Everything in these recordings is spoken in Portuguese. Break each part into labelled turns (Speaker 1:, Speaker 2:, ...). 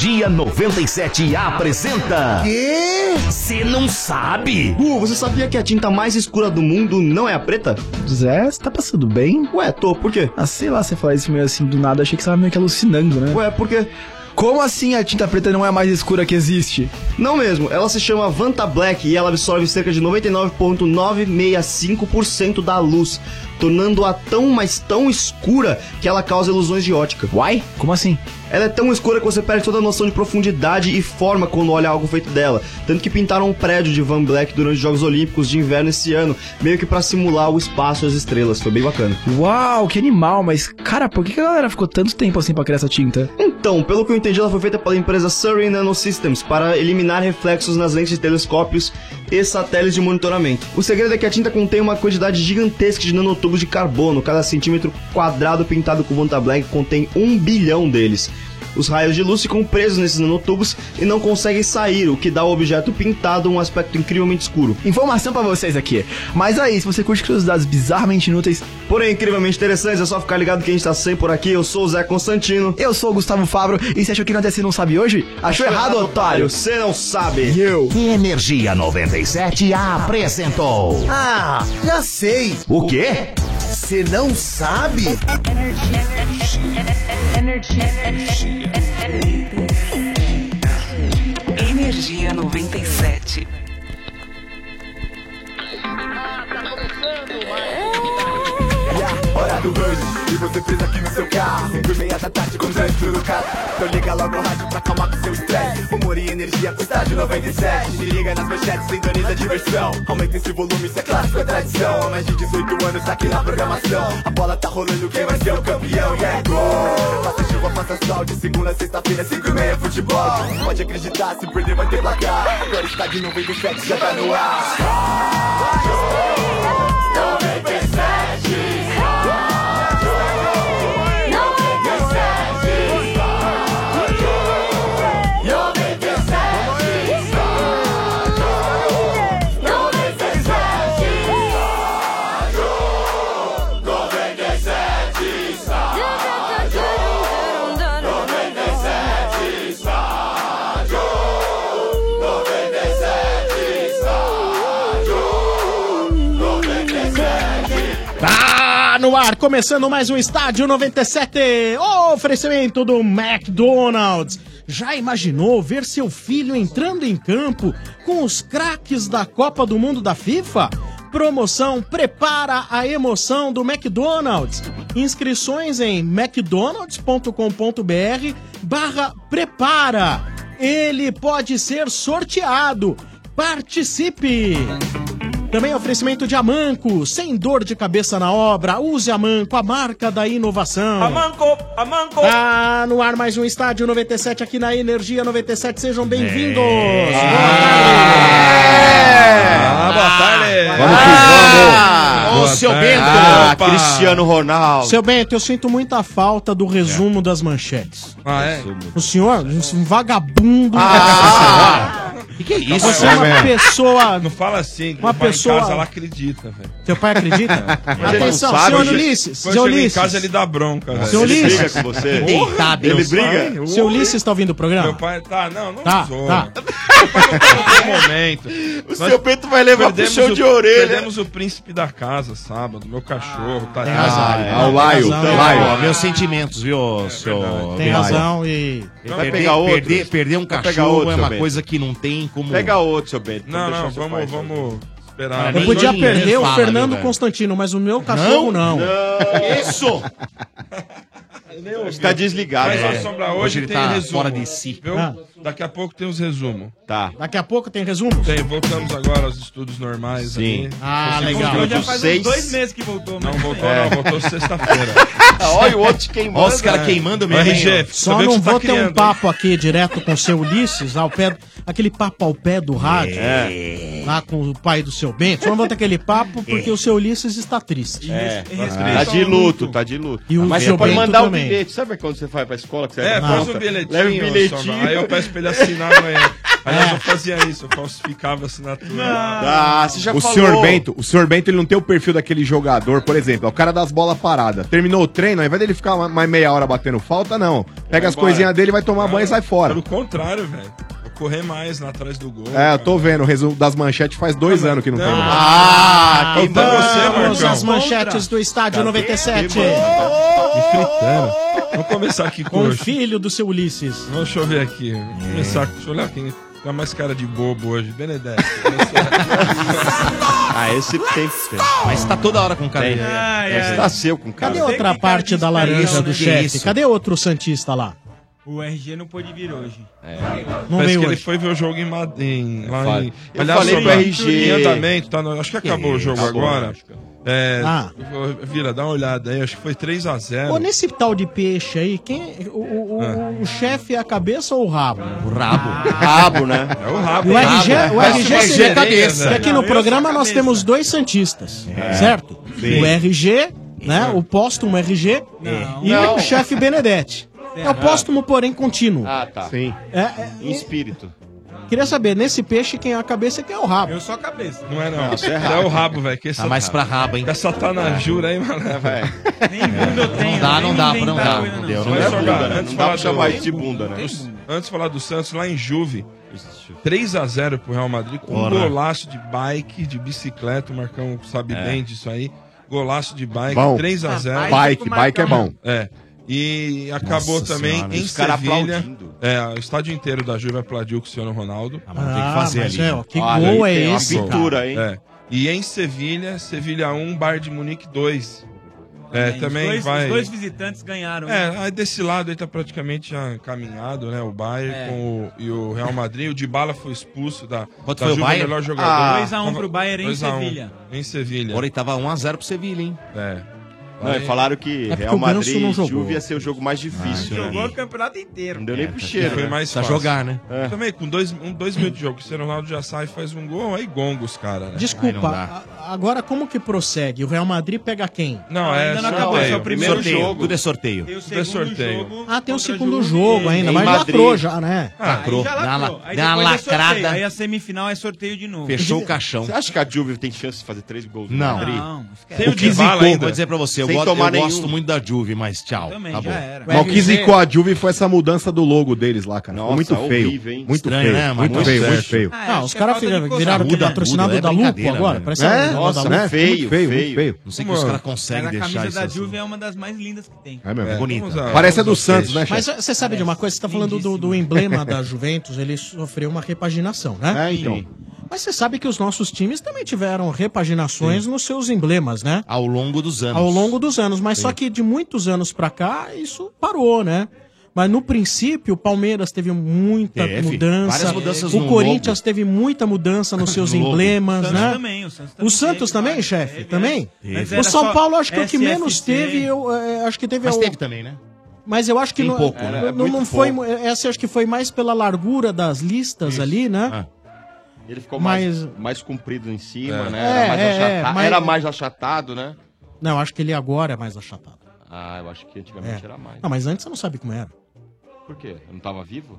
Speaker 1: Dia 97 apresenta.
Speaker 2: Quê?
Speaker 1: Você não sabe?
Speaker 2: Gu, você sabia que a tinta mais escura do mundo não é a preta?
Speaker 3: Zé, você tá passando bem?
Speaker 2: Ué, tô, por quê?
Speaker 3: Ah, sei lá, você falar isso meio assim do nada, achei que você tava meio que alucinando, né?
Speaker 2: Ué, por quê?
Speaker 3: Como assim a tinta preta não é a mais escura que existe?
Speaker 2: Não mesmo, ela se chama Vanta Black e ela absorve cerca de 99,965% da luz, tornando-a tão, mas tão escura que ela causa ilusões de ótica.
Speaker 3: Uai? Como assim?
Speaker 2: Ela é tão escura que você perde toda a noção de profundidade e forma quando olha algo feito dela. Tanto que pintaram um prédio de Van Black durante os Jogos Olímpicos de Inverno esse ano, meio que pra simular o espaço e as estrelas. Foi bem bacana.
Speaker 3: Uau, que animal, mas cara, por que que a galera ficou tanto tempo assim pra criar essa tinta?
Speaker 2: Então, pelo que eu entendi, ela foi feita pela empresa Surrey Nanosystems para eliminar reflexos nas lentes de telescópios e satélites de monitoramento. O segredo é que a tinta contém uma quantidade gigantesca de nanotubos de carbono. Cada centímetro quadrado pintado com Vanta Black contém um bilhão deles. Os raios de luz ficam presos nesses nanotubos e não conseguem sair, o que dá ao objeto pintado um aspecto incrivelmente escuro.
Speaker 3: Informação pra vocês aqui. Mas aí, se você curte curiosidades bizarramente inúteis,
Speaker 2: Porém, incrivelmente interessantes, é só ficar ligado que a gente tá sempre por aqui. Eu sou o Zé Constantino.
Speaker 3: eu sou o Gustavo Fabro e você achou que não até se não sabe hoje? Achou errado, otário!
Speaker 2: Você não sabe.
Speaker 3: E eu?
Speaker 1: Energia 97 apresentou.
Speaker 4: Ah, já sei.
Speaker 1: O quê?
Speaker 4: Você não sabe?
Speaker 5: Energia 97.
Speaker 6: É a hora do rush E você fez aqui no seu carro Sempre meia da tarde com trânsito no carro Então liga logo o rádio pra acalmar com seu estresse Humor e energia com estádio 97 Se liga nas manchetes, sintoniza a diversão Aumenta esse volume, isso é clássico, é tradição Há mais de 18 anos tá aqui na programação A bola tá rolando, quem vai ser o campeão? E é gol! Faça chuva, faça sol De segunda a sexta-feira, 5 e meia, futebol Pode acreditar, se perder vai ter placar Agora está de 97, já tá no ar
Speaker 7: Tá no ar, começando mais um Estádio 97, oferecimento do McDonald's. Já imaginou ver seu filho entrando em campo com os craques da Copa do Mundo da FIFA? Promoção Prepara a Emoção do McDonald's. Inscrições em mcdonalds.com.br barra prepara. Ele pode ser sorteado. Participe! Também oferecimento de Amanco, sem dor de cabeça na obra, use Amanco, a marca da inovação. Amanco, Amanco. Ah, no ar mais um estádio 97 aqui na Energia 97,
Speaker 8: É.
Speaker 7: sejam bem-vindos.
Speaker 8: Ah.
Speaker 7: Ah. Ô, seu Bento.
Speaker 2: Ah, Cristiano Ronaldo.
Speaker 7: Seu Bento, eu sinto muita falta do resumo das manchetes.
Speaker 8: É. Ah, é? Ah,
Speaker 7: O senhor, um vagabundo.
Speaker 1: Que que é isso?
Speaker 7: Você é uma
Speaker 6: Ah,
Speaker 7: pessoa.
Speaker 8: Não fala assim, que
Speaker 7: Uma
Speaker 8: meu pai
Speaker 7: pessoa-
Speaker 8: em casa ela acredita, velho.
Speaker 7: Seu pai acredita? Atenção,
Speaker 2: não sabe,
Speaker 7: senhor
Speaker 2: hoje-
Speaker 7: Ulisses.
Speaker 8: Quando eu
Speaker 7: Senhor
Speaker 8: chego em casa ele
Speaker 7: Ulisses.
Speaker 8: dá bronca, velho.
Speaker 7: Seu
Speaker 2: Ele briga
Speaker 7: Ulisses.
Speaker 2: com você.
Speaker 1: Eita,
Speaker 2: Ele
Speaker 1: Deus.
Speaker 2: briga?
Speaker 8: Pai,
Speaker 7: Seu
Speaker 8: ô,
Speaker 7: Ulisses tá ouvindo o
Speaker 8: Meu
Speaker 7: programa?
Speaker 8: pai tá, não, não
Speaker 7: Tá,
Speaker 8: zoa.
Speaker 7: tá.
Speaker 8: Outro momento.
Speaker 2: O seu peito vai levar pro
Speaker 8: Perdemos
Speaker 2: show
Speaker 8: o-
Speaker 2: de orelha.
Speaker 8: Perdemos o príncipe da casa sábado, meu cachorro, tá
Speaker 7: tem
Speaker 8: errado.
Speaker 7: razão.
Speaker 1: é.
Speaker 2: Ah, o Laio.
Speaker 7: Tem razão.
Speaker 2: Laio.
Speaker 1: Ó, meus sentimentos, viu, seu
Speaker 7: Tem
Speaker 1: Bento?
Speaker 7: razão e.
Speaker 2: Vai
Speaker 1: Perder,
Speaker 2: pegar outro.
Speaker 1: Perder, perder um
Speaker 2: Vai
Speaker 1: cachorro
Speaker 2: pegar
Speaker 1: é
Speaker 2: outro, seu
Speaker 1: uma
Speaker 2: Bento.
Speaker 1: coisa que não tem como.
Speaker 2: Pega outro, seu Bento.
Speaker 8: Não,
Speaker 2: Deixa
Speaker 8: não,
Speaker 2: seu
Speaker 8: vamos,
Speaker 2: pai, seu Bento.
Speaker 8: vamos esperar.
Speaker 7: Eu
Speaker 1: Nem
Speaker 7: podia
Speaker 1: ninguém
Speaker 7: perder o
Speaker 1: fala,
Speaker 7: Fernando
Speaker 1: meu velho.
Speaker 7: Constantino, mas o meu cachorro não.
Speaker 1: Isso!
Speaker 8: Então,
Speaker 2: Você tá desligado,
Speaker 8: Mas, ó,
Speaker 2: né?
Speaker 8: Sombra,
Speaker 1: Hoje
Speaker 8: hoje,
Speaker 1: ele
Speaker 8: tem
Speaker 1: tá
Speaker 8: resumo.
Speaker 1: fora de si.
Speaker 8: viu?
Speaker 7: Ah.
Speaker 8: Daqui a pouco tem os resumos.
Speaker 2: Tá.
Speaker 7: Daqui a pouco tem resumo?
Speaker 8: Tem, voltamos agora aos estudos normais.
Speaker 2: Sim.
Speaker 8: aqui.
Speaker 7: Ah, legal.
Speaker 2: Voltou já faz uns dois meses.
Speaker 8: Esse que voltou, Não voltou, não, voltou sexta-feira.
Speaker 2: Olha o outro queimando.
Speaker 1: Ó, os
Speaker 7: né?
Speaker 1: caras queimando
Speaker 8: Mas,
Speaker 1: mesmo. hein,
Speaker 8: RG,
Speaker 7: Só
Speaker 8: você vê o que
Speaker 7: não
Speaker 8: você tá
Speaker 7: vou ter um
Speaker 8: criando,
Speaker 7: papo aqui direto com o seu Ulisses, ao pé, aquele papo ao pé do rádio, lá com o pai do seu Bento. Só não vou ter aquele papo porque o seu Ulisses está triste.
Speaker 2: É, tá de luto, tá de luto.
Speaker 7: E o
Speaker 2: Mas
Speaker 7: seu
Speaker 2: você pode
Speaker 7: Bento
Speaker 2: mandar um
Speaker 7: também.
Speaker 2: bilhete. Sabe quando você vai pra escola? Que você
Speaker 8: É,
Speaker 2: vai pra
Speaker 8: faz
Speaker 2: nota?
Speaker 8: um bilhetinho.
Speaker 2: Leva um
Speaker 8: Sombra.
Speaker 2: bilhetinho.
Speaker 8: Aí eu peço pra ele assinar amanhã. Aliás, eu fazia isso, eu falsificava a assinatura.
Speaker 9: Ah, você já
Speaker 10: o
Speaker 9: falou.
Speaker 10: senhor Bento, o senhor Bento ele não tem o perfil daquele jogador, por exemplo, é o cara das bolas paradas. Terminou o treino, ao invés dele ficar ma- mais meia hora batendo falta, não. Pega as
Speaker 8: embora.
Speaker 10: coisinhas dele, vai tomar
Speaker 8: Ah,
Speaker 10: banho e sai fora.
Speaker 8: Pelo contrário, velho. Vou correr mais lá atrás do gol.
Speaker 10: É, eu tô vendo, o resumo das manchetes faz dois anos que não, tem. mais.
Speaker 9: Ah, que
Speaker 8: Então você,
Speaker 7: Vamos às
Speaker 8: Marcão.
Speaker 7: manchetes do
Speaker 8: Tá
Speaker 7: Estádio 97.
Speaker 8: Me fritando. Vamos começar aqui com
Speaker 7: Com o
Speaker 8: o
Speaker 7: filho do seu Ulisses. É.
Speaker 8: Não, Deixa eu ver aqui. Vou começar. Deixa eu olhar quem tá mais cara de bobo hoje. Benedetto.
Speaker 9: Ah, esse tem que ter.
Speaker 1: Mas tá toda hora com o cara.
Speaker 9: Tem.
Speaker 1: dele.
Speaker 9: Esse tá seu com cara.
Speaker 7: Cadê outra parte da laranja
Speaker 1: Isso,
Speaker 7: do
Speaker 1: que
Speaker 7: chefe?
Speaker 1: isso.
Speaker 7: Cadê outro Santista lá?
Speaker 6: O RG não pôde vir hoje.
Speaker 7: Não
Speaker 8: Parece
Speaker 7: veio
Speaker 8: que ele
Speaker 7: hoje.
Speaker 8: foi ver o jogo em Madrid. Lá
Speaker 9: falo.
Speaker 8: em...
Speaker 9: É Eu falei
Speaker 8: só,
Speaker 9: pro
Speaker 8: mano,
Speaker 9: RG.
Speaker 8: Em andamento, tá no- acho que acabou o jogo
Speaker 9: acabou,
Speaker 8: agora.
Speaker 9: acho
Speaker 8: É,
Speaker 7: Ah.
Speaker 8: Vira, dá uma olhada aí. Acho que foi 3x0.
Speaker 7: Ô, nesse tal de peixe aí, quem, o, o- o- o chefe é a cabeça ou o rabo?
Speaker 9: Rabo, né?
Speaker 8: É o rabo.
Speaker 7: O RG, o
Speaker 9: Parece
Speaker 7: RG
Speaker 9: uma
Speaker 7: seria a
Speaker 9: cabeça.
Speaker 7: cabeça. E aqui no programa nós temos dois Santistas, certo? O RG, né? O póstumo RG e
Speaker 9: Não.
Speaker 7: o chefe Benedetti. É o póstumo, porém, contínuo.
Speaker 9: Ah, tá.
Speaker 10: Sim.
Speaker 7: É, é,
Speaker 9: Em espírito.
Speaker 7: queria saber, nesse peixe, quem é a cabeça e quem é o rabo?
Speaker 8: Eu sou a cabeça. Não é, não. é, o rabo, velho. Que
Speaker 1: Tá mais pra rabo, hein?
Speaker 8: Tá satanajura aí, mano.
Speaker 6: Nem bunda eu tenho.
Speaker 1: Não dá,
Speaker 6: nem
Speaker 1: não
Speaker 6: me
Speaker 1: dá, não dá.
Speaker 6: inventar coisa,
Speaker 1: Não deu, não
Speaker 8: Mas
Speaker 1: deu.
Speaker 8: só,
Speaker 9: bunda,
Speaker 8: cara,
Speaker 9: né?
Speaker 8: antes
Speaker 9: Não
Speaker 8: de
Speaker 9: dá pra
Speaker 8: falar
Speaker 9: chamar
Speaker 8: do-
Speaker 9: isso de bunda, né?
Speaker 8: Os- Antes de falar do Santos, lá em Juve, 3x0 pro Real Madrid, com
Speaker 1: Ora.
Speaker 8: um golaço de bike, de bicicleta, o Marcão sabe bem disso aí. Golaço de bike,
Speaker 10: Bom.
Speaker 8: 3x0.
Speaker 10: Bike, bike é bom.
Speaker 8: É. E acabou
Speaker 1: Nossa
Speaker 8: também
Speaker 1: Senhora,
Speaker 8: em
Speaker 9: os caras
Speaker 8: Sevilha.
Speaker 9: aplaudindo.
Speaker 8: É, o estádio inteiro da Juve aplaudiu com o Cristiano Ronaldo.
Speaker 1: Ah, mano, tem que fazer
Speaker 7: mas
Speaker 1: ali.
Speaker 7: é, ó, que
Speaker 9: Olha,
Speaker 7: gol é
Speaker 9: aí tem uma
Speaker 7: esse? cara?
Speaker 9: pintura, hein?
Speaker 8: É. E em Sevilha, Sevilha 1, Bar de Munique 2. É, também
Speaker 6: Os dois,
Speaker 8: vai.
Speaker 6: Os dois visitantes ganharam. né?
Speaker 8: É, aí desse lado aí tá praticamente já caminhado, né? O Bayern
Speaker 6: É.
Speaker 8: com o, e o Real Madrid. O Dybala foi expulso da,
Speaker 1: Quanto
Speaker 8: da
Speaker 1: foi o
Speaker 8: Juve,
Speaker 1: Bayern?
Speaker 8: tá melhor jogador.
Speaker 9: Ah,
Speaker 6: 2x1 pro Bayern em
Speaker 8: 2x1,
Speaker 6: Sevilha.
Speaker 8: Em Sevilha.
Speaker 1: Agora ele tava 1x0 pro Sevilha, hein?
Speaker 8: É.
Speaker 9: Não, e falaram que
Speaker 7: É porque
Speaker 9: Real
Speaker 7: o Ganso
Speaker 9: Madrid
Speaker 7: não
Speaker 9: e
Speaker 7: jogou.
Speaker 1: é
Speaker 9: Juve ia ser o jogo mais difícil. né?
Speaker 6: Jogou o campeonato inteiro.
Speaker 9: Não deu nem pro
Speaker 8: E
Speaker 9: cheiro.
Speaker 8: É, foi
Speaker 9: né?
Speaker 8: mais
Speaker 1: Precisa
Speaker 8: fácil.
Speaker 1: jogar, né?
Speaker 9: É.
Speaker 8: Também com dois, um, dois minutos de jogo, o Cristiano Ronaldo já sai e faz um gol, aí gonga os caras, né?
Speaker 1: Ai, não
Speaker 7: Desculpa,
Speaker 1: dá.
Speaker 7: a- agora como que prossegue? O Real Madrid pega quem?
Speaker 8: Não, é
Speaker 6: Ainda não
Speaker 8: sorteio.
Speaker 6: acabou, é o primeiro
Speaker 1: sorteio,
Speaker 9: jogo.
Speaker 1: Tudo é sorteio.
Speaker 6: Tem o
Speaker 8: Tudo é sorteio.
Speaker 7: Ah, tem o
Speaker 6: contra
Speaker 7: segundo
Speaker 6: Juve
Speaker 7: jogo ainda,
Speaker 9: em
Speaker 7: mas
Speaker 9: Madrid.
Speaker 7: lacrou já, né?
Speaker 8: Ah,
Speaker 1: Lacrou.
Speaker 6: já
Speaker 1: Deu uma
Speaker 6: lacrou.
Speaker 1: la-
Speaker 6: Aí
Speaker 1: deu uma
Speaker 6: depois é sorteio.
Speaker 1: lacrada.
Speaker 6: Aí a semifinal é sorteio de novo.
Speaker 1: Fechou o caixão.
Speaker 9: Você acha que a Juve tem chance de fazer três gols? no
Speaker 1: Não.
Speaker 9: Madrid?
Speaker 6: Não, esquece.
Speaker 8: Tem o
Speaker 1: O que
Speaker 8: Dybala
Speaker 1: zicou,
Speaker 8: ainda.
Speaker 1: vou dizer pra você, eu,
Speaker 9: Sem
Speaker 1: go-
Speaker 9: tomar
Speaker 1: eu
Speaker 9: nenhum.
Speaker 1: gosto muito da Juve, mas tchau.
Speaker 6: Também,
Speaker 1: tá
Speaker 6: já
Speaker 1: bom.
Speaker 6: era.
Speaker 10: Mas o que zicou a Juve foi essa mudança do logo deles lá, cara. Ficou
Speaker 9: Nossa,
Speaker 10: muito feio.
Speaker 9: horrível, hein?
Speaker 10: Muito
Speaker 1: Estranho,
Speaker 10: feio,
Speaker 1: né,
Speaker 10: muito
Speaker 1: Marcão?
Speaker 10: feio,
Speaker 1: Certo.
Speaker 10: muito feio.
Speaker 6: Ah,
Speaker 7: Ah,
Speaker 6: acho
Speaker 7: os
Speaker 6: que
Speaker 7: caras
Speaker 6: é falta de
Speaker 7: vira- viraram
Speaker 1: Muda,
Speaker 7: aquele patrocinado
Speaker 1: muda, é
Speaker 7: da Lupo
Speaker 1: brincadeira,
Speaker 7: agora.
Speaker 1: velho.
Speaker 7: Parece a
Speaker 10: É,
Speaker 7: novela
Speaker 9: Nossa,
Speaker 7: da
Speaker 10: né?
Speaker 7: Lupo.
Speaker 9: muito feio,
Speaker 10: muito feio,
Speaker 9: feio.
Speaker 10: muito feio.
Speaker 1: Não sei como os caras
Speaker 6: Cara,
Speaker 1: conseguem
Speaker 6: a
Speaker 1: deixar
Speaker 6: camisa
Speaker 1: isso.
Speaker 6: da
Speaker 1: assim.
Speaker 6: Juve é uma das mais lindas que tem.
Speaker 11: assim.
Speaker 10: É mesmo.
Speaker 8: É,
Speaker 1: bonita.
Speaker 8: vamos a-
Speaker 10: Parece a do
Speaker 8: vamos ao
Speaker 10: Santos, né,
Speaker 8: peixe.
Speaker 10: chefe?
Speaker 7: Mas você sabe de uma coisa? Você tá falando do, do emblema da Juventus, ele sofreu uma repaginação, né?
Speaker 10: É, então.
Speaker 7: Mas você sabe que os nossos times também tiveram repaginações nos seus emblemas, né?
Speaker 1: Ao longo dos anos.
Speaker 7: Ao longo dos anos, mas só que de muitos anos pra cá, isso parou, né? Mas no princípio, o Palmeiras teve muita
Speaker 1: Teve.
Speaker 7: mudança.
Speaker 1: Várias mudanças
Speaker 7: o
Speaker 1: no
Speaker 7: Corinthians teve muita mudança nos seus
Speaker 1: No logo.
Speaker 6: O
Speaker 7: emblemas,
Speaker 6: Santos
Speaker 7: né?
Speaker 6: também, o Santos também.
Speaker 7: O Santos
Speaker 6: teve,
Speaker 7: também,
Speaker 6: mas
Speaker 7: chefe?
Speaker 6: teve,
Speaker 7: Também?
Speaker 6: é. Antes
Speaker 7: O
Speaker 6: era
Speaker 7: São
Speaker 6: só
Speaker 7: Paulo, acho que é o que
Speaker 6: SFC.
Speaker 7: menos teve, eu é, acho que teve.
Speaker 1: Mas
Speaker 7: o-
Speaker 1: teve também, né?
Speaker 7: mas eu acho que
Speaker 1: Tem
Speaker 7: não,
Speaker 1: pouco,
Speaker 7: não,
Speaker 1: né?
Speaker 9: É
Speaker 7: não,
Speaker 9: muito
Speaker 7: foi.
Speaker 9: pouco.
Speaker 7: Essa acho que foi mais pela largura das listas ali, né?
Speaker 1: Ah.
Speaker 9: Ele ficou mais,
Speaker 7: Mas-
Speaker 9: mais comprido em cima, né?
Speaker 7: É,
Speaker 9: Era mais,
Speaker 7: é, é,
Speaker 9: achata-
Speaker 7: mas-
Speaker 9: era mais achatado, né?
Speaker 7: Não, acho que ele agora é mais achatado.
Speaker 9: Ah, eu acho que antigamente
Speaker 7: É.
Speaker 9: era mais.
Speaker 7: Não, mas antes você não sabe como era.
Speaker 9: Por quê? Eu não tava vivo?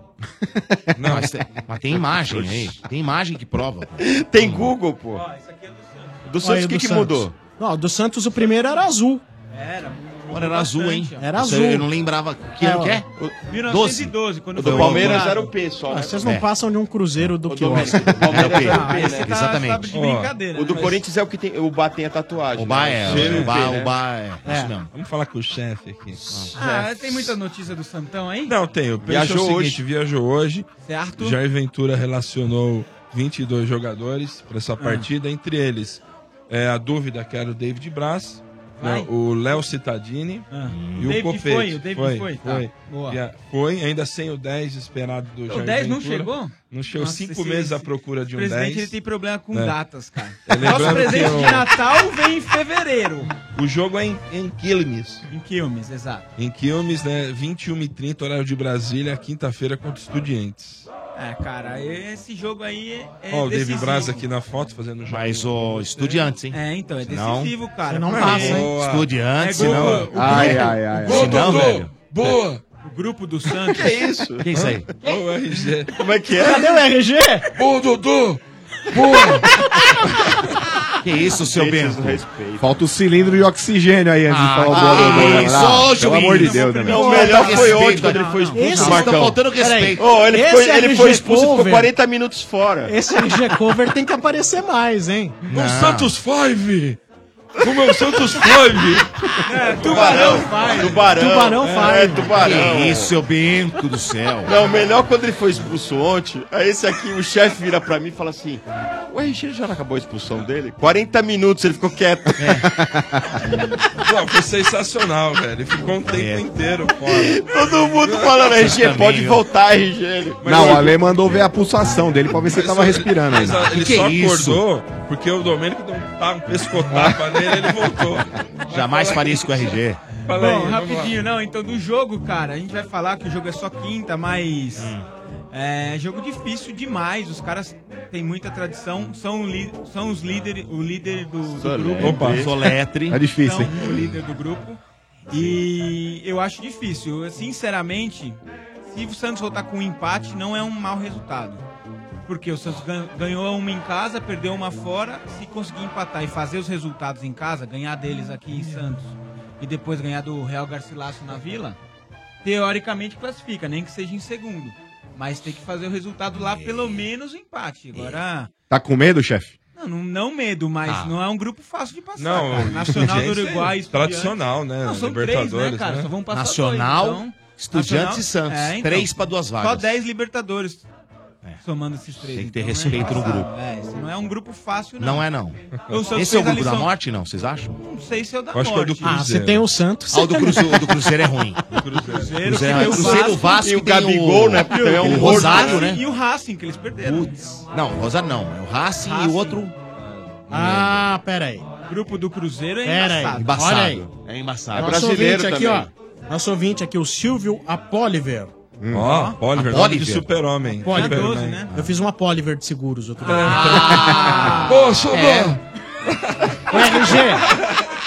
Speaker 1: Não, mas, tem, mas tem imagem aí. Tem imagem que prova. pô.
Speaker 9: Tem Google, pô.
Speaker 6: Ó, isso aqui é do Santos.
Speaker 9: Do
Speaker 7: Olha,
Speaker 9: Santos, o que,
Speaker 7: do
Speaker 9: que
Speaker 7: Santos.
Speaker 9: mudou?
Speaker 7: Não, do Santos o primeiro era azul.
Speaker 6: Era. mudou
Speaker 1: Agora era azul, hein?
Speaker 6: bastante, ó.
Speaker 7: Era
Speaker 1: Isso
Speaker 7: azul.
Speaker 1: Eu não lembrava. Que
Speaker 7: É,
Speaker 1: ano
Speaker 7: ó.
Speaker 1: que é?
Speaker 6: 1912, quando
Speaker 9: O
Speaker 6: foi
Speaker 9: do Palmeiras
Speaker 6: inaugurado.
Speaker 9: era o P só,
Speaker 7: Ah,
Speaker 9: né?
Speaker 7: vocês não
Speaker 1: É.
Speaker 7: passam de um cruzeiro do
Speaker 9: O
Speaker 7: que
Speaker 9: do,
Speaker 7: o
Speaker 9: o Palmeiras era o
Speaker 6: Ah,
Speaker 9: P,
Speaker 6: esse
Speaker 9: né?
Speaker 6: tá,
Speaker 1: Exatamente.
Speaker 6: tá de
Speaker 8: Ó,
Speaker 6: brincadeira.
Speaker 9: O do
Speaker 6: né?
Speaker 9: Corinthians é o que tem. O Bá tem a tatuagem. né?
Speaker 1: O bar é.
Speaker 9: Cheiro
Speaker 1: O bar,
Speaker 9: de P,
Speaker 1: o bar é. Isso
Speaker 7: É.
Speaker 1: mesmo.
Speaker 8: Vamos falar com o chefe aqui.
Speaker 6: Ah, tem muita notícia do Santão aí?
Speaker 8: Não, tem. O peixe é o
Speaker 9: Viajou
Speaker 8: seguinte,
Speaker 9: hoje.
Speaker 8: viajou hoje.
Speaker 6: Certo?
Speaker 8: Jair Ventura relacionou 22 jogadores para
Speaker 6: Ah.
Speaker 8: essa partida, entre eles é, a dúvida que era o David Braz, né,
Speaker 6: Vai.
Speaker 8: o Léo Cittadini
Speaker 6: Ah.
Speaker 8: e o
Speaker 6: David
Speaker 8: Copete.
Speaker 6: foi, o David foi, tá.
Speaker 8: foi.
Speaker 6: Boa.
Speaker 8: E a- foi, ainda sem o 10 esperado do
Speaker 6: O
Speaker 8: Jair
Speaker 6: 10 não
Speaker 8: Ventura.
Speaker 6: chegou?
Speaker 8: Não chegou
Speaker 6: Nossa,
Speaker 8: cinco
Speaker 6: esse-
Speaker 8: meses à
Speaker 6: esse
Speaker 8: procura de
Speaker 6: O
Speaker 8: um 10.
Speaker 6: presidente ele tem problema com
Speaker 8: É.
Speaker 6: datas, cara.
Speaker 8: É, lembrando
Speaker 6: Nosso
Speaker 8: que
Speaker 6: presente
Speaker 8: o-
Speaker 6: de Natal vem em fevereiro.
Speaker 8: O jogo é em, em Quilmes.
Speaker 6: Em Quilmes, exato.
Speaker 8: Em Quilmes, né? 21h30, horário de Brasília, quinta-feira contra os Estudiantes.
Speaker 6: É, cara, esse jogo aí é. é
Speaker 8: Ó, o David
Speaker 6: decisivo.
Speaker 8: Braz aqui na foto fazendo o jogo.
Speaker 1: Mas o estudiantes, hein?
Speaker 6: É, então, é
Speaker 1: Senão-
Speaker 6: decisivo, cara.
Speaker 7: Senão
Speaker 6: Porque
Speaker 7: passa, hein?
Speaker 8: Boa.
Speaker 1: Estudiantes,
Speaker 6: É gol.
Speaker 1: não.
Speaker 6: Boa,
Speaker 10: Ai, ai, ai.
Speaker 1: Senão, velho.
Speaker 8: Boa!
Speaker 6: O
Speaker 11: Grupo do Santos.
Speaker 7: Que isso?
Speaker 1: Que isso aí?
Speaker 8: Olha o RG.
Speaker 7: Como é que é? Cadê o RG?
Speaker 8: Ô, Dudu!
Speaker 1: Que isso, seu Bento?
Speaker 10: Falta o cilindro de oxigênio aí antes de falar
Speaker 1: Ah,
Speaker 10: do
Speaker 1: que isso, ô,
Speaker 10: Pelo
Speaker 1: juiz.
Speaker 10: amor de Deus, né?
Speaker 1: Não, o melhor foi hoje, quando ele foi
Speaker 7: expulso,
Speaker 9: Esse
Speaker 7: Marcão.
Speaker 9: Ô, ele,
Speaker 7: Esse
Speaker 9: foi, ele foi
Speaker 7: RG
Speaker 9: expulso e
Speaker 7: Cover-
Speaker 9: ficou 40 minutos fora.
Speaker 7: Esse RG Cover tem que aparecer mais, hein?
Speaker 9: Não.
Speaker 8: É Santos Five! é O meu Santos Five!
Speaker 11: É,
Speaker 9: Tubarão faz. Tubarão.
Speaker 7: Tubarão
Speaker 9: é,
Speaker 7: faz.
Speaker 9: É, tubarão.
Speaker 1: Que isso, seu Bento do céu?
Speaker 9: Não, melhor quando ele foi expulso ontem, aí esse aqui, o chefe vira pra mim e fala assim, o RG já não acabou a expulsão dele? 40 minutos, ele ficou quieto.
Speaker 7: É,
Speaker 8: Pô, foi sensacional, velho. Ele ficou
Speaker 1: É.
Speaker 8: um tempo inteiro fora.
Speaker 9: Todo mundo falando,
Speaker 8: né,
Speaker 9: RG, pode voltar, RG. Ele-
Speaker 10: Não, o Ale mandou ver a pulsação dele pra ver se ele tava respirando
Speaker 8: Mas
Speaker 10: ainda.
Speaker 8: a- ele só acordou porque o Domênico deu um tapa, um pescotapa nele ele voltou.
Speaker 1: Jamais faria isso com o RG.
Speaker 8: Fala aí,
Speaker 11: Bom,
Speaker 8: vamos lá.
Speaker 11: rapidinho, não, então do jogo, cara, a gente vai falar que o jogo é só quinta, mas
Speaker 8: Hum.
Speaker 11: é jogo difícil demais, os caras têm muita tradição, são, li- são os líderes, o líder do, do grupo.
Speaker 8: Opa.
Speaker 1: Soletre.
Speaker 10: É difícil, hein?
Speaker 11: são o líder do grupo. E eu acho difícil. Eu, Sinceramente, se o Santos voltar com um empate, não é um mau resultado. Porque o Santos gan- ganhou uma em casa, perdeu uma fora. Se conseguir empatar e fazer os resultados em casa, ganhar deles aqui em Santos e depois ganhar do Real Garcilasso na Vila, teoricamente classifica, nem que seja em segundo. Mas tem que fazer o resultado lá, pelo
Speaker 8: É.
Speaker 11: menos o empate. Agora,
Speaker 10: Tá com medo, chefe?
Speaker 11: não, não, não medo, mas não é um grupo fácil de passar.
Speaker 8: Ah. Não,
Speaker 11: cara. Nacional do
Speaker 8: gente,
Speaker 11: Uruguai,
Speaker 8: é
Speaker 11: Estudiantes.
Speaker 8: tradicional, né?
Speaker 11: Não, são três,
Speaker 8: Libertadores,
Speaker 11: né, cara?
Speaker 8: né?
Speaker 11: Só vão passar
Speaker 1: Nacional,
Speaker 11: dois, então.
Speaker 1: Estudiantes e
Speaker 11: Nacional-
Speaker 1: Santos.
Speaker 11: é, então.
Speaker 1: Três pra duas vagas. É.
Speaker 11: Só 10 Libertadores. Somando esses três.
Speaker 1: Tem que ter
Speaker 11: então,
Speaker 1: respeito no
Speaker 11: fácil.
Speaker 1: grupo.
Speaker 11: É, esse não é um grupo fácil, não.
Speaker 1: Não é, não.
Speaker 11: O Santos
Speaker 1: Esse é o
Speaker 11: fez a
Speaker 1: grupo da
Speaker 11: lição.
Speaker 1: morte, não? Vocês acham?
Speaker 11: Não sei se é o da
Speaker 8: Eu acho que é o
Speaker 11: morte.
Speaker 8: do Cruzeiro.
Speaker 7: Ah, você tem o Santos.
Speaker 1: Ah, o do Cruzeiro, o do Cruzeiro é ruim.
Speaker 11: Cruzeiro,
Speaker 1: Cruzeiro,
Speaker 11: que
Speaker 1: é-
Speaker 11: tem o
Speaker 1: Cruzeiro
Speaker 11: Vasco,
Speaker 1: Vasco
Speaker 9: e o
Speaker 1: tem
Speaker 9: Gabigol, né? Porque é
Speaker 1: o
Speaker 9: um
Speaker 1: Rosário,
Speaker 11: Racing
Speaker 1: né?
Speaker 11: E o Racing, que eles perderam.
Speaker 1: Putz. Não, Rosário não. É o Racing, e
Speaker 11: Racing.
Speaker 1: o outro.
Speaker 7: Ah, peraí.
Speaker 11: O grupo do Cruzeiro é
Speaker 7: Pera aí.
Speaker 11: embaçado.
Speaker 1: Embaçado.
Speaker 7: Olha aí.
Speaker 1: É embaçado.
Speaker 7: Nosso
Speaker 9: brasileiro
Speaker 7: ouvinte aqui,
Speaker 9: também.
Speaker 7: ó. Nosso ouvinte aqui, o Silvio Apoliver.
Speaker 8: Hum. Ó, Oliver, nome de
Speaker 1: Oliver.
Speaker 8: super-homem.
Speaker 11: Tinha
Speaker 7: Oliver,
Speaker 11: 12,
Speaker 8: Superman.
Speaker 11: né?
Speaker 7: Eu fiz um Apoliver de seguros outro dia. Ah. É.
Speaker 8: Ô, Sobão!
Speaker 7: Ô, RG!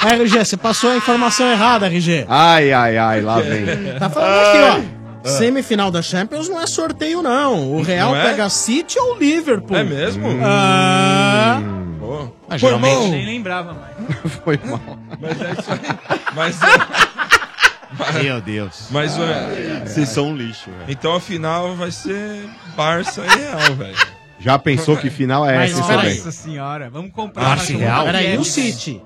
Speaker 7: Ô, RG, você passou a informação errada, RG.
Speaker 10: Ai, ai, ai, lá vem. Ah.
Speaker 7: Tá falando aqui, ó. Semifinal da Champions não é sorteio, não. O Real
Speaker 8: Não é?
Speaker 7: pega City ou Liverpool.
Speaker 8: É mesmo?
Speaker 7: Ah,
Speaker 8: Pô.
Speaker 1: Ah,
Speaker 8: Pô,
Speaker 1: geralmente-
Speaker 8: irmão,
Speaker 11: Nem lembrava mais.
Speaker 10: Foi mal.
Speaker 8: Mas é isso aí. Mas, é-
Speaker 1: Meu Deus.
Speaker 8: mas é-
Speaker 9: Vocês são um lixo, velho.
Speaker 8: então a final vai ser Barça e Real, velho.
Speaker 10: Já pensou que final é
Speaker 7: Mas
Speaker 10: essa, hein,
Speaker 7: espera aí.
Speaker 10: Sobrinho?
Speaker 11: Nossa senhora, vamos comprar.
Speaker 1: Barça e
Speaker 11: mais um.
Speaker 1: Real?
Speaker 7: peraí, e o
Speaker 11: Não,
Speaker 7: City?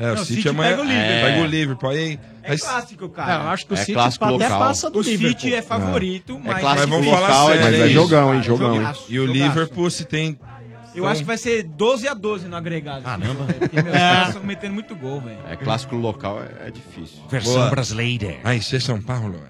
Speaker 8: É, o
Speaker 11: Não,
Speaker 8: City
Speaker 11: City
Speaker 8: amanhã
Speaker 11: pega o Liverpool.
Speaker 8: É. Pega o Liverpool aí.
Speaker 11: É
Speaker 8: Aí-
Speaker 11: clássico, cara.
Speaker 7: Ah, eu acho que o
Speaker 9: É
Speaker 7: City
Speaker 9: clássico
Speaker 7: até
Speaker 9: local.
Speaker 7: passa do
Speaker 11: O
Speaker 7: Liverpool.
Speaker 11: City é favorito, mas...
Speaker 9: clássico
Speaker 8: Mas vamos
Speaker 9: local,
Speaker 8: falar sério,
Speaker 10: Mas é
Speaker 8: isso.
Speaker 10: jogão, hein? Jogão, hein?
Speaker 11: Jogaço,
Speaker 8: E o
Speaker 11: jogaço.
Speaker 8: Liverpool se tem.
Speaker 11: Eu acho que vai ser 12 a 12 no agregado.
Speaker 1: Caramba.
Speaker 11: Porque meus caras estão metendo muito gol, velho.
Speaker 9: É clássico local, é, é difícil.
Speaker 1: Versão
Speaker 8: Boa.
Speaker 1: brasileira.
Speaker 8: Aí, ser São Paulo, velho.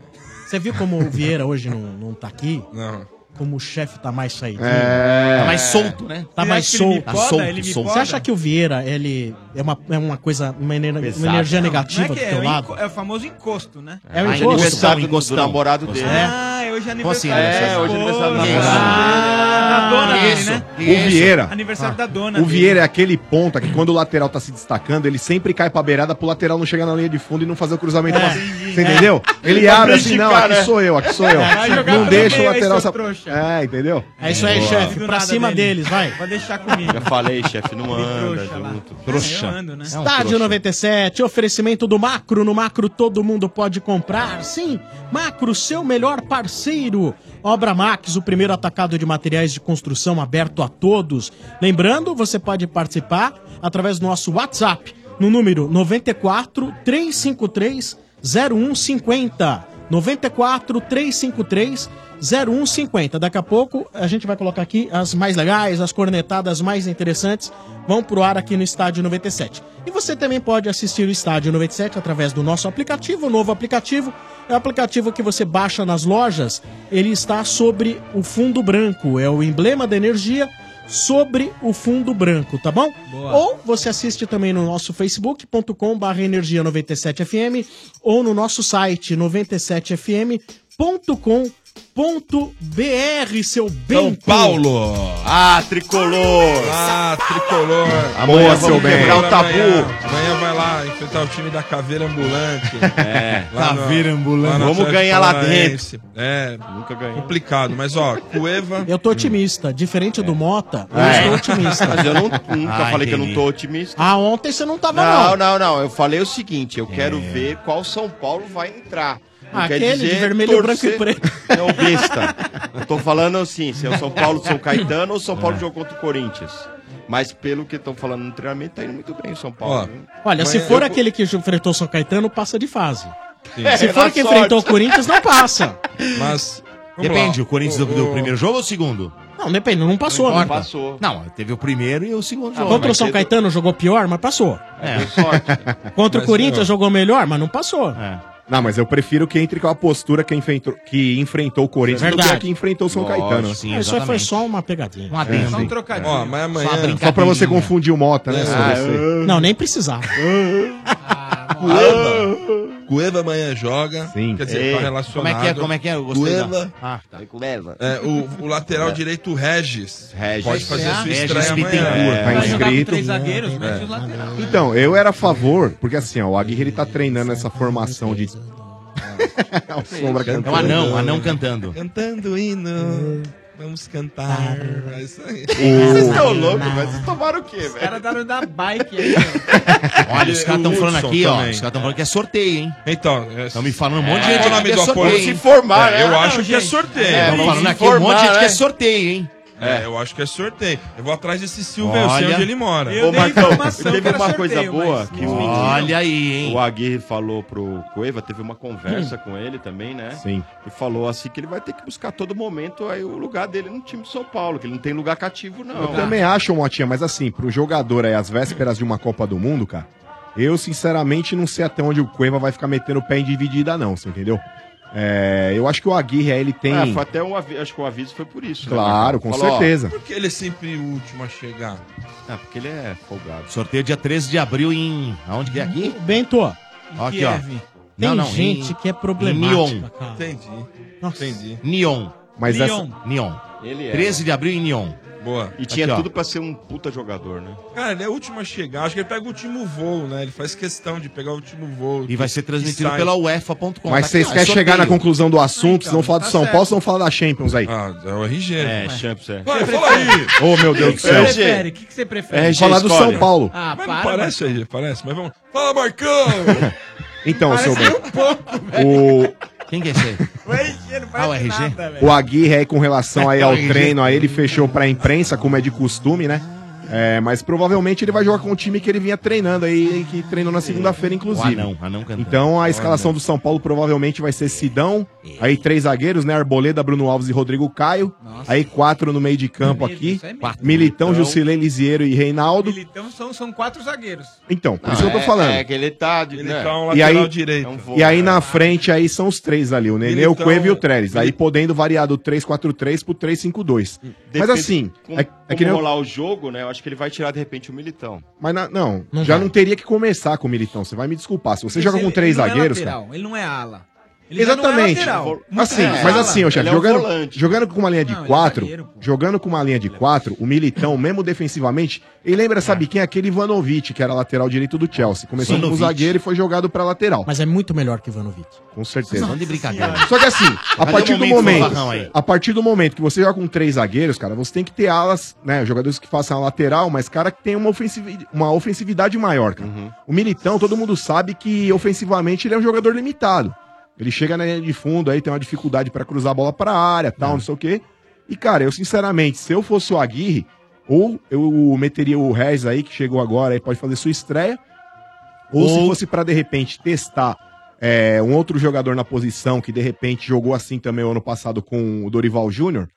Speaker 7: Você viu como o Vieira hoje não, não tá aqui?
Speaker 8: Não.
Speaker 7: Como o chefe tá mais saído.
Speaker 1: Tá
Speaker 11: É.
Speaker 1: mais solto, né?
Speaker 7: Tá
Speaker 11: Você
Speaker 7: mais
Speaker 11: acha que ele me
Speaker 7: solto.
Speaker 1: Tá
Speaker 11: poda?
Speaker 1: solto,
Speaker 11: Ele me
Speaker 1: solto.
Speaker 7: Você
Speaker 11: poda?
Speaker 7: acha que o Vieira, ele é uma, é uma coisa, uma, ener- uma
Speaker 9: Pesado.
Speaker 7: energia
Speaker 11: Não,
Speaker 7: negativa
Speaker 11: não é que
Speaker 7: do
Speaker 11: é,
Speaker 7: teu
Speaker 11: o
Speaker 7: lado?
Speaker 11: enco- é o famoso encosto, né?
Speaker 7: É um
Speaker 1: Ah,
Speaker 7: encosto?
Speaker 1: aniversário.
Speaker 9: Aniversário do, do
Speaker 1: Gostão.
Speaker 9: namorado dele.
Speaker 11: Ah, hoje é
Speaker 1: Assim,
Speaker 11: aniversário
Speaker 1: é,
Speaker 11: da
Speaker 9: hoje é aniversário da
Speaker 7: assim?
Speaker 11: esposa.
Speaker 7: namorada.
Speaker 11: Ah, da dona dele,
Speaker 1: Isso, Ah.
Speaker 11: né?
Speaker 10: O Vieira.
Speaker 11: Aniversário da dona
Speaker 10: O
Speaker 11: dele.
Speaker 10: Vieira é aquele ponta que quando o lateral tá se destacando, ele sempre cai pra beirada pro lateral não chegar na linha de fundo e não fazer o cruzamento. pra- Você entendeu? Ele abre assim, não,
Speaker 9: criticar,
Speaker 10: aqui
Speaker 9: né?
Speaker 10: sou eu, aqui sou eu.
Speaker 11: Vai jogar
Speaker 10: Não
Speaker 11: pelo
Speaker 10: deixa o
Speaker 11: meio aí,
Speaker 10: lateral...
Speaker 11: seu
Speaker 10: sa-
Speaker 11: trouxa.
Speaker 10: É, entendeu?
Speaker 7: É isso aí, chefe.
Speaker 11: Do
Speaker 7: Pra
Speaker 11: nada
Speaker 7: cima
Speaker 11: dele.
Speaker 7: deles, vai.
Speaker 11: Vai deixar comigo. é
Speaker 9: Já falei, chefe, não anda
Speaker 11: trouxa lá.
Speaker 9: junto.
Speaker 1: Trouxa.
Speaker 11: Eu ando,
Speaker 1: É
Speaker 11: né?
Speaker 1: um
Speaker 7: Estádio
Speaker 1: trouxa.
Speaker 7: 97, oferecimento do Macro. No Macro todo mundo pode comprar. Sim, Macro, seu melhor parceiro. Obra Max, o primeiro atacado de materiais de construção aberto a todos. Lembrando, você pode participar através do nosso WhatsApp no número 94 353 0150. 94 353 0150. Daqui a pouco a gente vai colocar aqui as mais legais, as cornetadas mais interessantes. Vão pro ar aqui no Estádio 97. E você também pode assistir o Estádio 97 através do nosso aplicativo, o novo aplicativo. É o aplicativo que você baixa nas lojas. Ele está sobre o fundo branco. É o emblema da energia sobre o fundo branco, tá bom? Ou você assiste também no nosso facebook.com barra energia 97fm ou no nosso site 97fm.com.br .br, seu bem.
Speaker 8: São Paulo.
Speaker 9: Ah, tricolor.
Speaker 8: Ah, tricolor.
Speaker 9: Amanhã vamos quebrar o tabu.
Speaker 8: Amanhã, amanhã vai lá enfrentar o time da Caveira Ambulante.
Speaker 9: É. Caveira Ambulante.
Speaker 8: lá no
Speaker 9: Vamos
Speaker 8: Atlético
Speaker 9: ganhar lá
Speaker 8: Paranaense.
Speaker 9: dentro.
Speaker 8: É.
Speaker 9: Nunca ganhou.
Speaker 8: Complicado, mas ó, Cueva.
Speaker 7: Eu tô otimista. Diferente do Mota, eu
Speaker 9: É.
Speaker 7: estou otimista.
Speaker 9: Mas eu não- nunca falei que eu não tô otimista.
Speaker 7: Ah, ontem você não tava,
Speaker 9: Não,
Speaker 7: não.
Speaker 9: não, não. Eu falei o seguinte: eu
Speaker 1: É.
Speaker 9: quero ver qual São Paulo vai entrar. Não quer
Speaker 7: Aquele
Speaker 9: dizer
Speaker 7: de vermelho,
Speaker 9: torcer-
Speaker 7: branco e preto.
Speaker 9: É o besta. Eu tô falando assim: se é o São Paulo São Caetano ou São Paulo
Speaker 7: É.
Speaker 9: jogou contra o Corinthians. Mas pelo que estão falando no treinamento, tá indo muito bem o São Paulo. viu?
Speaker 7: Olha, se
Speaker 9: Amanhã
Speaker 7: for
Speaker 9: eu-
Speaker 7: aquele que enfrentou o São Caetano, passa de fase.
Speaker 9: Sim.
Speaker 7: Se
Speaker 9: É,
Speaker 7: for
Speaker 9: na
Speaker 7: o que enfrentou o
Speaker 9: sorte.
Speaker 7: Corinthians, não passa.
Speaker 8: Mas.
Speaker 7: vamos
Speaker 1: Depende,
Speaker 7: lá.
Speaker 1: o Corinthians
Speaker 7: O-
Speaker 1: do, do
Speaker 7: o-
Speaker 1: primeiro jogo ou o segundo?
Speaker 7: Não, depende, não passou,
Speaker 1: Não
Speaker 7: né?
Speaker 1: importa.
Speaker 9: Passou.
Speaker 1: Não, teve o primeiro e o segundo
Speaker 7: Ah,
Speaker 1: jogo.
Speaker 7: contra o
Speaker 1: Mas
Speaker 7: São
Speaker 1: teve-
Speaker 7: Caetano jogou pior, mas passou.
Speaker 1: É.
Speaker 7: Contra o
Speaker 10: Mas, é.
Speaker 7: Corinthians
Speaker 10: ó.
Speaker 7: jogou melhor, mas não passou.
Speaker 10: Não, mas eu prefiro que entre com a postura que enfrentou, que enfrentou o Corinthians do que a
Speaker 7: Verdade.
Speaker 10: que enfrentou o São Caetano.
Speaker 7: Isso aí foi só uma pegadinha. Um
Speaker 10: adendo. Só um
Speaker 11: trocadinho.
Speaker 8: Ó, mas amanhã.
Speaker 10: Só pra você confundir o Mota, né?
Speaker 8: É.
Speaker 10: seu imbecil?
Speaker 7: Não, nem precisava.
Speaker 8: Cueva. Cueva amanhã joga. Sim. Quer dizer, tá relacionado.
Speaker 1: Como é que é? Como é que é? Eu gostei da-
Speaker 8: Cueva.
Speaker 1: Ah, tá.
Speaker 8: É, o, o lateral direito, o Regis. Pode fazer a sua
Speaker 1: Regis
Speaker 8: estreia amanhã.
Speaker 1: Bittencourt.
Speaker 10: É, tá
Speaker 1: Vai jogar com
Speaker 10: inscrito.
Speaker 1: três né?
Speaker 11: zagueiros,
Speaker 10: É.
Speaker 11: mas os laterais.
Speaker 10: Então, eu era a favor, porque assim, ó, o Aguirre ele tá treinando essa formação de. É o Sombra
Speaker 1: É um anão, um anão cantando.
Speaker 8: Cantando o hino. Vamos cantar. É isso aí.
Speaker 9: Vocês estão loucos, velho? Vocês tomaram o quê, velho? Os
Speaker 11: caras deram da bike aí, né?
Speaker 1: Olha, os caras estão
Speaker 8: O
Speaker 1: falando
Speaker 8: Hudson
Speaker 1: aqui, ó.
Speaker 8: também.
Speaker 1: Os caras estão falando que é sorteio, hein?
Speaker 8: Então,
Speaker 1: estão me falando um monte de
Speaker 8: É.
Speaker 1: gente
Speaker 8: Qual
Speaker 1: aqui
Speaker 8: o nome
Speaker 1: que é
Speaker 8: do
Speaker 1: sorteio.
Speaker 8: apoio?
Speaker 1: hein?
Speaker 8: Se formar, É, né? eu Ah, acho não, que é gente. sorteio.
Speaker 1: É,
Speaker 8: Vamos
Speaker 1: Estão
Speaker 8: se
Speaker 1: falando aqui um monte de
Speaker 8: formar,
Speaker 1: gente que
Speaker 8: né?
Speaker 1: é sorteio, hein?
Speaker 8: É, eu acho que é sorteio. Eu vou atrás desse Silvio, eu sei
Speaker 1: Olha.
Speaker 8: onde ele mora.
Speaker 1: Eu Ô, dei Marcão,
Speaker 9: informação teve que era uma coisa sorteio, boa mas que não. os meninos-
Speaker 1: Olha aí, hein?
Speaker 9: O Aguirre falou pro Cueva, teve uma conversa
Speaker 7: Hum.
Speaker 9: com ele também, né?
Speaker 10: Sim.
Speaker 9: E falou assim que ele vai ter que buscar a todo momento aí o lugar dele no time de São Paulo, que ele não tem lugar cativo, não.
Speaker 10: Eu também acho, Motinha, mas assim, pro jogador aí, às vésperas de uma Copa do Mundo, cara, eu sinceramente não sei até onde o Cueva vai ficar metendo o pé em dividida, não, você entendeu? É, eu acho que o Aguirre aí, ele tem.
Speaker 9: É, foi até um aviso, acho que o aviso foi por isso. né,
Speaker 10: Claro,
Speaker 9: Marcão?
Speaker 10: com
Speaker 9: Falou, ó,
Speaker 10: certeza.
Speaker 8: Por que ele é sempre o último a chegar?
Speaker 9: Ah, porque ele é folgado.
Speaker 1: Sorteio dia 13 de abril em. Aonde que é aqui?
Speaker 7: Bento.
Speaker 1: Ó, aqui, ó.
Speaker 7: Kiev.
Speaker 1: Não,
Speaker 7: Tem
Speaker 1: não,
Speaker 7: gente
Speaker 1: em-
Speaker 7: que é
Speaker 1: em Nyon.
Speaker 7: problemática, cara.
Speaker 8: Entendi. Entendi.
Speaker 1: Nyon.
Speaker 10: Mas
Speaker 8: Nyon.
Speaker 10: essa-
Speaker 1: Nyon.
Speaker 9: Ele é.
Speaker 1: 13 de abril em Nyon.
Speaker 8: Boa.
Speaker 9: E tinha
Speaker 1: Aqui, ó.
Speaker 9: tudo pra ser um puta jogador, né?
Speaker 8: Cara, ele é o último a chegar. Acho que ele pega o último voo, né? Ele faz questão de pegar o último voo.
Speaker 1: E vai ser transmitido
Speaker 8: sai.
Speaker 1: pela UEFA.com.
Speaker 10: Mas
Speaker 1: Tá
Speaker 10: vocês
Speaker 1: aqui, ó,
Speaker 10: querem
Speaker 1: sorteio.
Speaker 10: chegar na conclusão do assunto, se não falar do
Speaker 1: tá
Speaker 10: São
Speaker 1: certo.
Speaker 10: Paulo, se não falar da Champions aí.
Speaker 8: Ah, é o RG.
Speaker 9: É, Champs, é.
Speaker 8: Vai, fala aí.
Speaker 10: Ô, meu Deus do
Speaker 8: Você
Speaker 10: céu.
Speaker 11: prefere? O que, que você prefere?
Speaker 10: RG Falar do escolhe. São Paulo.
Speaker 11: Ah,
Speaker 8: mas
Speaker 11: para,
Speaker 8: não parece, RG, parece. Mas vamos. Fala, Marcão!
Speaker 10: Então,
Speaker 8: Parece
Speaker 10: seu
Speaker 8: nem
Speaker 10: bem.
Speaker 8: um pouco,
Speaker 10: O,
Speaker 1: Quem que é esse aí?
Speaker 11: O RG não
Speaker 1: Ah, o RG?
Speaker 10: O Aguirre aí com relação aí ao
Speaker 1: É, o Aguirre.
Speaker 10: treino, aí ele fechou pra imprensa, como é de costume, né? É, mas provavelmente ele vai jogar com o time que ele vinha treinando aí, que treinou na segunda-feira,
Speaker 11: um
Speaker 10: inclusive.
Speaker 1: O anão, anão cantando.
Speaker 10: Então a escalação do São Paulo provavelmente vai ser Sidão, aí três zagueiros, né? Arboleda, Bruno Alves e Rodrigo Caio. Aí quatro no meio de campo
Speaker 11: É mesmo,
Speaker 10: aqui.
Speaker 11: isso é mesmo.
Speaker 10: Quatro. Militão,
Speaker 9: Então-
Speaker 10: Jusilei, Lisieiro e Reinaldo.
Speaker 11: Então são, são quatro zagueiros.
Speaker 10: Então, por
Speaker 1: Ah,
Speaker 9: Não,
Speaker 10: isso que eu
Speaker 9: é-
Speaker 10: tô falando.
Speaker 9: É que ele tá. de- né?
Speaker 10: E aí,
Speaker 9: É um voo,
Speaker 10: e aí
Speaker 9: né?
Speaker 10: na frente aí são os três ali, o Nenê,
Speaker 9: Militão-
Speaker 10: o Cueva e o Trellis. Aí podendo variar do 3-4-3 pro 3-5-2. Mas
Speaker 9: Depende
Speaker 10: assim,
Speaker 9: Hum, com-
Speaker 10: é, é
Speaker 9: como
Speaker 10: que nem... eu-
Speaker 9: rolar o jogo, né? Eu acho que ele vai tirar de repente o Militão.
Speaker 10: Mas na- não,
Speaker 1: Não
Speaker 10: já
Speaker 1: vai.
Speaker 10: não teria que começar com o Militão, você vai me desculpar. Se você joga com três
Speaker 11: ele não é
Speaker 10: zagueiros,
Speaker 11: lateral,
Speaker 10: cara...
Speaker 11: Ele não é ala. Ele já
Speaker 10: Exatamente.
Speaker 11: Não é lateral.
Speaker 10: Assim,
Speaker 11: Muito
Speaker 10: mas
Speaker 11: ala.
Speaker 10: assim, ô chefe,
Speaker 9: Ele é um
Speaker 10: jogando,
Speaker 9: volante.
Speaker 10: jogando com uma linha de
Speaker 11: Não, ele é
Speaker 10: quatro,
Speaker 11: zagueiro, pô. é
Speaker 10: jogando com uma linha de quatro, o Militão, mesmo defensivamente, ele lembra, sabe quem? Aquele Ivanovic, que era lateral direito do Chelsea. Começou como
Speaker 1: Ivanovic.
Speaker 10: zagueiro e foi jogado pra lateral.
Speaker 7: Mas é muito melhor que Ivanovic.
Speaker 10: Com certeza.
Speaker 1: Não de brincadeira.
Speaker 10: Só que assim, a
Speaker 1: Cadê
Speaker 10: partir
Speaker 1: o
Speaker 10: do
Speaker 1: momento do
Speaker 10: momento,
Speaker 1: Barrão aí?
Speaker 10: a partir do momento que você joga com três zagueiros, cara, você tem que ter alas, né, jogadores que façam a lateral, mas cara que tem uma ofensividade, uma ofensividade maior, cara.
Speaker 1: Uhum.
Speaker 10: O Militão, todo mundo sabe que ofensivamente ele é um jogador limitado. Ele chega na linha de fundo aí, tem uma dificuldade pra cruzar a bola pra área,
Speaker 1: É.
Speaker 10: tal, não sei o quê. E cara, eu sinceramente, se eu fosse o Aguirre, ou eu meteria o Rez aí que chegou agora aí, pode fazer sua estreia, ou, se fosse pra de repente testar é, um outro jogador na posição que de repente jogou assim também o ano passado com o Dorival Júnior,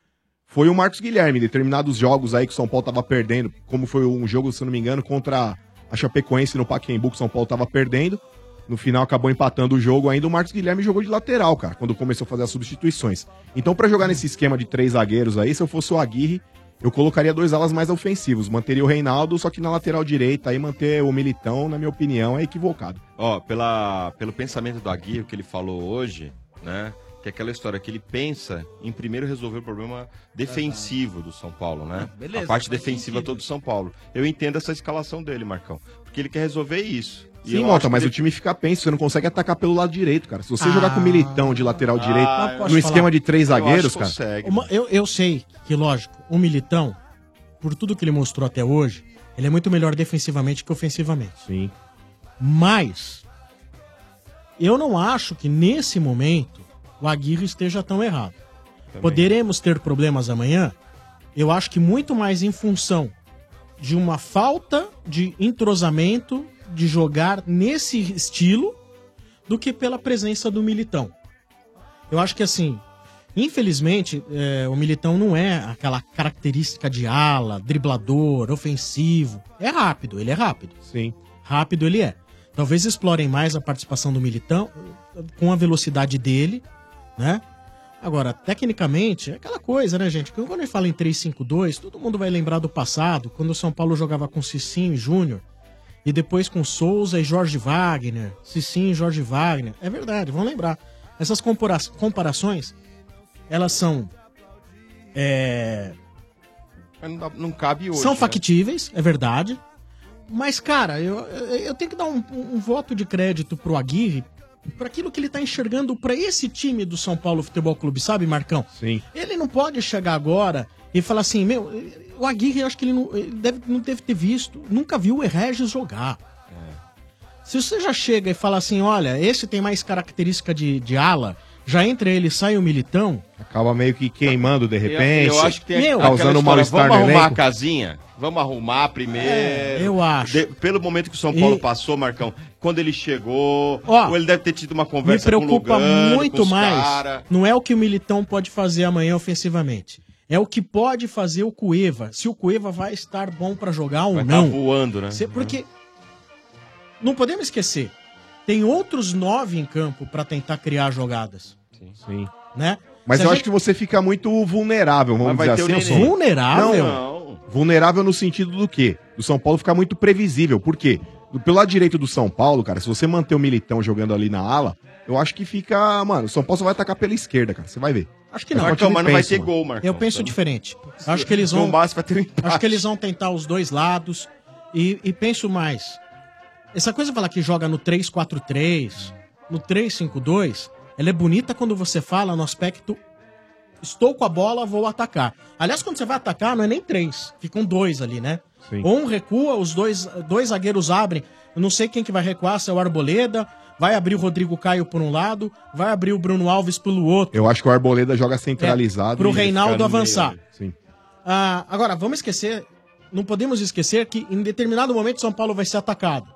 Speaker 10: foi o Marcos Guilherme. Em Determinados jogos aí que o São Paulo tava perdendo, como foi um jogo, se eu não me engano, contra a Chapecoense no Paquembu, que o São Paulo tava perdendo. No final acabou empatando o jogo ainda. O Marcos Guilherme jogou de lateral, cara, quando começou a fazer as substituições. Então, pra jogar nesse esquema de três zagueiros aí, se eu fosse o Aguirre, eu colocaria dois alas mais ofensivos. Manteria o Reinaldo, só que na lateral direita aí manter o Militão, na minha opinião, é equivocado.
Speaker 9: Ó, pela, pelo pensamento do Aguirre, o que ele falou hoje, né? que é aquela história que ele pensa em primeiro resolver o problema defensivo do São Paulo, né?
Speaker 6: Beleza,
Speaker 9: a parte
Speaker 6: faz
Speaker 9: defensiva
Speaker 6: sentido.
Speaker 9: toda do São Paulo. Eu entendo essa escalação dele, Marcão, porque ele quer resolver isso. E
Speaker 10: Sim,
Speaker 9: eu
Speaker 10: Mota,
Speaker 9: acho
Speaker 10: mas
Speaker 9: que Ah.
Speaker 10: o time fica penso, você não consegue atacar pelo lado direito, cara. Se você jogar com o Militão de lateral direito,
Speaker 7: Ah,
Speaker 10: no
Speaker 7: posso falar?
Speaker 10: esquema de três zagueiros, cara.
Speaker 7: Uma- eu, eu sei que, lógico, o Militão, por tudo que ele mostrou até hoje, ele é muito melhor defensivamente que ofensivamente.
Speaker 10: Sim.
Speaker 7: Mas, eu não acho que nesse momento o Aguirre esteja tão errado.
Speaker 6: Também.
Speaker 7: Poderemos ter problemas amanhã? Eu acho que muito mais em função de uma falta de entrosamento de jogar nesse estilo do que pela presença do Militão. Eu acho que assim, infelizmente, é, o Militão não é aquela característica de ala, driblador, ofensivo. É rápido, ele é rápido.
Speaker 10: Sim.
Speaker 7: Rápido ele é. Talvez explorem mais a participação do Militão eh, com a velocidade dele, né? Agora, tecnicamente, é aquela coisa, né, gente? Que Quando ele fala em 3-5-2, todo mundo vai lembrar do passado, quando o São Paulo jogava com Cicinho e Júnior, e depois com Souza e Jorge Wagner. Cicinho e Jorge Wagner. É verdade, vão lembrar. Essas compara- comparações, elas são. é,
Speaker 9: Não, dá- não cabe hoje.
Speaker 7: são
Speaker 9: né?
Speaker 7: factíveis, é verdade. Mas, cara, eu, eu eu tenho que dar um, um voto de crédito pro Aguirre por aquilo que ele tá enxergando pra esse time do São Paulo Futebol Clube, sabe, Marcão?
Speaker 10: Sim.
Speaker 7: Ele não pode chegar agora e falar assim, meu, o Aguirre, eu acho que ele não, ele deve, não deve ter visto, nunca viu o Regis jogar.
Speaker 10: É.
Speaker 7: Se você já chega e fala assim, olha, esse tem mais característica de, de ala, já entra ele e sai o militão,
Speaker 10: Acaba meio que queimando de repente,
Speaker 9: Eu acho que tem
Speaker 10: Meu,
Speaker 9: aquela
Speaker 7: tá
Speaker 10: causando um
Speaker 9: história,
Speaker 10: mal-estar no
Speaker 9: Vamos arrumar
Speaker 10: elenco.
Speaker 9: a casinha? Vamos arrumar primeiro.
Speaker 7: É, eu acho.
Speaker 9: De- pelo momento que o São Paulo
Speaker 7: E-
Speaker 9: passou, Marcão, quando ele chegou,
Speaker 7: Ó,
Speaker 9: ou ele deve ter tido uma
Speaker 7: me
Speaker 9: conversa com
Speaker 7: preocupa
Speaker 9: o Lugano, com
Speaker 7: muito
Speaker 9: os
Speaker 7: mais.
Speaker 9: cara.
Speaker 7: Não é o que o Militão pode fazer amanhã ofensivamente. É o que pode fazer o Cueva. Se o Cueva vai estar bom pra jogar ou
Speaker 9: Vai tá
Speaker 7: não.
Speaker 9: voando, né?
Speaker 7: Cê- porque não podemos esquecer. Tem outros nove em campo pra tentar criar jogadas,
Speaker 10: Sim.
Speaker 7: né?
Speaker 10: Mas
Speaker 7: Se
Speaker 10: eu
Speaker 7: a
Speaker 10: acho que você fica muito vulnerável, vamos
Speaker 7: Mas vai
Speaker 10: dizer
Speaker 7: ter o
Speaker 10: assim.
Speaker 7: Nenê.
Speaker 10: Osuma.
Speaker 7: Vulnerável?
Speaker 10: Não, Vulnerável no sentido do quê? Do São Paulo ficar muito previsível. Por quê? Do- Pelo lado direito do São Paulo, cara, se você manter o Militão jogando ali na ala, eu acho que fica... Mano, o São Paulo só vai atacar pela esquerda, cara. Você vai ver.
Speaker 7: Acho que não.
Speaker 10: É um time tenso, mano.
Speaker 7: Eu penso diferente. Acho que eles vão.
Speaker 10: Não basta ter um empate.
Speaker 7: acho que eles vão tentar os dois lados. E, e penso mais. Essa coisa de falar que joga no 3-4-3, no 3-5-2, ela é bonita quando você fala no aspecto. Estou com a bola, vou atacar. Aliás, quando você vai atacar, não é nem três. Ficam dois ali, né?
Speaker 10: Sim.
Speaker 7: Ou um recua, os dois, dois zagueiros abrem. Eu não sei quem que vai recuar, se é o Arboleda. Vai abrir o Rodrigo Caio por um lado, vai abrir o Bruno Alves pelo outro.
Speaker 10: Eu acho que o Arboleda joga centralizado.
Speaker 7: É, pro
Speaker 10: e
Speaker 7: Reinaldo
Speaker 10: fica no meio
Speaker 7: avançar.
Speaker 10: ali. Sim.
Speaker 7: Ah, agora, vamos esquecer, não podemos esquecer que em determinado momento São Paulo vai ser atacado.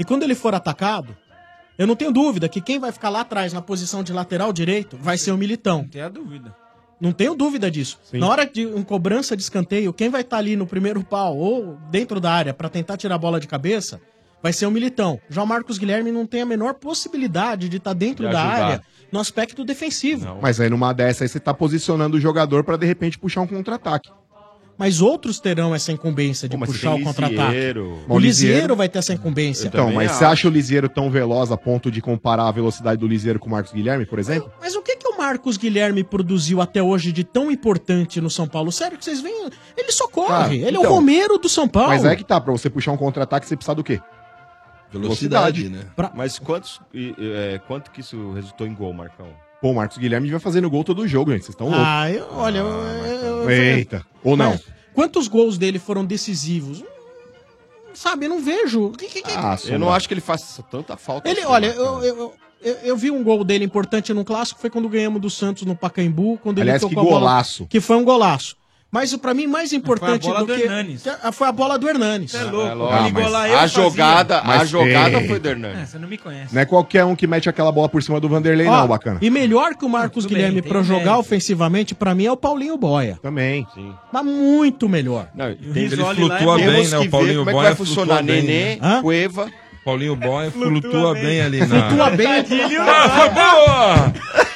Speaker 7: E quando ele for atacado, eu não tenho dúvida que quem vai ficar lá atrás na posição de lateral direito vai ser o Militão.
Speaker 11: Tem a dúvida.
Speaker 7: Não tenho dúvida disso. Na hora de uma cobrança de escanteio, quem vai estar ali no primeiro pau ou dentro da área pra tentar tirar a bola de cabeça vai ser o Militão. Já o Marcos Guilherme não tem a menor possibilidade de estar dentro
Speaker 10: De
Speaker 7: da
Speaker 10: ajudar.
Speaker 7: área no aspecto defensivo.
Speaker 10: Mas aí numa dessa aí você tá posicionando o jogador pra de repente puxar um contra-ataque.
Speaker 7: Mas outros terão essa incumbência de
Speaker 10: Pô, mas
Speaker 7: puxar
Speaker 10: tem
Speaker 7: o contra-ataque.
Speaker 10: Lisieiro.
Speaker 7: O Lisieiro
Speaker 10: Mas Lisieiro
Speaker 7: vai ter essa incumbência.
Speaker 10: Então, mas você acha o Liseiro tão veloz a ponto de comparar a velocidade do Liseiro com o Marcos Guilherme, por exemplo?
Speaker 7: Mas o que, que o Marcos Guilherme produziu até hoje de tão importante no São Paulo? Sério que vocês veem? Ele só corre.
Speaker 10: Cara,
Speaker 7: ele é o
Speaker 10: então,
Speaker 7: Romero do São Paulo.
Speaker 10: Mas é que tá, pra você puxar um contra-ataque você precisa do quê?
Speaker 9: Velocidade,
Speaker 10: né?
Speaker 9: Mas quantos, e- e- é, quanto que isso resultou em gol, Marcão?
Speaker 10: Pô, o Marcos Guilherme vai fazendo gol todo jogo, gente. Vocês estão loucos.
Speaker 7: Ah, eu- olha. eu- eu- eu-
Speaker 10: Eita. Ou não.
Speaker 7: Mas Quantos gols dele foram decisivos? Hum, Sabe, eu não vejo. Que- que- que-
Speaker 10: Ah,
Speaker 12: Ah,
Speaker 9: eu não acho que ele faça tanta falta.
Speaker 7: Ele,
Speaker 9: assim,
Speaker 7: olha,
Speaker 9: Marcão.
Speaker 7: eu, eu, eu, eu vi um gol dele importante no clássico, foi quando ganhamos do Santos no Pacaembu, quando
Speaker 10: Aliás,
Speaker 7: ele
Speaker 10: que
Speaker 7: tocou a bola-
Speaker 10: golaço.
Speaker 7: que foi um golaço. Mas pra mim mais importante
Speaker 11: bola
Speaker 7: do,
Speaker 11: do
Speaker 7: que
Speaker 11: Hernanes.
Speaker 7: que a- foi a bola do Hernanes.
Speaker 11: Você é louco.
Speaker 10: é lógico.
Speaker 11: Ele
Speaker 10: Ah, mas
Speaker 11: golar,
Speaker 10: a
Speaker 11: eu fazia.
Speaker 10: jogada- a Mas jogada tem. foi do Hernani.
Speaker 11: É, você não me conhece.
Speaker 10: Não é qualquer um que mete aquela bola por cima do Vanderlei,
Speaker 7: Ó,
Speaker 10: não, bacana.
Speaker 7: E melhor que o Marcos
Speaker 11: Ah, Tudo bem,
Speaker 7: Guilherme
Speaker 11: tem
Speaker 7: pra
Speaker 11: o
Speaker 7: jogar
Speaker 11: mérito.
Speaker 7: ofensivamente, pra mim é o Paulinho Boia.
Speaker 10: Também.
Speaker 7: Mas muito melhor.
Speaker 9: tem- ele flutua
Speaker 8: bem, né? O Paulinho
Speaker 9: como é que
Speaker 8: Boia
Speaker 9: vai funcionar.
Speaker 8: flutua bem,
Speaker 9: Nenê,
Speaker 8: né? Hã?
Speaker 9: Cueva.
Speaker 8: Paulinho Boy flutua, bem. ali na...
Speaker 7: Flutua bem.
Speaker 8: Ah, foi boa!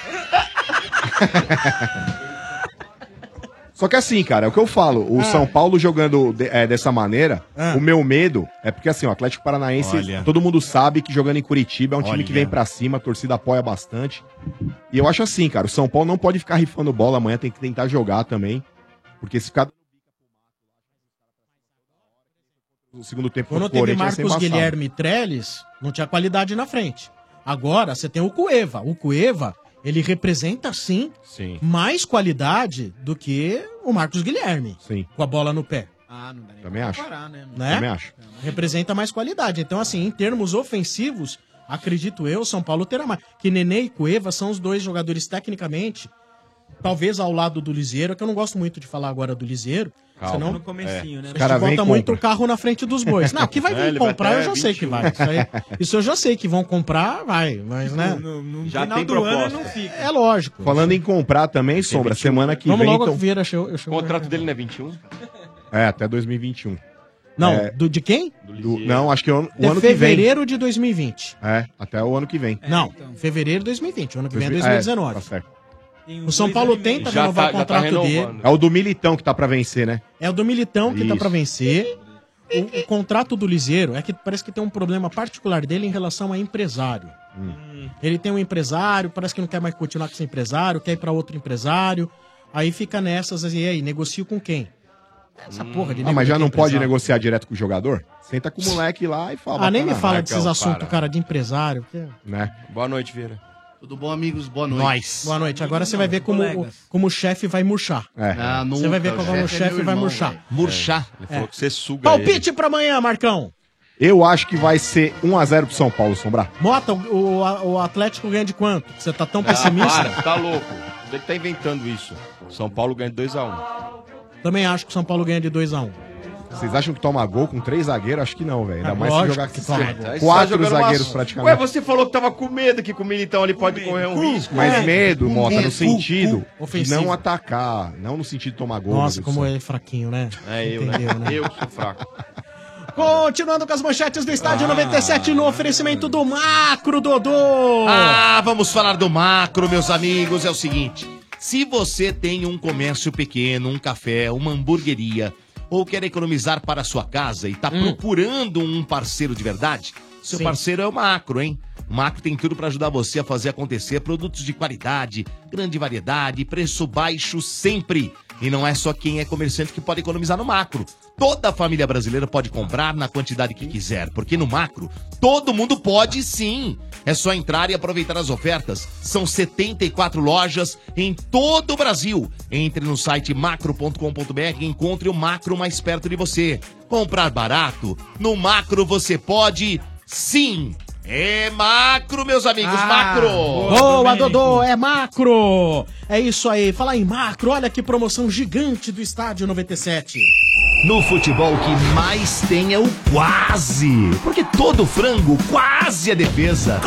Speaker 10: Só que assim, cara, é o que eu falo. O
Speaker 13: Ah.
Speaker 10: São Paulo jogando de- é, dessa maneira,
Speaker 7: Ah.
Speaker 10: o meu medo é porque assim, o Atlético Paranaense,
Speaker 13: Olha.
Speaker 10: todo mundo sabe que jogando em Curitiba é um time que
Speaker 13: Olha.
Speaker 10: vem pra cima, a torcida apoia bastante. E eu acho assim, cara, o São Paulo não pode ficar rifando bola amanhã, tem que tentar jogar também. Porque se ficar. O segundo tempo
Speaker 7: Quando
Speaker 10: contra o
Speaker 7: teve
Speaker 10: Corinthians, é sem
Speaker 7: Marcos
Speaker 10: passar.
Speaker 7: Guilherme e Trellis, não tinha qualidade na frente. Agora você tem o Cueva. O Cueva, ele representa sim,
Speaker 10: Sim.
Speaker 7: mais qualidade do que o Marcos Guilherme.
Speaker 10: Sim.
Speaker 7: Com a bola no pé.
Speaker 14: Ah,
Speaker 10: Também acho.
Speaker 7: né?
Speaker 10: Também acho.
Speaker 7: Representa mais qualidade. Então, assim, em termos ofensivos, acredito eu, São Paulo terá mais. Que Nenê e Cueva são os dois jogadores tecnicamente, talvez ao lado do Liseiro, que eu não gosto muito de falar agora do Liseiro.
Speaker 11: Calma.
Speaker 7: Senão,
Speaker 11: No comecinho, né?
Speaker 7: A
Speaker 11: O cara
Speaker 7: gente
Speaker 11: vem
Speaker 7: bota
Speaker 11: e
Speaker 7: muito
Speaker 11: compra.
Speaker 7: o carro na frente dos bois. Não, que vai
Speaker 11: É,
Speaker 7: vir
Speaker 11: ele vai
Speaker 7: comprar,
Speaker 11: até
Speaker 7: eu já sei que
Speaker 11: 21.
Speaker 7: vai. Isso, aí- isso eu já sei que vão comprar, vai. Mas, né?
Speaker 11: No, no- no
Speaker 7: Já
Speaker 11: final
Speaker 7: tem
Speaker 11: do
Speaker 7: proposta.
Speaker 11: ano não fica.
Speaker 7: É lógico.
Speaker 10: Falando em comprar também, Sombra, semana que
Speaker 7: Vamos
Speaker 10: vem.
Speaker 7: logo
Speaker 10: então-
Speaker 7: ver, eu, eu
Speaker 9: O
Speaker 11: um-
Speaker 9: contrato dele não é 21?
Speaker 10: É, até 2021.
Speaker 7: Não,
Speaker 10: É,
Speaker 7: do, de quem?
Speaker 10: do- não, acho que é o, o
Speaker 7: De
Speaker 10: ano que vem.
Speaker 7: fevereiro de 2020.
Speaker 10: É, até o ano que vem.
Speaker 7: Não, fevereiro de 2020. O ano que vem é
Speaker 10: Dois-
Speaker 7: 2019.
Speaker 10: tá certo.
Speaker 7: O São Paulo tenta
Speaker 10: Já
Speaker 7: renovar
Speaker 10: tá-
Speaker 7: o
Speaker 10: já tá
Speaker 7: contrato dele.
Speaker 10: renovando. É o do Militão que tá pra vencer, né?
Speaker 7: É o do Militão que tá
Speaker 10: Isso.
Speaker 7: pra vencer. O, o contrato do Liseiro é que parece que tem um problema particular dele em relação a empresário. Ele tem um empresário, parece que não quer mais continuar com esse empresário, quer ir pra outro empresário. Aí fica nessas, e aí, negocio com quem? Essa porra de
Speaker 10: Ah, mas já
Speaker 7: negociar
Speaker 10: não pode
Speaker 7: empresário.
Speaker 10: negociar direto com o jogador? Senta com o moleque lá e fala.
Speaker 7: Ah, nem me
Speaker 10: "Cara,
Speaker 7: fala
Speaker 10: Marcão,
Speaker 7: desses assuntos,
Speaker 10: para."
Speaker 7: cara, de empresário. é- porque-
Speaker 10: Né?
Speaker 9: Boa noite, Vieira.
Speaker 15: Tudo bom, amigos? Boa noite.
Speaker 7: Nós. Boa noite. Agora você vai ver como, o- como o chefe vai murchar.
Speaker 10: É.
Speaker 15: Ah,
Speaker 7: Você
Speaker 15: nunca,
Speaker 7: vai ver como
Speaker 15: chefe
Speaker 7: o
Speaker 15: é
Speaker 7: chefe
Speaker 15: meu
Speaker 7: vai
Speaker 15: irmão,
Speaker 7: murchar.
Speaker 15: velho.
Speaker 9: Murchar? Ele
Speaker 7: É.
Speaker 9: falou que você suga ele.
Speaker 7: Palpite pra amanhã, Marcão.
Speaker 10: Eu acho que vai ser 1x0 pro São Paulo, Sombrar.
Speaker 7: Mota, o, o- o Atlético ganha de quanto? Você tá tão pessimista?
Speaker 9: Ah, para, tá louco. Ele tá inventando isso. São Paulo ganha 2x1.
Speaker 7: Também acho que o São Paulo ganha de 2x1.
Speaker 10: Vocês acham que toma gol com três zagueiros? Acho que não, velho. Ainda
Speaker 7: Ah,
Speaker 10: mais se
Speaker 7: lógico
Speaker 10: jogar
Speaker 7: que
Speaker 10: com
Speaker 7: toma gol. Aí
Speaker 9: você tá
Speaker 10: quatro
Speaker 9: jogando uma-
Speaker 10: zagueiros
Speaker 9: Ué,
Speaker 10: praticamente.
Speaker 9: você falou que tava com medo que com o Militão ele pode correr um risco.
Speaker 10: Mas
Speaker 9: É.
Speaker 10: medo,
Speaker 9: Com
Speaker 10: Mota,
Speaker 9: medo.
Speaker 10: no sentido
Speaker 9: Cu, cu.
Speaker 10: de não atacar, Ah, não no sentido de tomar gol.
Speaker 7: Nossa,
Speaker 10: meu Deus
Speaker 7: como
Speaker 10: do
Speaker 7: é fraquinho, né?
Speaker 9: É eu, né?
Speaker 7: Entendeu, né?
Speaker 9: Eu sou fraco.
Speaker 7: Continuando com as manchetes do Estádio 97 no oferecimento do Macro Dodô.
Speaker 16: Ah, vamos falar do macro, meus amigos. É o seguinte: se você tem um comércio pequeno, um café, uma hamburgueria ou quer economizar para a sua casa e está procurando um parceiro de verdade, seu
Speaker 13: Sim.
Speaker 16: parceiro é o macro, hein? O macro tem tudo para ajudar você a fazer acontecer produtos de qualidade, grande variedade, preço baixo sempre. E não é só quem é comerciante que pode economizar no macro. Toda a família brasileira pode comprar na quantidade que quiser, porque no macro todo mundo pode sim. É só entrar e aproveitar as ofertas. São 74 lojas em todo o Brasil. Entre no site macro.com.br e encontre o macro mais perto de você. Comprar barato? No macro você pode sim. É macro, meus amigos, macro!
Speaker 7: Boa, Dodô, é macro! É isso aí, falar em macro, olha que promoção gigante do Estádio 97.
Speaker 16: No futebol que mais tem é o quase. Porque todo frango quase é defesa.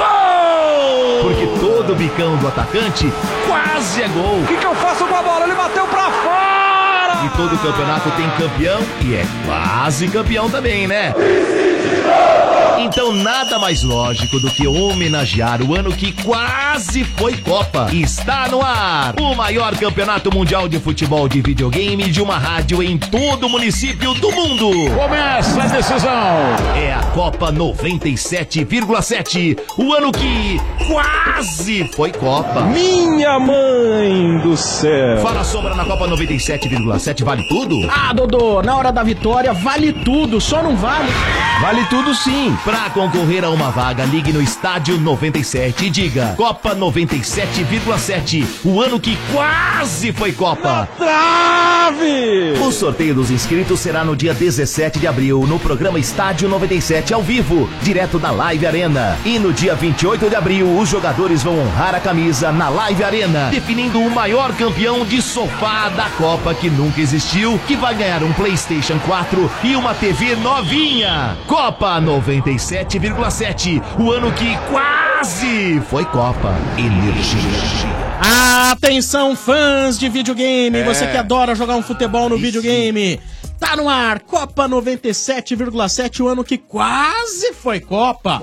Speaker 16: Gol! Porque todo bicão do atacante quase é gol. O que, eu faço com a bola? Ele bateu pra fora! E todo campeonato tem campeão e é quase campeão também, né? Então nada mais lógico do que homenagear o ano que quase foi Copa. Está no ar o maior campeonato mundial de futebol de videogame de uma rádio em todo o município do mundo. Começa a decisão. É a Copa 97,7, o ano que quase foi Copa.
Speaker 17: Minha mãe do céu!
Speaker 16: Fala Sombra na Copa 97,7 vale tudo?
Speaker 7: Ah, Dodô, na hora da vitória vale tudo, só não vale.
Speaker 16: Vale tudo sim. Pra concorrer a uma vaga, ligue no estádio 97 e diga: Copa 97,7, o ano que quase foi Copa. Trave! O sorteio dos inscritos será no dia 17 de abril, no programa Estádio 97 ao vivo, direto da Live Arena. E no dia 28 de abril, os jogadores vão honrar a camisa na Live Arena, definindo o maior campeão de sofá da Copa que nunca existiu, que vai ganhar um PlayStation 4 e uma TV novinha. Copa 97,7, o ano que quase foi Copa. Energia.
Speaker 7: Atenção, fãs de videogame,
Speaker 16: É.
Speaker 7: você que adora jogar um futebol no videogame. Tá no ar, Copa 97,7, o ano que quase foi Copa.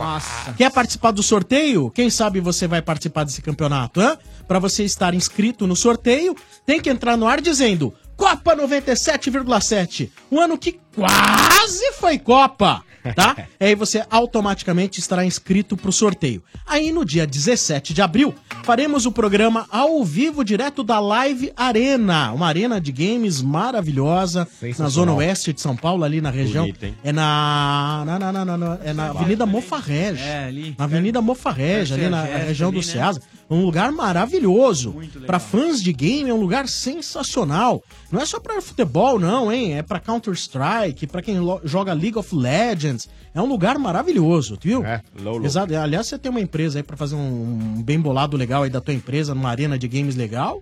Speaker 7: Quer participar do sorteio? Quem sabe você vai participar desse campeonato, hã? Pra você estar inscrito no sorteio, tem que entrar no ar dizendo Copa 97,7. Um ano que quase foi Copa, tá? E aí você automaticamente estará inscrito pro sorteio. Aí no dia 17 de abril, faremos o programa ao vivo direto da Live Arena, uma arena de games maravilhosa na
Speaker 16: Sensacional.
Speaker 7: zona oeste de São Paulo, ali na região.
Speaker 16: Bonito, hein? né?
Speaker 7: é na, na, na, na, na- na- é na Avenida Mofarrege.
Speaker 11: É, ali.
Speaker 7: Na Avenida Mofarrege, ali na
Speaker 11: Sergésio
Speaker 7: região
Speaker 11: ali,
Speaker 7: do
Speaker 11: né?
Speaker 7: Ceasa. Um lugar maravilhoso. Para fãs de game, é um lugar sensacional. Não é só para futebol, não, hein? É para Counter-Strike, para quem lo- joga League of Legends. É um lugar maravilhoso, viu? É, Exato. Aliás, você tem uma empresa aí para fazer um bem bolado legal aí da tua empresa, numa arena de games legal.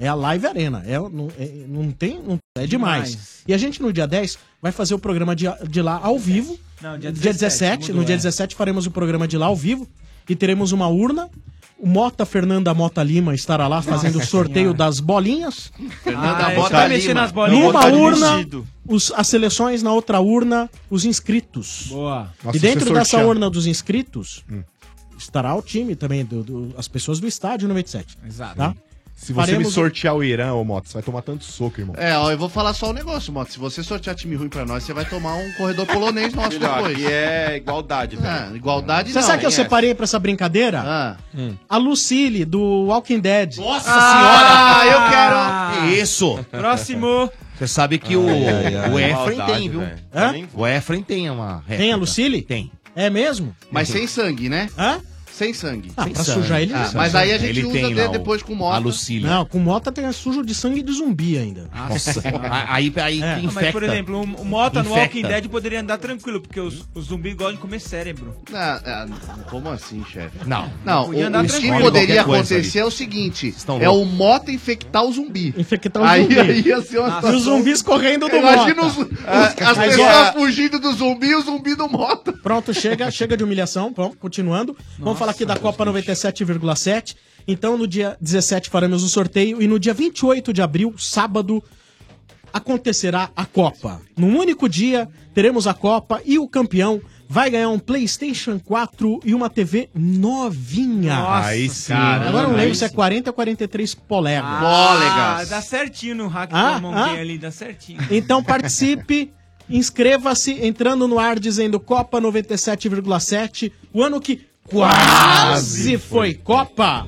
Speaker 7: É a Live Arena. É, não, é- não tem. não- é demais.
Speaker 11: Demais.
Speaker 7: E a gente, no dia 10, vai fazer o programa de, de lá ao vivo.
Speaker 11: Não,
Speaker 7: Dia
Speaker 11: dia
Speaker 7: 17,
Speaker 11: 17,
Speaker 7: no
Speaker 11: mudou,
Speaker 7: dia
Speaker 11: é.
Speaker 7: 17 faremos o programa de lá ao vivo e teremos uma urna. O Mota Fernanda Mota Lima estará lá fazendo o
Speaker 16: Nossa
Speaker 7: sorteio
Speaker 16: Senhora.
Speaker 7: das bolinhas.
Speaker 16: Fernanda Ah, é, Mota tá mexendo Lima. nas bolinhas.
Speaker 7: Numa
Speaker 16: Mota de
Speaker 7: urna,
Speaker 16: vestido.
Speaker 7: os- as seleções, na outra urna, os inscritos.
Speaker 11: Boa.
Speaker 7: e dentro dessa urna dos inscritos estará o time também, do, do- as pessoas do estádio 97.
Speaker 11: Exato.
Speaker 7: Tá?
Speaker 10: Se você me
Speaker 7: Faremos-
Speaker 10: sortear o Irã, ô Moto, você vai tomar tanto soco, irmão.
Speaker 18: É, ó, eu vou falar só um negócio, Moto. Se você sortear time ruim pra nós, você vai tomar um corredor polonês nosso
Speaker 9: Filho,
Speaker 18: depois.
Speaker 9: aqui é igualdade,
Speaker 18: velho. igualdade
Speaker 7: Você
Speaker 18: não.
Speaker 7: sabe que eu
Speaker 18: hein, é.
Speaker 7: separei pra essa brincadeira? A Lucille, do Walking Dead.
Speaker 18: Nossa
Speaker 16: Ah,
Speaker 18: senhora! Eu quero!
Speaker 16: Que Isso.
Speaker 11: Próximo.
Speaker 16: Você sabe que o,
Speaker 7: Ai, ai, ai.
Speaker 16: o Efren
Speaker 7: Maldade,
Speaker 16: tem, viu?
Speaker 7: velho.
Speaker 16: Hã?
Speaker 7: Nem
Speaker 16: O Efren tem uma réplica.
Speaker 7: Tem a Lucille?
Speaker 16: Tem.
Speaker 7: É mesmo?
Speaker 18: Mas sem sangue, né?
Speaker 7: Hã?
Speaker 18: Sem sangue.
Speaker 7: Ah,
Speaker 18: sem
Speaker 7: pra
Speaker 18: sangue.
Speaker 7: sujar ele
Speaker 18: Ah,
Speaker 7: não.
Speaker 18: Mas aí a gente
Speaker 16: Ele
Speaker 18: usa
Speaker 16: tem
Speaker 18: de-
Speaker 16: lá o-
Speaker 18: depois com mota.
Speaker 16: a Lucília.
Speaker 7: Não, com Mota tem sujo de sangue de zumbi ainda.
Speaker 16: Nossa,
Speaker 18: Ah,
Speaker 16: aí, aí
Speaker 7: É.
Speaker 16: infecta.
Speaker 11: Não, mas, por exemplo, o o Mota no
Speaker 16: Infecta.
Speaker 11: Walking Dead poderia andar tranquilo, porque os, os zumbis gostam de comer cérebro.
Speaker 18: Ah, ah, como assim, chefe?
Speaker 16: Não.
Speaker 18: Não,
Speaker 11: Podia
Speaker 18: o,
Speaker 11: andar
Speaker 18: o que
Speaker 11: tranquilo.
Speaker 18: poderia
Speaker 11: Qualquer coisa
Speaker 18: acontecer
Speaker 11: ali.
Speaker 18: é o seguinte:
Speaker 11: Estão
Speaker 18: é o
Speaker 11: loucos.
Speaker 18: mota infectar o zumbi.
Speaker 7: Infectar
Speaker 16: o zumbi.
Speaker 18: Aí, ia ser uma
Speaker 16: Nossa.
Speaker 18: situação-
Speaker 16: E os zumbis correndo do
Speaker 18: Imagina
Speaker 16: Mota.
Speaker 18: os- os-
Speaker 16: Ah,
Speaker 18: as
Speaker 16: mas
Speaker 18: pessoas
Speaker 7: é-
Speaker 16: ó-
Speaker 18: fugindo do zumbi e o zumbi do mota.
Speaker 7: Pronto, chega, chega de humilhação. Bom, continuando. Vamos falar aqui da Copa 97,7. Então, no dia 17 faremos o sorteio e no dia 28 de abril, sábado, acontecerá a Copa. Num único dia, teremos a Copa e o campeão vai ganhar um PlayStation 4 e uma TV novinha.
Speaker 11: Nossa, Aí sim,
Speaker 7: Agora eu não
Speaker 11: aí
Speaker 7: lembro se é
Speaker 11: sim.
Speaker 7: 40 ou 43 polegas.
Speaker 11: Ah, dá certinho no hack
Speaker 7: Ah,
Speaker 11: da Monkey
Speaker 7: ah.
Speaker 11: ali, dá certinho.
Speaker 7: Então participe, inscreva-se, entrando no ar dizendo Copa 97,7, o ano que quase foi Copa.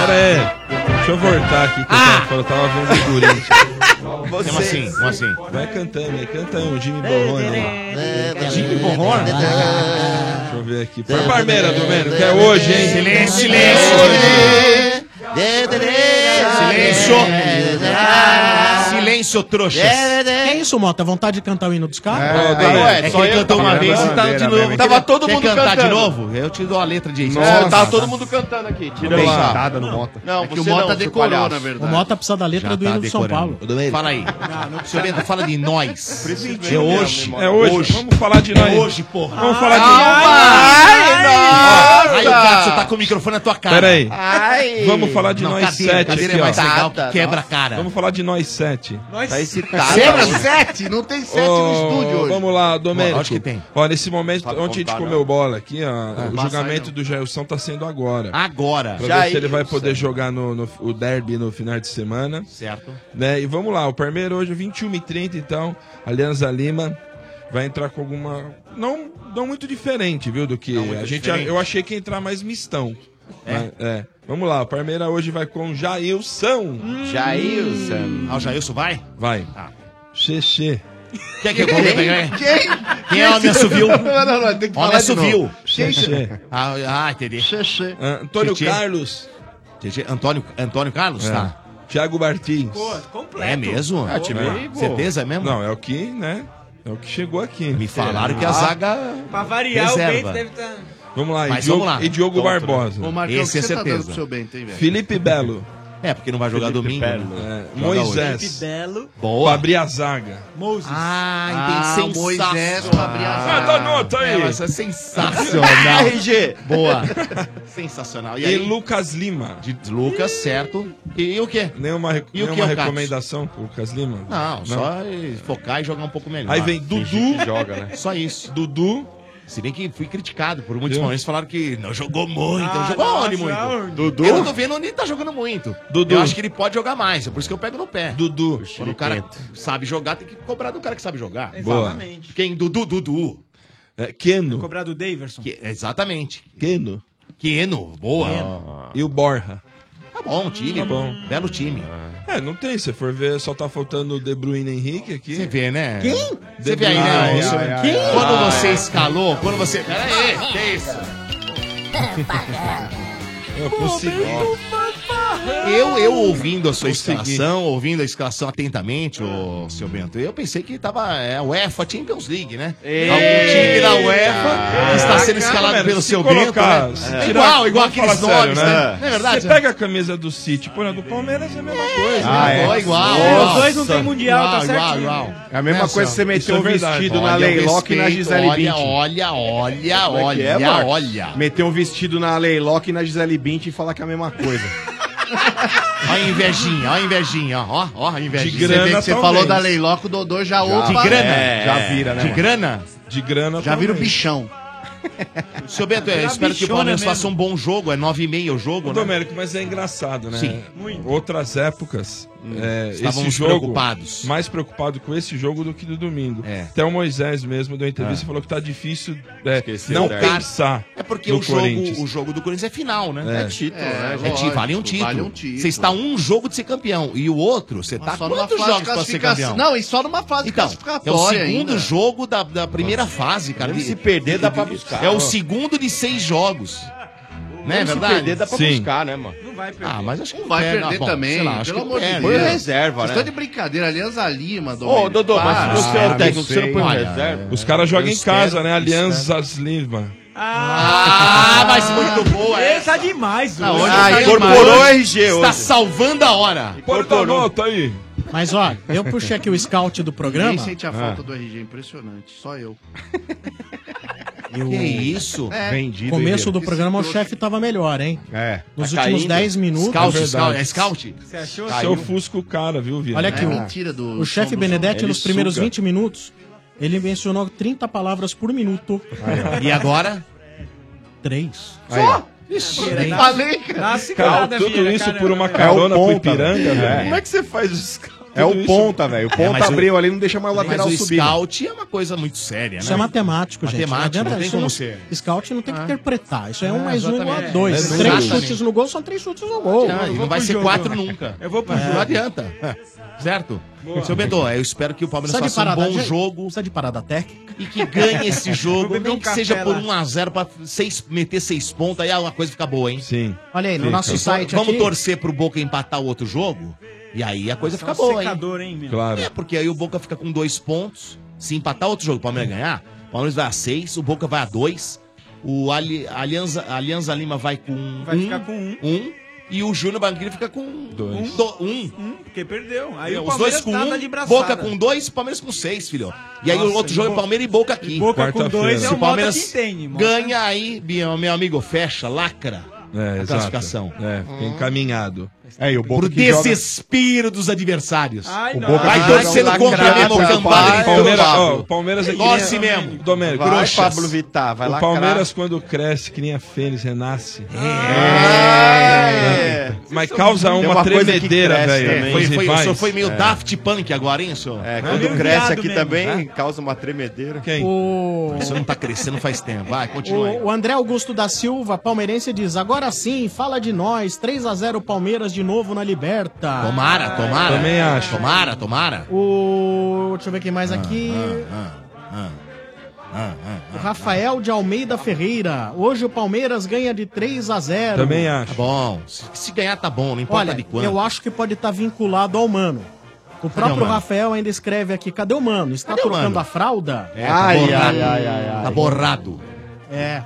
Speaker 8: Pera aí. Deixa eu voltar aqui, que eu, tava, eu tava vendo o Corinthians.
Speaker 16: Vocês. Como assim? Como assim?
Speaker 8: Vai cantando aí, canta um Jimmy Borrone. aí.
Speaker 16: Jimmy Borrone?
Speaker 8: Deixa eu ver aqui. Foi Parmeira, Domênio, que é hoje, hein?
Speaker 16: Silêncio, silêncio.
Speaker 8: É
Speaker 16: Silêncio. Silêncio, trouxas.
Speaker 7: É isso, Mota? Vontade de cantar o hino dos caras?
Speaker 16: É, tá bom, é, só ele cantou uma vez e tá de novo.
Speaker 7: Tava todo
Speaker 16: Quer
Speaker 7: mundo
Speaker 16: cantar
Speaker 7: cantando.
Speaker 16: de novo? Eu te dou a letra de
Speaker 9: Nossa, tava todo mundo cantando aqui. Tira
Speaker 16: Bem
Speaker 9: lá.
Speaker 16: dada no
Speaker 9: Não,
Speaker 16: Mota.
Speaker 9: Não,
Speaker 16: É que
Speaker 9: você
Speaker 16: o Mota
Speaker 9: não, seu
Speaker 16: decorou,
Speaker 9: palhaço.
Speaker 16: na verdade.
Speaker 7: O Mota precisa da letra
Speaker 16: Já
Speaker 7: do
Speaker 16: tá
Speaker 7: hino de São
Speaker 16: decorando.
Speaker 7: Paulo.
Speaker 16: Fala aí. Seu Bento, fala de nós. É hoje.
Speaker 8: É hoje. Vamos falar de nós.
Speaker 16: É hoje, porra.
Speaker 8: Vamos falar de
Speaker 16: Ai,
Speaker 8: nossa.
Speaker 16: Ai, o gato, você tá com o microfone na tua cara.
Speaker 8: Pera aí.
Speaker 16: Ai.
Speaker 8: Vamos falar de
Speaker 16: Não,
Speaker 8: nós
Speaker 16: cadeira,
Speaker 8: sete
Speaker 16: cadeira
Speaker 8: aqui,
Speaker 16: é mais
Speaker 8: ó.
Speaker 16: legal, que quebra a cara.
Speaker 8: Vamos falar de nós sete.
Speaker 18: Nós
Speaker 8: Tá
Speaker 18: excitado.
Speaker 8: hoje.
Speaker 18: sete? Não tem sete
Speaker 8: Ô,
Speaker 18: no estúdio hoje.
Speaker 8: Vamos lá, Domênico.
Speaker 16: Ó, acho que tem.
Speaker 8: Ó, nesse momento,
Speaker 16: Sabe
Speaker 8: ontem a gente
Speaker 16: contar,
Speaker 8: comeu bola aqui, ó, o
Speaker 16: passa
Speaker 8: julgamento do Jailson tá sendo agora.
Speaker 16: Agora.
Speaker 8: Pra ver
Speaker 16: Jailson.
Speaker 8: se ele vai poder jogar no, no- o derby no final de semana.
Speaker 16: Certo.
Speaker 8: Né? E vamos lá, o Palmeiras hoje, 21h30, então, Alianza Lima vai entrar com alguma... Não, não muito diferente, viu, do que...
Speaker 16: muito
Speaker 8: A gente,
Speaker 16: diferente.
Speaker 8: eu achei que ia entrar mais mistão. né? É. Vamos lá, o Palmeiras hoje vai com Jailson.
Speaker 16: Jailson. Ah, o Jailson vai? Tá.
Speaker 8: Vai. Xexê.
Speaker 16: Quem é que eu vou pegar?
Speaker 18: Quem?
Speaker 16: Quem é o homem assoviu?
Speaker 18: Não, não, não, tem que falar
Speaker 8: né,
Speaker 16: Homem
Speaker 18: de novo.
Speaker 16: assoviu.
Speaker 18: Quem-
Speaker 16: Ah, ah, entendi.
Speaker 8: Antônio Carlos.
Speaker 16: Antônio, Antônio Carlos?
Speaker 8: É.
Speaker 16: Tá.
Speaker 8: Thiago Martins.
Speaker 16: É mesmo?
Speaker 8: É, time-
Speaker 16: Certeza mesmo?
Speaker 8: Não, é o que, né? É o que chegou aqui.
Speaker 16: Me falaram
Speaker 8: ah,
Speaker 16: que a zaga
Speaker 11: Pra variar, o
Speaker 8: Reserva.
Speaker 11: Bento deve tá- estar.
Speaker 8: Vamos lá,
Speaker 16: Mas
Speaker 8: e Diogo,
Speaker 16: vamos lá.
Speaker 8: E Diogo
Speaker 16: Outro.
Speaker 8: Barbosa.
Speaker 16: né? Ô, Marcão, Esse o que é você tá certeza. dando pro seu
Speaker 18: Bento, hein, velho?
Speaker 8: Felipe Belo.
Speaker 16: É, porque não vai jogar
Speaker 8: Felipe
Speaker 16: domingo.
Speaker 8: Belo. É,
Speaker 16: Joga
Speaker 8: Moisés.
Speaker 16: hoje.
Speaker 11: Belo.
Speaker 8: Boa. Pra abrir a zaga.
Speaker 11: Moses.
Speaker 16: Ah, entendi. Moisés pra abrir a
Speaker 8: Ah, dá nota aí.
Speaker 16: Essa é sensacional.
Speaker 18: RG.
Speaker 16: Boa. sensacional.
Speaker 8: E,
Speaker 16: E aí?
Speaker 8: Lucas Lima.
Speaker 16: De Lucas, certo. E o quê?
Speaker 8: Nenhuma, rec-
Speaker 16: E o
Speaker 8: nenhuma
Speaker 16: quê, o Cássio?
Speaker 8: recomendação pro Lucas Lima?
Speaker 16: é Não, só eh, focar e jogar um pouco melhor.
Speaker 8: Aí vem Dudu.
Speaker 16: Só isso.
Speaker 8: Dudu.
Speaker 16: Se bem que fui criticado por muitos
Speaker 8: Deu.
Speaker 16: palmeirenses falaram que não jogou muito,
Speaker 8: Ah,
Speaker 16: não jogou
Speaker 8: não,
Speaker 16: onde
Speaker 8: já-
Speaker 16: muito.
Speaker 8: Dudu?
Speaker 16: Eu não tô vendo onde ele tá jogando muito.
Speaker 8: Dudu.
Speaker 16: Eu acho que ele pode jogar mais, é por isso que eu pego no pé.
Speaker 8: Dudu.
Speaker 16: Quando o cara sabe jogar, tem que cobrar do cara que sabe jogar.
Speaker 11: Exatamente.
Speaker 16: Quem? Dudu, Dudu.
Speaker 8: Keno.
Speaker 11: Cobrar do Daverson.
Speaker 16: exatamente.
Speaker 8: Keno.
Speaker 16: Keno, boa.
Speaker 8: E o Borja.
Speaker 16: Tá bom, time.
Speaker 8: Tá bom.
Speaker 16: Belo time.
Speaker 8: É, não tem. Se for ver, só tá faltando o De Bruyne Henrique aqui. Você
Speaker 16: vê, né?
Speaker 8: Quem?
Speaker 16: Você vê aí, né? Wilson? Quando você escalou, quando você. Pera aí,
Speaker 14: Ah,
Speaker 16: que isso?
Speaker 8: Eu consegui.
Speaker 16: Eu, eu ouvindo a sua escalação, ouvindo a escalação atentamente, ô, seu Bento, eu pensei que tava é, a UEFA Champions League, né? Algum time da UEFA que está sendo escalado pelo seu
Speaker 8: Ah,
Speaker 16: Bento. Né? É. Igual, igual aqueles nomes, né? Não é verdade?
Speaker 8: Você pega a camisa do City, põe a do Palmeiras, é a mesma coisa.
Speaker 16: Ah,
Speaker 8: né?
Speaker 16: é. Igual, igual, igual. Os dois não tem mundial, tá Igual, certinho. igual, igual.
Speaker 10: É a mesma
Speaker 16: Né,
Speaker 10: coisa que você
Speaker 16: senhor?
Speaker 8: um
Speaker 10: meteu o
Speaker 16: Isso é verdade.
Speaker 10: vestido na
Speaker 16: Olha o
Speaker 10: Leilock e na
Speaker 16: respeito,
Speaker 10: Gisele
Speaker 16: olha,
Speaker 10: Bündchen.
Speaker 16: olha, olha,
Speaker 10: Como é que é,
Speaker 16: olha,
Speaker 10: Marcos?
Speaker 16: olha.
Speaker 10: Meteu um vestido na Leilock e na Gisele Bündchen e falar que é a mesma coisa.
Speaker 16: Olha a invejinha, olha a invejinha, ó, ó a invejinha.
Speaker 18: De grana,
Speaker 16: vê que
Speaker 18: você falou da Leiloca, o Dodô já opa.
Speaker 16: De grana?
Speaker 18: É,
Speaker 16: Já vira, né? De
Speaker 18: mano?
Speaker 16: grana?
Speaker 8: De grana
Speaker 18: Já vira o bichão.
Speaker 16: Seu Bento, eu
Speaker 8: Vira
Speaker 16: espero que o
Speaker 8: bichona
Speaker 16: Palmeiras
Speaker 8: mesmo.
Speaker 16: faça um bom jogo, é 9,5 o
Speaker 8: Ô,
Speaker 16: jogo, né?
Speaker 8: Domérico, mas é engraçado, né?
Speaker 16: Sim.
Speaker 8: Outras épocas, é, esse
Speaker 16: Estávamos
Speaker 8: jogo,
Speaker 16: preocupados.
Speaker 8: mais preocupado com esse jogo do que do domingo. Até o Moisés mesmo deu entrevista e falou que tá difícil é, não
Speaker 16: dessa.
Speaker 8: pensar
Speaker 16: É porque
Speaker 8: no
Speaker 16: o jogo,
Speaker 8: Tá. Corinthians.
Speaker 16: o jogo do Corinthians é final, né?
Speaker 8: É. É título,
Speaker 16: é,
Speaker 8: né?
Speaker 16: é
Speaker 8: Lógico,
Speaker 16: título, vale um título.
Speaker 18: vale um título.
Speaker 16: Você está um jogo de ser campeão e o outro, você está
Speaker 18: Só numa
Speaker 16: Tá quantos
Speaker 18: fase de
Speaker 16: jogos para ser
Speaker 18: Tá classificação.
Speaker 16: campeão?
Speaker 18: Não, e só numa fase
Speaker 16: Então, é o
Speaker 18: classificatória
Speaker 16: segundo
Speaker 18: ainda.
Speaker 16: jogo da, da primeira fase, cara.
Speaker 18: Mesmo
Speaker 16: E-
Speaker 18: se perder, dá pra
Speaker 16: e-
Speaker 18: buscar.
Speaker 16: É o segundo de seis jogos. Né, é
Speaker 9: Mesmo se
Speaker 16: verdade?
Speaker 9: perder, dá pra Sim. buscar, né, mano?
Speaker 11: Não vai perder.
Speaker 16: Ah, mas acho que
Speaker 18: Não
Speaker 15: é,
Speaker 18: vai
Speaker 16: perde.
Speaker 18: perder
Speaker 16: Ah, bom,
Speaker 18: também,
Speaker 16: sei lá, acho
Speaker 18: pelo
Speaker 16: que
Speaker 18: amor de
Speaker 16: perde.
Speaker 18: Deus. é, Vocês
Speaker 16: né?
Speaker 15: né?
Speaker 18: estão de brincadeira, Alianza Lima, Dodô.
Speaker 9: Ô, Dodô, mas
Speaker 18: Para.
Speaker 9: o senhor é
Speaker 18: Ah,
Speaker 9: técnico,
Speaker 18: não
Speaker 9: o senhor
Speaker 18: sei.
Speaker 9: põe o
Speaker 18: Olha,
Speaker 9: reserva?
Speaker 8: Os caras jogam em
Speaker 9: Deus
Speaker 8: casa,
Speaker 9: quero,
Speaker 8: né?
Speaker 9: Deus
Speaker 8: Alianças Lima.
Speaker 16: Ah, mas muito boa
Speaker 11: Ele tá demais,
Speaker 16: Não,
Speaker 11: hoje.
Speaker 16: hoje
Speaker 11: Ah,
Speaker 16: tá
Speaker 11: incorporou
Speaker 16: demais.
Speaker 11: o RG
Speaker 16: Está
Speaker 11: hoje.
Speaker 16: salvando a hora.
Speaker 8: Portanol, tá aí.
Speaker 7: Mas ó, eu puxei aqui o scout do programa.
Speaker 18: Ninguém
Speaker 16: Ah.
Speaker 18: sente a falta do RG, impressionante. Só eu.
Speaker 7: Eu-
Speaker 18: Que isso? É. Vendido,
Speaker 7: Começo
Speaker 18: Herreiro.
Speaker 7: do programa o chefe tava melhor, hein?
Speaker 10: É.
Speaker 7: Nos
Speaker 8: Tá
Speaker 7: últimos
Speaker 8: caindo.
Speaker 7: 10 minutos.
Speaker 8: Scout, scout, é
Speaker 16: scout?
Speaker 11: Você achou?
Speaker 8: Você é ofusca o cara, viu, Vila?
Speaker 7: Olha aqui, o, o chefe Benedetti,
Speaker 8: Ele
Speaker 7: nos primeiros
Speaker 8: suga.
Speaker 7: 20 minutos, ele mencionou 30 palavras por minuto.
Speaker 16: ó. E agora?
Speaker 7: Três.
Speaker 16: Só?
Speaker 7: Ixi,
Speaker 16: nem
Speaker 7: dá-
Speaker 16: falei, cara.
Speaker 11: Tá,
Speaker 7: dá uma
Speaker 8: Cara,
Speaker 7: segurada,
Speaker 8: tudo
Speaker 7: filha,
Speaker 8: isso
Speaker 7: caramba,
Speaker 8: por uma
Speaker 7: velho.
Speaker 8: carona
Speaker 10: É o
Speaker 8: pro
Speaker 10: ponta,
Speaker 8: Ipiranga, né?
Speaker 10: velho.
Speaker 8: velho.
Speaker 10: Como é
Speaker 16: que você faz os
Speaker 10: É o ponta, velho. O
Speaker 16: É,
Speaker 10: ponta
Speaker 16: mas o-
Speaker 10: abriu ali e não deixa mais o
Speaker 16: Mas
Speaker 10: lateral
Speaker 16: o
Speaker 10: subir.
Speaker 16: scout é uma coisa muito séria, né?
Speaker 7: Isso é matemático, gente.
Speaker 16: Matemático, não
Speaker 7: adianta,
Speaker 16: tem
Speaker 7: isso
Speaker 16: como ser. Ah.
Speaker 7: Scout não tem que interpretar. Isso é
Speaker 16: É,
Speaker 7: um mais um igual a
Speaker 16: exatamente.
Speaker 7: dois.
Speaker 16: É,
Speaker 7: três
Speaker 16: exatamente.
Speaker 7: chutes no gol são três chutes no gol.
Speaker 16: Não, e não vai ser quatro nunca.
Speaker 11: Eu vou
Speaker 16: pro jogo. É. Não adianta. Certo?
Speaker 7: Boa.
Speaker 16: Seu Bento, eu espero que o Palmeiras faça um bom jogo.
Speaker 7: Precisa de parada técnica.
Speaker 16: E que ganhe esse
Speaker 7: Vou
Speaker 16: jogo,
Speaker 7: beber
Speaker 16: nem
Speaker 7: um
Speaker 16: que
Speaker 7: café
Speaker 16: seja por
Speaker 7: lá.
Speaker 16: 1x0 pra seis, meter seis pontos, aí a coisa fica boa, hein?
Speaker 8: Sim.
Speaker 7: Olha aí, no nosso site
Speaker 16: Vamos
Speaker 7: aqui-
Speaker 16: torcer pro Boca empatar o outro jogo, e aí a coisa
Speaker 11: Você é
Speaker 16: fica
Speaker 11: um
Speaker 16: boa, hein?
Speaker 11: secador, hein, meu?
Speaker 8: Claro.
Speaker 16: É, porque aí o Boca fica com dois pontos. Se empatar outro jogo, o Palmeiras ganhar, o Palmeiras vai a seis, o Boca vai a dois, o Ali, Alianza, Alianza Lima vai com
Speaker 11: Vai
Speaker 16: um,
Speaker 11: ficar com um.
Speaker 16: um, e o Júnior Banqueiro fica com
Speaker 8: Dois.
Speaker 16: um. do- um.
Speaker 11: Um, porque perdeu. Aí
Speaker 16: Meu,
Speaker 11: o
Speaker 16: os dois
Speaker 11: Palmeiras
Speaker 16: com
Speaker 11: nada
Speaker 16: um,
Speaker 11: de braçada.
Speaker 16: Boca com dois, Palmeiras com seis, filho. E aí o
Speaker 11: Nossa,
Speaker 16: outro jogo é
Speaker 11: Boca-
Speaker 16: Palmeiras e Boca aqui.
Speaker 11: Boca com dois é
Speaker 16: Se
Speaker 11: o
Speaker 16: o Palmeiras
Speaker 11: Mota que entende, Mota.
Speaker 16: ganha aí, meu, meu amigo, fecha, lacra
Speaker 8: É,
Speaker 16: a
Speaker 8: exato.
Speaker 16: classificação.
Speaker 8: É, fica encaminhado.
Speaker 10: É, e o
Speaker 16: Pro desespero dos adversários.
Speaker 8: Ai,
Speaker 16: o
Speaker 8: não.
Speaker 16: Boca vai
Speaker 8: Ah,
Speaker 16: torcendo
Speaker 8: não,
Speaker 16: contra
Speaker 8: lacrar,
Speaker 16: mesmo o
Speaker 8: vai,
Speaker 16: Campari.
Speaker 8: vai, Palmeiras- ó, o Palmeiras é que nem-
Speaker 16: Torce mesmo.
Speaker 8: Domérico,
Speaker 16: Vai,
Speaker 8: Bruxas.
Speaker 16: Pablo Vittar, vai
Speaker 8: O
Speaker 16: lacrar.
Speaker 8: Palmeiras, quando cresce, que nem a Fênix, renasce.
Speaker 16: É.
Speaker 8: Mas causa
Speaker 16: Tem
Speaker 8: uma,
Speaker 16: uma coisa que
Speaker 8: tremedeira,
Speaker 16: cresce
Speaker 8: velho. né,
Speaker 16: também. Foi- foi- o senhor foi meio
Speaker 8: É.
Speaker 16: Daft Punk agora, hein, senhor?
Speaker 9: É,
Speaker 16: É
Speaker 9: quando
Speaker 16: meio
Speaker 9: cresce
Speaker 16: viado
Speaker 9: aqui
Speaker 16: mesmo,
Speaker 9: também,
Speaker 16: né?
Speaker 9: causa uma tremedeira.
Speaker 8: Quem?
Speaker 7: O...
Speaker 16: Isso não tá crescendo faz tempo. Vai, continua aí.
Speaker 7: O, o André Augusto da Silva, palmeirense, diz: agora sim, fala de nós. 3 a 0 Palmeiras de novo na Liberta.
Speaker 16: Tomara, tomara.
Speaker 7: Também
Speaker 16: acho. Tomara, tomara.
Speaker 7: O. Deixa eu ver quem mais aqui.
Speaker 16: Ah, ah, ah,
Speaker 7: O Rafael de Almeida Ferreira. Hoje o Palmeiras ganha de 3 a 0
Speaker 8: Também acho.
Speaker 16: Tá bom. Se, se ganhar, tá bom. Não importa
Speaker 7: Olha,
Speaker 16: de quanto.
Speaker 7: eu acho que pode estar vinculado ao Mano. O próprio
Speaker 16: Mano?
Speaker 7: Rafael ainda escreve aqui: cadê o Mano? Está
Speaker 16: Cadê o
Speaker 7: trocando
Speaker 16: Mano?
Speaker 7: a fralda?
Speaker 16: É, tá borrado. Tá borrado.
Speaker 7: É.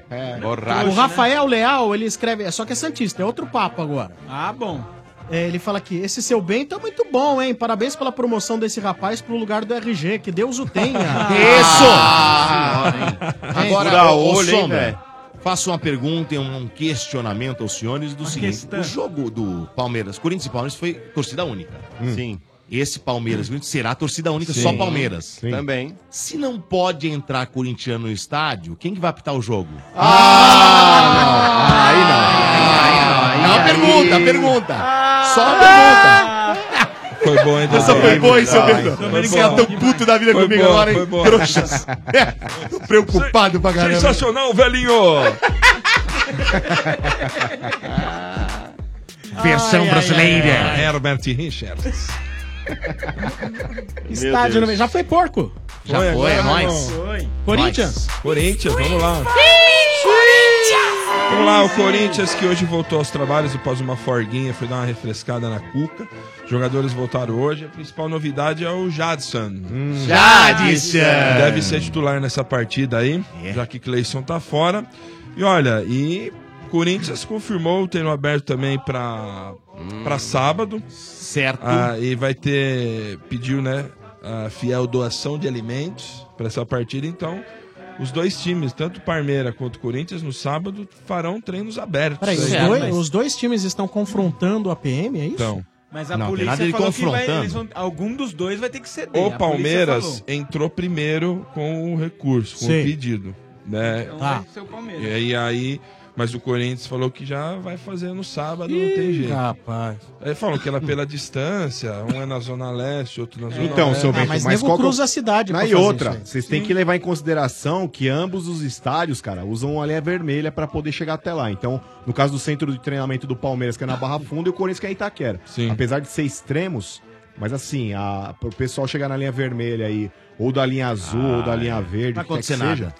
Speaker 16: Borrado.
Speaker 11: né?
Speaker 7: o Rafael Leal, ele escreve. Só que é Santista, é outro papo agora.
Speaker 11: Ah, bom.
Speaker 7: É, ele fala aqui: esse seu bem tá muito bom, hein? Parabéns pela promoção desse rapaz pro lugar do RG. Que Deus o tenha. Ah.
Speaker 16: Isso!
Speaker 7: Fura
Speaker 16: Ah, Agora, ô, ô,
Speaker 7: olho, hein,
Speaker 16: Sombra,
Speaker 7: velho?
Speaker 16: faço uma pergunta e um questionamento aos senhores do seguinte.
Speaker 11: questão.
Speaker 16: O jogo do Palmeiras, Corinthians e Palmeiras foi torcida única.
Speaker 9: Hum. Sim. Hum.
Speaker 16: esse Palmeiras Corinthians será a torcida única,
Speaker 9: Sim.
Speaker 16: só Palmeiras.
Speaker 9: Sim. Também.
Speaker 16: Se não pode entrar corintiano no estádio, quem que vai apitar o jogo?
Speaker 9: Ah!
Speaker 16: Ah,
Speaker 9: Aí não.
Speaker 16: Não, pergunta, pergunta. Só uma pergunta.
Speaker 8: Foi bom, hein,
Speaker 9: Ah! Essa foi boa, hein, seu Bento?
Speaker 8: Foi
Speaker 9: Você tá
Speaker 8: bom.
Speaker 9: tão puto da vida
Speaker 8: Foi
Speaker 9: comigo
Speaker 8: boa,
Speaker 9: agora,
Speaker 8: foi
Speaker 9: hein?
Speaker 8: boa.
Speaker 9: Trouxas. Tô preocupado pra caramba.
Speaker 8: Sensacional, velhinho!
Speaker 16: Versão brasileira.
Speaker 8: Herbert Richards.
Speaker 7: Estádio no meio. Já foi porco.
Speaker 8: Já foi,
Speaker 7: agora,
Speaker 8: é nóis.
Speaker 7: não. Corinthians.
Speaker 8: Corinthians, vamos lá. Vamos lá, o Corinthians que hoje voltou aos trabalhos após uma forguinha, foi dar uma refrescada na cuca. Os jogadores voltaram hoje. A principal novidade é o Jadson.
Speaker 9: Jadson!
Speaker 8: Deve ser titular nessa partida aí, já que Cleison tá fora. E olha, e Corinthians confirmou o treino aberto também pra, pra sábado. Ah,
Speaker 16: Certo.
Speaker 8: e vai ter, pediu, né, a fiel doação de alimentos pra essa partida, então... Os dois times, tanto Parmeira quanto Corinthians, no sábado farão treinos abertos.
Speaker 7: Peraí, os,
Speaker 8: Certo.
Speaker 7: dois, os dois times estão confrontando a PM, é isso?
Speaker 8: Então.
Speaker 11: Mas a
Speaker 8: Não, tem
Speaker 11: polícia
Speaker 8: nada de
Speaker 11: falou que vai,
Speaker 8: confrontando.
Speaker 11: eles vão- algum dos dois vai ter que ceder. É, A
Speaker 8: O
Speaker 11: polícia
Speaker 8: Palmeiras
Speaker 11: falou.
Speaker 8: entrou primeiro com o recurso, com
Speaker 11: Sim.
Speaker 8: o pedido. Né?
Speaker 11: Então Tá. vai ser o Palmeiras.
Speaker 8: E aí, aí- mas o Corinthians falou que já vai fazer no sábado, não tem jeito.
Speaker 7: Rapaz.
Speaker 8: Aí falam que ela pela distância, um é na Zona Leste, outro na Zona
Speaker 10: Então,
Speaker 8: Oeste.
Speaker 10: seu Bento, qual que eu- Não, e outra, vocês têm
Speaker 8: Sim.
Speaker 10: que levar em consideração que ambos os estádios, cara, usam a linha vermelha pra poder chegar até lá. Então, no caso do centro de treinamento do Palmeiras, que é na Barra Funda, e o Corinthians que é em Itaquera. Apesar de ser extremos, mas assim, a, pro pessoal chegar na linha vermelha aí, ou da linha azul, ou da linha verde,
Speaker 9: Ah, é. Não
Speaker 10: o que quer que
Speaker 9: acontecer nada.
Speaker 10: seja.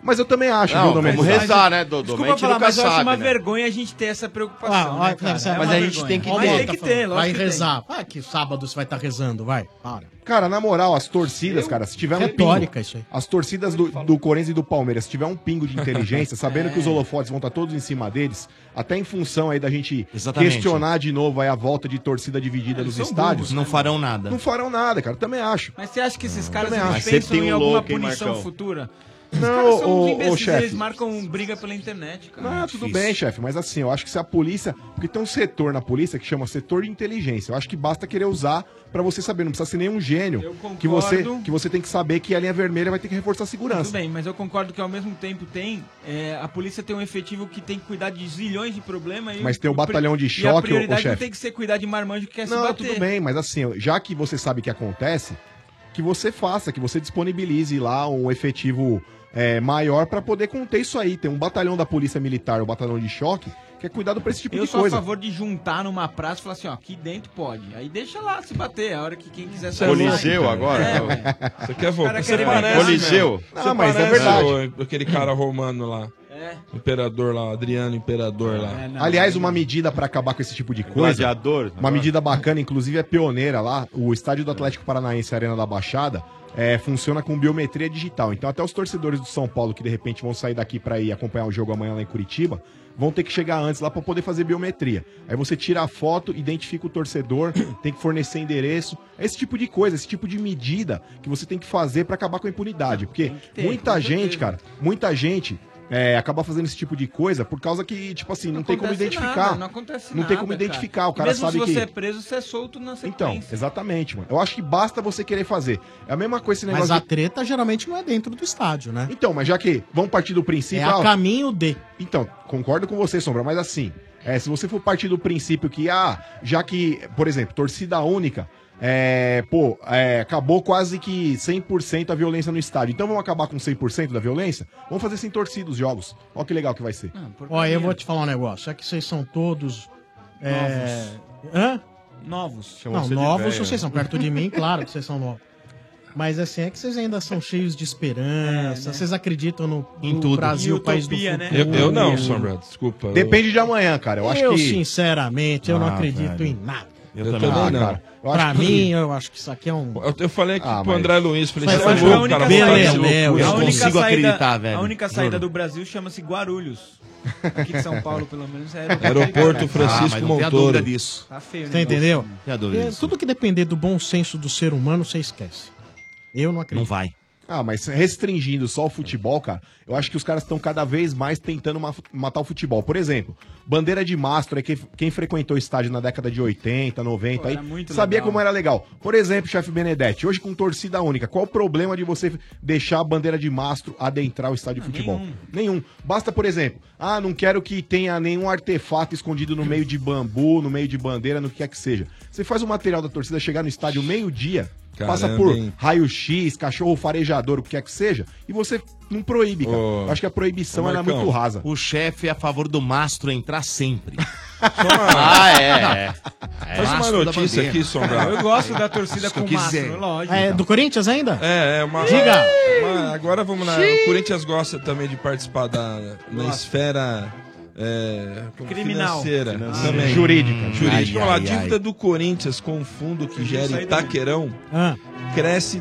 Speaker 10: Mas eu também acho,
Speaker 9: Não,
Speaker 10: viu, Domênico?
Speaker 9: vamos rezar, né, Dodô?
Speaker 11: Desculpa
Speaker 9: Mas a gente
Speaker 11: falar,
Speaker 9: nunca
Speaker 11: mas eu acho
Speaker 9: sabe,
Speaker 11: uma
Speaker 9: né?
Speaker 11: vergonha a gente ter essa preocupação.
Speaker 7: Ah,
Speaker 11: né,
Speaker 7: olha,
Speaker 11: cara?
Speaker 7: isso é uma
Speaker 11: Mas a gente
Speaker 7: vergonha.
Speaker 11: tem que
Speaker 7: Olha o
Speaker 11: ter.
Speaker 7: Mota
Speaker 11: Tem que
Speaker 7: tá falando.
Speaker 11: ter, lógico
Speaker 7: Vai
Speaker 11: que tem.
Speaker 7: rezar. Ah, que sábado você vai estar rezando, vai. Para.
Speaker 10: Cara, na moral, as torcidas, cara, se tiver um
Speaker 7: Retórica
Speaker 10: pingo,
Speaker 7: isso aí.
Speaker 10: As torcidas do, do Corinthians e do Palmeiras, se tiver um pingo de inteligência, sabendo que os holofotes vão estar todos em cima deles, até em função aí da gente
Speaker 16: Exatamente.
Speaker 10: questionar de novo aí a volta de torcida dividida nos estádios.
Speaker 16: Não farão nada.
Speaker 10: né? Não farão nada, cara, também acho.
Speaker 11: Mas você acha que esses caras
Speaker 10: Também
Speaker 11: eles
Speaker 10: acho.
Speaker 11: pensam
Speaker 10: Mas você tem
Speaker 11: em
Speaker 10: um
Speaker 11: alguma
Speaker 10: louco, hein,
Speaker 11: punição
Speaker 10: Marcão?
Speaker 11: futura? Os
Speaker 10: Não,
Speaker 11: caras são
Speaker 10: ô,
Speaker 11: uns
Speaker 10: ô,
Speaker 11: imbecis,
Speaker 10: chefe.
Speaker 11: eles marcam briga pela internet, cara.
Speaker 10: Ah, tudo bem, chefe, mas assim, eu acho que se a polícia. Porque tem um setor na polícia que chama setor de inteligência. Eu acho que basta querer usar pra você saber, não precisa ser nenhum gênio. Que você,
Speaker 11: concordo.
Speaker 10: que você tem que saber que a linha vermelha vai ter que reforçar a
Speaker 11: Tudo
Speaker 10: segurança.
Speaker 11: bem, mas eu concordo que ao mesmo tempo tem. é, a polícia tem um efetivo que tem que cuidar de zilhões de problemas. e-
Speaker 10: Mas tem o
Speaker 11: e
Speaker 10: batalhão de
Speaker 11: pri-
Speaker 10: choque,
Speaker 11: e
Speaker 10: ô, ô,
Speaker 11: a prioridade não
Speaker 10: chefe.
Speaker 11: tem que ser cuidar de marmanjo que quer se
Speaker 10: Não,
Speaker 11: bater.
Speaker 10: tudo bem, mas assim, já que você sabe que acontece, que você faça, que você disponibilize lá um efetivo é, maior pra poder conter isso aí. Tem um batalhão da polícia militar, o batalhão de choque, que é cuidado pra esse tipo
Speaker 11: Eu
Speaker 10: de
Speaker 11: sou
Speaker 10: coisa.
Speaker 11: a favor de juntar numa praça e falar assim, ó, aqui dentro pode. Aí deixa lá se bater, a hora que quem quiser
Speaker 8: Você é
Speaker 11: sair.
Speaker 8: louco, cara.
Speaker 11: sai. É, ué.
Speaker 8: Você quer voltar?
Speaker 11: Os caras
Speaker 8: Você
Speaker 11: querem
Speaker 8: parece.
Speaker 11: brincar,
Speaker 8: Coliseu?
Speaker 11: Coliseu?
Speaker 8: Não,
Speaker 11: né? Você
Speaker 8: mas é
Speaker 11: parece É.
Speaker 8: verdade. aquele cara romano lá. Imperador lá, Adriano Imperador lá.
Speaker 10: Aliás, uma medida pra acabar com esse tipo de coisa.
Speaker 8: Gladiador,
Speaker 10: Uma
Speaker 8: agora.
Speaker 10: medida bacana, inclusive é pioneira lá. O estádio do Atlético Paranaense, Arena da Baixada, é, funciona com biometria digital. Então, até os torcedores do São Paulo que de repente vão sair daqui pra ir acompanhar o jogo amanhã lá em Curitiba, vão ter que chegar antes lá pra poder fazer biometria. Aí você tira a foto, identifica o torcedor, tem que fornecer endereço. É esse tipo de coisa, esse tipo de medida que você tem que fazer pra acabar com a impunidade. Porque
Speaker 16: ter,
Speaker 10: muita
Speaker 16: com
Speaker 10: gente, cara, muita gente. é, acaba fazendo esse tipo de coisa por causa que, tipo assim, não, tem como
Speaker 11: acontece
Speaker 10: identificar.
Speaker 11: nada, não acontece
Speaker 10: Não tem
Speaker 11: nada,
Speaker 10: como
Speaker 11: cara.
Speaker 10: identificar. O
Speaker 11: E
Speaker 10: cara
Speaker 11: mesmo
Speaker 10: sabe
Speaker 11: se
Speaker 10: que.
Speaker 11: você é preso, você é solto na
Speaker 10: Então,
Speaker 11: sequência.
Speaker 10: exatamente, mano. Eu acho que basta você querer fazer. É a mesma coisa esse negócio.
Speaker 7: Mas a
Speaker 10: de-
Speaker 7: treta geralmente não é dentro do estádio, né?
Speaker 10: Então, mas já que vamos partir do princípio.
Speaker 7: É a caminho de.
Speaker 10: Então, concordo com você, Sombra, mas assim, é, se você for partir do princípio que, ah, já que, por exemplo, torcida única, é, pô, é, acabou quase que 100% a violência no estádio. Então vamos acabar com 100% da violência? Vamos fazer sem torcida os jogos. Olha que legal que vai ser.
Speaker 7: Ó, eu vou te falar um negócio. É que vocês são todos. É... Hã?
Speaker 11: Novos.
Speaker 7: Não, novos vocês são. Perto de mim, claro que vocês são novos. Mas assim, é que vocês ainda são cheios de esperança. Vocês acreditam no, no Brasil,
Speaker 11: E
Speaker 7: país do
Speaker 11: utopia,
Speaker 7: futuro.
Speaker 11: né?
Speaker 8: Eu, eu não, Sombra, desculpa.
Speaker 10: Depende de amanhã, cara. Eu acho
Speaker 7: Eu,
Speaker 10: que.
Speaker 7: sinceramente, eu não
Speaker 10: Ah,
Speaker 7: acredito
Speaker 10: velho.
Speaker 7: em nada.
Speaker 8: Eu,
Speaker 10: Eu
Speaker 8: também
Speaker 10: também
Speaker 8: não.
Speaker 10: cara. Eu acho
Speaker 7: pra
Speaker 10: que- Ah,
Speaker 7: mim, eu acho que isso aqui é um.
Speaker 8: Eu, eu falei aqui pro
Speaker 7: mas-
Speaker 8: André Luiz, falei,
Speaker 7: Mas
Speaker 8: "Cê
Speaker 7: eu acho que é a única
Speaker 8: voltar
Speaker 7: saída-
Speaker 8: nesse loucura."
Speaker 7: Eu não consigo acreditar, velho.
Speaker 11: A única saída
Speaker 7: Juro.
Speaker 11: do Brasil chama-se Guarulhos. Aqui de São Paulo, pelo menos, é
Speaker 8: Aeroporto Francisco
Speaker 16: Ah, mas não tem a
Speaker 8: Montoro.
Speaker 16: dúvida disso.
Speaker 11: Tá feio, né?
Speaker 7: Você entendeu?
Speaker 16: Tem a dúvida
Speaker 7: É,
Speaker 16: disso.
Speaker 7: tudo que depender do bom senso do ser humano, você esquece. Eu não acredito.
Speaker 16: Não vai.
Speaker 10: Ah, mas restringindo só o futebol, cara, eu acho que os caras estão cada vez mais tentando ma- matar o futebol. Por exemplo, bandeira de mastro, é que, quem frequentou o estádio na década de 80, 90,
Speaker 11: Pô,
Speaker 10: aí,
Speaker 11: era muito
Speaker 10: sabia
Speaker 11: legal.
Speaker 10: como era legal. Por exemplo, chefe Benedetti, hoje com torcida única, qual o problema de você deixar a bandeira de mastro adentrar o estádio de futebol?
Speaker 11: Ah, nenhum.
Speaker 10: Nenhum. Basta, por exemplo, ah, não quero que tenha nenhum artefato escondido no meio de bambu, no meio de bandeira, no que quer que seja. Você faz o material da torcida chegar no estádio meio-dia, passa
Speaker 8: Caramba,
Speaker 10: por
Speaker 8: hein?
Speaker 10: raio-x, cachorro farejador, o que quer que seja, e você não proíbe, cara.
Speaker 16: Ô,
Speaker 10: Eu acho que a proibição
Speaker 16: Ô,
Speaker 10: ela é
Speaker 16: Marcão,
Speaker 10: muito rasa.
Speaker 16: O chefe é a favor do mastro entrar sempre.
Speaker 10: Ah, é, é.
Speaker 8: Faz uma
Speaker 16: Mastro da
Speaker 8: notícia
Speaker 16: bandeira. Ah,
Speaker 8: aqui, Sombra.
Speaker 16: Eu gosto da torcida
Speaker 8: Se
Speaker 16: com
Speaker 8: eu quiser.
Speaker 16: mastro,
Speaker 7: É, do Corinthians ainda?
Speaker 8: É, é uma.
Speaker 7: Diga.
Speaker 8: uma- agora vamos na.
Speaker 7: Xiii.
Speaker 8: O Corinthians gosta também de participar da na
Speaker 11: Gosta.
Speaker 8: esfera. é, como
Speaker 11: Criminal.
Speaker 8: Financeira.
Speaker 11: Financeira.
Speaker 8: Também.
Speaker 11: Jurídica.
Speaker 8: Jurídica.
Speaker 11: Ai,
Speaker 8: Vamos lá,
Speaker 11: ai,
Speaker 8: a dívida
Speaker 11: ai.
Speaker 8: do Corinthians com o fundo que gera Itaquerão
Speaker 7: Ah.
Speaker 8: cresce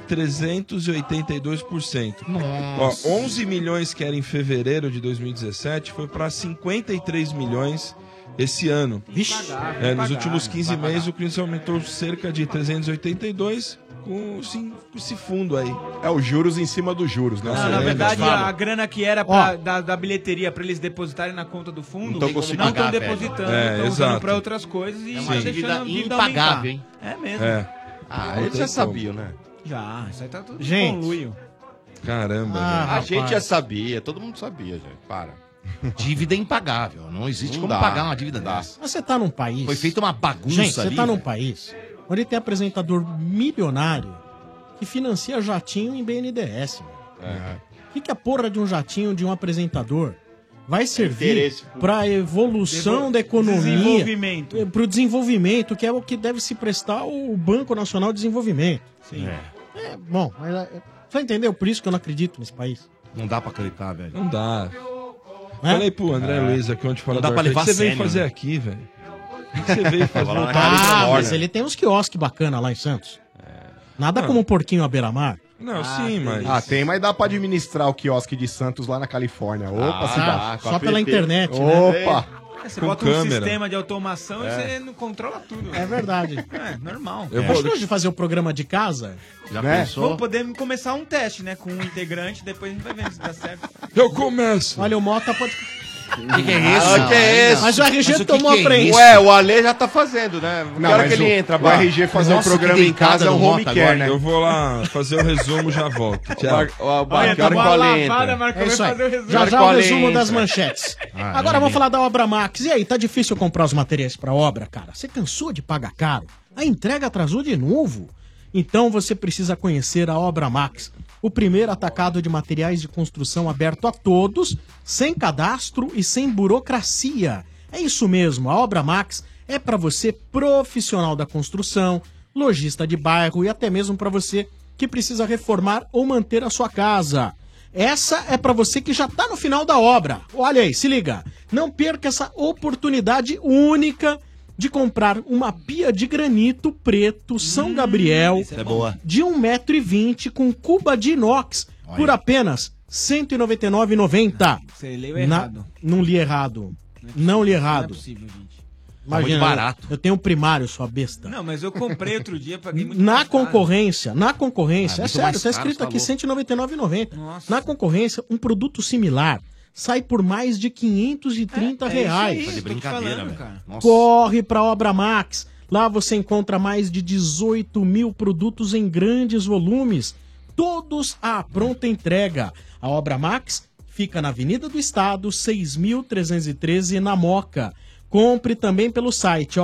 Speaker 8: 382%.
Speaker 16: Nossa.
Speaker 8: Ó, 11 milhões que era em fevereiro de 2017 foi para 53 milhões esse ano.
Speaker 11: pagar,
Speaker 8: É,
Speaker 11: tem
Speaker 8: nos
Speaker 11: pagar,
Speaker 8: últimos 15
Speaker 11: vai pagar.
Speaker 8: meses o Corinthians aumentou cerca de 382 com esse, com esse fundo aí.
Speaker 10: É os juros em cima dos juros, né?
Speaker 8: Não,
Speaker 11: Ah, na verdade, a grana que era pra-
Speaker 8: Ó.
Speaker 11: da, da bilheteria pra eles depositarem na conta do fundo,
Speaker 8: Não tão conseguindo
Speaker 11: não estão
Speaker 8: pagar, velho.
Speaker 11: depositando,
Speaker 8: É,
Speaker 11: estão
Speaker 8: exato.
Speaker 11: usando pra outras coisas e
Speaker 9: É uma
Speaker 11: tá
Speaker 9: dívida
Speaker 11: deixando a dívida
Speaker 9: impagável,
Speaker 11: aumentar.
Speaker 9: hein?
Speaker 11: É mesmo.
Speaker 8: É.
Speaker 9: Ah,
Speaker 11: Não
Speaker 9: eles
Speaker 11: tem
Speaker 9: já
Speaker 11: como.
Speaker 9: sabiam, né?
Speaker 11: Já, isso aí tá tudo
Speaker 9: Gente.
Speaker 11: conluio.
Speaker 8: Caramba,
Speaker 11: Ah,
Speaker 9: a
Speaker 11: rapaz.
Speaker 9: gente já sabia, todo mundo sabia, gente. Para.
Speaker 16: Dívida é impagável. Não existe
Speaker 9: Não
Speaker 16: como
Speaker 9: dá.
Speaker 16: pagar uma dívida dessa.
Speaker 7: Mas você tá num país.
Speaker 16: Foi feita uma bagunça
Speaker 7: Gente, você
Speaker 16: ali.
Speaker 8: né?
Speaker 7: tá num
Speaker 16: velho.
Speaker 7: país onde tem apresentador milionário que financia jatinho em BNDS. mano.
Speaker 8: É.
Speaker 7: O que, que a porra de um jatinho de um apresentador vai servir
Speaker 11: interesse.
Speaker 7: pra evolução
Speaker 11: Devo-
Speaker 7: da economia?
Speaker 11: Desenvolvimento.
Speaker 7: eh, Pro desenvolvimento, que é o que deve se prestar o Banco Nacional de Desenvolvimento.
Speaker 16: Sim.
Speaker 7: É, bom, mas é, você entendeu? Por isso que eu não acredito nesse país.
Speaker 16: Não dá pra acreditar, velho.
Speaker 8: Não dá.
Speaker 7: É?
Speaker 8: Falei pro André Luiz aqui onde fala
Speaker 16: Não dá pra levar
Speaker 8: Você
Speaker 16: a
Speaker 8: veio
Speaker 16: sério,
Speaker 8: fazer
Speaker 16: né?
Speaker 8: aqui, velho? O que Você veio fazer Tá.
Speaker 7: Ah, mas ele tem uns quiosques bacana lá em Santos. Nada
Speaker 10: Não.
Speaker 7: como um porquinho à beira-mar.
Speaker 8: Não,
Speaker 10: sim, mas. Ah, tem, mas dá pra administrar o quiosque de Santos lá na Califórnia. Opa,
Speaker 7: Ah,
Speaker 10: cidade.
Speaker 7: só pela internet, né?
Speaker 10: Opa!
Speaker 11: É, você
Speaker 10: Com
Speaker 11: bota um
Speaker 10: câmera.
Speaker 11: sistema de automação
Speaker 10: É.
Speaker 11: e você não controla tudo. né?
Speaker 7: É verdade.
Speaker 11: É, normal.
Speaker 7: Eu vou... de fazer o programa de casa?
Speaker 11: Já
Speaker 7: pensou?
Speaker 11: Vamos poder começar um teste, né? Com um integrante, depois a gente vai ver se dá certo.
Speaker 8: Eu começo.
Speaker 7: Olha, o Mota pode.
Speaker 11: O que que é isso?
Speaker 9: Ah, o que é isso?
Speaker 7: Mas o RG
Speaker 9: que
Speaker 7: tomou
Speaker 11: é
Speaker 9: que
Speaker 7: a frente.
Speaker 9: isso? Ué, o Ale já tá fazendo, né? Não, hora que ele entra,
Speaker 10: o RG fazer um programa em casa é um home care, né?
Speaker 8: Eu vou lá fazer o resumo já volto. Tchau.
Speaker 9: Bar- ó, o bar- Olha, que hora tomou que o uma Ale entra? lavada, Marcão,
Speaker 7: É isso
Speaker 9: vai
Speaker 7: aí.
Speaker 9: fazer o resumo.
Speaker 7: Já já o
Speaker 9: Marcolinha,
Speaker 7: resumo das
Speaker 9: velho.
Speaker 7: manchetes.
Speaker 9: Ah,
Speaker 7: Agora
Speaker 9: ninguém.
Speaker 7: vamos falar da Obra Max. E aí, tá difícil comprar os materiais pra obra, cara? Você cansou de pagar caro? A entrega atrasou de novo? Então você precisa conhecer a Obra Max, o primeiro atacado de materiais de construção aberto a todos, sem cadastro e sem burocracia. É isso mesmo, a Obra Max é pra você profissional da construção, lojista de bairro e até mesmo pra você que precisa reformar ou manter a sua casa. Essa é pra você que já tá no final da obra. Olha aí, se liga. Não perca essa oportunidade única de comprar uma pia de granito preto
Speaker 11: Hum,
Speaker 7: São Gabriel
Speaker 16: isso é boa.
Speaker 7: de 1,20m com cuba de inox por apenas R$ 199,90.
Speaker 11: Você leu
Speaker 7: Na-
Speaker 11: errado. é
Speaker 7: Não li errado. Não li errado.
Speaker 11: possível, gente.
Speaker 7: Imagina,
Speaker 11: Muito barato.
Speaker 7: Eu, eu tenho um primário, sua besta.
Speaker 11: Tá. Não, mas eu comprei outro dia, paguei muito
Speaker 7: Na
Speaker 11: mais caro.
Speaker 7: concorrência, na concorrência, é
Speaker 11: Ah, muito
Speaker 7: sério,
Speaker 11: mais
Speaker 7: tá
Speaker 11: caro,
Speaker 7: escrito
Speaker 11: tá
Speaker 7: aqui
Speaker 11: louco.
Speaker 7: 199,90. Na concorrência, um produto similar sai por mais de 530
Speaker 11: É isso aí,
Speaker 7: Tá reais.
Speaker 11: tô te falando, cara.
Speaker 7: Corre pra Obra Max. Lá você encontra mais de 18 mil produtos em grandes volumes, todos à pronta entrega. A Obra Max fica na Avenida do Estado, 6.313, na Moca. Compre também pelo site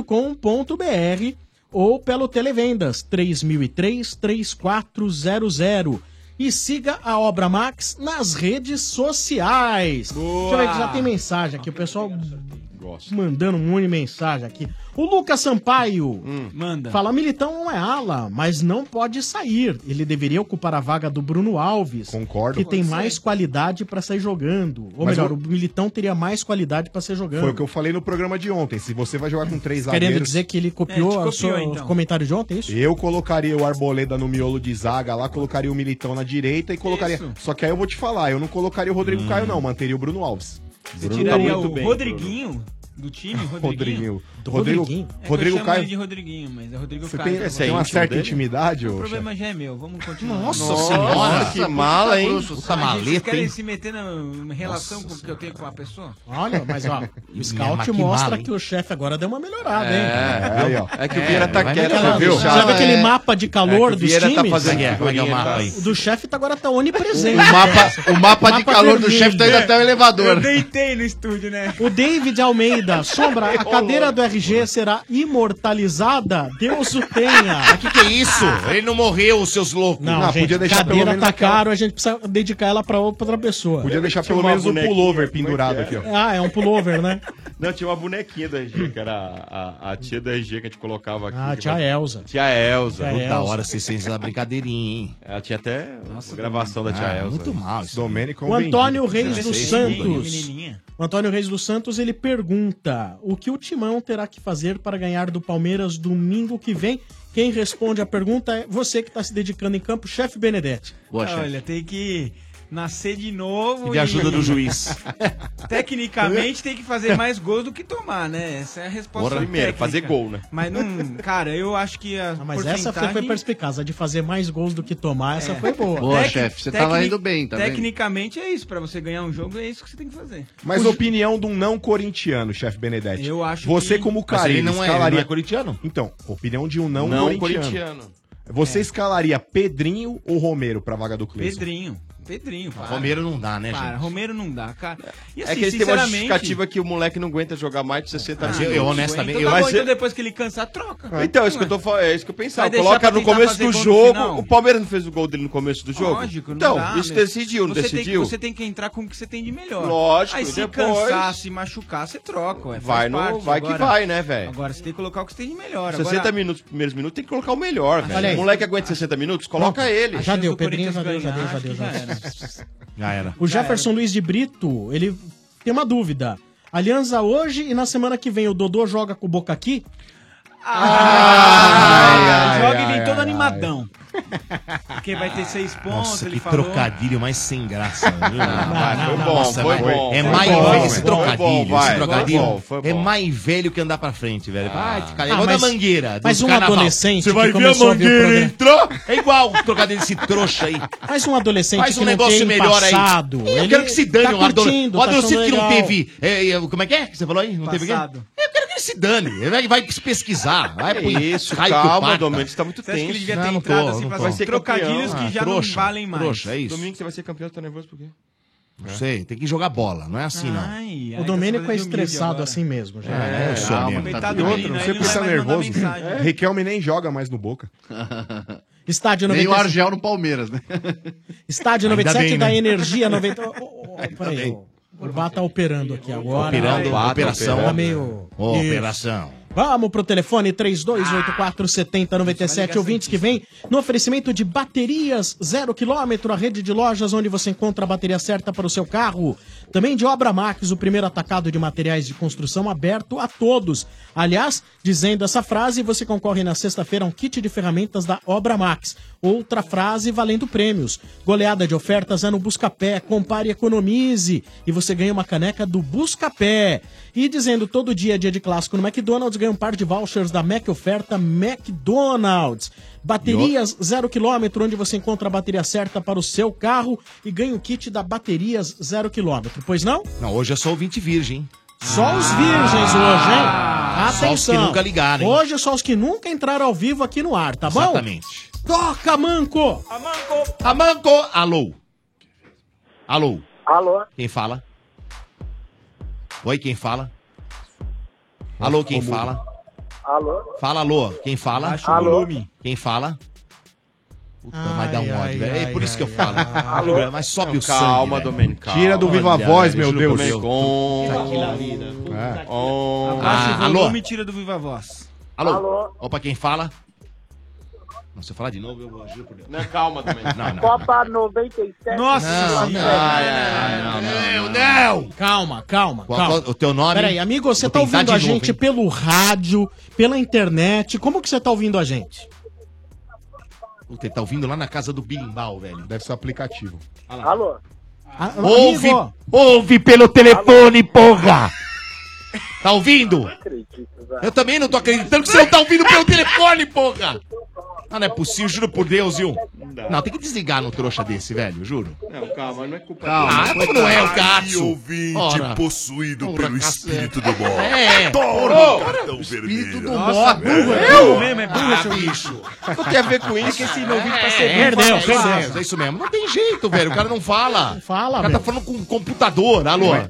Speaker 7: obramax.com.br ou pelo Televendas 3003-3400. E siga a Obra Max nas redes sociais. Deixa eu ver que já tem mensagem aqui, o pessoal mandando um monte de mensagem aqui. O Lucas Sampaio
Speaker 10: Hum.
Speaker 11: manda.
Speaker 7: fala: Militão não é ala, mas não pode sair. Ele deveria ocupar a vaga do Bruno Alves. Concordo. Que tem
Speaker 10: Pode
Speaker 7: mais qualidade pra sair jogando. Ou
Speaker 10: Mas
Speaker 7: melhor,
Speaker 10: eu-
Speaker 7: o Militão teria mais qualidade pra ser jogando.
Speaker 10: Foi o que eu falei no programa de ontem. Se você vai jogar com três
Speaker 7: Querendo
Speaker 10: zagueiros...
Speaker 7: dizer que ele copiou, o seu comentário de ontem, é isso?
Speaker 10: Eu colocaria o Arboleda no miolo de zaga lá, colocaria o Militão na direita e colocaria...
Speaker 11: Isso.
Speaker 10: Só que aí eu vou te falar, eu não colocaria o Rodrigo Caio não, manteria o Bruno Alves.
Speaker 11: Você
Speaker 10: Bruno
Speaker 11: tiraria
Speaker 10: tá muito
Speaker 11: o
Speaker 10: bem,
Speaker 11: Rodriguinho do time,
Speaker 10: Rodriguinho.
Speaker 11: Rodriguinho.
Speaker 10: Do Rodrigo-
Speaker 11: Rodriguinho. É que
Speaker 10: Rodrigo
Speaker 11: eu chamo
Speaker 10: Caio-
Speaker 11: ele de Rodriguinho, mas é Rodrigo
Speaker 10: Você
Speaker 11: Caio.
Speaker 10: tem- você tem uma Esse é certa íntimo dele? intimidade, ô,
Speaker 11: O problema já é meu, vamos continuar.
Speaker 10: Nossa Nossa senhora, que puta mala, hein? grosso, Puta
Speaker 11: Ah,
Speaker 10: maleta,
Speaker 11: vocês querem
Speaker 10: hein?
Speaker 11: se meter na relação com o que eu tenho com a pessoa?
Speaker 7: Olha, mas ó, o
Speaker 11: Mas
Speaker 7: scout
Speaker 11: que
Speaker 7: mostra
Speaker 11: mala, hein?
Speaker 7: que o chefe agora deu uma melhorada,
Speaker 9: É,
Speaker 7: hein?
Speaker 9: aí, ó. É que o Vieira tá
Speaker 7: vai
Speaker 9: quieto,
Speaker 7: melhorando.
Speaker 9: viu?
Speaker 7: Já viu aquele
Speaker 9: É.
Speaker 7: mapa de calor
Speaker 9: É que o
Speaker 7: dos
Speaker 9: Vieira
Speaker 7: times?
Speaker 9: tá fazendo Como é que é? Como é que é o
Speaker 7: Figurinha,
Speaker 9: mapa
Speaker 7: tá?
Speaker 9: aí?
Speaker 7: O do chefe tá agora tá onipresente.
Speaker 16: O mapa- o mapa de calor do chefe tá indo até o elevador. Eu
Speaker 7: deitei no estúdio, né? O David Almeida, Sombra, a cadeira do RG será imortalizada? Deus o tenha. O
Speaker 16: que, que é isso? Ele não morreu, seus loucos.
Speaker 7: Não, gente, cadeira tá caro, a gente precisa dedicar ela pra outra pessoa.
Speaker 10: Podia deixar pelo menos um
Speaker 9: é
Speaker 10: pullover pendurado aqui, ó.
Speaker 7: Ah, é um pullover, né?
Speaker 9: Não, tinha uma bonequinha da RG, que era a, a- a tia da RG que a gente colocava aqui.
Speaker 7: Ah,
Speaker 9: que
Speaker 7: tia
Speaker 9: vai-
Speaker 7: Elza.
Speaker 9: Tia Elza.
Speaker 16: Muito da hora vocês fez a brincadeirinha, hein?
Speaker 9: Ela tinha até uma gravação da tia
Speaker 16: Ah,
Speaker 9: Elza.
Speaker 16: muito mal isso.
Speaker 10: Domênico
Speaker 7: O Antônio Reis
Speaker 9: Vocês
Speaker 7: dos
Speaker 9: sabem,
Speaker 7: Santos.
Speaker 9: menininha.
Speaker 7: O Antônio Reis dos Santos, ele pergunta: "O que o Timão terá que fazer para ganhar do Palmeiras domingo que vem?" Quem responde a pergunta é você que está se dedicando em campo, chefe Benedetti.
Speaker 11: Olha, tem que nascer de novo.
Speaker 7: Pedir ajuda do juiz.
Speaker 11: Tecnicamente tem que fazer mais gols do que tomar, né? Essa é a resposta.
Speaker 9: Bora primeiro,
Speaker 11: técnica.
Speaker 9: fazer gol, né?
Speaker 11: Mas não. Cara, eu acho que a.
Speaker 7: Ah, Mas essa foi, foi perspicaz, a de fazer mais gols do que tomar, essa
Speaker 11: tá É.
Speaker 7: foi boa.
Speaker 11: Tec- tecni-
Speaker 7: tá
Speaker 11: Tecnicamente é isso. Pra você ganhar um jogo, é isso que você tem que fazer.
Speaker 10: Mas opinião de um não corintiano, chefe Benedetti.
Speaker 11: Eu acho
Speaker 10: Você
Speaker 11: que-
Speaker 10: como
Speaker 11: Mas
Speaker 10: Carilli
Speaker 11: ele não é-
Speaker 10: escalaria...
Speaker 11: ele não é
Speaker 10: corintiano? Então, opinião de um não,
Speaker 9: Não
Speaker 10: corintiano.
Speaker 9: corintiano.
Speaker 10: Você escalaria Pedrinho ou Romero pra vaga do Cleiton?
Speaker 11: Pedrinho. Pedrinho, para.
Speaker 10: Romero não dá, né,
Speaker 11: Para,
Speaker 10: gente?
Speaker 11: Romero não dá, cara. E
Speaker 9: é
Speaker 11: assim,
Speaker 9: que eles têm uma
Speaker 11: sinceramente-
Speaker 9: justificativa que o moleque não aguenta jogar mais de 60
Speaker 11: Ah,
Speaker 9: minutos.
Speaker 11: não aguenta. Então, tá bom, então depois que ele cansar, troca.
Speaker 9: Ah, Então, é isso que eu tô falando, é isso que eu pensava.
Speaker 11: Vai deixar
Speaker 9: Coloca
Speaker 11: pra
Speaker 9: no
Speaker 11: tentar
Speaker 9: começo
Speaker 11: fazer
Speaker 9: do
Speaker 11: gol no
Speaker 9: jogo.
Speaker 11: final?
Speaker 9: o Palmeiras não fez o gol dele no começo do jogo?
Speaker 11: Lógico, não
Speaker 9: Então,
Speaker 11: dá,
Speaker 9: isso
Speaker 11: mas
Speaker 9: decidiu, não
Speaker 11: você
Speaker 9: decidiu?
Speaker 11: Tem, você tem que entrar com o que você tem de melhor.
Speaker 9: Lógico,
Speaker 11: Aí se
Speaker 9: depois-
Speaker 11: cansar, se machucar, você troca. ué, faz
Speaker 9: Vai no-
Speaker 11: parte.
Speaker 9: vai que vai, né, velho?
Speaker 11: Agora você tem que colocar o que você tem de melhor.
Speaker 9: 60
Speaker 11: Agora,
Speaker 9: minutos, primeiros minutos, tem que colocar o melhor,
Speaker 11: olha
Speaker 9: velho.
Speaker 11: aí.
Speaker 9: O moleque aguenta 60 minutos, coloca ele.
Speaker 7: Já deu, Pedrinho já deu, já deu, já deu, já deu.
Speaker 16: Já era.
Speaker 7: O Jefferson Luiz de Brito, ele tem uma dúvida. Aliança hoje e na semana que vem o Dodô joga com o Boca aqui?
Speaker 11: Ah,
Speaker 7: ai,
Speaker 11: joga e
Speaker 7: ai,
Speaker 11: vem
Speaker 7: ai,
Speaker 11: todo
Speaker 7: ai.
Speaker 11: animadão. Porque vai ter seis pontos,
Speaker 16: Nossa,
Speaker 11: ele
Speaker 16: que
Speaker 11: falou.
Speaker 16: trocadilho mais sem graça, viu?
Speaker 9: Ah, foi bom,
Speaker 16: Nossa,
Speaker 9: foi
Speaker 16: mas
Speaker 9: bom,
Speaker 16: É
Speaker 9: foi
Speaker 16: mais
Speaker 9: bom,
Speaker 16: velho esse
Speaker 9: foi bom,
Speaker 16: trocadilho.
Speaker 9: vai,
Speaker 16: esse
Speaker 9: foi
Speaker 16: trocadilho
Speaker 9: bom, foi
Speaker 16: é mais velho que andar pra frente, velho. Vai, te cagar.
Speaker 7: Ah,
Speaker 16: Igual da
Speaker 7: mas-
Speaker 16: mangueira. dos
Speaker 7: mas um
Speaker 16: carnaval.
Speaker 7: adolescente
Speaker 16: Você
Speaker 7: que
Speaker 16: vai ver a
Speaker 7: começou a ver o
Speaker 16: mangueira entrou? É igual o trocadilho desse trouxa aí.
Speaker 7: Faz um adolescente
Speaker 16: Faz
Speaker 7: que
Speaker 16: um
Speaker 7: não
Speaker 16: negócio
Speaker 7: tem
Speaker 16: melhor
Speaker 7: passado.
Speaker 16: aí. Eu
Speaker 7: Ele
Speaker 16: quero que se dane
Speaker 7: tá
Speaker 16: o adolescente.
Speaker 7: curtindo,
Speaker 16: O
Speaker 7: tá
Speaker 16: adolescente que não
Speaker 7: achando legal.
Speaker 16: teve. é, é, como é que é que você falou aí? Não teve o quê?
Speaker 11: Passado.
Speaker 16: Eu quero que ele se dane. Ele vai, vai se pesquisar. Vai
Speaker 9: É
Speaker 16: pro
Speaker 9: isso,
Speaker 16: raio que o
Speaker 9: calma,
Speaker 16: parta.
Speaker 9: Domênico, você tá muito
Speaker 11: Você acha que ele devia
Speaker 16: Não,
Speaker 11: ter
Speaker 16: não
Speaker 11: entrado
Speaker 16: tô,
Speaker 11: assim
Speaker 16: não
Speaker 11: pra
Speaker 16: tô.
Speaker 11: fazer trocadilhos
Speaker 16: campeão.
Speaker 11: que
Speaker 16: Ah,
Speaker 11: já
Speaker 16: trouxa,
Speaker 11: não valem mais?
Speaker 16: trouxa, é isso.
Speaker 9: Domingo você vai ser campeão, tá nervoso por quê?
Speaker 16: Não sei, tem que jogar bola, não é assim não.
Speaker 7: O Domênico é estressado assim mesmo, já.
Speaker 16: É, eu sou
Speaker 10: Ah,
Speaker 16: mesmo.
Speaker 10: mas
Speaker 16: Tá
Speaker 10: tá
Speaker 16: tudo
Speaker 10: outra,
Speaker 7: né?
Speaker 16: bem.
Speaker 10: não
Speaker 16: Ele
Speaker 10: sei
Speaker 16: não
Speaker 10: porque
Speaker 16: vai
Speaker 10: tá
Speaker 16: mais mandar
Speaker 10: nervoso.
Speaker 16: mensagem.
Speaker 10: É. Riquelme nem joga mais no Boca.
Speaker 7: Estádio
Speaker 10: Nem
Speaker 7: 97.
Speaker 10: o Argel no Palmeiras, né?
Speaker 7: Estádio
Speaker 10: Ainda
Speaker 7: 97
Speaker 10: bem,
Speaker 7: da
Speaker 10: né?
Speaker 7: Energia 90. Ô, ô, ô, peraí,
Speaker 10: bem.
Speaker 7: ô. o Bá tá operando aqui agora. Tá
Speaker 16: Operando, Bá, operação.
Speaker 7: Tá meio...
Speaker 16: Ô,
Speaker 7: Isso.
Speaker 16: operação.
Speaker 7: Vamos pro telefone 32847097, ouvintes que vem no oferecimento de baterias zero quilômetro, a rede de lojas onde você encontra a bateria certa para o seu carro. Também de Obra Max, o primeiro atacado de materiais de construção aberto a todos. Aliás, dizendo essa frase, você concorre na sexta-feira a um kit de ferramentas da Obra Max. Outra frase valendo prêmios. Goleada de ofertas é no Buscapé, compare e economize. E você ganha uma caneca do Buscapé. E dizendo todo dia é dia de clássico no McDonald's, ganha um par de vouchers da Mac Oferta McDonald's. Baterias zero quilômetro, onde você encontra a bateria certa para o seu carro e ganha o kit da Baterias zero quilômetro, pois não?
Speaker 16: Não, hoje é só o 20 virgem. hein?
Speaker 7: Só os virgens hoje, hein? Atenção.
Speaker 16: Só os que nunca ligaram, hein?
Speaker 7: Hoje é só os que nunca entraram ao vivo aqui no ar, tá bom?
Speaker 16: Exatamente.
Speaker 7: Toca, Manco!
Speaker 16: Amanco! Alô? Alô?
Speaker 19: Alô?
Speaker 16: Quem fala? Oi, quem fala? Alô, quem fala?
Speaker 19: Alô?
Speaker 16: Fala, alô. Quem fala?
Speaker 19: Baixa o Alô? volume.
Speaker 16: Quem fala? Puta, vai dar um ódio, velho. É por isso que eu falo.
Speaker 9: Alô?
Speaker 16: Mas sobe
Speaker 9: Não,
Speaker 16: o sangue,
Speaker 9: calma,
Speaker 16: velho.
Speaker 9: Domênico, calma.
Speaker 10: Tira do Viva Voz, meu Deus.
Speaker 9: É.
Speaker 11: Abaixa
Speaker 16: Ah,
Speaker 11: o volume
Speaker 16: alô?
Speaker 11: e tira do Viva Voz.
Speaker 16: Alô? Opa, quem fala? Não, se eu falar de novo, eu juro por Deus.
Speaker 9: Não, calma, Domênico.
Speaker 16: Não, não.
Speaker 19: Copa 97.
Speaker 16: Não,
Speaker 19: Senhora.
Speaker 16: não,
Speaker 11: é,
Speaker 16: não, não, não, não.
Speaker 7: Calma, calma,
Speaker 16: Qual-
Speaker 7: calma.
Speaker 16: qual- o teu nome?
Speaker 7: Peraí, amigo, você
Speaker 16: Vou
Speaker 7: tá
Speaker 16: tentar
Speaker 7: ouvindo
Speaker 16: de
Speaker 7: a
Speaker 16: novo,
Speaker 7: gente
Speaker 16: hein?
Speaker 7: pelo rádio, pela internet? Como que você tá ouvindo a gente?
Speaker 16: Puta, ele tá ouvindo lá na casa do Birimbau, velho.
Speaker 10: Deve ser aplicativo.
Speaker 19: Alô?
Speaker 7: Ah,
Speaker 16: Ouve,
Speaker 7: amigo,
Speaker 16: ouve pelo telefone, porra! Tá ouvindo?
Speaker 19: acredito, velho.
Speaker 16: Eu também não tô acreditando que você não tá ouvindo pelo telefone, porra! Ah, não é possível, juro por Deus, viu? Não, tem que desligar no trouxa desse, velho, juro.
Speaker 9: Não, calma, não é culpa
Speaker 16: Calma,
Speaker 9: dele.
Speaker 16: ah, como não é o
Speaker 9: Ai,
Speaker 16: Katsu?
Speaker 9: ouvinte
Speaker 16: Ora.
Speaker 9: possuído
Speaker 16: Ora,
Speaker 9: pelo
Speaker 16: cacete.
Speaker 9: espírito do mal.
Speaker 16: É.
Speaker 9: Toma,
Speaker 16: Ô,
Speaker 9: cartão vermelho.
Speaker 16: do
Speaker 9: Nossa,
Speaker 16: mal.
Speaker 9: velho.
Speaker 16: Eu?
Speaker 9: Eu mesmo, é burro,
Speaker 16: Ah,
Speaker 9: seu
Speaker 16: bicho.
Speaker 9: O que tem a ver com isso?
Speaker 16: É
Speaker 9: Esse novinho tá
Speaker 16: é,
Speaker 9: sendo
Speaker 16: é,
Speaker 9: burro,
Speaker 16: é,
Speaker 9: faz
Speaker 16: isso
Speaker 9: isso.
Speaker 16: mesmo, é isso mesmo. Não tem jeito, velho. O cara não fala. Não
Speaker 7: fala,
Speaker 16: O cara tá falando com um computador, alô?
Speaker 9: é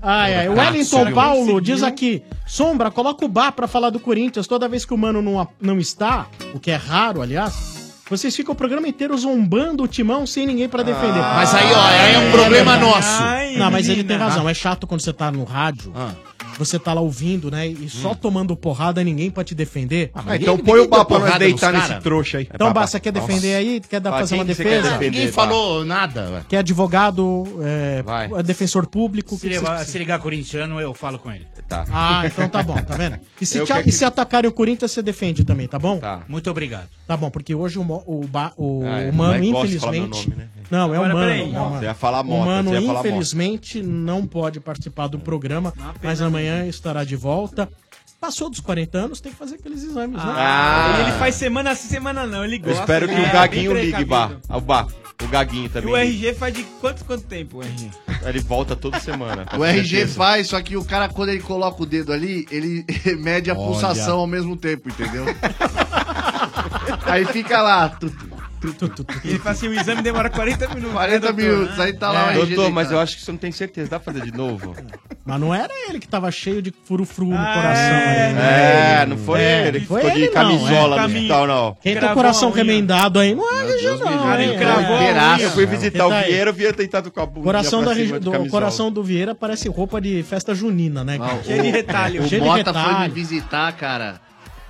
Speaker 7: Ai, ai.
Speaker 10: Tá,
Speaker 7: Wellington
Speaker 16: Caralho,
Speaker 7: Paulo diz aqui: Sombra, coloca o Bá pra falar do Corinthians toda vez que o mano não, a- não está, o que é raro, aliás. Vocês ficam o programa inteiro zombando o timão sem ninguém pra defender.
Speaker 10: Ah,
Speaker 16: mas aí, ó, aí é um problema
Speaker 7: verdade.
Speaker 16: nosso.
Speaker 7: não, mas ele tem
Speaker 16: menina.
Speaker 7: razão. É chato quando você tá no rádio,
Speaker 10: Ah.
Speaker 7: você tá lá ouvindo, né? E só tomando porrada, ninguém pra te defender.
Speaker 10: mas Hum. Ah, então ninguém- põe o ninguém Bá deu pra nós
Speaker 16: é
Speaker 10: porrada deitar nos nesse cara. trouxa aí.
Speaker 7: Então,
Speaker 10: É,
Speaker 7: Bá,
Speaker 10: Bá,
Speaker 7: você quer
Speaker 10: Bá.
Speaker 7: defender aí? Quer dar
Speaker 10: Bá,
Speaker 7: fazer
Speaker 10: quem
Speaker 7: uma
Speaker 10: que você
Speaker 7: defesa?
Speaker 10: quer defender, é tá.
Speaker 16: Ninguém falou nada, velho.
Speaker 7: Que é advogado, é, é defensor público. o
Speaker 20: Se,
Speaker 7: que que vocês
Speaker 20: levar,
Speaker 7: precisam?
Speaker 20: se ligar corintiano, eu falo com ele.
Speaker 9: Tá.
Speaker 7: Ah, então tá bom, tá vendo? E se,
Speaker 20: Eu
Speaker 7: te-
Speaker 20: quero
Speaker 7: e se atacarem o Corinthians, você defende também, tá bom? Tá.
Speaker 20: Muito obrigado.
Speaker 7: bom, porque hoje o, Mo- o, Ba- o,
Speaker 9: Ah, é,
Speaker 7: o Mano,
Speaker 9: não é gosto de falar
Speaker 7: infelizmente.
Speaker 9: meu nome, né?
Speaker 7: Não, é o
Speaker 9: Agora,
Speaker 7: Mano.
Speaker 9: peraí.
Speaker 7: é o Mano.
Speaker 9: Você ia falar
Speaker 7: O
Speaker 9: Mota,
Speaker 7: Mano,
Speaker 9: você ia falar Mota.
Speaker 7: infelizmente, não pode participar do programa, mas amanhã estará de volta. Passou dos 40 anos, tem que fazer aqueles exames, né?
Speaker 9: Ah.
Speaker 11: Ele faz semana sim, semana não. Ele
Speaker 9: Eu
Speaker 11: gosta.
Speaker 9: espero que
Speaker 11: ele é
Speaker 9: o Gaguinho
Speaker 11: bem
Speaker 9: ligue, Bá.
Speaker 11: precavido.
Speaker 9: Ah, O Bá. O Gaguinho
Speaker 11: E
Speaker 9: também.
Speaker 11: o RG faz de quanto, quanto tempo, o RG?
Speaker 9: Ele volta toda semana. com
Speaker 18: O RG
Speaker 9: certeza.
Speaker 18: faz, só que o cara, quando ele coloca o dedo ali, ele mede a
Speaker 9: Olha.
Speaker 18: pulsação ao mesmo tempo, entendeu? aí fica lá. tu, tu,
Speaker 7: tu, tu, tu.
Speaker 11: Ele faz assim, o exame demora 40 minutos.
Speaker 18: 40 minutos, aí tá lá o
Speaker 9: É,
Speaker 18: RG
Speaker 9: doutor, mas
Speaker 18: deitado.
Speaker 9: eu acho que você não tem certeza. Dá pra fazer de novo?
Speaker 7: Mas não era ele que tava cheio de furufru no coração. aí,
Speaker 9: né? É, não foi ele que
Speaker 7: Foi
Speaker 9: ficou de
Speaker 7: ele, não,
Speaker 9: camisola
Speaker 7: é.
Speaker 9: no hospital, não.
Speaker 7: Quem tem o
Speaker 9: Cravou
Speaker 7: coração
Speaker 9: a unha.
Speaker 7: remendado aí, não é RG, não. hein? É.
Speaker 9: Eu fui visitar
Speaker 7: Ele tá
Speaker 9: o
Speaker 7: aí.
Speaker 9: Vieira, o Vieira tentado com a bunda
Speaker 7: Coração,
Speaker 9: pra
Speaker 7: da,
Speaker 9: cima
Speaker 7: regi-
Speaker 9: de
Speaker 7: do,
Speaker 9: camisola.
Speaker 7: coração do Vieira parece roupa de festa junina, né?
Speaker 15: Ah,
Speaker 7: cara?
Speaker 18: Não, Ah, o- O
Speaker 7: Cheio de
Speaker 18: Mota foi me
Speaker 7: retalho.
Speaker 18: visitar, cara.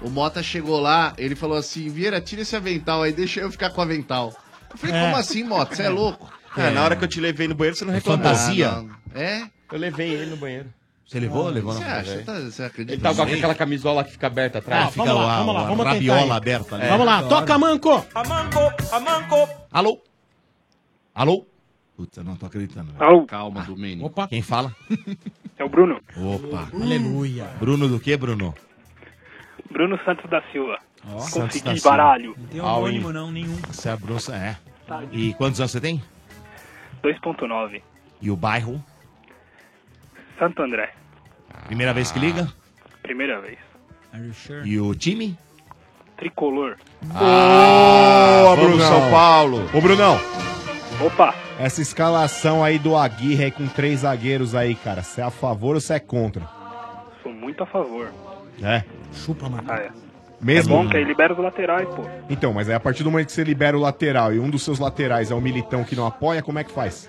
Speaker 18: O Mota chegou lá, ele falou assim: Vieira, tira esse avental aí, deixa eu ficar com o avental. Eu falei:
Speaker 9: É.
Speaker 18: como assim, Mota? Você é louco?
Speaker 9: É, na hora que eu te levei no banheiro,
Speaker 7: É
Speaker 9: você não reclamou.
Speaker 18: fantasia?
Speaker 9: Ah, não.
Speaker 18: É?
Speaker 9: Eu levei ele no banheiro.
Speaker 16: Você levou?
Speaker 18: Ah,
Speaker 16: levou na
Speaker 18: você
Speaker 16: mão,
Speaker 18: acha?
Speaker 16: velho.
Speaker 18: Tá- você acredita?
Speaker 9: Ele tava com
Speaker 18: Não sei.
Speaker 9: aquela camisola que fica aberta atrás.
Speaker 16: Ah, vamos lá, vamos lá, vamos tentar aí.
Speaker 7: Vamos lá,
Speaker 16: É. Da hora.
Speaker 7: Ah, toca manco!
Speaker 16: Alô? Alô? Puta, não tô acreditando. velho.
Speaker 18: Alô?
Speaker 20: Ah,
Speaker 18: Calma, Domênio.
Speaker 7: Opa.
Speaker 16: Quem fala?
Speaker 21: É o Bruno.
Speaker 16: Opa.
Speaker 7: Aleluia.
Speaker 16: Bruno do que, Bruno?
Speaker 21: Bruno Santos da Silva.
Speaker 16: Santos da
Speaker 21: Consegui
Speaker 16: Silva. um
Speaker 21: baralho.
Speaker 7: um
Speaker 16: Au, hein?
Speaker 11: não, nenhum.
Speaker 16: Você é Bruno, é. E quantos anos você tem?
Speaker 21: 2.9.
Speaker 16: E o bairro?
Speaker 21: Santo André.
Speaker 16: Primeira vez
Speaker 20: Ah.
Speaker 16: que liga?
Speaker 21: Primeira vez.
Speaker 16: E o time?
Speaker 21: Tricolor.
Speaker 10: Boa,
Speaker 16: Ah, vamos,
Speaker 10: Brunão.
Speaker 16: São Paulo.
Speaker 10: Ô, Brunão.
Speaker 21: Opa.
Speaker 10: Essa escalação aí do Aguirre aí com três zagueiros aí, cara. Você é a favor ou você é contra?
Speaker 21: Sou muito a favor.
Speaker 10: É.
Speaker 7: Chupa, mano.
Speaker 21: Ah, é.
Speaker 10: Mesmo?
Speaker 21: É bom que aí libera os laterais, pô.
Speaker 10: Então, mas aí a partir do momento que você libera o lateral e um dos seus laterais é um militão que não apoia, como é que faz?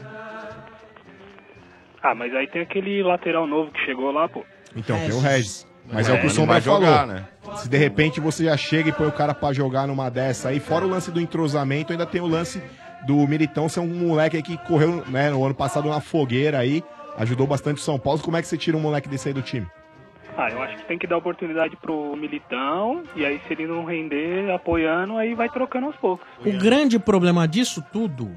Speaker 21: Ah, mas aí tem aquele lateral novo que chegou lá, pô.
Speaker 10: Então, tem o Regis. Mas é, o que o
Speaker 21: Ele
Speaker 10: Sombra
Speaker 21: vai
Speaker 10: falou.
Speaker 21: jogar, né?
Speaker 10: Se de repente você já chega e põe o cara pra jogar numa dessa aí, fora o lance do entrosamento, ainda tem o lance do Militão ser um moleque aí que correu né, no ano passado na fogueira aí, ajudou bastante o São Paulo. Como é que você tira um moleque desse aí do time?
Speaker 21: Ah, eu acho que tem que dar oportunidade pro Militão. E aí, se ele não render apoiando, aí vai trocando aos poucos.
Speaker 7: O grande problema disso tudo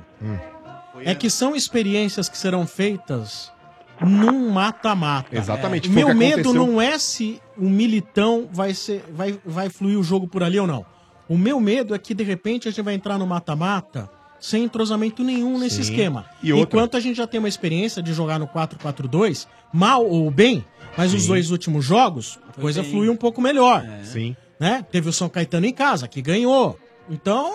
Speaker 7: é que são experiências que serão feitas num mata-mata.
Speaker 10: Exatamente,
Speaker 7: O
Speaker 10: foi o
Speaker 7: Meu
Speaker 10: que
Speaker 7: medo
Speaker 10: aconteceu.
Speaker 7: não é se o militão vai, ser, vai, vai fluir o jogo por ali ou não. O meu medo é que, de repente, a gente vai entrar no mata-mata sem entrosamento nenhum nesse
Speaker 10: Sim.
Speaker 7: esquema.
Speaker 10: E outra.
Speaker 7: Enquanto a gente já tem uma experiência de jogar no 4-4-2, mal ou bem, mas os
Speaker 10: Sim. É.
Speaker 7: dois últimos jogos, a coisa fluiu um pouco melhor
Speaker 21: É.
Speaker 10: Sim.
Speaker 7: né? Teve o São Caetano em casa, que ganhou. Então,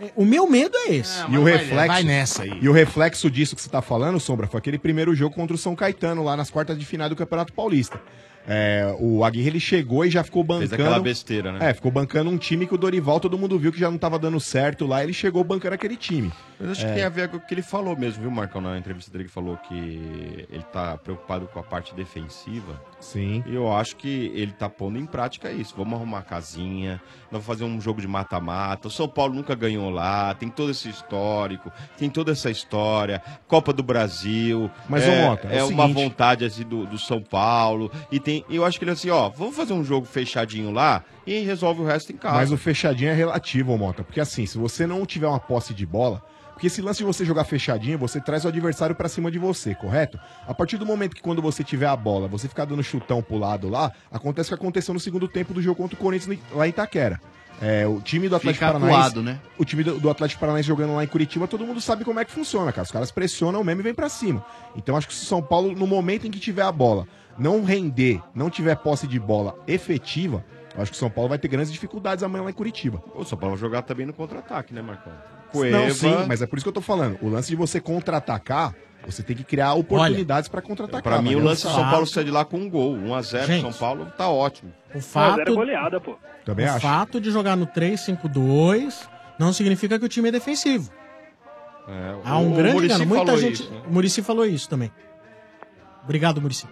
Speaker 7: eh, o meu medo é esse.
Speaker 10: E o reflexo.
Speaker 7: Vai
Speaker 10: E o reflexo disso que você tá falando, Sombra, foi aquele primeiro jogo contra o São Caetano, lá nas quartas de final do Campeonato Paulista. É, o Aguirre ele chegou e já ficou bancando.
Speaker 9: aquela besteira, né?
Speaker 10: É, ficou bancando um time que o Dorival, todo mundo viu que já não tava dando certo lá, ele chegou bancando aquele time.
Speaker 9: Mas acho
Speaker 10: É.
Speaker 9: que tem a ver com o que ele falou mesmo, viu, Marcão? Na entrevista dele, ele falou que ele tá preocupado com a parte defensiva.
Speaker 10: Sim.
Speaker 9: E eu acho que ele tá pondo em prática isso. Vamos arrumar a casinha, nós vamos fazer um jogo de mata-mata. O São Paulo nunca ganhou lá, tem todo esse histórico, tem toda essa história. Copa do Brasil.
Speaker 10: Mas,
Speaker 9: é,
Speaker 10: ô, Mota, é
Speaker 9: é
Speaker 10: o
Speaker 9: uma
Speaker 10: seguinte.
Speaker 9: vontade assim, do, do São Paulo. E tem, eu acho que ele assim, ó, vamos fazer um jogo fechadinho lá e resolve o resto em casa.
Speaker 10: Mas o fechadinho é relativo, ô Mota, porque assim, se você não tiver uma posse de bola, Porque esse lance de você jogar fechadinho, você traz o adversário pra cima de você, correto? A partir do momento que quando você tiver a bola, você ficar dando chutão pro lado lá, acontece o que aconteceu no segundo tempo do jogo contra o Corinthians lá em Itaquera. É, o time do Atlético
Speaker 18: Fica
Speaker 10: Paranaense.
Speaker 18: acuado, né?
Speaker 10: O time do, do Atlético Paranaense jogando lá em Curitiba, todo mundo sabe como é que funciona, cara. Os caras pressionam mesmo e vem pra cima. Então acho que se o São Paulo, no momento em que tiver a bola, não render, não tiver posse de bola efetiva, eu acho que o São Paulo vai ter grandes dificuldades amanhã lá em Curitiba.
Speaker 9: O São Paulo vai jogar também no contra-ataque, né, Marcão?
Speaker 10: Não, sim, mas é por isso que eu tô falando. O lance de você contra-atacar, você tem que criar oportunidades pra né? É contra-atacar.
Speaker 9: Pra mim,
Speaker 10: mas
Speaker 9: o
Speaker 10: não
Speaker 9: lance do
Speaker 10: só.
Speaker 9: São Paulo sai de lá com um gol. 1x0 São Paulo, tá ótimo.
Speaker 7: O fato,
Speaker 21: goleada, pô.
Speaker 10: Também
Speaker 7: o
Speaker 10: acho.
Speaker 7: fato de jogar no 3-5-2 não significa que o time é defensivo.
Speaker 9: É,
Speaker 7: Há
Speaker 9: o-
Speaker 7: um
Speaker 9: o
Speaker 7: grande
Speaker 9: Muricy
Speaker 7: engano. Muita
Speaker 9: falou
Speaker 7: gente.
Speaker 9: isso, né?
Speaker 7: O Murici falou isso também. Obrigado, Murici.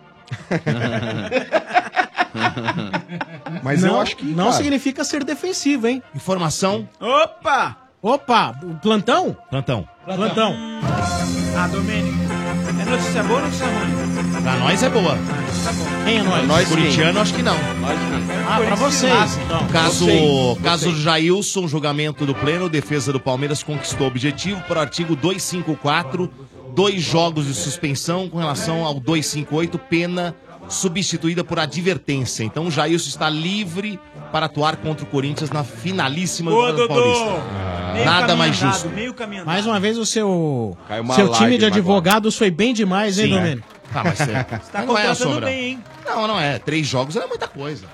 Speaker 10: Mas
Speaker 7: não,
Speaker 10: eu acho que,
Speaker 7: Não
Speaker 10: cara-
Speaker 7: significa ser defensivo, hein?
Speaker 16: Informação.
Speaker 7: Opa! Opa! o Plantão?
Speaker 16: Plantão.
Speaker 7: Plantão.
Speaker 11: Ah, Domênico. É notícia boa ou notícia ruim? Tá
Speaker 16: Pra nós é boa.
Speaker 7: Quem é nós?
Speaker 16: Nós Corintiano, acho que não.
Speaker 7: Ah, pra vocês, então.
Speaker 16: Caso,
Speaker 7: Vocês,
Speaker 16: caso
Speaker 7: vocês.
Speaker 16: Jailson, julgamento do pleno, defesa do Palmeiras conquistou objetivo por artigo 254, dois jogos de suspensão com relação ao 258, pena substituída por advertência. Então o Jailson está livre para atuar contra o Corinthians na finalíssima
Speaker 11: Boa,
Speaker 16: do Campeonato
Speaker 11: Dodô!
Speaker 16: Paulista.
Speaker 11: Meio
Speaker 16: Nada
Speaker 11: caminho
Speaker 16: mais
Speaker 11: andado,
Speaker 16: justo.
Speaker 11: Meio caminho andado.
Speaker 7: Mais uma vez o seu,
Speaker 16: uma
Speaker 7: seu time de
Speaker 16: lágrima
Speaker 7: advogados foi bem demais, hein,
Speaker 16: Sim.
Speaker 7: Domênio?
Speaker 16: Ah, mas é.
Speaker 11: Tá
Speaker 16: Não é,
Speaker 11: contratando
Speaker 16: Sombra.
Speaker 11: bem, hein?
Speaker 16: Não, não é. Três jogos é muita coisa.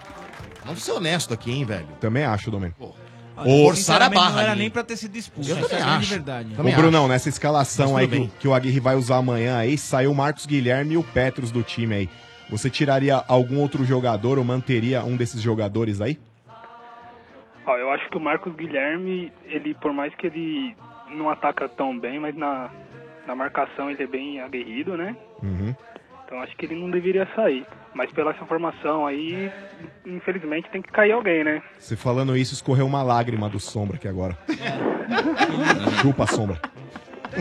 Speaker 16: Vamos ser honesto aqui, hein, velho?
Speaker 10: Também acho, Domênico.
Speaker 16: Forçar a
Speaker 11: Sinceramente,
Speaker 16: barra.
Speaker 11: Não era
Speaker 16: ali.
Speaker 11: nem pra ter sido expulso.
Speaker 16: Eu
Speaker 11: essa
Speaker 16: também
Speaker 11: é a grande
Speaker 16: acho.
Speaker 11: verdade.
Speaker 10: Ô, né? Brunão, nessa escalação
Speaker 16: Mas
Speaker 10: aí
Speaker 16: tudo
Speaker 10: que,
Speaker 16: bem.
Speaker 10: que o Aguirre vai usar amanhã aí, saiu o Marcos Guilherme e o Petros do time aí. Você tiraria algum outro jogador ou manteria um desses jogadores aí?
Speaker 21: Ó, eu acho que o Marcos Guilherme, ele, por mais que ele não ataca tão bem, mas na, na marcação ele é bem aguerrido, né?
Speaker 10: Uhum.
Speaker 21: Então acho que ele não deveria sair. Mas pela essa formação aí, infelizmente tem que cair alguém, né?
Speaker 10: Você falando isso, escorreu uma lágrima do Sombra aqui agora. Chupa, Sombra.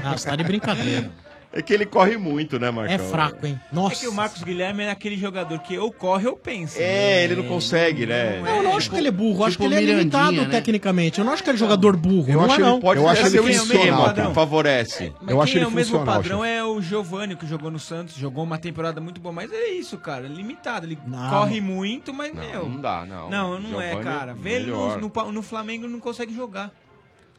Speaker 7: Ah, você tá de brincadeira.
Speaker 9: É que ele corre muito, né, Marcão?
Speaker 11: É fraco,
Speaker 7: hein?
Speaker 11: É que o Marcos Guilherme é aquele jogador que ou corre ou pensa.
Speaker 9: É, ele não consegue, né?
Speaker 7: Eu não acho que ele é burro, acho que
Speaker 11: tipo
Speaker 7: ele é
Speaker 11: Mirandinha,
Speaker 7: limitado
Speaker 11: né?
Speaker 7: tecnicamente. Eu não acho que ele é jogador burro.
Speaker 10: Eu
Speaker 7: não
Speaker 10: acho
Speaker 7: é,
Speaker 10: ele
Speaker 7: não.
Speaker 10: pode- Eu acho ele funcional,
Speaker 9: cara. um Favorece.
Speaker 11: Mas
Speaker 10: Eu
Speaker 11: quem
Speaker 10: acho ele
Speaker 11: é o mesmo
Speaker 10: funcional,
Speaker 11: padrão é o Giovani, que jogou no Santos, jogou uma temporada muito boa, mas é isso, cara, é limitado. Ele corre muito, mas,
Speaker 9: Não,
Speaker 11: meu.
Speaker 9: não dá, não.
Speaker 11: Não, não é,
Speaker 9: Giovani
Speaker 11: cara.
Speaker 9: é
Speaker 11: Vê ele no,
Speaker 9: melhor.
Speaker 11: no, pa- no Flamengo não consegue jogar.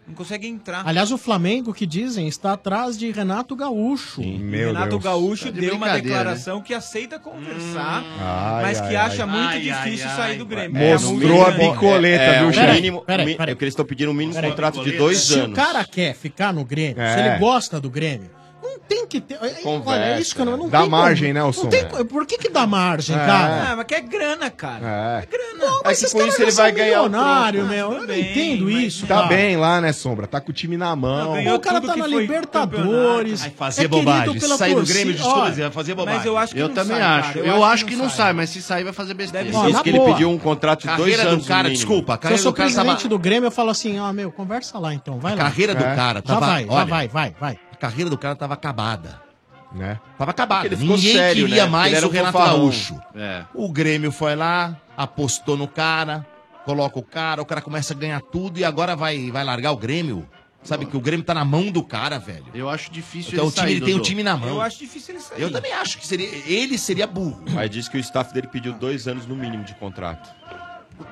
Speaker 11: Não consegue entrar.
Speaker 7: Aliás, o Flamengo, que dizem, está atrás de Renato Gaúcho.
Speaker 11: meu Renato Deus. É né? Gaúcho
Speaker 7: Tá de
Speaker 11: deu uma
Speaker 7: brincadeira, né?
Speaker 11: declaração que aceita conversar,
Speaker 9: Hum.
Speaker 7: Ai,
Speaker 11: mas que
Speaker 7: ai,
Speaker 11: acha
Speaker 7: ai.
Speaker 11: muito
Speaker 7: Ai,
Speaker 11: difícil
Speaker 7: ai,
Speaker 11: sair
Speaker 7: ai.
Speaker 11: do Grêmio.
Speaker 7: É,
Speaker 9: Mostrou
Speaker 7: no
Speaker 9: a
Speaker 7: mínimo,
Speaker 9: bicoleta,
Speaker 7: é, é,
Speaker 9: viu,
Speaker 7: um
Speaker 9: Chico?
Speaker 7: mínimo-
Speaker 9: Peraí,
Speaker 7: peraí.
Speaker 9: É porque eles estão pedindo um mínimo
Speaker 7: Peraí.
Speaker 9: contrato de dois
Speaker 7: se
Speaker 9: anos.
Speaker 7: o cara quer ficar no Grêmio,
Speaker 9: É.
Speaker 7: se ele gosta do Grêmio, não tem que ter. Olha,
Speaker 10: Conversa,
Speaker 7: é isso que eu não, não
Speaker 10: Dá
Speaker 7: tem como-
Speaker 10: margem, né, Alson?
Speaker 7: Não tem co- Por que, que dá margem,
Speaker 10: É.
Speaker 7: cara?
Speaker 11: Ah, mas quer grana, cara.
Speaker 10: É.
Speaker 7: Não, mas esses caras já são milionário,
Speaker 16: né?
Speaker 11: né?
Speaker 7: meu. Eu não entendo isso.
Speaker 10: Tá
Speaker 7: cara.
Speaker 10: bem lá, né, Sombra? Tá com o time na mão.
Speaker 7: Pô, o cara tá na Libertadores.
Speaker 10: Aí
Speaker 7: é
Speaker 10: fazia
Speaker 7: querido
Speaker 10: bobagem,
Speaker 7: pela
Speaker 10: sair do
Speaker 7: torcida.
Speaker 10: Grêmio de
Speaker 7: Olha,
Speaker 16: Todas, ia fazer bobagem.
Speaker 11: Mas eu acho que
Speaker 18: Eu
Speaker 11: não
Speaker 18: também
Speaker 11: sai,
Speaker 18: acho.
Speaker 11: cara.
Speaker 18: Eu, acho que não sai, mas se sair vai fazer besteira.
Speaker 11: Deve Ó,
Speaker 9: Diz que ele pediu um contrato de dois
Speaker 18: Carreira do
Speaker 9: anos.
Speaker 18: cara,
Speaker 9: no mínimo.
Speaker 18: desculpa, a
Speaker 7: Se eu
Speaker 18: carreira
Speaker 7: sou
Speaker 18: do cara
Speaker 16: tá
Speaker 18: tava-
Speaker 7: presidente do Grêmio, eu falo assim, ó, meu, conversa lá então, vai
Speaker 16: A
Speaker 7: lá.
Speaker 16: carreira
Speaker 18: É.
Speaker 16: do cara
Speaker 7: Já
Speaker 16: tava.
Speaker 7: vai, já
Speaker 16: olha,
Speaker 7: vai, vai, vai.
Speaker 16: A carreira do cara tava acabada.
Speaker 10: Né?
Speaker 16: Tava acabada.
Speaker 9: É. Porque ele ficou
Speaker 16: Ninguém
Speaker 9: sério, né?
Speaker 16: queria
Speaker 9: Porque ele
Speaker 16: mais
Speaker 9: era
Speaker 16: o
Speaker 9: um
Speaker 16: Renato
Speaker 9: fanfarrão.
Speaker 16: Gaúcho.
Speaker 18: É.
Speaker 16: O Grêmio foi lá, apostou no cara, coloca o cara, o cara começa a ganhar tudo e agora vai, vai largar o Grêmio. Sabe que o Grêmio tá na mão do cara, velho.
Speaker 18: Eu acho difícil
Speaker 16: Então,
Speaker 18: ele
Speaker 16: o time,
Speaker 18: sair,
Speaker 16: ele tem o
Speaker 18: Dodô.
Speaker 16: time na mão.
Speaker 11: Eu acho difícil ele sair.
Speaker 16: Eu também acho que seria, ele seria burro.
Speaker 9: Mas diz que o staff dele pediu dois anos no mínimo de contrato.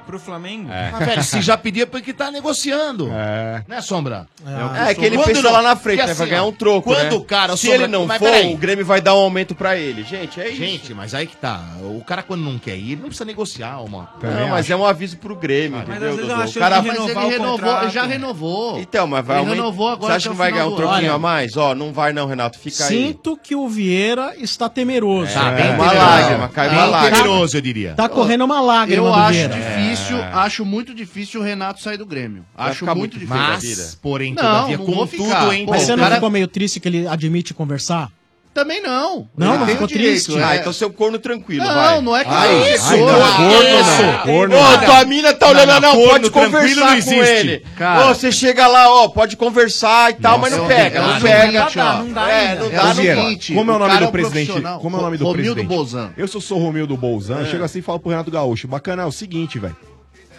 Speaker 11: Pro Flamengo?
Speaker 9: É.
Speaker 16: Ah, velho, se já pedir é porque tá negociando.
Speaker 10: É.
Speaker 16: Né, Sombra? assim,
Speaker 9: É, que ele pensa lá na frente, né? Vai ganhar um troco,
Speaker 16: Quando
Speaker 9: né?
Speaker 16: o cara...
Speaker 9: Se
Speaker 16: Sombra,
Speaker 9: ele não
Speaker 16: mas
Speaker 9: for,
Speaker 16: peraí.
Speaker 9: o Grêmio vai dar um aumento pra ele. Gente, é isso.
Speaker 16: Gente, mas aí que tá. O cara quando não quer ir, ele não precisa negociar, uma.
Speaker 9: não, mas é um aviso pro Grêmio,
Speaker 16: Mas
Speaker 9: entendeu,
Speaker 16: às vezes
Speaker 9: Dodô?
Speaker 16: eu acho
Speaker 9: O cara
Speaker 16: que
Speaker 9: vai-
Speaker 16: renovar
Speaker 18: Ele
Speaker 16: o
Speaker 18: renovou,
Speaker 16: contrato.
Speaker 18: já renovou.
Speaker 9: Então, mas vai
Speaker 18: Ele
Speaker 9: aumentar.
Speaker 18: renovou agora
Speaker 9: Você acha que
Speaker 18: até o
Speaker 9: vai ganhar
Speaker 18: final
Speaker 9: um
Speaker 18: do ano.
Speaker 9: troquinho
Speaker 18: Olha,
Speaker 9: a mais? Ó, não vai não, Renato. Fica aí.
Speaker 7: Sinto que o Vieira está temeroso.
Speaker 9: Tá bem Uma temeroso. lágrima, caiu uma
Speaker 7: Tá-
Speaker 9: lágrima.
Speaker 16: Temeroso, eu diria.
Speaker 7: Tá correndo uma lágrima
Speaker 18: Eu
Speaker 7: do
Speaker 18: acho
Speaker 7: Vieira.
Speaker 18: difícil,
Speaker 15: É.
Speaker 18: acho muito difícil o Renato sair do Grêmio.
Speaker 7: Vai
Speaker 18: acho
Speaker 7: ficar
Speaker 18: muito,
Speaker 7: muito
Speaker 18: difícil.
Speaker 7: mas,
Speaker 16: porém,
Speaker 18: não, não vou ficar. Pô,
Speaker 7: Mas você
Speaker 18: o
Speaker 7: não
Speaker 18: cara-
Speaker 7: ficou meio triste que ele admite conversar?
Speaker 18: Também não.
Speaker 7: Não,
Speaker 18: Ele
Speaker 7: mas
Speaker 18: tem
Speaker 7: ficou
Speaker 18: o direito,
Speaker 7: triste.
Speaker 18: é.
Speaker 9: Ah, então seu corno tranquilo,
Speaker 18: Não,
Speaker 9: vai.
Speaker 18: não é que
Speaker 9: Ah,
Speaker 18: eu
Speaker 9: isso.
Speaker 18: sou.
Speaker 9: não,
Speaker 18: Ah,
Speaker 9: corno, não.
Speaker 18: é.
Speaker 9: Corno.
Speaker 18: Tem
Speaker 9: Ô,
Speaker 18: nada.
Speaker 9: tua mina tá
Speaker 18: Não,
Speaker 9: olhando, não,
Speaker 18: não,
Speaker 9: pode
Speaker 18: corno tranquilo
Speaker 9: conversar
Speaker 18: não
Speaker 9: com
Speaker 18: existe.
Speaker 9: ele.
Speaker 18: Cara.
Speaker 9: Ô, você chega lá, ó, pode conversar e tal, mas não
Speaker 18: Nossa,
Speaker 9: pega,
Speaker 18: cara,
Speaker 9: não
Speaker 18: não
Speaker 9: pega.
Speaker 18: dá, não dá
Speaker 9: É,
Speaker 18: ainda.
Speaker 16: Então,
Speaker 9: não
Speaker 18: É
Speaker 9: dá,
Speaker 18: o
Speaker 9: não
Speaker 18: seguinte,
Speaker 9: pega.
Speaker 18: Gente,
Speaker 10: como é o
Speaker 18: o
Speaker 10: nome
Speaker 18: cara é
Speaker 10: do
Speaker 18: um
Speaker 10: presidente?
Speaker 18: profissional.
Speaker 10: Como é o nome do
Speaker 18: Romildo
Speaker 10: presidente?
Speaker 18: Bolzan.
Speaker 10: Eu sou, sou Romildo Bolzan, chego assim e falo pro Renato Gaúcho, bacana, é o é seguinte, velho.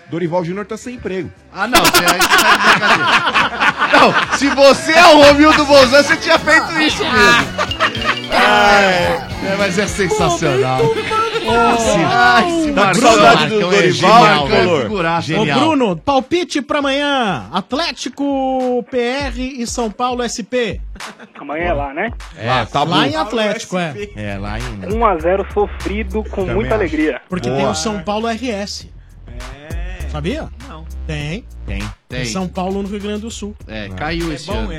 Speaker 10: Dorival Júnior tá sem emprego.
Speaker 15: Ah, não, você aí você tá de brincadeira. Não, se você é o Romildo Bolzan, você tinha feito
Speaker 18: Ah.
Speaker 15: isso mesmo. Ai, é, mas é sensacional.
Speaker 7: Ai,
Speaker 15: esse
Speaker 7: Tá
Speaker 15: Marcão
Speaker 7: saudade
Speaker 15: Marcão
Speaker 7: do
Speaker 15: é
Speaker 7: Dorival,
Speaker 15: genial,
Speaker 9: né?
Speaker 7: Marcão.
Speaker 15: é figuraça.
Speaker 7: Ô, Bruno, palpite pra amanhã. Atlético PR e São Paulo SP.
Speaker 21: Amanhã é lá, né?
Speaker 16: É, tá
Speaker 7: Lá
Speaker 16: bom.
Speaker 7: em Atlético, é.
Speaker 16: É, lá em.
Speaker 21: 1x0 sofrido com
Speaker 16: Também
Speaker 21: muita
Speaker 16: acho.
Speaker 21: alegria.
Speaker 7: Porque
Speaker 16: Boa.
Speaker 7: tem o São Paulo RS. Sabia? Não. Tem.
Speaker 16: Tem.
Speaker 15: Tem.
Speaker 7: Em São Paulo, no Rio Grande do Sul.
Speaker 15: É,
Speaker 9: Ah.
Speaker 15: caiu esse ano.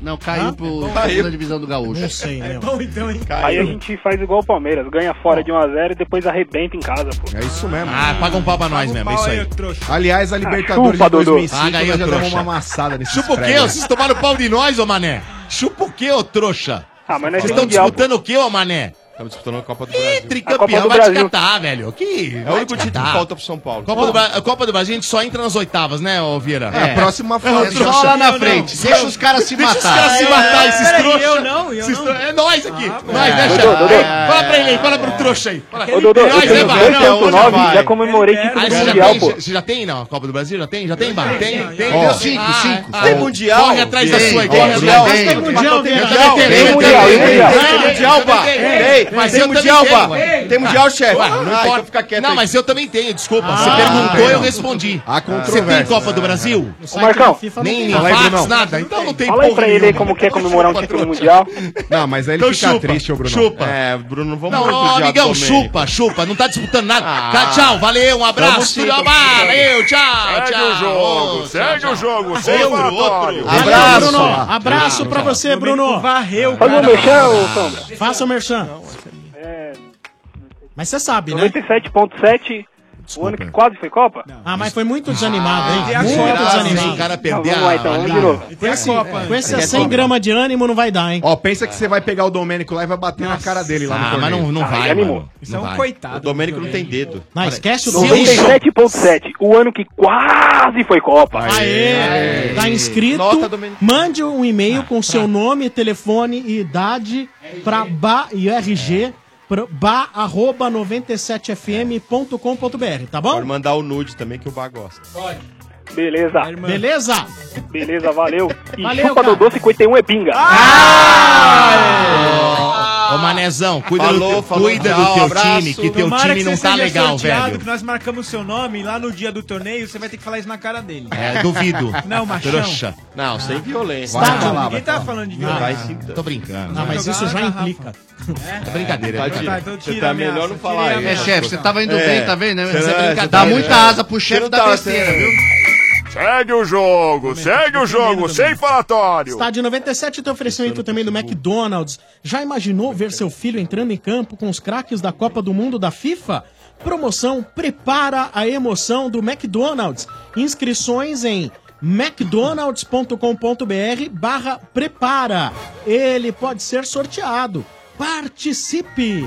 Speaker 15: Não,
Speaker 7: Hã?
Speaker 15: caiu
Speaker 7: É
Speaker 15: pro
Speaker 7: bom?
Speaker 15: pra segunda
Speaker 7: Caiu.
Speaker 15: divisão do Gaúcho.
Speaker 7: Não sei, né?
Speaker 15: então, hein?
Speaker 21: Aí a gente faz igual o Palmeiras, ganha fora de 1x0 e depois arrebenta em casa, pô.
Speaker 10: É isso mesmo.
Speaker 16: Ah, paga um pau pra nós mesmo, é isso aí.
Speaker 10: Aliás,
Speaker 9: Ah,
Speaker 10: a
Speaker 16: Libertadores
Speaker 10: Libertadores de 2005
Speaker 16: Paga aí,
Speaker 10: nós
Speaker 16: ô
Speaker 10: já demos
Speaker 16: trouxa.
Speaker 10: uma amassada nesse
Speaker 16: Chupa o quê? ô? Vocês tomaram pau de nós, ô mané? Chupa o quê, ô trouxa?
Speaker 21: Ah,
Speaker 9: é
Speaker 21: mas nós
Speaker 16: Vocês
Speaker 21: tem
Speaker 16: estão
Speaker 21: mundial,
Speaker 16: disputando o quê, ô mané?
Speaker 9: Estamos disputando a Copa do
Speaker 16: Ih,
Speaker 9: Brasil.
Speaker 16: tricampeão, vai te catar, velho. Que...
Speaker 9: É o único título que falta pro São Paulo.
Speaker 16: Copa, do Bra- Copa do Brasil a gente só entra nas oitavas, né, ô Vieira?
Speaker 9: É, a próxima
Speaker 16: É,
Speaker 9: fase.
Speaker 16: trouxa.
Speaker 9: Só lá na
Speaker 16: Eu não.
Speaker 9: frente.
Speaker 16: Eu-
Speaker 9: Deixa os caras se
Speaker 16: Deixa os
Speaker 9: matar.
Speaker 16: caras se
Speaker 9: É,
Speaker 16: matar,
Speaker 9: é,
Speaker 16: esses
Speaker 9: peraí,
Speaker 16: trouxas.
Speaker 9: eu não, eu
Speaker 16: Esses
Speaker 9: não.
Speaker 16: tro- É nós aqui. nós,
Speaker 9: É,
Speaker 16: né,
Speaker 9: Dodô,
Speaker 16: Xará?
Speaker 9: Dodô.
Speaker 16: É, Fala pra ele aí, fala pro trouxa aí. Fala.
Speaker 21: Ô, Dodô,
Speaker 16: É nós,
Speaker 21: eu
Speaker 16: né,
Speaker 21: tenho
Speaker 16: Barra? Não,
Speaker 21: 2,9,
Speaker 16: onde vai?
Speaker 21: já comemorei título
Speaker 16: Ah, você já
Speaker 21: mundial,
Speaker 16: tem,
Speaker 21: pô.
Speaker 16: você- Você já tem, não? Copa do Brasil? Já tem? Já tem, Barra? Tem, tem.
Speaker 21: Ó,
Speaker 16: Deus.
Speaker 21: cinco,
Speaker 16: Ah,
Speaker 21: cinco.
Speaker 16: ah,
Speaker 21: Tem
Speaker 16: ah.
Speaker 21: mundial?
Speaker 16: Corre atrás da
Speaker 21: Tem,
Speaker 16: sua aí,
Speaker 21: tem
Speaker 16: corre
Speaker 21: mundial,
Speaker 16: atrás.
Speaker 21: tem mundial, tem
Speaker 16: Eu
Speaker 21: mundial.
Speaker 16: também tenho,
Speaker 21: Tem
Speaker 16: eu
Speaker 21: mundial,
Speaker 16: também tenho.
Speaker 21: tem
Speaker 16: Eu
Speaker 21: mundial. Tem
Speaker 16: também
Speaker 21: mundial,
Speaker 16: tenho,
Speaker 21: pá.
Speaker 16: eu também
Speaker 21: Tem,
Speaker 16: tenho.
Speaker 21: tem
Speaker 16: Mas eu
Speaker 21: mundial,
Speaker 16: também tenho,
Speaker 21: pá.
Speaker 16: ué.
Speaker 21: Tem mundial, chefe.
Speaker 16: Ué,
Speaker 21: Ah,
Speaker 16: Não
Speaker 21: então
Speaker 16: importa.
Speaker 21: fica quieto
Speaker 16: Não,
Speaker 21: aí.
Speaker 16: mas eu também tenho, desculpa. Você
Speaker 21: Ah,
Speaker 16: perguntou,
Speaker 21: é.
Speaker 16: eu respondi. Você tem
Speaker 21: controvérsias.
Speaker 16: Copa do Brasil?
Speaker 21: Ô, Marcão,
Speaker 16: Nem
Speaker 21: Fala aí,
Speaker 16: fax,
Speaker 21: Brunão.
Speaker 16: nada. Então não tem
Speaker 21: Fala aí
Speaker 16: porra
Speaker 21: pra ele aí
Speaker 16: nenhuma.
Speaker 21: como quer comemorar um título mundial.
Speaker 10: Não, mas aí ele
Speaker 16: Então
Speaker 10: fica
Speaker 16: chupa,
Speaker 10: triste, ô Bruno.
Speaker 16: chupa.
Speaker 10: É, Bruno, não
Speaker 16: Não, ô, amigão, chupa, chupa, não tá disputando nada. Tá, tchau, valeu, um abraço,
Speaker 10: sim,
Speaker 16: tudo
Speaker 10: tamo
Speaker 16: bom,
Speaker 10: sim.
Speaker 16: valeu, tchau,
Speaker 10: Segue
Speaker 16: tchau.
Speaker 10: o jogo, segue
Speaker 16: o jogo,
Speaker 10: sem
Speaker 16: outro.
Speaker 7: Valeu, Bruno. Abraço pra você, Bruno. Varreu,
Speaker 21: Faz o cara. merchan, ô, Sombra.
Speaker 7: Faça o merchan. Mas você sabe, né?
Speaker 21: 97.7, o ano que quase foi Copa?
Speaker 7: Ah, mas foi muito desanimado, hein?
Speaker 21: tem a
Speaker 7: muito
Speaker 21: chorar,
Speaker 7: desanimado.
Speaker 21: assim, o
Speaker 16: é
Speaker 21: cara
Speaker 7: Tá
Speaker 21: perder Não, vamos lá, então, a- vamos de novo.
Speaker 7: Com esse, com
Speaker 10: É,
Speaker 7: esse
Speaker 10: é
Speaker 7: 100
Speaker 10: Copa.
Speaker 7: gramas de ânimo não vai dar, hein?
Speaker 10: Ó, pensa que você vai pegar o Domênico lá e vai bater na cara dele lá
Speaker 16: Ah,
Speaker 10: no
Speaker 16: mas
Speaker 10: torneio.
Speaker 16: não- não Ah, vai, ele mano. animou. Isso Não é um vai. coitado
Speaker 10: O Domênico não tem dedo.
Speaker 7: Não, esquece o
Speaker 10: Se eu
Speaker 21: 97.7, o ano que quase foi Copa.
Speaker 7: Aê! Tá inscrito. Mande um e-mail com seu nome, telefone e idade pra ba e RG pra ba@97fm.com.br, tá bom?
Speaker 9: Pode mandar o nude também que o Bá gosta.
Speaker 21: Beleza.
Speaker 7: Beleza?
Speaker 21: Beleza, valeu. E
Speaker 7: Valeu,
Speaker 21: chupa Dodô 51 é pinga.
Speaker 16: Ah! Ô, ô, Manezão, cuida
Speaker 9: Falou,
Speaker 16: do teu,
Speaker 9: falou,
Speaker 16: cuida
Speaker 9: tchau,
Speaker 16: do teu
Speaker 9: abraço.
Speaker 16: time, que teu
Speaker 11: Tomara
Speaker 16: time
Speaker 11: que
Speaker 16: não
Speaker 11: você
Speaker 16: tá
Speaker 11: seja
Speaker 16: legal,
Speaker 11: sorteado,
Speaker 16: velho.
Speaker 11: que nós marcamos seu nome e lá no dia do torneio, você vai ter que falar isso na cara dele.
Speaker 16: É, duvido.
Speaker 11: Não, machão.
Speaker 16: Trouxa.
Speaker 9: Não, sem violência.
Speaker 11: Vai falar, Ninguém vai tá falar. falando de violência.
Speaker 9: Vai sim.
Speaker 16: Tô brincando.
Speaker 7: Não, mas isso já implica.
Speaker 16: É brincadeira, é
Speaker 9: Tá,
Speaker 16: brincadeira.
Speaker 9: tira. Você tá melhor não falar
Speaker 15: É, chefe, você tava indo bem, tá vendo?
Speaker 9: Você
Speaker 15: Você
Speaker 9: não-
Speaker 15: brinca-
Speaker 9: você
Speaker 15: dá
Speaker 9: tá-
Speaker 15: muita asa pro
Speaker 9: Você
Speaker 15: chefe
Speaker 9: não
Speaker 15: da
Speaker 9: tava
Speaker 15: besteira,
Speaker 9: sendo-
Speaker 15: viu?
Speaker 22: Segue o jogo, segue o jogo, sem falatório.
Speaker 7: Estádio 97 tem oferecimento também do McDonald's. Já imaginou ver seu filho entrando em campo com os craques da Copa do Mundo da FIFA? Promoção Prepara a Emoção do McDonald's. Inscrições em mcdonalds.com.br barra prepara. Ele pode ser sorteado. Participe!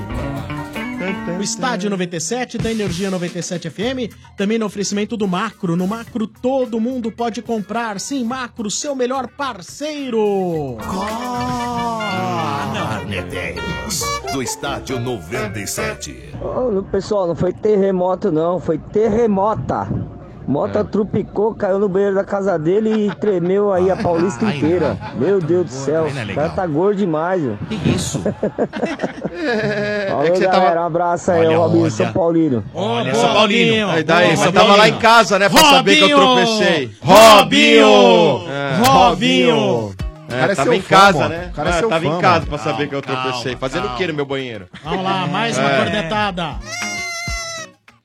Speaker 7: O Estádio 97 da Energia 97 FM, também no oferecimento do Macro. No Macro todo mundo pode comprar. Sim, Macro, seu melhor parceiro.
Speaker 14: Arne 10, Ah, do estádio 97.
Speaker 23: Ô, pessoal, não foi terremoto não, foi terremota. Mota trupicou, caiu no banheiro da casa dele e tremeu aí a Paulista inteira. Meu Deus do céu,
Speaker 16: não é
Speaker 23: o
Speaker 16: legal.
Speaker 23: cara tá gordo demais, viu? Que
Speaker 16: isso?
Speaker 23: Falou,
Speaker 9: É. que você tava-
Speaker 23: galera, um abraço aí,
Speaker 9: Olha,
Speaker 23: o Robinho
Speaker 9: olha.
Speaker 23: São Paulino.
Speaker 16: Olha, São Paulino.
Speaker 9: Aí daí, você tava lá em casa, né? Pra saber que eu tropecei. É. É,
Speaker 10: Cara, é
Speaker 9: tava
Speaker 16: um
Speaker 10: seu
Speaker 9: em
Speaker 10: fã,
Speaker 9: casa,
Speaker 10: mano.
Speaker 9: né?
Speaker 10: O cara é
Speaker 9: Ah,
Speaker 10: seu
Speaker 9: tava
Speaker 10: fã,
Speaker 9: em casa
Speaker 10: mano.
Speaker 9: pra saber que eu tropecei. Fazendo o que no meu banheiro?
Speaker 7: Vamos lá, mais uma
Speaker 9: É.
Speaker 7: cornetada.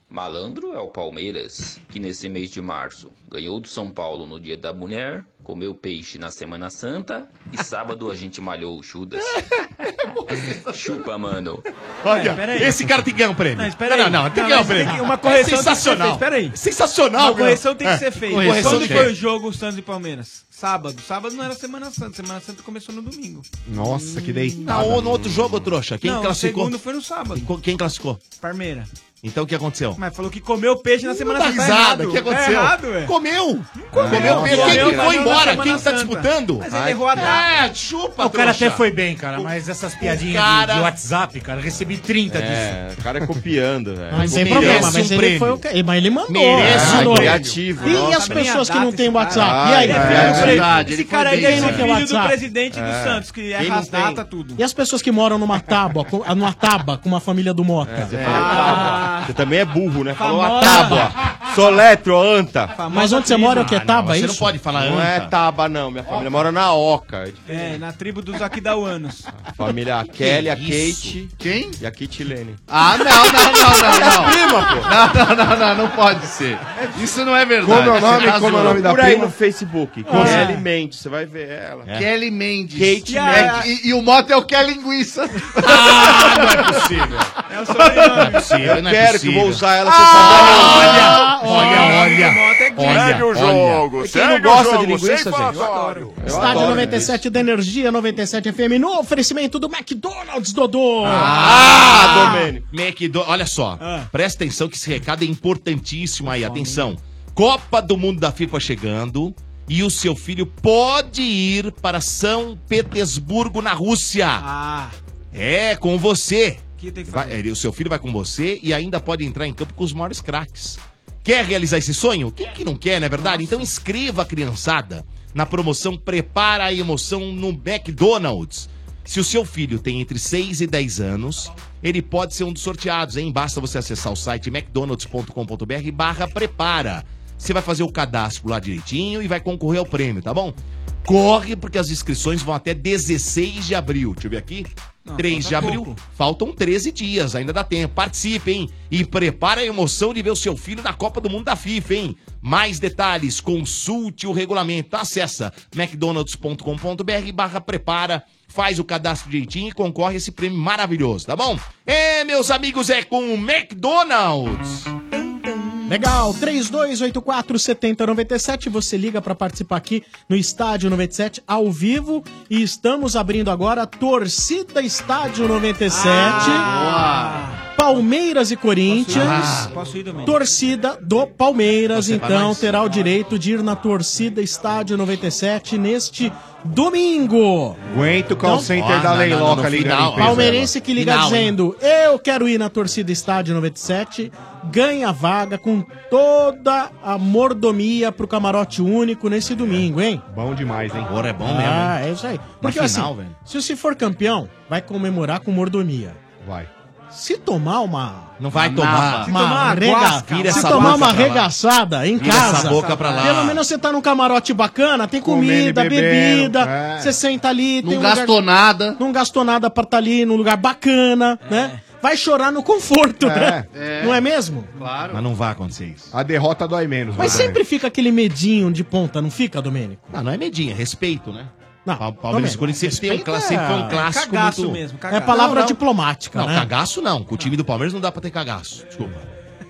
Speaker 12: Malandro é o Palmeiras, que nesse mês de março ganhou do São Paulo no Dia da Mulher, comeu peixe na Semana Santa e sábado a gente malhou o Judas. Chupa, mano.
Speaker 16: Olha,
Speaker 12: É, peraí.
Speaker 16: esse cara tem que ganhar um prêmio.
Speaker 12: Não, espera
Speaker 16: não,
Speaker 12: aí.
Speaker 16: não, não, tem que
Speaker 12: Não,
Speaker 16: ganhar um
Speaker 12: mas tem
Speaker 16: prêmio.
Speaker 12: que- uma correção tem que ser
Speaker 16: sensacional.
Speaker 12: feita, espera aí.
Speaker 16: Sensacional, É,
Speaker 11: Uma correção tem que ser feita.
Speaker 16: Correção
Speaker 11: Quando
Speaker 16: tem que
Speaker 11: foi
Speaker 16: ser.
Speaker 11: o jogo Santos e Palmeiras? Sábado. Sábado não era Semana Santa. Semana Santa começou no domingo.
Speaker 16: Nossa, que
Speaker 11: Não,
Speaker 16: deitada.
Speaker 11: ou
Speaker 16: no outro jogo, trouxa.
Speaker 11: Não, o segundo foi no sábado.
Speaker 16: Quem classificou?
Speaker 11: Palmeira.
Speaker 16: Então o que aconteceu?
Speaker 11: Mas falou que comeu peixe na Semana
Speaker 16: dá
Speaker 11: Santa. tá
Speaker 16: risada,
Speaker 11: errado.
Speaker 16: o que aconteceu?
Speaker 11: Tá errado, velho.
Speaker 16: Comeu!
Speaker 11: comeu.
Speaker 16: Comeu peixe.
Speaker 11: Comeu,
Speaker 16: Quem que
Speaker 11: mas
Speaker 16: foi
Speaker 11: não na
Speaker 16: embora?
Speaker 11: Semana
Speaker 16: Quem que tá
Speaker 11: Santa.
Speaker 16: disputando?
Speaker 11: Mas ele errou a data.
Speaker 16: É, chupa,
Speaker 20: O cara
Speaker 16: trouxa.
Speaker 20: até foi bem, cara, mas essas piadinhas de-
Speaker 16: cara-
Speaker 20: de WhatsApp, cara, recebi 30
Speaker 9: É,
Speaker 20: disso.
Speaker 9: o cara é copiando, velho.
Speaker 7: Mas sem
Speaker 9: Merece
Speaker 7: problema, mas
Speaker 9: um
Speaker 7: ele
Speaker 9: prêmio.
Speaker 7: foi o que? Mas ele mandou.
Speaker 9: Merece
Speaker 7: né?
Speaker 9: um
Speaker 7: Mandou.
Speaker 9: criativo,
Speaker 7: E
Speaker 9: nossa,
Speaker 7: as
Speaker 9: minha
Speaker 7: pessoas que
Speaker 9: data,
Speaker 7: não têm
Speaker 9: esse
Speaker 7: WhatsApp?
Speaker 9: cara.
Speaker 7: e aí?
Speaker 9: Ah, é verdade, ele
Speaker 7: Esse
Speaker 9: foi bem,
Speaker 7: não
Speaker 9: né?
Speaker 7: tem
Speaker 9: Filho do
Speaker 7: WhatsApp.
Speaker 9: presidente do É. Santos, que erra
Speaker 7: Quem não
Speaker 9: as
Speaker 7: tem?
Speaker 9: datas,
Speaker 11: tudo.
Speaker 7: E as pessoas que moram numa tábua, com, ah, numa tábua com uma família do Mota?
Speaker 9: É,
Speaker 7: É.
Speaker 9: Ah. Você também é burro, né? Falou a
Speaker 7: Famosa.
Speaker 9: tábua. Soletro, anta.
Speaker 7: Mas onde você mora é o que?
Speaker 9: Ah,
Speaker 7: Tábua,
Speaker 9: não,
Speaker 7: é
Speaker 9: você
Speaker 7: isso?
Speaker 9: não pode falar Não é Taba, não. Minha família mora na Oca.
Speaker 11: É, na tribo dos Aquidauanos.
Speaker 9: Família a Kelly, a
Speaker 11: isso?
Speaker 9: Kate. Quem? E a Kate Lene.
Speaker 18: Ah, não, não, não, não,
Speaker 9: É
Speaker 18: não.
Speaker 9: a prima,
Speaker 18: Não, não, não, não, não pode ser. Isso não é verdade.
Speaker 9: Como é o nome?
Speaker 18: Você tá
Speaker 9: Como é o
Speaker 18: zoando.
Speaker 9: nome da Por aí prima? no Facebook. Kelly Mendes, você vai ver ela.
Speaker 18: É. Kelly Mendes.
Speaker 9: Kate
Speaker 18: e, a-
Speaker 9: Mendes.
Speaker 18: e- e o moto é o que é linguiça.
Speaker 16: Ah, não é
Speaker 18: É
Speaker 16: possível.
Speaker 18: o
Speaker 9: Eu
Speaker 18: não é
Speaker 9: quero que
Speaker 18: possível.
Speaker 9: eu vou usar ela.
Speaker 18: Ah, olha, olha,
Speaker 9: você sabe.
Speaker 23: é
Speaker 18: olha,
Speaker 9: Segue o
Speaker 18: olha.
Speaker 9: jogo.
Speaker 18: Quem
Speaker 9: segue
Speaker 18: não
Speaker 9: o
Speaker 18: gosta de
Speaker 9: jogo,
Speaker 18: linguiça,
Speaker 9: sem
Speaker 18: gente?
Speaker 9: falar.
Speaker 18: Eu
Speaker 9: Eu
Speaker 7: Estádio
Speaker 9: adoro
Speaker 7: 97 da Energia, 97 FM, no oferecimento do McDonald's, Dodô!
Speaker 16: Ah, Domênico. McDo... Olha só,
Speaker 11: Ah.
Speaker 16: presta atenção que esse recado é importantíssimo aí, atenção. Copa do Mundo da FIFA chegando e o seu filho pode ir para São Petersburgo, na Rússia.
Speaker 11: Ah.
Speaker 16: É, com você.
Speaker 11: que tem que
Speaker 16: Vai- é, o seu filho vai com você e ainda pode entrar em campo com os maiores craques. Quer realizar esse sonho? Quem que não quer, não é verdade? Então inscreva a criançada na promoção Prepara a Emoção no McDonald's. Se o seu filho tem entre 6 e 10 anos, ele pode ser um dos sorteados, hein? Basta você acessar o site mcdonalds.com.br barra prepara. Você vai fazer o cadastro lá direitinho e vai concorrer ao prêmio, tá bom? Corre, porque as inscrições vão até 16 de abril. Deixa eu ver aqui. 3 de abril. Faltam 13 dias, ainda dá tempo. Participe, hein? E prepare a emoção de ver o seu filho na Copa do Mundo da FIFA, hein? Mais detalhes, consulte o regulamento. Acessa mcdonalds.com.br barra prepara, faz o cadastro direitinho e concorre a esse prêmio maravilhoso, tá bom? É, meus amigos, é com o McDonald's.
Speaker 7: Legal, 3284 7097, você liga pra participar aqui no Estádio 97 ao vivo e estamos abrindo agora a torcida Estádio 97. Palmeiras e Corinthians.
Speaker 11: Ah. Posso ir, Domênico?
Speaker 7: Torcida do Palmeiras,
Speaker 11: Você vai
Speaker 7: então,
Speaker 11: mais? Ah.
Speaker 7: terá o direito de ir na torcida Estádio 97 neste domingo.
Speaker 10: Aguenta o call
Speaker 7: Então-
Speaker 10: center da Leiloca ali. grande empresa.
Speaker 7: Palmeirense que liga
Speaker 10: Final, hein?
Speaker 7: dizendo: Eu quero ir na torcida Estádio 97, ganha a vaga com toda a mordomia pro camarote único nesse domingo, hein?
Speaker 10: É. Bom demais, hein?
Speaker 16: Agora é bom
Speaker 7: ah, é isso aí. Porque
Speaker 10: final,
Speaker 7: assim,
Speaker 10: velho.
Speaker 7: se você for campeão, vai comemorar com mordomia.
Speaker 10: Vai.
Speaker 7: Se tomar uma.
Speaker 16: Não vai
Speaker 7: uma Uma, uma
Speaker 16: tomar. Se tomar uma guasca,
Speaker 7: rega,
Speaker 16: vira
Speaker 7: se
Speaker 16: essa
Speaker 7: tomar
Speaker 16: boca
Speaker 7: uma
Speaker 16: pra lá.
Speaker 7: regaçada em
Speaker 16: Vira
Speaker 7: casa.
Speaker 16: essa boca pra lá.
Speaker 7: Pelo menos você tá num camarote bacana, tem
Speaker 16: Comendo e
Speaker 7: comida,
Speaker 16: bebendo,
Speaker 7: bebida.
Speaker 16: é.
Speaker 7: Você senta ali.
Speaker 18: Não gastou
Speaker 7: nada. Não gastou nada pra estar ali num lugar bacana,
Speaker 16: É.
Speaker 7: né? Vai chorar no conforto,
Speaker 10: É.
Speaker 7: né?
Speaker 10: É.
Speaker 7: Não é mesmo?
Speaker 18: Claro.
Speaker 16: Mas não vai acontecer isso.
Speaker 10: A derrota dói
Speaker 16: É
Speaker 10: menos.
Speaker 7: Mas
Speaker 10: Rodolfo.
Speaker 7: sempre fica aquele medinho de ponta, não fica, Domênico?
Speaker 16: Não, não é medinho, é respeito, né?
Speaker 7: Não,
Speaker 16: Palmeiras e Corinthians sempre tem um clássico, sempre foi um clássico muito-
Speaker 7: É palavra
Speaker 16: Não, não.
Speaker 7: diplomática,
Speaker 16: Não,
Speaker 7: né?
Speaker 16: cagaço não. Com o time do Palmeiras não dá pra ter cagaço. Desculpa.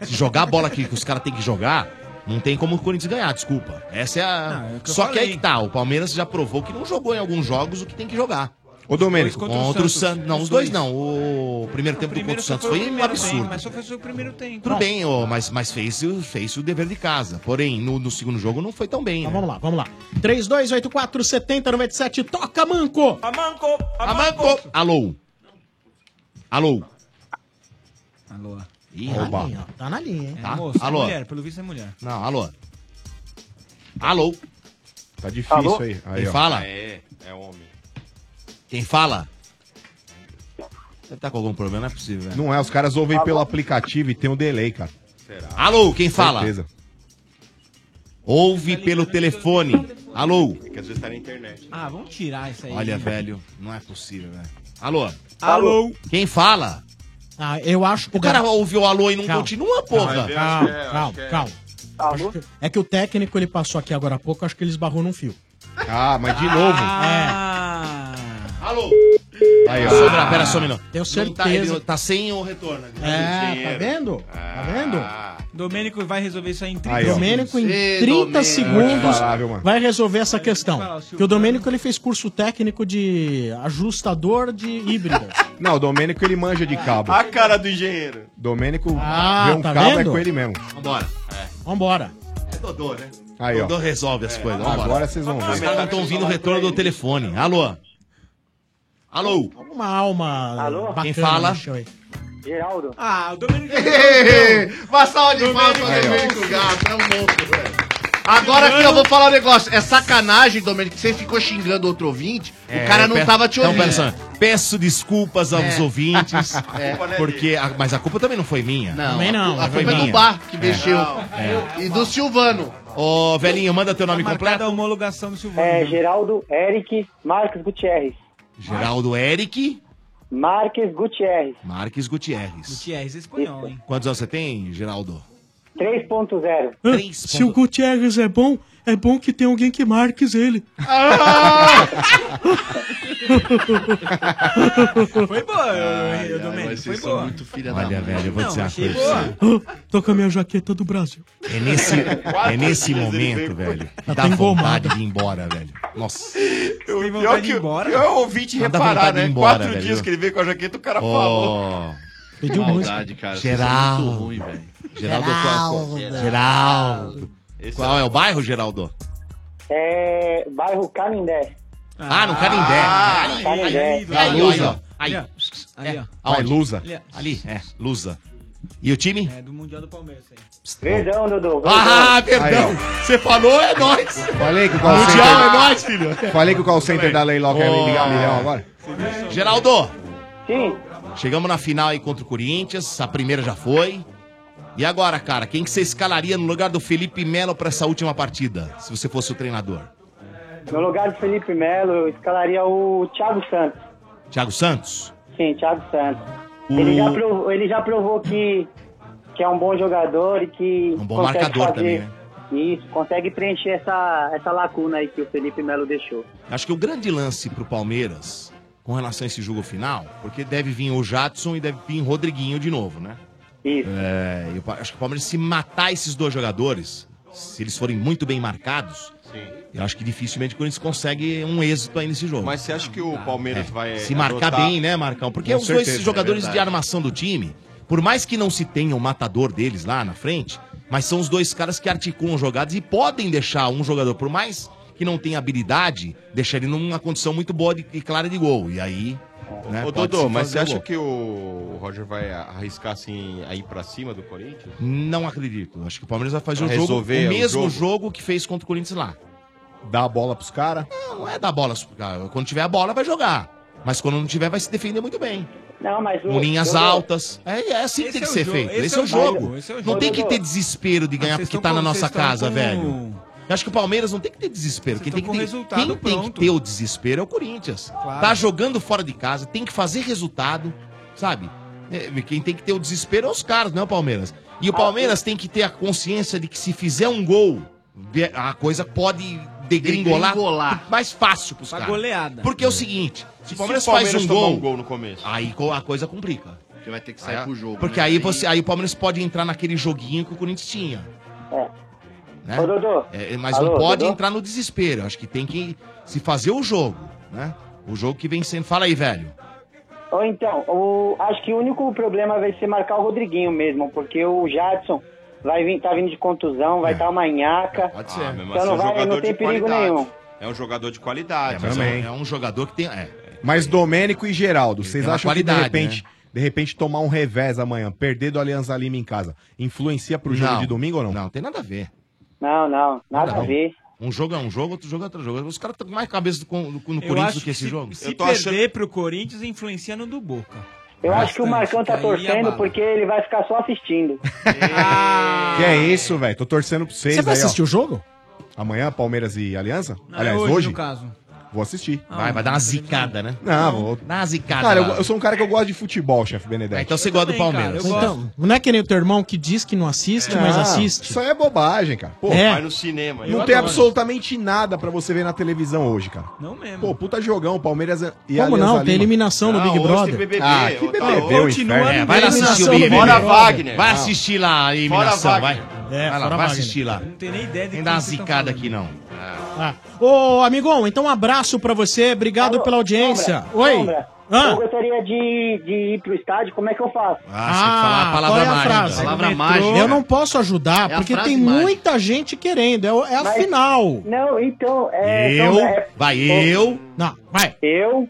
Speaker 16: Se jogar a bola aqui que os caras têm que jogar, não tem como o Corinthians ganhar, desculpa. Essa é a.
Speaker 10: Não, é o que eu
Speaker 16: Só que aí
Speaker 10: falei.
Speaker 16: que tá. O Palmeiras já provou que não jogou em alguns jogos o que tem que jogar.
Speaker 10: Ô, Domênico.
Speaker 16: Contra, o Santos. Não, os dois não. O primeiro tempo do contra o Santos foi um absurdo.
Speaker 11: mas só foi o primeiro tempo.
Speaker 16: Tudo bem, ô, mas, mas fez, o- fez o dever de casa. Porém, no, no segundo jogo não foi tão bem. né?
Speaker 7: Vamos lá, vamos lá. 3284 7097, toca manco!
Speaker 11: A manco!
Speaker 7: A manco!
Speaker 16: Alô? Alô?
Speaker 11: Alô?
Speaker 16: Ih,
Speaker 7: Oba.
Speaker 16: alô.
Speaker 7: Tá na linha, hein?
Speaker 16: Tá?
Speaker 11: Moço,
Speaker 16: Alô?
Speaker 11: É mulher, pelo visto é mulher.
Speaker 16: Não, alô? Alô?
Speaker 10: Tá
Speaker 16: difícil
Speaker 11: Alô?
Speaker 16: aí.
Speaker 11: aí,
Speaker 16: Quem
Speaker 11: ó.
Speaker 16: fala?
Speaker 9: É, é homem.
Speaker 16: Quem fala? Deve tá com algum problema, não é possível, velho.
Speaker 10: Não é, os caras ouvem pelo aplicativo e tem um delay, cara.
Speaker 16: Alô, quem fala?
Speaker 10: Certeza.
Speaker 16: Ouve pelo telefone. Alô?
Speaker 9: Porque às vezes tá na internet.
Speaker 11: Ah, vamos tirar isso aí.
Speaker 16: Olha, velho, não é possível, velho. Alô?
Speaker 11: Alô?
Speaker 16: Quem fala?
Speaker 7: Ah, eu acho que
Speaker 16: O cara ouviu alô e não
Speaker 7: Calma.
Speaker 16: continua, porra.
Speaker 7: Calma,
Speaker 11: é,
Speaker 10: é,
Speaker 7: calma, calma. Acho que- É que o técnico ele passou aqui agora há pouco, acho que ele esbarrou num fio.
Speaker 10: Ah, mas de novo.
Speaker 7: É.
Speaker 16: Alô? Aí, ó. Sobra, pera só um minuto.
Speaker 7: Tenho
Speaker 16: Não tá-
Speaker 7: certeza.
Speaker 16: ele tá sem o retorno.
Speaker 10: Ah,
Speaker 7: É, tá vendo? Tá vendo?
Speaker 9: Ah.
Speaker 11: Domênico vai resolver isso aí em 30
Speaker 7: Aí, Domênico, em 30 segundos, vai resolver essa questão. Que o Domênico ele fez curso técnico de ajustador de híbridos.
Speaker 10: Não, o Domênico ele manja de cabo.
Speaker 9: A cara do engenheiro.
Speaker 10: Domênico
Speaker 7: Ah,
Speaker 10: vê um
Speaker 7: tá
Speaker 10: cabo
Speaker 7: vendo?
Speaker 10: é com ele mesmo.
Speaker 16: Vambora.
Speaker 7: Vambora.
Speaker 16: É Dodô, né?
Speaker 10: Aí, ó.
Speaker 16: Dodô resolve as coisas. Vambora.
Speaker 10: É, Agora vocês vão
Speaker 16: Os
Speaker 10: ver.
Speaker 16: caras não estão ouvindo o retorno do telefone. Alô? Alô?
Speaker 7: Uma alma.
Speaker 16: Alô? Quem
Speaker 7: bacana
Speaker 16: fala?
Speaker 7: no chão aí.
Speaker 19: Geraldo.
Speaker 11: Ah, o Domênico.
Speaker 16: Uma salva de palmas pra
Speaker 18: Aí, ó.
Speaker 16: Domênico Gato. É um monstro, velho.
Speaker 18: Agora que eu vou falar um negócio. É sacanagem, Domênico, que você ficou xingando outro ouvinte. o cara não
Speaker 16: pe-
Speaker 18: tava te
Speaker 16: então,
Speaker 18: ouvindo.
Speaker 16: pera só. peço desculpas aos
Speaker 18: É.
Speaker 16: ouvintes,
Speaker 18: A culpa não é
Speaker 16: porque a- mas a culpa também não foi minha.
Speaker 18: Não, Também a não, cu- a não foi culpa é do
Speaker 16: minha.
Speaker 18: bar que mexeu.
Speaker 16: É.
Speaker 18: E do Silvano.
Speaker 16: Ô, velhinho, manda teu nome completo.
Speaker 11: a homologação do Silvano. né?
Speaker 19: É, Geraldo Eric Marques Gutierrez.
Speaker 16: Geraldo Eric
Speaker 19: Marques Gutierrez,
Speaker 16: Marques Gutierrez.
Speaker 11: Gutierrez é espanhol, hein?
Speaker 16: Quantos anos você tem, Geraldo?
Speaker 19: 3.0.
Speaker 7: Ah, Se o Gutierrez é bom, é bom que tem alguém que marque ele.
Speaker 11: Ah! Foi boa, eu, Domênico. Foi boa.
Speaker 16: Olha, velho, eu vou dizer uma
Speaker 11: achei
Speaker 16: coisa.
Speaker 11: boa.
Speaker 16: pra você.
Speaker 7: Ah, Tô com a minha jaqueta do Brasil.
Speaker 16: É nesse, é nesse momento, velho,
Speaker 18: Tá
Speaker 16: que dá
Speaker 7: tem
Speaker 16: vontade de ir embora, velho. Nossa.
Speaker 9: Eu, pior
Speaker 11: vontade de
Speaker 9: que
Speaker 11: ir embora?
Speaker 9: eu ouvinte
Speaker 16: Não dá
Speaker 9: reparar,
Speaker 16: vontade de
Speaker 9: né?
Speaker 16: ir embora,
Speaker 9: Quatro
Speaker 16: velho.
Speaker 9: dias que ele veio com a jaqueta, o cara falou.
Speaker 16: Ó.
Speaker 7: Pediu
Speaker 9: Maldade, cara, vocês são
Speaker 16: Geraldo.
Speaker 9: muito ruim, velho.
Speaker 16: Geraldo. Geraldo.
Speaker 19: Geraldo.
Speaker 16: Geraldo. Qual é o bairro, Geraldo?
Speaker 19: É, bairro Canindé.
Speaker 16: Ah, no Canindé.
Speaker 19: Ah,
Speaker 9: tá
Speaker 19: Canindé.
Speaker 16: Aí, aí, ó, aí, ó. Aí, É.
Speaker 11: ó. Ali, ó.
Speaker 16: Aonde?
Speaker 10: Vai, Lusa.
Speaker 16: Ali, é, Lusa. E o time?
Speaker 11: É do Mundial do Palmeiras aí.
Speaker 19: Verdão, Dudu.
Speaker 16: Ah,
Speaker 10: perdão.
Speaker 16: perdão. Você falou, é nóis.
Speaker 10: Falei que o call center.
Speaker 16: Mundial é nóis, filho.
Speaker 10: Falei que o call center da Leiloca ia ligar um milhão agora.
Speaker 16: Geraldo.
Speaker 19: Sim.
Speaker 16: Chegamos na final aí contra o Corinthians. A primeira já foi. E agora, cara, quem que você escalaria no lugar do Felipe Melo pra essa última partida? Se você fosse o treinador.
Speaker 19: No lugar do Felipe Melo, eu escalaria o Thiago Santos.
Speaker 16: Thiago Santos?
Speaker 19: Sim, Thiago Santos. Ele, já provou, ele já provou que, que é um bom jogador e que. Um
Speaker 16: bom marcador também, né?
Speaker 19: Isso, consegue preencher essa, essa lacuna aí que o Felipe Melo deixou.
Speaker 16: Acho que o grande lance pro Palmeiras com relação a esse jogo final, porque deve vir o Jadson e deve vir o Rodriguinho de novo, né?
Speaker 19: Isso.
Speaker 16: É, eu pa- acho que o Palmeiras, se matar esses dois jogadores, se eles forem muito bem marcados, eu acho que dificilmente o Corinthians consegue um êxito aí nesse jogo.
Speaker 9: Mas você acha que o
Speaker 11: Tá.
Speaker 9: Palmeiras vai.
Speaker 16: É. se marcar
Speaker 9: adotar-
Speaker 16: bem, né, Marcão? Porque
Speaker 9: Com
Speaker 16: os dois
Speaker 9: certeza,
Speaker 16: jogadores
Speaker 9: é
Speaker 16: de
Speaker 9: verdade.
Speaker 16: armação do time, por mais que não se tenha o matador deles lá na frente, mas são os dois caras que articulam jogadas e podem deixar um jogador, por mais que não tenha habilidade, deixar ele numa condição muito boa de- e clara de gol. E aí. Né,
Speaker 9: Ô,
Speaker 16: pode
Speaker 9: Dodô,
Speaker 16: se
Speaker 9: mas
Speaker 16: fazer
Speaker 9: você acha
Speaker 16: gol.
Speaker 9: que o Roger vai arriscar assim a ir pra cima do Corinthians?
Speaker 16: Não acredito. Acho que o Palmeiras vai
Speaker 9: Pra
Speaker 16: fazer o jogo, o
Speaker 9: resolver o jogo.
Speaker 16: mesmo jogo. que fez contra o Corinthians lá.
Speaker 10: Dá a bola pros caras?
Speaker 16: Não, não é dar bola. pros caras. Quando tiver a bola, vai jogar. Mas quando não tiver, vai se defender muito bem.
Speaker 19: Não, mas o.
Speaker 16: Com linhas
Speaker 19: eu-
Speaker 16: altas. É, é assim que tem que ser feito. Esse, é o jogo. Não tem que ter desespero de ganhar
Speaker 11: Vocês
Speaker 16: porque
Speaker 11: estão
Speaker 16: tá na
Speaker 11: com-
Speaker 16: nossa
Speaker 11: vocês estão
Speaker 16: casa,
Speaker 11: com-
Speaker 16: velho. Eu acho que o Palmeiras não tem que ter desespero. Quem, tem que
Speaker 11: estão com
Speaker 16: ter,
Speaker 11: resultado
Speaker 16: quem tem que
Speaker 11: pronto.
Speaker 16: ter o desespero é o Corinthians.
Speaker 11: Claro.
Speaker 16: Tá jogando fora de casa, tem que fazer resultado, sabe? É, Quem tem que ter o desespero é os caras, não é o Palmeiras. E o Palmeiras tem que ter a consciência de que se fizer um gol, de- a coisa pode degringolar,
Speaker 18: Degringolar.
Speaker 16: mais fácil pros
Speaker 18: Pra
Speaker 16: caras.
Speaker 18: goleada.
Speaker 16: Porque é o seguinte,
Speaker 9: E
Speaker 16: se o Palmeiras,
Speaker 9: se o Palmeiras
Speaker 16: faz um
Speaker 9: tomar
Speaker 16: gol,
Speaker 9: um gol no começo?
Speaker 16: aí co- a coisa complica. É.
Speaker 18: Você vai ter que sair pro jogo.
Speaker 16: Porque
Speaker 18: né?
Speaker 16: aí, você, aí o Palmeiras pode entrar naquele joguinho que o Corinthians tinha. Né?
Speaker 19: Ô, Dodô.
Speaker 16: É, mas
Speaker 19: Alô,
Speaker 16: não pode
Speaker 19: Dodô?
Speaker 16: entrar no desespero. Acho que tem que se fazer o jogo, né? O jogo que vem sendo. Fala aí, velho.
Speaker 19: Ou então, o, acho que o único problema vai ser marcar o Rodriguinho mesmo, porque o Jadson vai vir, tá vindo de contusão, vai estar uma nhaca.
Speaker 16: Pode
Speaker 9: Ah, mesmo
Speaker 19: Então
Speaker 9: assim,
Speaker 19: não
Speaker 9: é um
Speaker 19: vai,
Speaker 9: jogador
Speaker 19: não
Speaker 9: de
Speaker 19: tem perigo
Speaker 9: qualidade.
Speaker 19: nenhum.
Speaker 9: É um jogador de qualidade.
Speaker 10: mas
Speaker 9: também.
Speaker 10: é um-
Speaker 16: É um jogador que tem. É.
Speaker 10: Mas Domênico e Geraldo, vocês
Speaker 16: tem uma
Speaker 10: acham que de
Speaker 16: qualidade, né?
Speaker 10: repente, de repente tomar um revés amanhã, perder do Alianza Lima em casa, influencia pro jogo
Speaker 16: Não.
Speaker 10: de domingo ou não?
Speaker 16: Não, tem nada a ver.
Speaker 19: Não, não, nada
Speaker 16: Não.
Speaker 19: a ver.
Speaker 16: Um jogo é um jogo, outro jogo é outro jogo. Os caras estão com mais cabeça do, com- do- no
Speaker 11: Eu
Speaker 16: Corinthians
Speaker 11: acho
Speaker 16: do que
Speaker 11: que
Speaker 16: esse jogo.
Speaker 11: Se perder pro Corinthians, influencia no do Boca.
Speaker 19: Eu acho que o Marcão tá
Speaker 11: Bastante, aí
Speaker 19: torcendo
Speaker 11: abala.
Speaker 19: porque ele vai ficar só assistindo.
Speaker 10: Que é isso, velho? Tô torcendo pra vocês
Speaker 7: Você vai
Speaker 10: aí,
Speaker 7: assistir
Speaker 10: ó.
Speaker 7: o jogo?
Speaker 10: Amanhã, Palmeiras e Aliança?
Speaker 11: Não,
Speaker 10: Aliás,
Speaker 11: é
Speaker 10: hoje?
Speaker 11: no caso.
Speaker 10: Vou assistir.
Speaker 16: Vai, vai dar uma zicada, né?
Speaker 10: Não, vou...
Speaker 16: Dá uma zicada.
Speaker 10: Cara, eu,
Speaker 16: lá.
Speaker 10: eu sou um cara que eu gosto de futebol, chefe Benedetti.
Speaker 16: então você gosta do Palmeiras.
Speaker 7: Então, não é que nem o teu irmão que diz que não assiste, mas
Speaker 10: Ah,
Speaker 7: assiste.
Speaker 10: Isso aí é bobagem, cara. Pô,
Speaker 7: É.
Speaker 9: Vai no cinema.
Speaker 10: Não
Speaker 9: eu
Speaker 10: tem
Speaker 9: adoro.
Speaker 10: absolutamente nada pra você ver na televisão hoje, cara.
Speaker 11: Não mesmo.
Speaker 10: Pô, puta jogão, Palmeiras e
Speaker 7: Como
Speaker 10: Alianza
Speaker 7: não? Tem
Speaker 10: Lima.
Speaker 7: eliminação no Big Brother.
Speaker 10: Ah, que
Speaker 11: tá
Speaker 10: BBB, o inferno.
Speaker 16: tá É, vai lá assistir o
Speaker 7: Eliminação do
Speaker 16: BBB.
Speaker 7: Fora Wagner.
Speaker 16: Vai
Speaker 7: Ah.
Speaker 16: assistir lá a
Speaker 7: Fora
Speaker 16: eliminação, vai.
Speaker 7: Wagner. É,
Speaker 16: Vai lá,
Speaker 7: fora
Speaker 16: vai
Speaker 7: Wagner.
Speaker 16: assistir lá.
Speaker 11: Não tem nem ideia de
Speaker 16: Nem dá uma zicada aqui, não.
Speaker 7: Ah. Ô, amigão, então um abraço pra você. Obrigado pela audiência.
Speaker 19: Sombra,
Speaker 7: Oi. Ah.
Speaker 19: Sombra,
Speaker 7: Hã?
Speaker 19: Eu gostaria de, de ir pro estádio, como é que eu faço?
Speaker 7: Ah, qual é a frase? Metrô. Eu não posso ajudar,
Speaker 19: É a
Speaker 7: porque
Speaker 19: frase
Speaker 7: tem
Speaker 19: mágica.
Speaker 7: muita gente querendo. É, o- é a
Speaker 19: Mas-
Speaker 7: final.
Speaker 19: Não, então, é.
Speaker 7: Eu?
Speaker 19: Sombra, é-
Speaker 16: Vai, eu.
Speaker 7: Não, vai.
Speaker 19: Eu?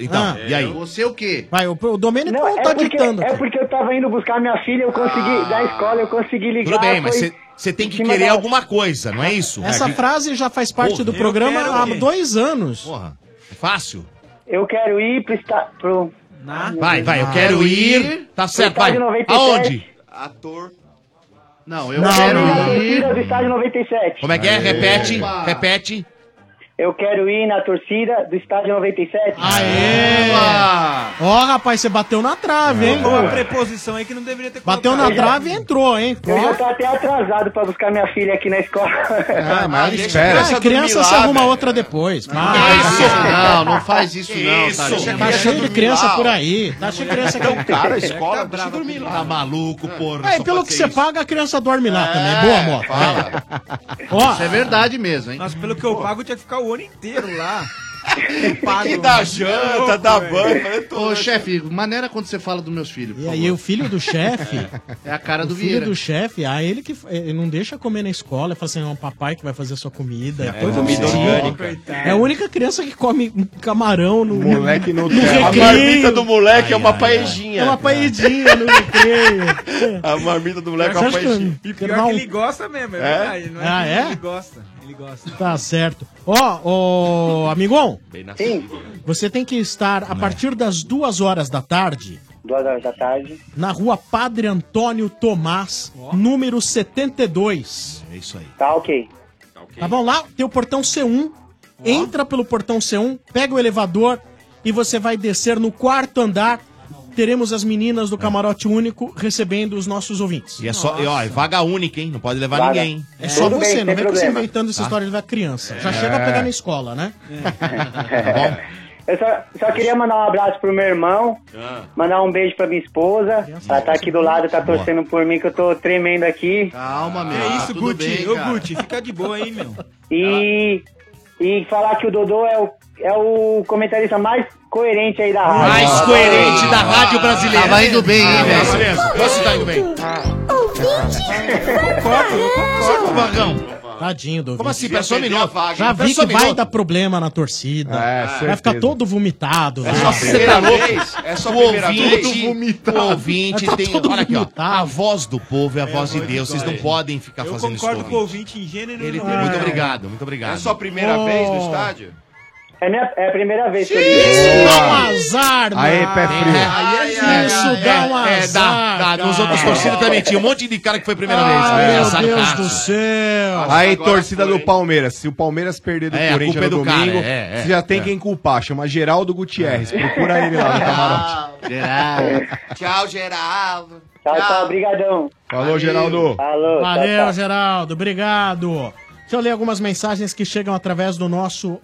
Speaker 16: Então,
Speaker 7: Ah.
Speaker 16: e aí?
Speaker 19: Você o quê?
Speaker 7: Vai, o, o Domênico não,
Speaker 19: é
Speaker 7: tá
Speaker 19: porque,
Speaker 7: ditando.
Speaker 19: É porque eu tava indo buscar minha filha, eu consegui, da escola, eu consegui ligar.
Speaker 16: Tudo bem, mas
Speaker 19: foi-
Speaker 16: você- você tem
Speaker 19: em
Speaker 16: que
Speaker 19: cima
Speaker 16: querer
Speaker 19: da-
Speaker 16: alguma coisa, não é isso?
Speaker 7: Essa
Speaker 16: É, que-
Speaker 7: frase já faz parte
Speaker 16: Porra,
Speaker 7: do
Speaker 16: eu
Speaker 7: programa
Speaker 16: quero
Speaker 7: há
Speaker 16: ir.
Speaker 7: dois anos.
Speaker 16: Porra, é fácil?
Speaker 19: Eu quero ir pro estádio. Pro...
Speaker 16: Vai, vai,
Speaker 19: Ah.
Speaker 16: eu quero ir. Tá certo, vai.
Speaker 19: Estádio 97.
Speaker 16: Aonde?
Speaker 19: Ator.
Speaker 18: Não,
Speaker 19: eu
Speaker 16: Não,
Speaker 19: quero
Speaker 16: não,
Speaker 19: ir na
Speaker 16: não.
Speaker 19: torcida do estádio 97.
Speaker 16: Como é que é? Repete, repete.
Speaker 19: Eu quero ir na torcida do estádio 97.
Speaker 7: Aê! Ó, rapaz, você bateu na trave, hein?
Speaker 11: Tá Uma preposição aí que não deveria ter
Speaker 7: Bateu na trave e entrou, hein?
Speaker 19: Eu já tô até atrasado pra buscar minha filha aqui na escola.
Speaker 10: Ah, mas ela
Speaker 7: Ah,
Speaker 10: espera.
Speaker 7: a criança se arruma outra depois. Calma.
Speaker 18: Não, não faz isso não,
Speaker 16: Isso.
Speaker 18: Tadinho.
Speaker 7: Tá cheio de criança por aí. Tá cheio de criança aqui.
Speaker 18: Então, cara, a escola
Speaker 16: Tá bravo comigo. Tá maluco, porra.
Speaker 7: É, pelo que você paga, a criança dorme lá também. Boa, moto. Ó.
Speaker 18: Isso é verdade mesmo, hein?
Speaker 11: Nossa, pelo que eu pago, tinha que ficar o ano inteiro lá.
Speaker 18: Que
Speaker 11: dá janta, dá banho,
Speaker 18: Ô, chefe, maneira quando você fala dos meus filhos. por
Speaker 7: E aí, o filho do chefe.
Speaker 18: É a cara do
Speaker 7: o filho
Speaker 18: Vieira.
Speaker 7: do chefe, ah, ele que ele não deixa comer na escola, ele fala assim: não, papai que vai fazer a sua comida. É,
Speaker 18: coisa orgânica.
Speaker 7: é a única criança que come um camarão no.
Speaker 10: Moleque no
Speaker 7: recreio.
Speaker 9: A marmita do moleque
Speaker 11: Ah,
Speaker 9: é uma paedinha.
Speaker 7: É uma paedinha no recreio.
Speaker 9: A marmita do moleque é uma
Speaker 7: Você acha que
Speaker 9: paedinha.
Speaker 7: eu-
Speaker 11: E
Speaker 7: Quero dar
Speaker 11: pior
Speaker 7: um-
Speaker 11: que ele gosta mesmo, é,
Speaker 7: É?
Speaker 11: verdade. Não é
Speaker 7: Ah,
Speaker 11: que
Speaker 7: é?
Speaker 11: Ele gosta, ele gosta.
Speaker 7: Tá certo. Ó, ô, amigão,
Speaker 19: Sim,
Speaker 7: você tem que estar a partir das duas horas da tarde
Speaker 19: duas horas da tarde.
Speaker 7: na rua Padre Antônio Tomás, número 72.
Speaker 16: É isso aí.
Speaker 19: Tá ok.
Speaker 7: Tá bom? Lá tem o portão C1. Entra pelo portão C1, pega o elevador e você vai descer no quarto andar. Teremos as meninas do camarote único recebendo os nossos ouvintes.
Speaker 16: E é só, e, ó, é vaga única, hein? Não pode levar
Speaker 7: Vaga.
Speaker 16: ninguém.
Speaker 7: É só você, não vem com você inventando essa história da criança. Já
Speaker 16: Ah. É.
Speaker 7: chega a pegar na escola, né?
Speaker 19: Eu só, só queria mandar um abraço pro meu irmão,
Speaker 11: Ah.
Speaker 19: mandar um beijo pra minha esposa. Ela tá aqui do lado, tá torcendo por mim, que eu tô tremendo aqui.
Speaker 18: Calma, meu.
Speaker 11: É
Speaker 19: Ah,
Speaker 18: tá
Speaker 11: isso,
Speaker 18: tudo
Speaker 11: Gucci.
Speaker 18: bem,
Speaker 11: Ô,
Speaker 18: cara.
Speaker 11: Gucci, fica de boa aí, meu.
Speaker 19: E, e falar que o Dodô é o, é o comentarista mais coerente aí da rádio.
Speaker 14: Ah,
Speaker 16: Mais coerente
Speaker 11: Ah.
Speaker 16: da rádio brasileira. Ah,
Speaker 18: Tava indo bem, hein, velho?
Speaker 16: Isso mesmo. Você tá indo bem. Concordo, concordo. Vagão.
Speaker 7: Tadinho do
Speaker 16: Como
Speaker 7: ouvinte.
Speaker 16: assim? Pessoa minuto.
Speaker 7: Já vi que vai dar problema na torcida. vai
Speaker 16: É, certeza.
Speaker 7: ficar todo vomitado.
Speaker 16: É
Speaker 7: né?
Speaker 16: só você tá louco.
Speaker 9: É só
Speaker 16: o
Speaker 9: primeira
Speaker 16: ouvinte,
Speaker 10: vomitado.
Speaker 16: o ouvinte
Speaker 10: Tá
Speaker 16: tem.
Speaker 10: todo
Speaker 16: Olha aqui, ó. Tá A voz do povo é a voz de Deus. Vocês não podem
Speaker 19: tá
Speaker 16: ficar
Speaker 11: Eu
Speaker 16: fazendo isso.
Speaker 11: concordo com o
Speaker 16: com
Speaker 11: ouvinte em gênero.
Speaker 16: Ele
Speaker 11: não.
Speaker 16: tem- Muito
Speaker 11: É.
Speaker 16: obrigado, muito obrigado.
Speaker 9: É só a primeira
Speaker 11: Oh.
Speaker 9: vez no estádio?
Speaker 19: É, minha- é a primeira vez que eu
Speaker 7: Isso dá um
Speaker 19: ligo.
Speaker 7: azar, mano.
Speaker 10: Aê, pé frio.
Speaker 7: Isso dá um
Speaker 16: É,
Speaker 7: azar.
Speaker 16: dá, dá. Nos outros torcidas também tinha um monte de cara que foi a primeira vez.
Speaker 7: Ah,
Speaker 16: É,
Speaker 7: meu
Speaker 16: sarcasmo.
Speaker 7: Deus do céu.
Speaker 10: Aí, torcida do Palmeiras. Se o Palmeiras perder do
Speaker 16: É, a
Speaker 10: Corinthians
Speaker 16: culpa é
Speaker 10: no
Speaker 16: do cara,
Speaker 10: domingo,
Speaker 16: é, é,
Speaker 10: você já tem
Speaker 16: é. Ah,
Speaker 10: quem culpar. Chama Geraldo Gutierrez. Procura ele lá no camarote. É
Speaker 4: Tchau, Geraldo.
Speaker 19: Tchau, tchau, brigadão.
Speaker 10: Falou, Geraldo.
Speaker 19: Falou, tchau,
Speaker 16: Tá,
Speaker 7: Valeu,
Speaker 19: tchau.
Speaker 7: Geraldo. Obrigado. Deixa eu ler algumas mensagens que chegam através do nosso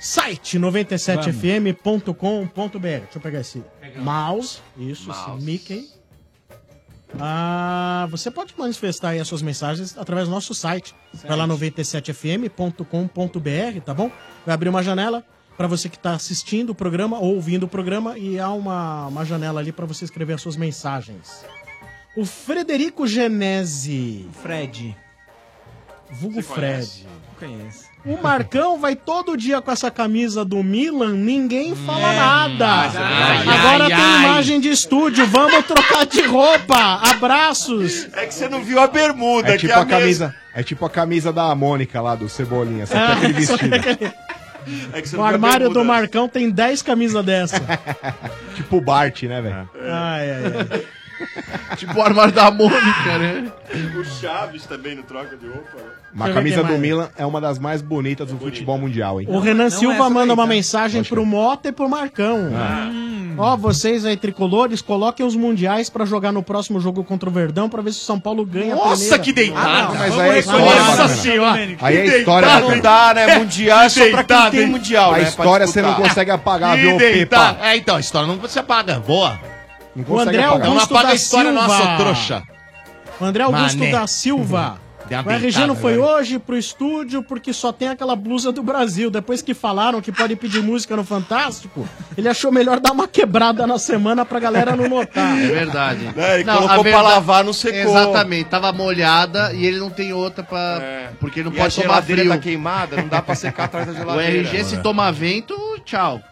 Speaker 7: site 97fm.com.br. Deixa eu pegar esse mouse. Isso, esse Mickey. Ah, você pode manifestar aí as suas mensagens através do nosso site. Vai lá 97fm.com.br, tá bom? Vai abrir uma janela para você que está assistindo o programa ou ouvindo o programa e há uma, uma janela ali para você escrever as suas mensagens. O Frederico Genese.
Speaker 11: Fred.
Speaker 7: Vulgo
Speaker 11: Você
Speaker 7: Fred.
Speaker 11: conhece? Não conheço.
Speaker 7: O Marcão vai todo dia com essa camisa do Milan, ninguém fala nada.
Speaker 11: Hum. ai,
Speaker 7: Agora
Speaker 11: ai,
Speaker 7: tem
Speaker 11: ai.
Speaker 7: imagem de estúdio, vamos trocar de roupa. Abraços.
Speaker 9: É que você não viu a bermuda,
Speaker 10: É
Speaker 9: que
Speaker 10: tipo
Speaker 9: é a,
Speaker 10: a camisa, é tipo a camisa da Mônica lá do Cebolinha, só que
Speaker 7: Ah,
Speaker 10: aquele
Speaker 7: só
Speaker 10: vestido.
Speaker 9: mesma. É que você
Speaker 7: O
Speaker 9: não viu a
Speaker 7: armário do
Speaker 9: bermuda.
Speaker 7: Marcão tem 10 camisas dessa.
Speaker 16: É.
Speaker 10: Tipo o Bart, né, velho?
Speaker 7: Ai, ai, ai.
Speaker 16: tipo o armário da Mônica, né?
Speaker 9: O Chaves também não troca de roupa. né?
Speaker 10: Mas a
Speaker 7: Deixa eu ver
Speaker 10: camisa
Speaker 7: quem
Speaker 10: do
Speaker 7: mais.
Speaker 10: Milan é uma das mais bonitas do futebol mundial, hein?
Speaker 7: O
Speaker 16: é
Speaker 7: Renan
Speaker 11: é
Speaker 7: Silva manda uma
Speaker 11: tá?
Speaker 7: mensagem pro Mota e pro Marcão.
Speaker 10: Ah.
Speaker 7: Ó, vocês aí, tricolores, coloquem os mundiais pra jogar no próximo jogo contra o Verdão pra ver se o São Paulo ganha a
Speaker 18: Nossa,
Speaker 7: primeira.
Speaker 18: que deitada! Mas
Speaker 7: não, vamos
Speaker 18: aí é
Speaker 7: reconhecer.
Speaker 18: história, Nossa
Speaker 7: Nossa
Speaker 18: Senhora.
Speaker 7: Senhora.
Speaker 10: Aí é história.
Speaker 18: Não dá, né? Mundial é só pra quem
Speaker 16: Deitado,
Speaker 18: tem
Speaker 16: hein?
Speaker 18: mundial,
Speaker 10: A
Speaker 18: né? pra
Speaker 10: história você
Speaker 18: disputar.
Speaker 10: não consegue apagar,
Speaker 16: E
Speaker 10: viu,
Speaker 16: deitar.
Speaker 10: Pepa?
Speaker 16: É, então, a história não se apaga. Boa.
Speaker 10: Não
Speaker 7: O André
Speaker 16: Então não
Speaker 7: Augusto
Speaker 16: apaga
Speaker 7: da
Speaker 16: a história
Speaker 7: Silva.
Speaker 16: nossa, trouxa.
Speaker 7: O André Augusto
Speaker 16: Mané.
Speaker 7: da Silva.
Speaker 16: Deu uma
Speaker 7: O Regino
Speaker 16: deitada
Speaker 7: foi
Speaker 16: agora.
Speaker 7: hoje pro estúdio porque só tem aquela blusa do Brasil. Depois que falaram que pode pedir música no Fantástico, ele achou melhor dar uma quebrada na semana pra galera não
Speaker 18: Tá,
Speaker 7: notar.
Speaker 15: É verdade.
Speaker 7: É, ele colocou
Speaker 15: a
Speaker 7: pra lavar, não secou.
Speaker 15: Exatamente, tava molhada e ele não tem outra pra. Porque não
Speaker 9: É. E a
Speaker 15: pode tomar
Speaker 9: geladeira
Speaker 15: frio.
Speaker 9: tá queimada, não dá pra secar atrás da
Speaker 15: O
Speaker 9: geladeira.
Speaker 15: RG, se
Speaker 9: Mano.
Speaker 15: tomar vento, tchau.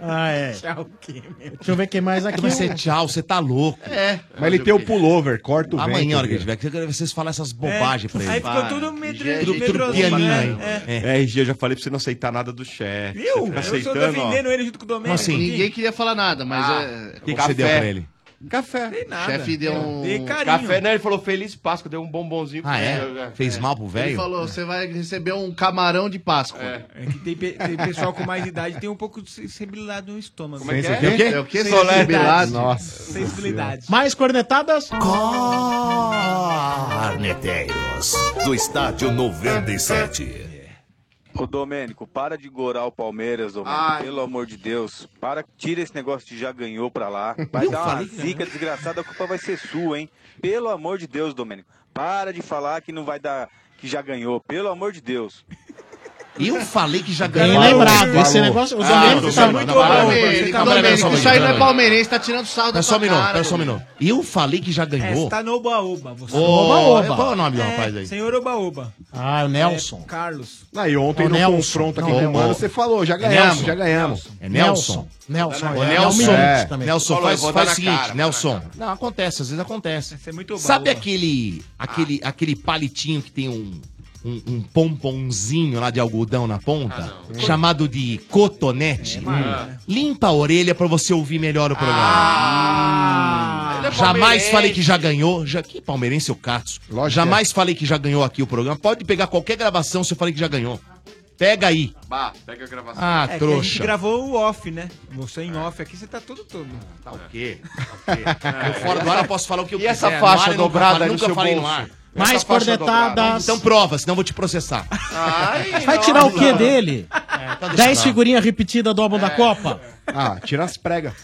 Speaker 7: Ah, é.
Speaker 15: Tchau, que
Speaker 7: Deixa eu ver quem mais aqui.
Speaker 16: Mas você tchau, você tá louco.
Speaker 15: É.
Speaker 10: Mas ele tem o pullover, corta o
Speaker 16: Amanhã, a hora que ele
Speaker 10: vento. É,
Speaker 16: tiver, que vocês falam essas bobagens pra ele.
Speaker 9: aí ficou tudo
Speaker 16: É medroso.
Speaker 9: Tudo- tudo
Speaker 11: né?
Speaker 9: pianinho aí.
Speaker 16: É.
Speaker 9: É, RG, eu já falei pra você não aceitar nada do chefe. Você
Speaker 15: Viu?
Speaker 9: fica
Speaker 15: Eu sou
Speaker 9: aceitando, ó.
Speaker 15: defendendo
Speaker 11: ele junto com o
Speaker 15: Domênico.
Speaker 16: Assim.
Speaker 15: Ninguém queria falar nada, mas.
Speaker 9: Ah,
Speaker 15: é...
Speaker 9: o que que você deu pra ele?
Speaker 15: Café. O chefe deu um.
Speaker 9: Café, né? Ele falou feliz Páscoa, deu um bombonzinho né?
Speaker 15: Ah, é?
Speaker 16: Fez mal pro
Speaker 15: Ele
Speaker 16: velho?
Speaker 15: falou: você vai receber um camarão de Páscoa.
Speaker 11: É que tem, pe- tem pessoal com mais idade tem um pouco de sensibilidade no estômago.
Speaker 15: Como é que
Speaker 24: um
Speaker 15: é? É o quê? Sensibilidade. Nossa
Speaker 11: Sensibilidade.
Speaker 7: Mais cornetadas?
Speaker 14: Arneteiros, Ah, do estádio 97.
Speaker 24: Ô Domênico, para de gorar o Palmeiras, Domênico.
Speaker 11: Ah.
Speaker 24: Pelo amor de Deus. Para, tira esse negócio de já ganhou pra lá. Vai
Speaker 23: Eu
Speaker 24: dar uma
Speaker 23: falei que
Speaker 24: zica desgraçada, a culpa vai ser sua, hein? Pelo amor de Deus, Domênico. Para de falar que não vai dar, que já ganhou. Pelo amor de Deus.
Speaker 16: Eu falei que já Ah,
Speaker 15: Bem
Speaker 16: ganhou.
Speaker 15: lembrado, esse
Speaker 7: negócio-
Speaker 15: o Domênico tá muito bom. Domênico, Domênico, isso aí não é palmeirense,
Speaker 16: tá tirando sarro
Speaker 15: da
Speaker 16: um Só um
Speaker 15: sua
Speaker 16: minuto,
Speaker 15: cara,
Speaker 16: pera só um minuto. Eu falei que já
Speaker 11: É, você
Speaker 16: ganhou.
Speaker 11: tá no Oba-Oba. você.
Speaker 16: Ô, Oba-Oba. qual é o nome do rapaz aí?
Speaker 11: Senhor Oba-Oba.
Speaker 7: Ah, o Nelson.
Speaker 11: Carlos.
Speaker 10: Aí Ah,
Speaker 16: É
Speaker 10: ontem
Speaker 11: Ô,
Speaker 10: no
Speaker 11: Nelson.
Speaker 10: um confronto aqui
Speaker 11: Não,
Speaker 10: com o Mano,
Speaker 11: ô.
Speaker 10: você falou, já
Speaker 11: É
Speaker 10: ganhamos,
Speaker 11: Nelson.
Speaker 10: já ganhamos.
Speaker 16: É Nelson.
Speaker 7: Nelson.
Speaker 16: Ô,
Speaker 10: é.
Speaker 16: Nelson,
Speaker 10: É.
Speaker 16: também. Nelson faz,
Speaker 10: Falou, eu vou
Speaker 16: faz
Speaker 10: dar
Speaker 16: o
Speaker 10: na
Speaker 16: seguinte,
Speaker 10: cara,
Speaker 16: Nelson. Não, acontece, às vezes acontece.
Speaker 11: é muito oba,
Speaker 16: Sabe
Speaker 11: oba.
Speaker 16: aquele aquele
Speaker 11: Ah.
Speaker 16: aquele palitinho que tem um um, um pomponzinho lá de algodão na ponta,
Speaker 11: Ah,
Speaker 16: chamado de
Speaker 11: É,
Speaker 16: cotonete. Hum.
Speaker 18: mano.
Speaker 16: Limpa a orelha pra você ouvir melhor o programa.
Speaker 11: Ah,
Speaker 16: Hum.
Speaker 18: ele é
Speaker 16: Jamais
Speaker 18: palmeirense.
Speaker 16: falei que já ganhou. Já, que palmeirense, é o Cato. Jamais falei que já ganhou aqui o programa. Pode pegar qualquer gravação se eu falei que já ganhou. Pega aí.
Speaker 9: Bah, pega a gravação.
Speaker 16: Ah,
Speaker 11: É que a gente
Speaker 16: trouxa.
Speaker 11: gravou o off, né? Você em off aqui, você tá todo todo.
Speaker 16: Tá o quê? Eu fora do ar eu posso falar o que eu
Speaker 11: E
Speaker 16: quiser.
Speaker 11: essa
Speaker 16: No
Speaker 11: faixa
Speaker 16: ar eu nunca
Speaker 11: dobrada
Speaker 16: falei-
Speaker 11: aí no
Speaker 16: Nunca
Speaker 11: seu
Speaker 16: falei
Speaker 11: bolso?
Speaker 16: no ar.
Speaker 7: Mais
Speaker 16: Essa faixa
Speaker 7: cornetadas.
Speaker 16: dobrada. Então prova, senão eu vou te processar.
Speaker 7: Vai tirar o quê
Speaker 16: nossa.
Speaker 7: dele?
Speaker 16: então
Speaker 7: 10
Speaker 16: deixa pra lá.
Speaker 7: figurinhas repetidas do álbum da Copa?
Speaker 10: Ah, tira as pregas.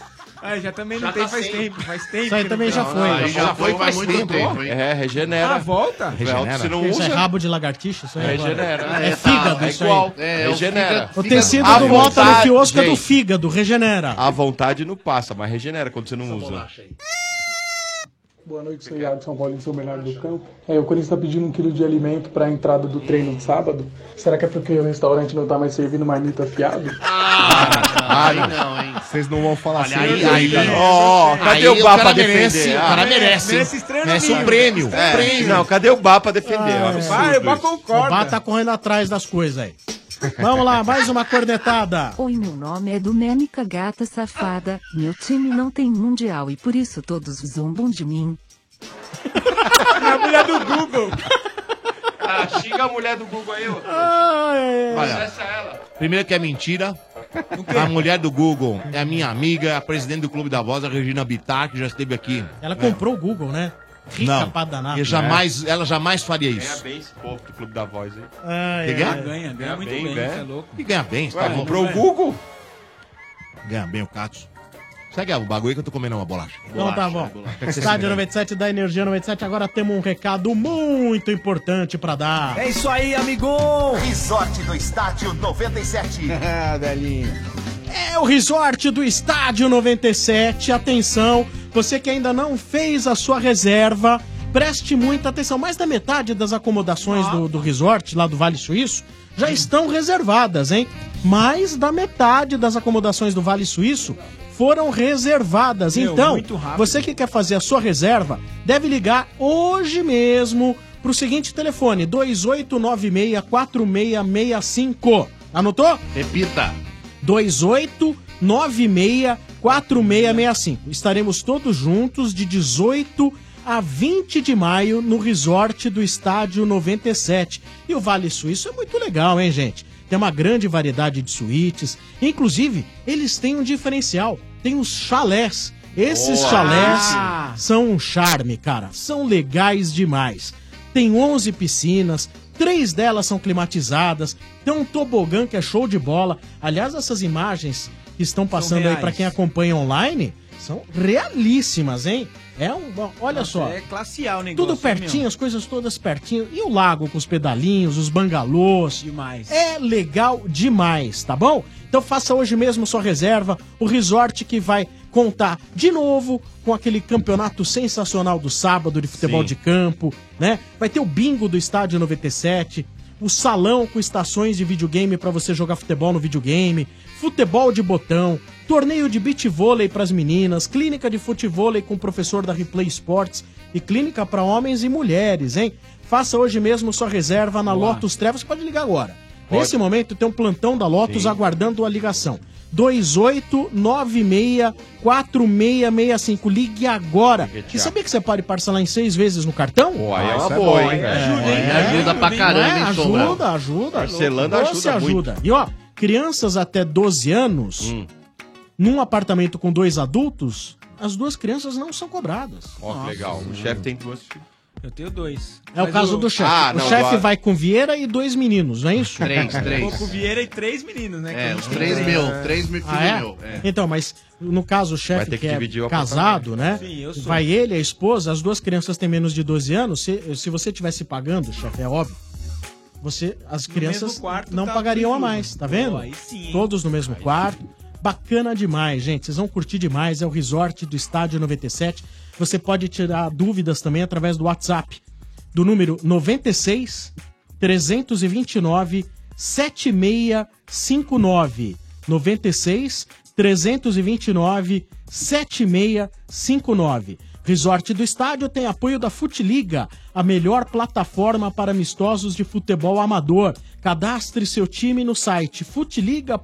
Speaker 11: Ah, já também não
Speaker 7: Já
Speaker 11: tem
Speaker 7: tá
Speaker 11: faz
Speaker 7: sem.
Speaker 11: tempo. Faz tempo.
Speaker 7: Isso aí
Speaker 11: que
Speaker 7: também
Speaker 11: não
Speaker 7: já
Speaker 11: tem.
Speaker 7: foi.
Speaker 11: Ah,
Speaker 7: Já foi faz muito tempo, hein?
Speaker 9: É, regenera.
Speaker 11: Ah, volta?
Speaker 9: Regenera. Se não
Speaker 7: Isso é
Speaker 9: usa...
Speaker 7: rabo de lagartixa? Isso aí agora?
Speaker 9: Regenera.
Speaker 7: É,
Speaker 9: É,
Speaker 7: fígado,
Speaker 9: tá, é
Speaker 7: isso
Speaker 9: igual.
Speaker 7: aí.
Speaker 9: É, regenera.
Speaker 7: O tecido
Speaker 9: A
Speaker 7: do Mota no
Speaker 9: vontade,
Speaker 7: quiosco é do
Speaker 9: gente.
Speaker 7: fígado, regenera.
Speaker 9: A vontade não passa, mas regenera quando você não usa.
Speaker 12: Boa noite, sou Iago São Paulo, em São Bernardo do Campo. É, o Corinthians está pedindo um quilo de alimento para a entrada do treino de sábado. Será que é porque o restaurante não está mais servindo marmita fiado?
Speaker 10: Ah,
Speaker 12: aí
Speaker 10: não, hein? Vocês não vão falar assim.
Speaker 12: aí,
Speaker 10: né?
Speaker 12: aí,
Speaker 10: Cara.
Speaker 12: aí.
Speaker 10: Ó, ó,
Speaker 12: Aí
Speaker 10: cadê o
Speaker 12: o
Speaker 10: Bá
Speaker 12: cara
Speaker 10: pra defender?
Speaker 12: merece,
Speaker 10: Ah,
Speaker 12: o
Speaker 7: É,
Speaker 12: cara
Speaker 9: merece, hein?
Speaker 12: merece estranho
Speaker 16: Merece um
Speaker 9: amigo.
Speaker 16: prêmio.
Speaker 9: É,
Speaker 16: Um prêmio.
Speaker 9: Não, cadê o Bá pra defender? É um
Speaker 7: Ah,
Speaker 9: absurdo
Speaker 7: Vai, o Bá
Speaker 9: isso.
Speaker 7: concorda. O Bá tá correndo atrás das coisas aí. Vamos lá, mais uma cornetada.
Speaker 25: Oi, meu nome é Domênica Gata Safada. Meu time não tem mundial e por isso todos zombam de mim.
Speaker 11: A mulher do Google.
Speaker 9: Ah, xinga a mulher do Google aí, ô.
Speaker 7: Ah,
Speaker 16: Olha,
Speaker 9: Processa ela.
Speaker 16: primeiro que é mentira. A mulher do Google é a minha amiga, é a presidente do Clube da Voz, a Regina Bittar, que já esteve aqui.
Speaker 7: Ela comprou o Google, né? Rica
Speaker 16: Não,
Speaker 7: pra né? danar.
Speaker 16: eu jamais, ela jamais faria
Speaker 9: Ganha
Speaker 16: isso.
Speaker 9: é bem esse povo do Clube da Voz, hein?
Speaker 7: Ai,
Speaker 16: Que
Speaker 7: ai,
Speaker 16: ganha?
Speaker 7: ai.
Speaker 11: Ganha, ganha muito bem,
Speaker 16: velho.
Speaker 11: você é louco.
Speaker 16: Que ganha bem, você tá
Speaker 11: Ué,
Speaker 16: louco.
Speaker 11: comprou o
Speaker 9: Google?
Speaker 16: Ganha bem o Cato. Segue o bagulho que eu tô comendo uma bolacha.
Speaker 7: Então tá bom.
Speaker 16: bolacha. é
Speaker 7: Estádio 97 da Energia 97. Agora temos um recado muito importante pra dar.
Speaker 23: É isso aí, amigo! Resort do Estádio 97. ah, velhinho.
Speaker 7: É o resort do Estádio 97. Atenção, você que ainda não fez a sua reserva, preste muita atenção. Mais da metade das acomodações do, do resort lá do Vale Suíço já estão reservadas, hein? Mais da metade das acomodações do Vale Suíço foram reservadas.
Speaker 11: Meu,
Speaker 7: então,
Speaker 11: muito rápido.
Speaker 7: você que quer fazer a sua reserva, deve ligar hoje mesmo pro seguinte telefone: 2896-4665. Anotou?
Speaker 15: Repita.
Speaker 7: 28964665 4665. Estaremos todos juntos de 18 a 20 de maio no resort do Estádio 97. E o Vale Suíço é muito legal, hein, gente? Tem uma grande variedade de suítes. Inclusive, eles têm um diferencial. Tem os chalés. Esses
Speaker 1: Boa! Ah!
Speaker 7: chalés são um charme, cara. São legais demais. Tem 11 piscinas, três delas são climatizadas, tem um tobogã que é show de bola. Aliás, essas imagens que estão passando aí
Speaker 11: reais.
Speaker 7: pra quem acompanha online são realíssimas, hein? É um, bom, olha
Speaker 11: Nossa,
Speaker 7: só.
Speaker 11: É classe A o negócio.
Speaker 7: Tudo
Speaker 11: hein, meu?
Speaker 7: pertinho, as coisas todas pertinho. E o lago com os pedalinhos, os bangalôs.
Speaker 11: Demais.
Speaker 7: É legal demais, tá bom? Então faça hoje mesmo sua reserva. O resort que vai contar de novo com aquele campeonato sensacional do sábado de futebol
Speaker 1: Sim.
Speaker 7: de campo, né? Vai ter o bingo do estádio 97. O salão com estações de videogame pra você jogar futebol no videogame, futebol de botão, torneio de beach vôlei pras meninas, clínica de futevôlei com o professor da Replay Sports e clínica pra homens e mulheres, hein? Faça hoje mesmo sua reserva na Lotus Trevas, pode ligar agora.
Speaker 1: Pode.
Speaker 7: Nesse momento tem um plantão da Lotus aguardando a ligação. 28964665. Ligue agora. E sabia que você pode parcelar em seis vezes no cartão? Pô,
Speaker 11: Ah,
Speaker 9: aí essa é boa, hein, velho?
Speaker 11: É,
Speaker 15: Ajuda pra caramba, hein, Sombra?
Speaker 7: Ajuda, ajuda.
Speaker 9: Parcelando
Speaker 7: Doce
Speaker 9: ajuda muito. Hum.
Speaker 7: E ó, crianças até 12 anos, num apartamento com dois adultos, as duas crianças não são cobradas.
Speaker 9: Ó, que legal. O chefe tem duas filhas.
Speaker 11: Eu tenho dois.
Speaker 7: É o
Speaker 11: Mas
Speaker 7: caso do chefe.
Speaker 9: Ah,
Speaker 7: o
Speaker 9: não,
Speaker 7: chefe
Speaker 9: agora-
Speaker 7: vai com Vieira e dois meninos, não é isso?
Speaker 11: Eu vou com Vieira e três meninos, né?
Speaker 15: É,
Speaker 11: Que
Speaker 15: os
Speaker 11: eu não
Speaker 15: três
Speaker 11: tenho.
Speaker 15: meu, três me-
Speaker 7: Ah,
Speaker 15: filho
Speaker 7: é?
Speaker 15: meu, é.
Speaker 7: Então, mas no caso o
Speaker 15: Vai
Speaker 7: chefe
Speaker 15: ter
Speaker 7: que,
Speaker 15: que dividir
Speaker 7: é
Speaker 15: o
Speaker 7: casado, né?
Speaker 15: apartamento. Sim, eu sou.
Speaker 7: Vai ele, a esposa, as duas crianças têm menos de 12 anos. Se, se você tivesse pagando, chefe, é óbvio. Você, as crianças
Speaker 11: mesmo quarto
Speaker 7: não
Speaker 11: tá
Speaker 7: pagariam a
Speaker 11: tudo.
Speaker 7: mais, tá
Speaker 11: Pô,
Speaker 7: vendo?
Speaker 11: aí sim, hein?
Speaker 7: Todos no mesmo quarto. Bacana demais, gente. Vocês vão curtir demais. É o resort do Estádio 97. Você pode tirar dúvidas também através do WhatsApp do número 96 329 7659. 96 329 7659. Resort do Estádio tem apoio da Futiliga, a melhor plataforma para amistosos de futebol amador. Cadastre seu time no site futiliga.com.br.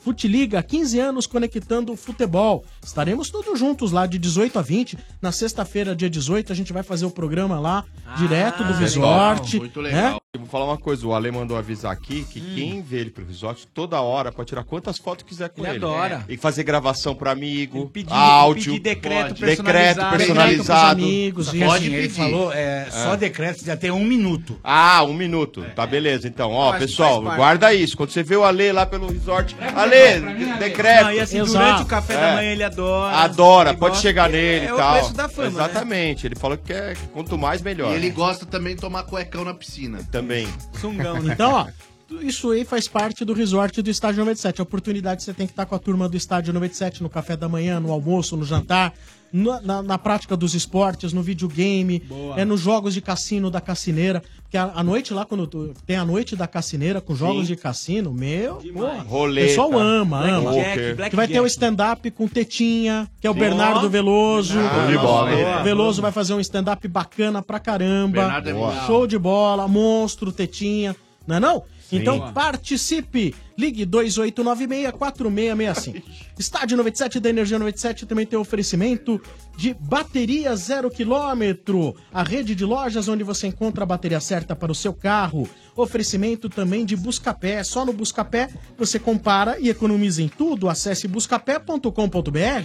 Speaker 7: Futiliga, 15 anos conectando o futebol. Estaremos todos juntos lá de 18 a 20. Na sexta-feira, dia 18, a gente vai fazer o programa lá,
Speaker 1: Ah,
Speaker 7: direto do
Speaker 9: Ah,
Speaker 7: resort. né?
Speaker 9: Eu Vou falar uma coisa, o Ale mandou avisar aqui que
Speaker 11: Hum.
Speaker 9: quem vê ele pro resort toda hora pode tirar quantas fotos quiser com
Speaker 11: Ele
Speaker 9: ele.
Speaker 11: adora.
Speaker 9: E fazer gravação pra amigo,
Speaker 11: pedir-
Speaker 9: áudio,
Speaker 11: pedir decreto
Speaker 9: pode. decreto
Speaker 11: personalizado.
Speaker 9: personalizado.
Speaker 11: Amigos,
Speaker 20: Pode pedir. Ele falou, é, só
Speaker 9: Ah.
Speaker 20: decreto de até um minuto.
Speaker 9: Ah, um minuto.
Speaker 11: É.
Speaker 9: Tá, beleza. Então, ó,
Speaker 20: Acho que
Speaker 9: pessoal,
Speaker 20: faz parte.
Speaker 9: guarda isso. Quando você vê o Ale lá pelo resort, Ale, decreto.
Speaker 11: Não, e assim,
Speaker 9: Exato.
Speaker 11: durante o café da
Speaker 9: É.
Speaker 11: manhã ele adora.
Speaker 9: Adora,
Speaker 11: Ele
Speaker 9: pode
Speaker 11: gosta,
Speaker 9: chegar
Speaker 11: porque
Speaker 9: nele e
Speaker 11: é
Speaker 9: tal.
Speaker 11: É o preço da fama, né?
Speaker 9: Exatamente. Ele falou que é, quanto mais, melhor.
Speaker 15: E ele gosta também de tomar cuecão na piscina.
Speaker 9: Também.
Speaker 11: Sungão, né?
Speaker 7: Então, ó, tu- isso aí faz parte do resort do Estádio 97. A oportunidade você tem que estar com a turma do Estádio 97 no café da manhã, no almoço, no jantar, na, na- na prática dos esportes, no videogame,
Speaker 1: Boa.
Speaker 7: é, nos jogos de cassino da cassineira. Porque a, a noite lá, quando tu- tem a noite da cassineira com jogos
Speaker 1: Sim.
Speaker 7: de cassino, meu, porra, o
Speaker 9: Roleta.
Speaker 7: pessoal ama, ama.
Speaker 9: Blackjack,
Speaker 7: Que vai ter o stand-up com Tetinha, que é o Bernardo Veloso.
Speaker 9: Ah, de bola, hein?
Speaker 7: O Veloso vai fazer um stand-up bacana pra caramba.
Speaker 9: Bernardo é
Speaker 7: Boa.
Speaker 9: legal.
Speaker 7: Show de bola, monstro, tetinha. Não é não?
Speaker 1: Sim.
Speaker 7: Então participe! Ligue 2896-4665. Estádio 97 da Energia 97 também tem oferecimento de bateria zero quilômetro. A rede de lojas onde você encontra a bateria certa para o seu carro. Oferecimento também de Buscapé. Só no Buscapé você compara e economiza em tudo. Acesse buscapé.com.br.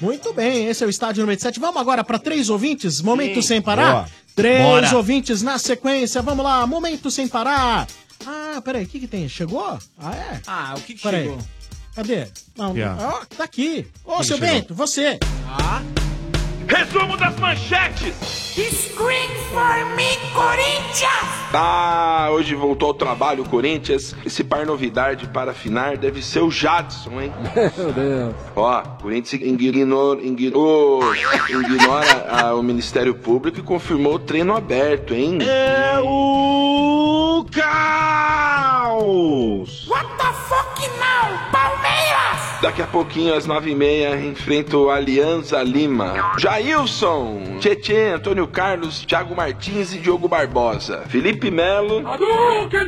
Speaker 7: Muito bem, esse é o estádio 97. Vamos agora para três ouvintes, momento
Speaker 1: Sim.
Speaker 7: sem parar.
Speaker 1: Boa.
Speaker 7: Três
Speaker 1: Bora.
Speaker 7: ouvintes na sequência, vamos lá, momento sem parar. Ah, peraí, o que que tem? Chegou? Ah, é?
Speaker 11: Ah, o que que
Speaker 7: Peraí.
Speaker 11: chegou?
Speaker 7: Cadê? Não,
Speaker 11: Que é?
Speaker 7: ó, tá aqui. Ô,
Speaker 11: Quem
Speaker 7: seu
Speaker 11: chegou?
Speaker 7: Bento, você.
Speaker 11: Ah.
Speaker 1: Resumo das manchetes. Scream for me, Corinthians!
Speaker 2: Ah,
Speaker 8: Tá,
Speaker 2: hoje voltou ao trabalho o Corinthians. Esse par novidade para afinar deve ser o Jadson, hein? Meu Deus. Ó, o Corinthians ignorou, ignorou, ignora ah, o Ministério Público e confirmou o treino aberto, hein? É o caos!
Speaker 1: What the fuck now, Palmeiras?
Speaker 8: Daqui a pouquinho, às nove e meia, enfrento o Alianza Lima. Jailson, Tietê, Antônio Carlos, Thiago Martins e Diogo Barbosa. Felipe Melo,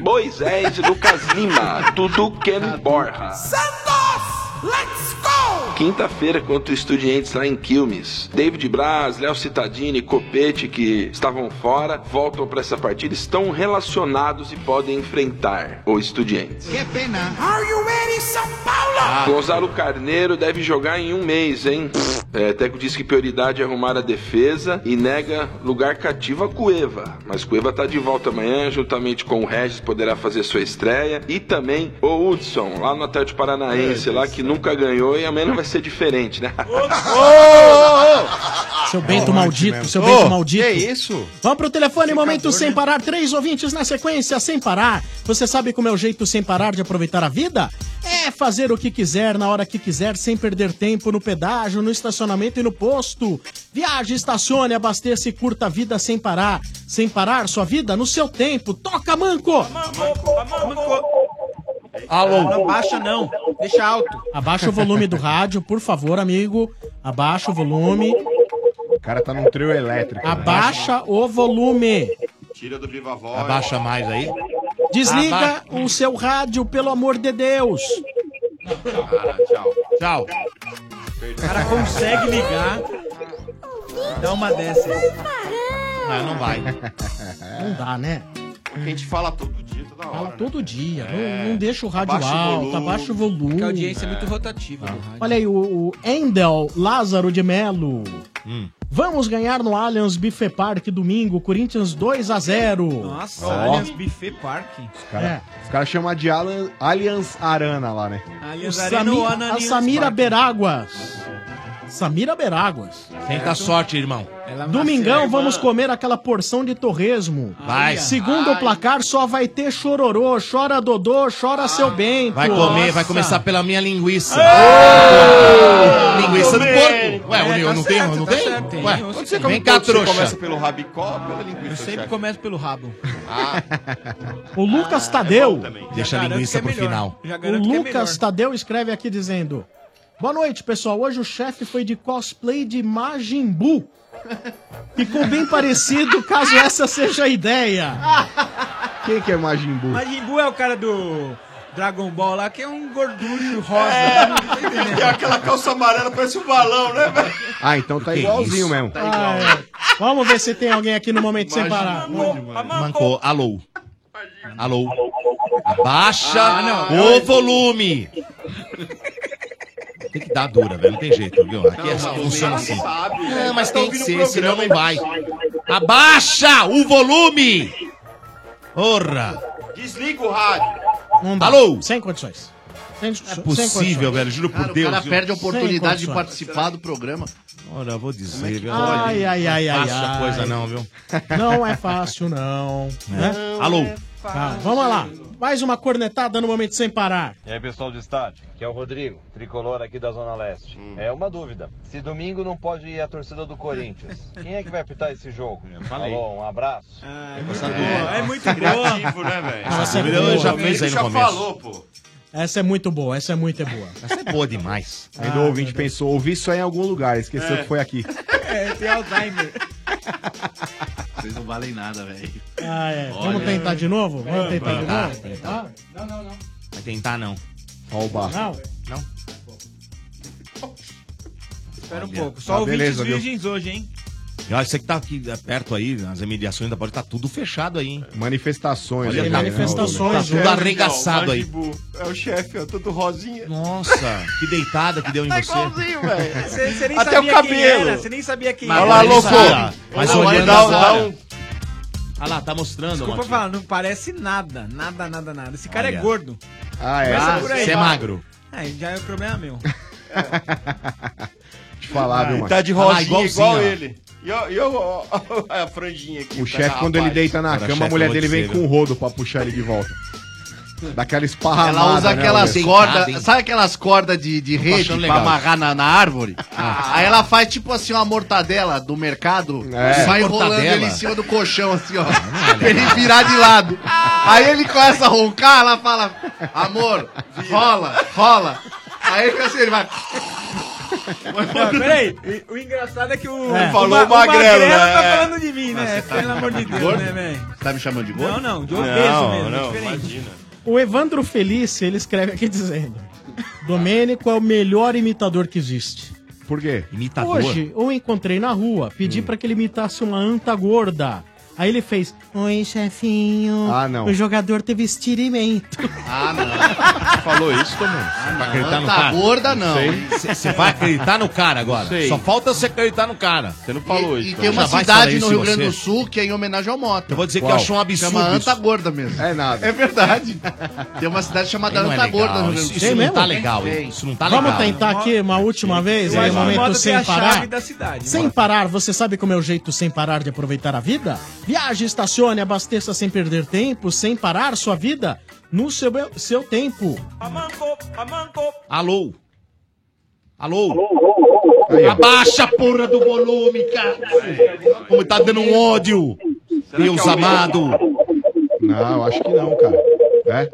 Speaker 8: Moisés e Lucas Lima. Tudo Ken Borja.
Speaker 23: Santos, let's go!
Speaker 8: Quinta-feira contra estudiantes lá em Quilmes. David Braz, Léo Citadini, Copete, que estavam fora, voltam para essa partida, estão relacionados e podem enfrentar o estudiantes.
Speaker 23: Que pena. Are you ready, São Paulo?
Speaker 13: Ah.
Speaker 9: Ah.
Speaker 8: Gonzalo Carneiro deve jogar em um mês, hein? É, Teco diz que prioridade é arrumar a defesa e nega lugar cativo a Cueva. Mas Cueva tá de volta amanhã, juntamente com o Regis, poderá fazer sua estreia. E também o Hudson, lá no Atlético Paranaense, lá que nunca ganhou e amanhã não vai ser diferente, né?
Speaker 7: Seu Bento
Speaker 8: Ótimo,
Speaker 7: maldito,
Speaker 8: mesmo.
Speaker 7: seu
Speaker 8: Ô,
Speaker 7: Bento maldito.
Speaker 8: que isso?
Speaker 7: Vamos pro telefone, momento sem parar. Três ouvintes na sequência, sem parar. Você sabe como é o jeito sem parar de aproveitar a vida? É fazer o que quiser, na hora que quiser, sem perder tempo no pedágio, no estacionamento e no posto. Viaje, estacione, abasteça e curta a vida sem parar. Sem parar sua vida no seu tempo. Toca, manco!
Speaker 11: Alô? Não abaixa, não. Deixa alto.
Speaker 7: Abaixa o volume do rádio, por favor, amigo. Abaixa o volume.
Speaker 10: O cara tá num trio elétrico. né?
Speaker 7: Abaixa o volume.
Speaker 9: Tira do Viva Voz.
Speaker 16: Abaixa mais aí.
Speaker 7: Desliga
Speaker 16: Aba-
Speaker 7: o seu rádio, pelo amor de Deus.
Speaker 16: Ah, Tchau.
Speaker 11: O cara consegue ligar. Dá uma dessas.
Speaker 16: Ah, Não, não vai.
Speaker 7: Não dá, né?
Speaker 11: É
Speaker 9: A gente fala todo dia, toda hora.
Speaker 7: Fala
Speaker 9: né?
Speaker 7: todo dia.
Speaker 9: É.
Speaker 7: Não, não deixa o rádio
Speaker 9: Abaixa o
Speaker 7: alto,
Speaker 9: volume.
Speaker 7: abaixa o volume.
Speaker 11: Porque a audiência é, muito rotativa. né? do rádio.
Speaker 7: Olha aí, o, o Endel Lázaro de Melo. hum. Vamos ganhar no Allianz Buffet Park domingo, Corinthians 2 a 0
Speaker 11: Nossa,
Speaker 10: Ó.
Speaker 11: Allianz Buffet Park.
Speaker 10: Os
Speaker 7: É.
Speaker 10: caras cara chamam de Alan, Allianz Arana lá, né?
Speaker 11: Allianz
Speaker 7: O
Speaker 11: Arena
Speaker 7: Sami-
Speaker 11: ou Ananias
Speaker 7: a Samira
Speaker 11: Park?
Speaker 7: Beráguas. Samira Beráguas.
Speaker 10: tá
Speaker 16: Tenta sorte, irmão.
Speaker 7: Domingão, vamos comer aquela porção de torresmo.
Speaker 16: Vai.
Speaker 7: Segundo o placar, só vai ter chororô. Chora Dodô,
Speaker 11: Ah.
Speaker 7: chora seu bem.
Speaker 16: Vai comer, vai começar pela minha linguiça. Linguiça do porco. Ué,
Speaker 9: É,
Speaker 16: eu
Speaker 9: tá
Speaker 16: não tenho, eu não tenho? Ué,
Speaker 11: Eu
Speaker 16: você
Speaker 11: sei
Speaker 16: vem
Speaker 11: como
Speaker 16: cá,
Speaker 11: todos, você
Speaker 16: trouxa.
Speaker 11: começa
Speaker 9: Pelo rabicó ou pela linguiça?
Speaker 11: Eu sempre
Speaker 9: chefe? Ah.
Speaker 11: começo pelo rabo.
Speaker 7: O Lucas Tadeu.
Speaker 16: Deixa a linguiça pro final.
Speaker 7: O Lucas Tadeu escreve aqui dizendo: Boa noite, pessoal. Hoje o chefe foi de cosplay de Majin Buu. Ficou bem parecido, caso essa seja a ideia.
Speaker 10: Quem que é Majin Buu?
Speaker 11: Majin Buu é o cara do Dragon Ball lá, que é um gorducho rosa. né?
Speaker 9: E aquela calça amarela parece um balão, né, velho?
Speaker 10: Ah, então tá
Speaker 9: Que
Speaker 16: é
Speaker 10: igualzinho
Speaker 9: isso?
Speaker 10: mesmo.
Speaker 9: Tá igual.
Speaker 7: Ah, é. Vamos ver se tem alguém aqui no momento sem parar.
Speaker 16: Mancou. Alô. Alô. Abaixa
Speaker 7: Ah, não.
Speaker 16: o volume. Tem que dar dura, velho. Não tem jeito, viu? Aqui é, funciona assim. Não, mas tem que ser, senão não vai. Abaixa o volume! Porra!
Speaker 9: Desliga o rádio.
Speaker 16: Alô?
Speaker 7: Sem condições. não
Speaker 16: é possível, velho. Juro por
Speaker 15: Cara,
Speaker 16: Deus.
Speaker 15: o cara
Speaker 16: viu?
Speaker 15: perde a
Speaker 16: Sem
Speaker 15: oportunidade de
Speaker 16: condições.
Speaker 15: participar do programa. é
Speaker 16: Olha, vou dizer, velho.
Speaker 7: Ai,
Speaker 16: Olha,
Speaker 7: ai, ai,
Speaker 16: Não
Speaker 7: ai,
Speaker 16: faça
Speaker 7: ai.
Speaker 16: coisa não, viu?
Speaker 7: Não é fácil, não. né?
Speaker 16: Alô?
Speaker 7: Tá, vamos lá. Mais uma cornetada no momento sem parar.
Speaker 13: E aí, pessoal do estádio, que é o Rodrigo, tricolor aqui da Zona Leste.
Speaker 9: Hum.
Speaker 13: É uma dúvida. Se domingo não pode ir a torcida do Corinthians, quem é que vai apitar esse jogo?
Speaker 16: falei.
Speaker 13: Alô, um abraço.
Speaker 11: boa, Ah, é muito boa.
Speaker 13: né, velho?
Speaker 7: Ah, essa é
Speaker 16: Eu
Speaker 7: boa.
Speaker 16: já fiz aí no começo.
Speaker 9: pô.
Speaker 7: Essa é muito boa, essa é muito boa. Ah,
Speaker 16: Essa é boa demais.
Speaker 10: Aí do ouvinte pensou, ouvi isso aí em algum lugar,
Speaker 16: É.
Speaker 10: esqueceu que foi aqui.
Speaker 11: É, tem Alzheimer.
Speaker 15: Vocês não valem nada, velho.
Speaker 7: Ah, é.
Speaker 15: Olha.
Speaker 7: Vamos tentar de novo? Vamos
Speaker 15: Vamos
Speaker 7: tentar de
Speaker 16: tentar,
Speaker 7: novo?
Speaker 11: Ah,
Speaker 16: tentar.
Speaker 7: Não, não, não.
Speaker 16: Vai tentar não. Ó o barro.
Speaker 7: Não?
Speaker 16: Não.
Speaker 11: Espera um
Speaker 16: Olha.
Speaker 11: pouco.
Speaker 16: Tá,
Speaker 11: Só ouvintes
Speaker 16: beleza, viu?
Speaker 11: virgens hoje, hein?
Speaker 16: E olha, você que tá aqui é, perto aí, nas imediações da pode tá tudo fechado aí, hein?
Speaker 10: Manifestações.
Speaker 16: Olha,
Speaker 10: né,
Speaker 16: tá,
Speaker 10: né,
Speaker 16: tá tudo arregaçado aí.
Speaker 9: É o chefe, ó, todo rosinha.
Speaker 16: Nossa, que deitada que deu em
Speaker 9: Tá
Speaker 16: você.
Speaker 9: igualzinho, velho.
Speaker 11: Você, você nem
Speaker 9: Até
Speaker 11: sabia
Speaker 9: o cabelo.
Speaker 11: quem era. Você nem sabia quem
Speaker 16: Mas
Speaker 11: era.
Speaker 16: olha lá,
Speaker 11: Você nem
Speaker 16: louco.
Speaker 11: sabia.
Speaker 16: Mas
Speaker 11: Olha lá,
Speaker 16: olhando
Speaker 11: dá um-
Speaker 16: agora.
Speaker 11: dá um-
Speaker 16: Olha lá, tá mostrando,
Speaker 11: Desculpa
Speaker 16: Montinho.
Speaker 11: falar, não parece nada. Nada, nada, nada. Esse cara
Speaker 16: Olha.
Speaker 11: é gordo.
Speaker 10: Ah, é.
Speaker 11: Começa
Speaker 10: Ah,
Speaker 11: por aí,
Speaker 10: você é
Speaker 11: vai.
Speaker 10: magro.
Speaker 11: Ah, já é o problema meu.
Speaker 10: Te falar, viu,
Speaker 9: Ele
Speaker 10: mano?
Speaker 9: tá
Speaker 11: Ah,
Speaker 9: de
Speaker 10: Olha lá,
Speaker 9: rosinha igual
Speaker 10: igualzinho, ó.
Speaker 9: ele. E eu, e eu, ó, ó, a franjinha aqui.
Speaker 10: O
Speaker 9: tá
Speaker 10: chefe,
Speaker 9: na
Speaker 10: quando ele
Speaker 9: rapaz.
Speaker 10: deita na
Speaker 16: Cara,
Speaker 10: cama, a
Speaker 16: chefe,
Speaker 10: mulher
Speaker 16: eu vou
Speaker 10: dele vem
Speaker 16: dizer,
Speaker 10: com um
Speaker 16: viu?
Speaker 10: rodo pra puxar ele de volta. Daquela esparramada,
Speaker 15: Ela usa
Speaker 10: né,
Speaker 15: aquelas
Speaker 10: velho?
Speaker 15: cordas. Sabe aquelas cordas de, de
Speaker 10: Tô
Speaker 15: rede
Speaker 10: achando
Speaker 15: pra
Speaker 10: legal.
Speaker 15: amarrar na, na árvore? Aí ela faz tipo assim uma mortadela do mercado
Speaker 16: Ah. É.
Speaker 15: e vai enrolando
Speaker 16: Mortadela.
Speaker 15: ele em cima do colchão, assim, ó. pra ele virar de lado. Aí ele começa a roncar, ela fala: Amor, rola, rola. Aí fica assim, ele vai.
Speaker 11: Não, peraí, e- o engraçado é que o.
Speaker 15: É. Falou
Speaker 11: ma-
Speaker 15: o Magrelo,
Speaker 11: tá
Speaker 15: é.
Speaker 11: falando de mim, né? Pelo amor de Deus,
Speaker 15: Gordo?
Speaker 11: né, velho?
Speaker 15: Você tá me chamando de gordo?
Speaker 11: Não, não, de
Speaker 15: Não,
Speaker 11: obeso mesmo.
Speaker 15: não,
Speaker 11: é diferente.
Speaker 7: O Evandro Felice, ele escreve aqui dizendo: Domênico é o melhor imitador que existe.
Speaker 10: Por quê? Hum.
Speaker 7: Imitador. Hoje, eu encontrei na rua, pedi pra que ele imitasse uma anta gorda. Aí ele fez: Oi, chefinho.
Speaker 10: Ah, não.
Speaker 7: O jogador teve estiramento.
Speaker 15: Ah, não.
Speaker 10: Falou isso também.
Speaker 15: Pra
Speaker 16: acreditar no
Speaker 15: tá
Speaker 16: cara.
Speaker 15: gorda, não.
Speaker 16: Você vai acreditar no cara agora.
Speaker 15: Sei.
Speaker 16: Só falta você acreditar no cara. Você não falou
Speaker 15: E tem uma cidade no Rio Grande do Sul que é em homenagem ao Mota.
Speaker 16: Eu vou dizer que eu acho um absurdo
Speaker 15: Chama
Speaker 16: isso.
Speaker 15: Anta Gorda mesmo. É
Speaker 10: nada.
Speaker 15: É verdade. Tem uma cidade chamada
Speaker 16: Aí não é
Speaker 15: Anta Gorda
Speaker 16: legal,
Speaker 15: no Rio Grande
Speaker 16: isso-
Speaker 15: do Sul.
Speaker 16: isso Tem não tá mesmo? legal,
Speaker 15: Tem.
Speaker 16: isso não tá
Speaker 7: Vamos tentar aqui uma última vez,
Speaker 15: Eu
Speaker 7: aí,
Speaker 15: acho que o
Speaker 7: momento
Speaker 15: modo
Speaker 7: sem
Speaker 15: tem a
Speaker 7: parar.
Speaker 15: chave da cidade,
Speaker 7: sem
Speaker 15: mano.
Speaker 7: parar, você sabe como é o jeito sem parar de aproveitar a vida? Viaje, estacione, abasteça sem perder tempo, sem parar sua vida no seu, seu tempo.
Speaker 16: Alô? Alô?
Speaker 15: Abaixa a porra do volume, cara.
Speaker 16: Como tá dando um ódio,
Speaker 11: é
Speaker 16: Deus amado.
Speaker 10: Não, eu acho que não, cara. É?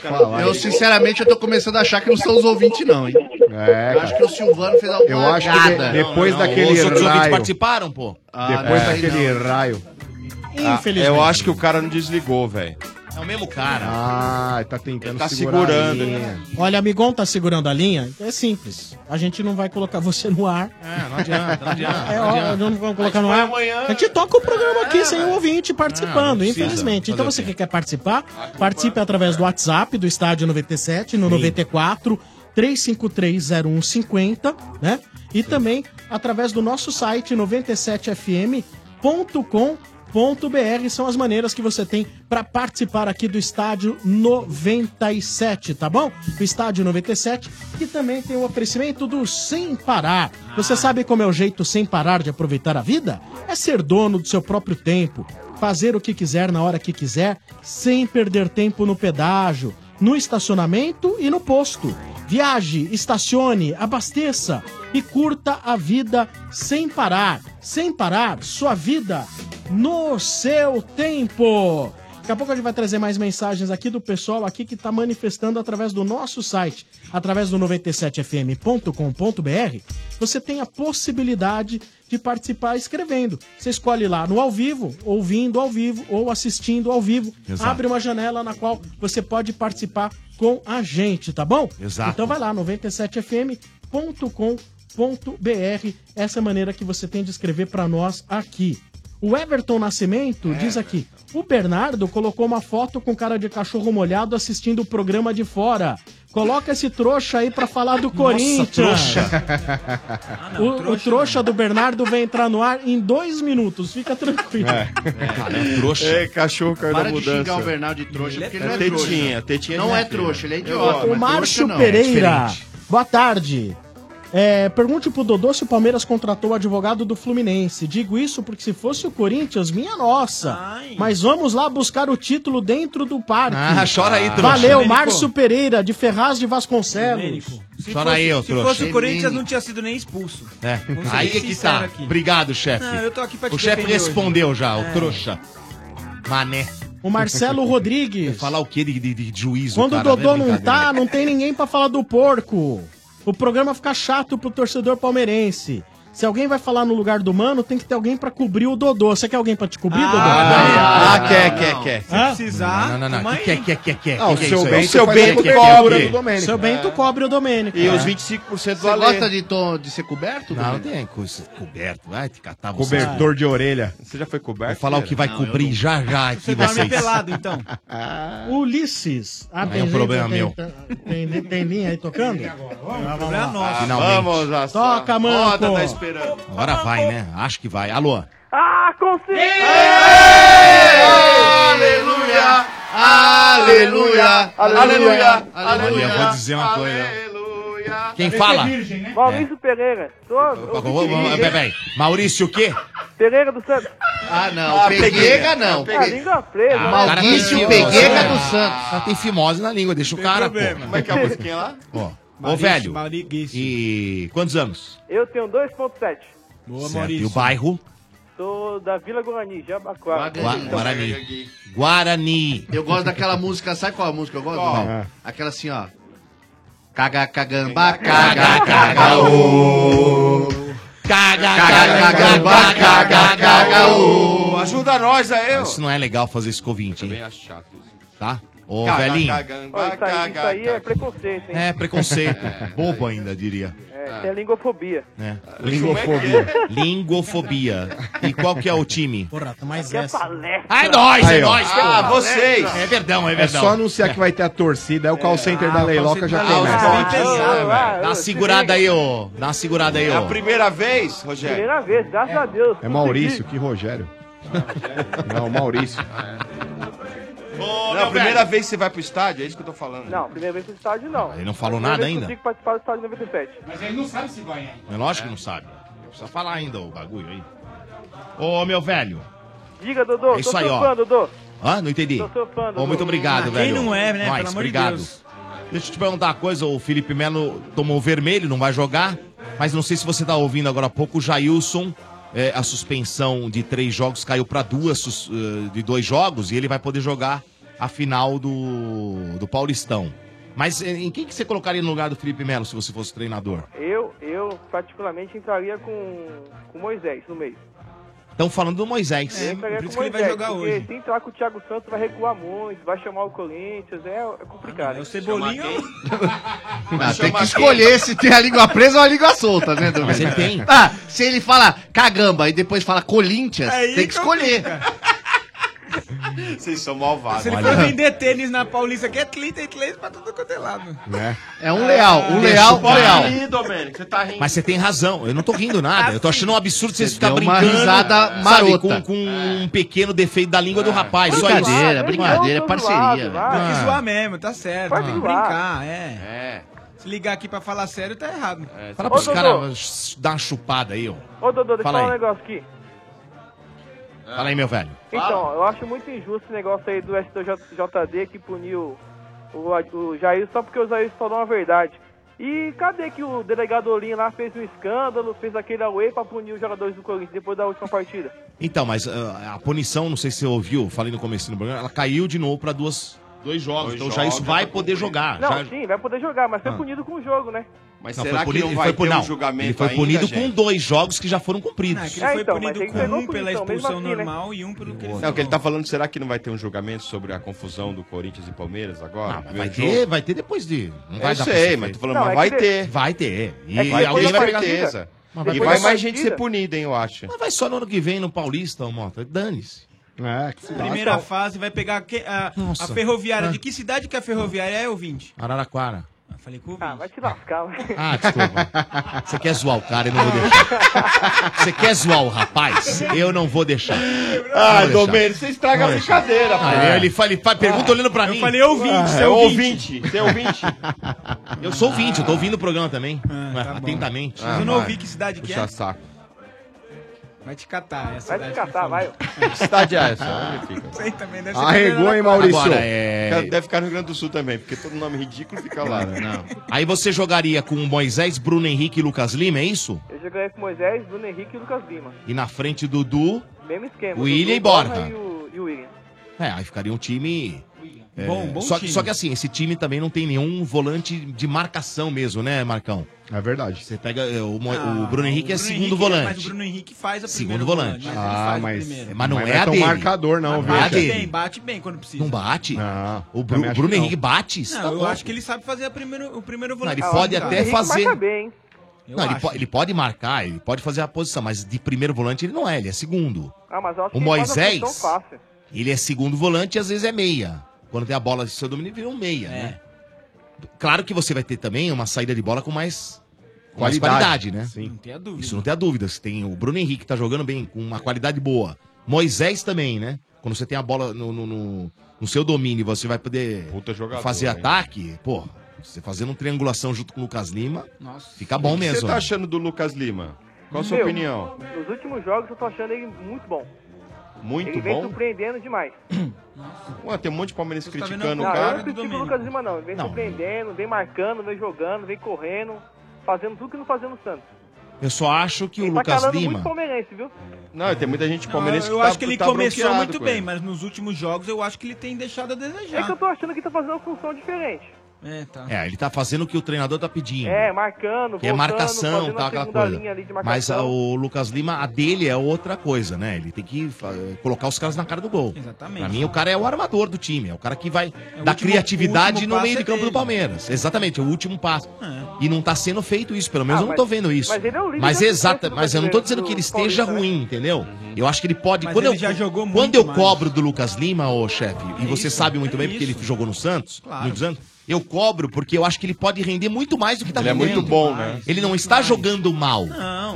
Speaker 10: Fala aí.
Speaker 15: Eu, sinceramente, eu tô começando a achar que não são os ouvintes, não, hein?
Speaker 10: É,
Speaker 15: Eu acho
Speaker 10: cara.
Speaker 15: que o Silvano fez alguma
Speaker 10: Eu acho que de-
Speaker 15: cagada.
Speaker 10: depois daquele
Speaker 15: Os outros ouvintes
Speaker 10: raio-
Speaker 15: participaram, pô?
Speaker 9: Ah,
Speaker 10: Depois
Speaker 15: não sei
Speaker 10: daquele
Speaker 15: não.
Speaker 10: raio.
Speaker 15: Ah, Infelizmente.
Speaker 9: eu acho que o cara não desligou, velho.
Speaker 15: É o mesmo cara.
Speaker 10: Ah, tá tentando
Speaker 9: Ele tá
Speaker 10: segurar a
Speaker 9: segurando,
Speaker 10: linha.
Speaker 9: né?
Speaker 7: Olha, amigão tá segurando a linha? É simples. A gente não vai colocar você no ar.
Speaker 15: É, não adianta, não adianta.
Speaker 7: É,
Speaker 15: não
Speaker 7: ó,
Speaker 15: adianta.
Speaker 7: não vamos colocar no ar. A gente toca o programa aqui
Speaker 15: É,
Speaker 7: sem o ouvinte participando,
Speaker 15: né? Ah, precisa.
Speaker 7: infelizmente.
Speaker 15: Fazer
Speaker 7: Então
Speaker 15: o
Speaker 7: você que quer participar, participe através do WhatsApp do Estádio 97, no 94 3530150, né? E também através do nosso site 97fm.com.br são as maneiras que você tem para participar aqui do Estádio 97, tá bom? O Estádio 97, que também tem o oferecimento do Sem Parar. Você sabe como é o jeito sem parar de aproveitar a vida? É ser dono do seu próprio tempo, fazer o que quiser na hora que quiser, sem perder tempo no pedágio, no estacionamento e no posto. Viaje, estacione, abasteça e curta a vida sem parar. Sem parar, sua vida no seu tempo. Daqui a pouco a gente vai trazer mais mensagens aqui do pessoal aqui que está manifestando através do nosso site, através do 97fm.com.br. Você tem a possibilidade de participar escrevendo. Você escolhe lá no ao vivo, ouvindo ao vivo ou assistindo ao vivo.
Speaker 5: Exato.
Speaker 7: Abre uma janela na qual você pode participar com a gente, tá bom?
Speaker 5: Exato.
Speaker 7: Então vai lá, 97fm.com.br. Essa é a maneira que você tem de escrever para nós aqui. O Everton Nascimento diz aqui: o Bernardo colocou uma foto com cara de cachorro molhado assistindo o programa de fora. Coloca esse trouxa aí para falar do Corinthians.
Speaker 10: É.
Speaker 15: Ah,
Speaker 7: o, o trouxa do Bernardo vai entrar no ar em dois minutos, fica tranquilo.
Speaker 9: É, trouxa. É, cachorro caiu
Speaker 15: Para
Speaker 9: da
Speaker 15: de
Speaker 9: mudança.
Speaker 15: xingar o Bernal de trouxa, porque ele não é
Speaker 9: tetinha,
Speaker 15: trouxa.
Speaker 9: tetinha
Speaker 15: Não
Speaker 9: ele
Speaker 15: é trouxa, ele é
Speaker 9: Eu
Speaker 15: idiota.
Speaker 9: gosto.
Speaker 7: O
Speaker 15: mas
Speaker 7: Márcio
Speaker 15: trouxa não, é
Speaker 7: Pereira.
Speaker 15: diferente.
Speaker 7: Boa tarde. É, pergunte pro Dodô se o Palmeiras contratou o advogado do Fluminense. Digo isso porque se fosse o Corinthians, minha nossa. Mas vamos lá buscar o título dentro do parque.
Speaker 15: Ah, chora aí, trouxa.
Speaker 7: Valeu,
Speaker 15: Domênico.
Speaker 7: Márcio Pereira, de Ferraz de Vasconcelos.
Speaker 11: Se
Speaker 15: Chora
Speaker 11: fosse-
Speaker 15: aí, ô
Speaker 11: Se
Speaker 15: trouxa.
Speaker 11: fosse o Corinthians,
Speaker 15: Menino.
Speaker 11: não tinha sido nem expulso.
Speaker 15: É.
Speaker 11: Vamos ser
Speaker 15: Aí
Speaker 11: bem
Speaker 15: é que
Speaker 11: sincero
Speaker 15: tá.
Speaker 11: aqui.
Speaker 15: Obrigado, chefe.
Speaker 11: Não, eu tô aqui pra te
Speaker 15: O chefe
Speaker 11: defender hoje.
Speaker 15: respondeu já,
Speaker 11: É.
Speaker 15: o trouxa. Mané.
Speaker 7: O Marcelo Rodrigues.
Speaker 15: Falar o quê de, de, de juízo,
Speaker 7: Quando
Speaker 15: cara?
Speaker 7: o Dodô
Speaker 15: é
Speaker 7: não tá, não tem ninguém pra falar do porco. O programa fica chato pro torcedor palmeirense. Se alguém vai falar no lugar do mano, tem que ter alguém pra cobrir o Dodô. Você quer alguém pra te cobrir, Dodô?
Speaker 15: Ah,
Speaker 9: Ah, quer, quer, quer.
Speaker 15: Se precisar,
Speaker 9: Não, não, não.
Speaker 15: toma
Speaker 9: não.
Speaker 15: aí.
Speaker 9: Quer, quer, quer, quer.
Speaker 15: Ah, o
Speaker 9: Que que
Speaker 15: seu
Speaker 9: isso aí?
Speaker 15: Bento
Speaker 9: O seu
Speaker 15: faz a
Speaker 9: Bento
Speaker 15: cobertura
Speaker 9: cobre.
Speaker 15: do Domênico.
Speaker 7: Seu Bento cobre o Domênico.
Speaker 9: E
Speaker 7: é.
Speaker 9: os 25% do
Speaker 15: Você
Speaker 9: Ale.
Speaker 15: gosta de, to- de ser coberto?
Speaker 9: Não, não
Speaker 15: Domênico?
Speaker 9: tem coisa coberto. Vai te catar você.
Speaker 10: Cobertor de orelha.
Speaker 9: Você já foi coberto?
Speaker 15: Vou falar o que vai cobrir já já aqui vocês.
Speaker 7: então. Ulisses. Ah,
Speaker 15: Não
Speaker 7: tem
Speaker 15: é um
Speaker 7: gente-
Speaker 15: problema
Speaker 7: tem-
Speaker 15: meu.
Speaker 7: Tem, tem, tem linha aí tocando? Vamos lá.
Speaker 9: Vamos,
Speaker 15: Ah, Finalmente.
Speaker 7: é Toca, mano.
Speaker 9: Roda, tá esperando.
Speaker 15: Agora vai, né? Acho que vai. Alô?
Speaker 1: Ah, consegui!
Speaker 15: Aleluia! Aleluia! Aleluia! Aleluia! Eu vou dizer uma coisa. Quem fala?
Speaker 6: Maurício Pereira. Tô,
Speaker 15: Ô, ô, ô,
Speaker 11: é?
Speaker 15: ô, Peraí, Maurício o quê?
Speaker 6: Pereira do Santos.
Speaker 15: Ah, não. Peguega não.
Speaker 6: Ah, língua presa. né?
Speaker 11: é
Speaker 15: Maurício Peguega do Santos. Só tem fimose na língua, deixa o cara, pô.
Speaker 6: problema.
Speaker 15: Como é que é a musiquinha lá? Ó, ô velho. E quantos anos?
Speaker 6: Eu tenho 2.7.
Speaker 15: Boa, E o bairro?
Speaker 6: Sou da Vila Guarani, Jabaquara.
Speaker 15: Gua- Guarani. Guarani. Eu gosto daquela é música, sabe qual a música eu gosto? Qual? Não. Aquela assim, ó. Caga, cagamba, caga, caga, ô. Caga, caga, cagamba, caga, caga, ô. Ajuda nós aí,
Speaker 16: Isso não é legal fazer isso com o ouvinte, hein?
Speaker 26: chato.
Speaker 16: Tá? Ô,
Speaker 27: Caga,
Speaker 16: velhinho.
Speaker 11: Ó, isso, aí, isso aí é preconceito, hein?
Speaker 16: É, preconceito.
Speaker 11: É,
Speaker 16: Bobo ainda, diria.
Speaker 11: isso é lingofobia.
Speaker 16: É.
Speaker 11: Lingofobia.
Speaker 16: Lingofobia. E qual que é o time?
Speaker 10: Porra, tá mais
Speaker 11: Aqui é
Speaker 10: essa.
Speaker 11: palestra.
Speaker 16: Ah, é nóis,
Speaker 9: Aí,
Speaker 16: é
Speaker 9: ó.
Speaker 16: nóis.
Speaker 9: Ah,
Speaker 16: pô.
Speaker 9: vocês.
Speaker 16: É verdão, é
Speaker 9: É
Speaker 16: verdão.
Speaker 9: só anunciar que vai ter a
Speaker 10: é
Speaker 9: torcida, aí É. Ah, o call center
Speaker 16: Ah,
Speaker 9: da Leiloca já começa. Ah,
Speaker 16: Dá uma segurada aí, ô. Dá uma segurada aí,
Speaker 9: É a
Speaker 16: ô.
Speaker 28: Primeira vez, Rogério?
Speaker 11: Primeira vez, graças a Deus.
Speaker 9: É Maurício, que Rogério. Não, Maurício.
Speaker 28: Não, a primeira vez que você vai pro estádio, é isso que eu tô falando.
Speaker 11: Não, primeira vez no estádio não. Ele
Speaker 16: não falou nada ainda?
Speaker 11: Eu participar do estádio 97. Mas ele não sabe se vai ainda.
Speaker 16: É lógico que não sabe. Precisa falar ainda o bagulho aí. Ô, meu velho.
Speaker 11: Diga, Dodô.
Speaker 16: É isso
Speaker 11: tô
Speaker 16: aí, ó.
Speaker 11: surfando, Dodô.
Speaker 16: Ah, não entendi.
Speaker 11: Tô surfando.
Speaker 16: Ô, muito
Speaker 11: Dodô.
Speaker 16: obrigado, velho. Nós,
Speaker 11: é, né? Pelo amor de
Speaker 16: obrigado.
Speaker 11: Deus.
Speaker 16: Deixa eu te perguntar uma coisa, o Felipe Melo tomou vermelho, não vai jogar, mas não sei se você tá ouvindo agora há pouco, o Jailson, é, a suspensão de três jogos caiu para duas, sus- eh, de dois jogos, e ele vai poder jogar a final do, do Paulistão. Mas eh, em quem que você colocaria no lugar do Felipe Melo, se você fosse treinador?
Speaker 11: Eu, eu particularmente entraria com, com Moisés no meio.
Speaker 16: Estão falando do Moisés.
Speaker 11: É, eu entraria com Moisés, porque se entrar com o Thiago Santos vai recuar muito, vai chamar o Corinthians, é, é complicado. É o
Speaker 23: Cebolinha
Speaker 15: Ah, tem que escolher se tem a língua presa ou a língua solta, né, Dudu?
Speaker 16: Mas ele tem.
Speaker 15: Ah, se ele fala cagamba e depois fala Corinthians,
Speaker 23: Aí
Speaker 15: tem que escolher.
Speaker 16: Vocês são malvados.
Speaker 23: Se ele for vender tênis na Paulista, aqui é 33 pra tudo quanto é lado.
Speaker 15: É um leal,
Speaker 11: Ah,
Speaker 15: um
Speaker 16: Deixa
Speaker 15: leal,
Speaker 16: o
Speaker 15: um leal.
Speaker 16: Paulinho.
Speaker 27: Domênico, você tá rindo.
Speaker 16: Mas você tem razão, eu não tô rindo nada. Eu tô achando um absurdo vocês ficarem
Speaker 15: Tá deu uma
Speaker 16: brincando.
Speaker 15: risada
Speaker 16: sabe,
Speaker 15: marota. É.
Speaker 16: com, com um pequeno defeito da língua do rapaz. Só isso.
Speaker 15: Brincadeira, brincadeira, é parceria.
Speaker 23: Tem
Speaker 15: velho.
Speaker 23: que
Speaker 16: Ah.
Speaker 23: zoar mesmo, tá certo.
Speaker 16: Pode
Speaker 23: tem que
Speaker 16: zoar.
Speaker 23: brincar, é. Se ligar aqui pra falar sério, tá errado.
Speaker 15: É,
Speaker 16: Fala pros caras dar uma chupada aí, ó.
Speaker 11: Ô, Dodô, deixa eu
Speaker 16: Fala
Speaker 11: falar um
Speaker 16: aí.
Speaker 11: negócio aqui.
Speaker 16: Fala aí, meu velho.
Speaker 11: Então, eu acho muito injusto esse negócio aí do STJD que puniu o, o Jair só porque o Jair falou uma verdade. E cadê que o delegado Olinho lá fez um escândalo, fez aquele away pra punir os jogadores do Corinthians depois da última partida?
Speaker 16: Então, mas ah, a punição, não sei se você ouviu, falei no começo do programa, ela caiu de novo pra duas, dois jogos. então já isso vai poder
Speaker 23: Ah,
Speaker 16: jogar.
Speaker 11: Não,
Speaker 16: já-
Speaker 11: sim, vai poder jogar, mas foi
Speaker 16: Ah.
Speaker 11: punido com o jogo, né?
Speaker 28: Mas
Speaker 16: Não,
Speaker 28: será
Speaker 16: foi punido,
Speaker 28: que
Speaker 16: ele
Speaker 28: não vai
Speaker 16: foi, pu-
Speaker 28: ter um
Speaker 16: não,
Speaker 28: julgamento
Speaker 16: ele foi
Speaker 28: ainda,
Speaker 16: punido
Speaker 28: gente?
Speaker 16: com dois jogos que já foram cumpridos.
Speaker 23: é que ele foi punido
Speaker 11: Ah, então, mas ele
Speaker 23: com
Speaker 11: pegou
Speaker 23: um pela
Speaker 11: punição, mesmo
Speaker 23: expulsão
Speaker 11: assim, né?
Speaker 23: normal e um pelo que ele
Speaker 9: Não, que ele tá falando, será que não vai ter um julgamento sobre a confusão do Corinthians e Palmeiras agora?
Speaker 16: Ah, Mas vai ter, vai ter depois de. Não
Speaker 9: Eu
Speaker 16: vai dar pra
Speaker 9: sei,
Speaker 16: você
Speaker 9: mas
Speaker 16: ter.
Speaker 9: tô falando, Não, mas é vai que de- ter.
Speaker 16: Vai ter. E
Speaker 9: É que depois
Speaker 16: alguém
Speaker 9: da
Speaker 16: vai pegar
Speaker 9: partida.
Speaker 16: certeza. Mas
Speaker 9: E
Speaker 16: vai
Speaker 9: vai
Speaker 16: pegar
Speaker 9: mais
Speaker 16: partida.
Speaker 9: gente ser punida, hein, eu acho.
Speaker 16: Mas vai só no ano que vem no Paulista, ô Mota. Dane-se.
Speaker 9: É, que se
Speaker 23: Primeira fase vai pegar que- a,
Speaker 16: Nossa.
Speaker 23: a ferroviária.
Speaker 16: Ah.
Speaker 23: De que cidade que a ferroviária é, ouvinte?
Speaker 16: Araraquara.
Speaker 23: Ah, falei com o ouvinte. Ah, vai
Speaker 11: te lascar.
Speaker 16: Ah, desculpa. Você quer zoar o cara, eu não vou deixar. Você quer zoar o rapaz? Eu não vou deixar.
Speaker 28: Ah,
Speaker 16: Não vou deixar.
Speaker 28: Domênico, você estraga a
Speaker 16: Não deixa.
Speaker 28: brincadeira, pô.
Speaker 16: Ah, ele fala, ele fala- pergunta olhando pra mim.
Speaker 28: é ouvinte. Você é ouvinte.
Speaker 16: Eu sou ouvinte, eu tô ouvindo o programa também. Atentamente.
Speaker 23: Ah, tá Mas eu não ouvi que cidade que é.
Speaker 16: saco.
Speaker 23: Vai te catar essa
Speaker 11: Vai te catar, vai.
Speaker 9: Que cidade é essa? Onde fica?
Speaker 23: Isso aí também
Speaker 11: né?
Speaker 23: deve ser.
Speaker 9: Arregou, hein,
Speaker 23: Arregou,
Speaker 9: Maurício?
Speaker 16: Agora, é-
Speaker 9: Cara, Deve ficar no Rio Grande do Sul também, porque todo nome ridículo fica lá, né?
Speaker 16: Aí você jogaria com o Moisés, Bruno Henrique e Lucas Lima, é isso?
Speaker 11: Eu joguei com Moisés, Bruno Henrique e Lucas Lima.
Speaker 16: E na frente Dudu.
Speaker 11: Mesmo esquema.
Speaker 16: William
Speaker 11: Dudu,
Speaker 16: e Borja.
Speaker 11: E o, e o William.
Speaker 16: É, aí ficaria um time. é,
Speaker 11: Bom, bom
Speaker 16: só,
Speaker 11: time.
Speaker 16: só que assim, esse time também não tem nenhum volante de marcação mesmo, né, Marcão? É verdade. Você pega. é, O, Mo- o Bruno Henrique é segundo
Speaker 23: Mas o
Speaker 16: volante.
Speaker 23: Bruno Henrique faz a
Speaker 16: Segundo
Speaker 23: primeira
Speaker 11: né?
Speaker 16: volante.
Speaker 23: mas ele faz o primeiro.
Speaker 16: mas não
Speaker 9: Mas
Speaker 16: é,
Speaker 9: não é
Speaker 16: a
Speaker 9: tão
Speaker 16: dele.
Speaker 9: marcador, não,
Speaker 16: Mas
Speaker 9: viu?
Speaker 16: é a
Speaker 23: Bate
Speaker 16: dele.
Speaker 23: bem, bate bem quando precisa.
Speaker 16: Não bate? Não. O Bru-
Speaker 9: também acho
Speaker 16: Bruno
Speaker 9: que não.
Speaker 16: Henrique bate? Isso tá
Speaker 23: Não, eu
Speaker 16: louco.
Speaker 23: acho que ele sabe fazer a primeiro, o primeiro
Speaker 16: Não,
Speaker 23: volante.
Speaker 16: ele
Speaker 11: Ah,
Speaker 16: pode até fazer.
Speaker 23: Eu
Speaker 16: Não, ele,
Speaker 23: acho.
Speaker 16: po- ele pode marcar, ele pode fazer a posição, mas de primeiro volante ele não é, ele é segundo.
Speaker 11: Ah, mas eu acho
Speaker 16: O
Speaker 11: que ele faz a
Speaker 16: Moisés?
Speaker 11: função fácil.
Speaker 16: Ele é segundo volante e às vezes é meia. Quando tem a bola de seu domínio, ele vira um meia, né? Claro que você vai ter também uma saída de bola com mais com mais
Speaker 9: Qualidade,
Speaker 16: qualidade, né?
Speaker 9: sim.
Speaker 23: Não tem a dúvida.
Speaker 16: Isso não tem a dúvida. Você tem o Bruno Henrique que tá jogando bem, com uma qualidade boa. Moisés também, né? Quando você tem a bola no, no, no- no seu domínio e você vai poder fazer
Speaker 9: hein?
Speaker 16: ataque, pô, você fazendo uma triangulação junto com o Lucas Lima,
Speaker 23: Nossa.
Speaker 16: fica bom
Speaker 9: O que
Speaker 16: mesmo.
Speaker 9: você tá achando do Lucas Lima? Qual a sua
Speaker 11: Meu,
Speaker 9: opinião?
Speaker 11: Nos últimos jogos eu tô achando ele muito bom.
Speaker 9: Muito
Speaker 11: ele vem
Speaker 9: bom?
Speaker 11: surpreendendo demais.
Speaker 9: Ué, tem um monte de palmeirense
Speaker 11: Tá vendo?
Speaker 9: criticando
Speaker 11: Não,
Speaker 9: o
Speaker 11: Eu
Speaker 9: cara.
Speaker 11: não critico o Lucas Lima, não. Ele vem surpreendendo, vem marcando, vem jogando, vem correndo, fazendo tudo que não fazendo o Santos.
Speaker 16: Eu só acho que o
Speaker 11: Tá
Speaker 16: Lucas
Speaker 11: calando muito
Speaker 16: Lima.
Speaker 11: palmeirense, viu?
Speaker 9: Não, tem muita gente
Speaker 23: Não,
Speaker 9: palmeirense
Speaker 23: eu
Speaker 9: que tá-
Speaker 23: acho que ele
Speaker 9: tá
Speaker 23: começou
Speaker 9: bronqueado
Speaker 23: muito
Speaker 9: com
Speaker 23: bem,
Speaker 9: ele.
Speaker 23: mas nos últimos jogos eu acho que ele tem deixado a
Speaker 11: É que
Speaker 23: desejar.
Speaker 11: eu tô achando que tá fazendo uma função diferente. É, tá.
Speaker 16: É, ele tá fazendo o que o treinador tá pedindo.
Speaker 6: É, marcando,
Speaker 16: Que é
Speaker 6: voltando,
Speaker 16: marcação,
Speaker 6: fazendo a
Speaker 16: tá aquela
Speaker 6: segunda
Speaker 16: coisa.
Speaker 6: linha ali de
Speaker 16: Mas
Speaker 6: marcação.
Speaker 16: ah, o Lucas Lima, a dele é outra coisa, né? Ele tem que fa- colocar os caras na cara do gol.
Speaker 11: Exatamente.
Speaker 16: Pra mim, o cara é o armador do time, é o cara que vai
Speaker 11: o
Speaker 16: dar
Speaker 11: último- o
Speaker 16: criatividade
Speaker 11: último
Speaker 16: no meio
Speaker 11: passo
Speaker 16: de
Speaker 11: é
Speaker 16: campo do
Speaker 11: dele.
Speaker 16: Palmeiras. Exatamente, é o último passo. E não tá sendo feito isso, pelo menos
Speaker 11: Ah,
Speaker 16: eu não
Speaker 11: mas-
Speaker 16: tô vendo isso.
Speaker 11: mas ele é o líder
Speaker 16: Mas
Speaker 11: da
Speaker 16: exata,
Speaker 11: torcida do
Speaker 16: mas eu não tô
Speaker 11: brasileiro,
Speaker 16: dizendo que ele
Speaker 11: do
Speaker 16: esteja
Speaker 11: Paulista, né?
Speaker 16: ruim, entendeu? Eu acho que ele pode,
Speaker 11: Mas
Speaker 16: quando
Speaker 11: ele
Speaker 16: eu
Speaker 11: já jogou
Speaker 16: quando
Speaker 11: muito
Speaker 16: eu
Speaker 11: mais. É
Speaker 16: cobro do Lucas Lima, ô chefe, e você sabe muito bem porque ele jogou no Santos,
Speaker 11: Claro.
Speaker 16: muitos anos, eu cobro porque eu acho que ele pode render muito mais do que tá
Speaker 9: Ele é
Speaker 16: rendendo.
Speaker 9: muito bom, né?
Speaker 16: Ele não está jogando mal,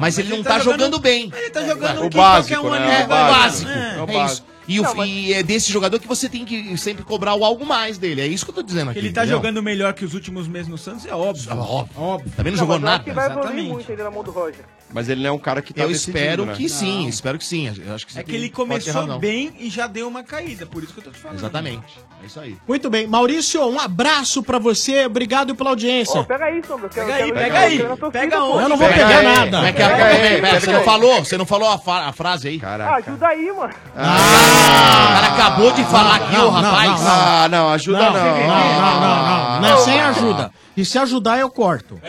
Speaker 16: mas, ele não tá, jogando, bem.
Speaker 11: Ele tá jogando
Speaker 16: o
Speaker 11: que
Speaker 16: básico,
Speaker 11: qualquer um ali
Speaker 16: né? É,
Speaker 11: joga.
Speaker 16: o básico.
Speaker 11: É.
Speaker 16: É, isso. E, o- e é desse jogador que você tem que sempre cobrar o algo mais dele. É isso que eu tô dizendo aqui.
Speaker 11: Ele tá
Speaker 16: entendeu?
Speaker 11: jogando melhor que os últimos meses no Santos, é óbvio.
Speaker 16: Óbvio.
Speaker 11: óbvio.
Speaker 16: Também não jogou
Speaker 11: mas eu acho
Speaker 16: nada.
Speaker 11: que vai evoluir
Speaker 16: Exatamente.
Speaker 6: Muito ainda na mão do Roger.
Speaker 9: Mas ele não é um cara que tá
Speaker 16: eu
Speaker 9: decidindo,
Speaker 16: espero
Speaker 9: né?
Speaker 16: que sim, espero que sim. Eu acho que você
Speaker 11: É que
Speaker 16: tem-
Speaker 11: ele
Speaker 16: pode ter
Speaker 11: começou
Speaker 16: razão.
Speaker 11: bem e já deu uma caída, por isso que eu tô te falando.
Speaker 16: Exatamente. É isso aí.
Speaker 7: Muito bem. Maurício, um abraço pra você. Obrigado pela audiência.
Speaker 6: Pega aí, Sombra. Pega
Speaker 11: aí,
Speaker 7: pega aí.
Speaker 11: Pega
Speaker 7: onde? Eu não vou pegar nada.
Speaker 16: Como é que é?
Speaker 7: Pega
Speaker 16: Pera aí,
Speaker 7: aí,
Speaker 16: pera aí,
Speaker 7: pega
Speaker 16: Você não
Speaker 7: aí.
Speaker 16: falou? Você não falou a, fa- a frase aí? Caraca.
Speaker 6: Ah, ajuda aí, mano.
Speaker 16: O cara acabou de falar aqui, ô rapaz.
Speaker 9: Ah, não, ajuda não.
Speaker 7: Não, não, não, não, não. Não é sem ajuda. E se ajudar, eu corto.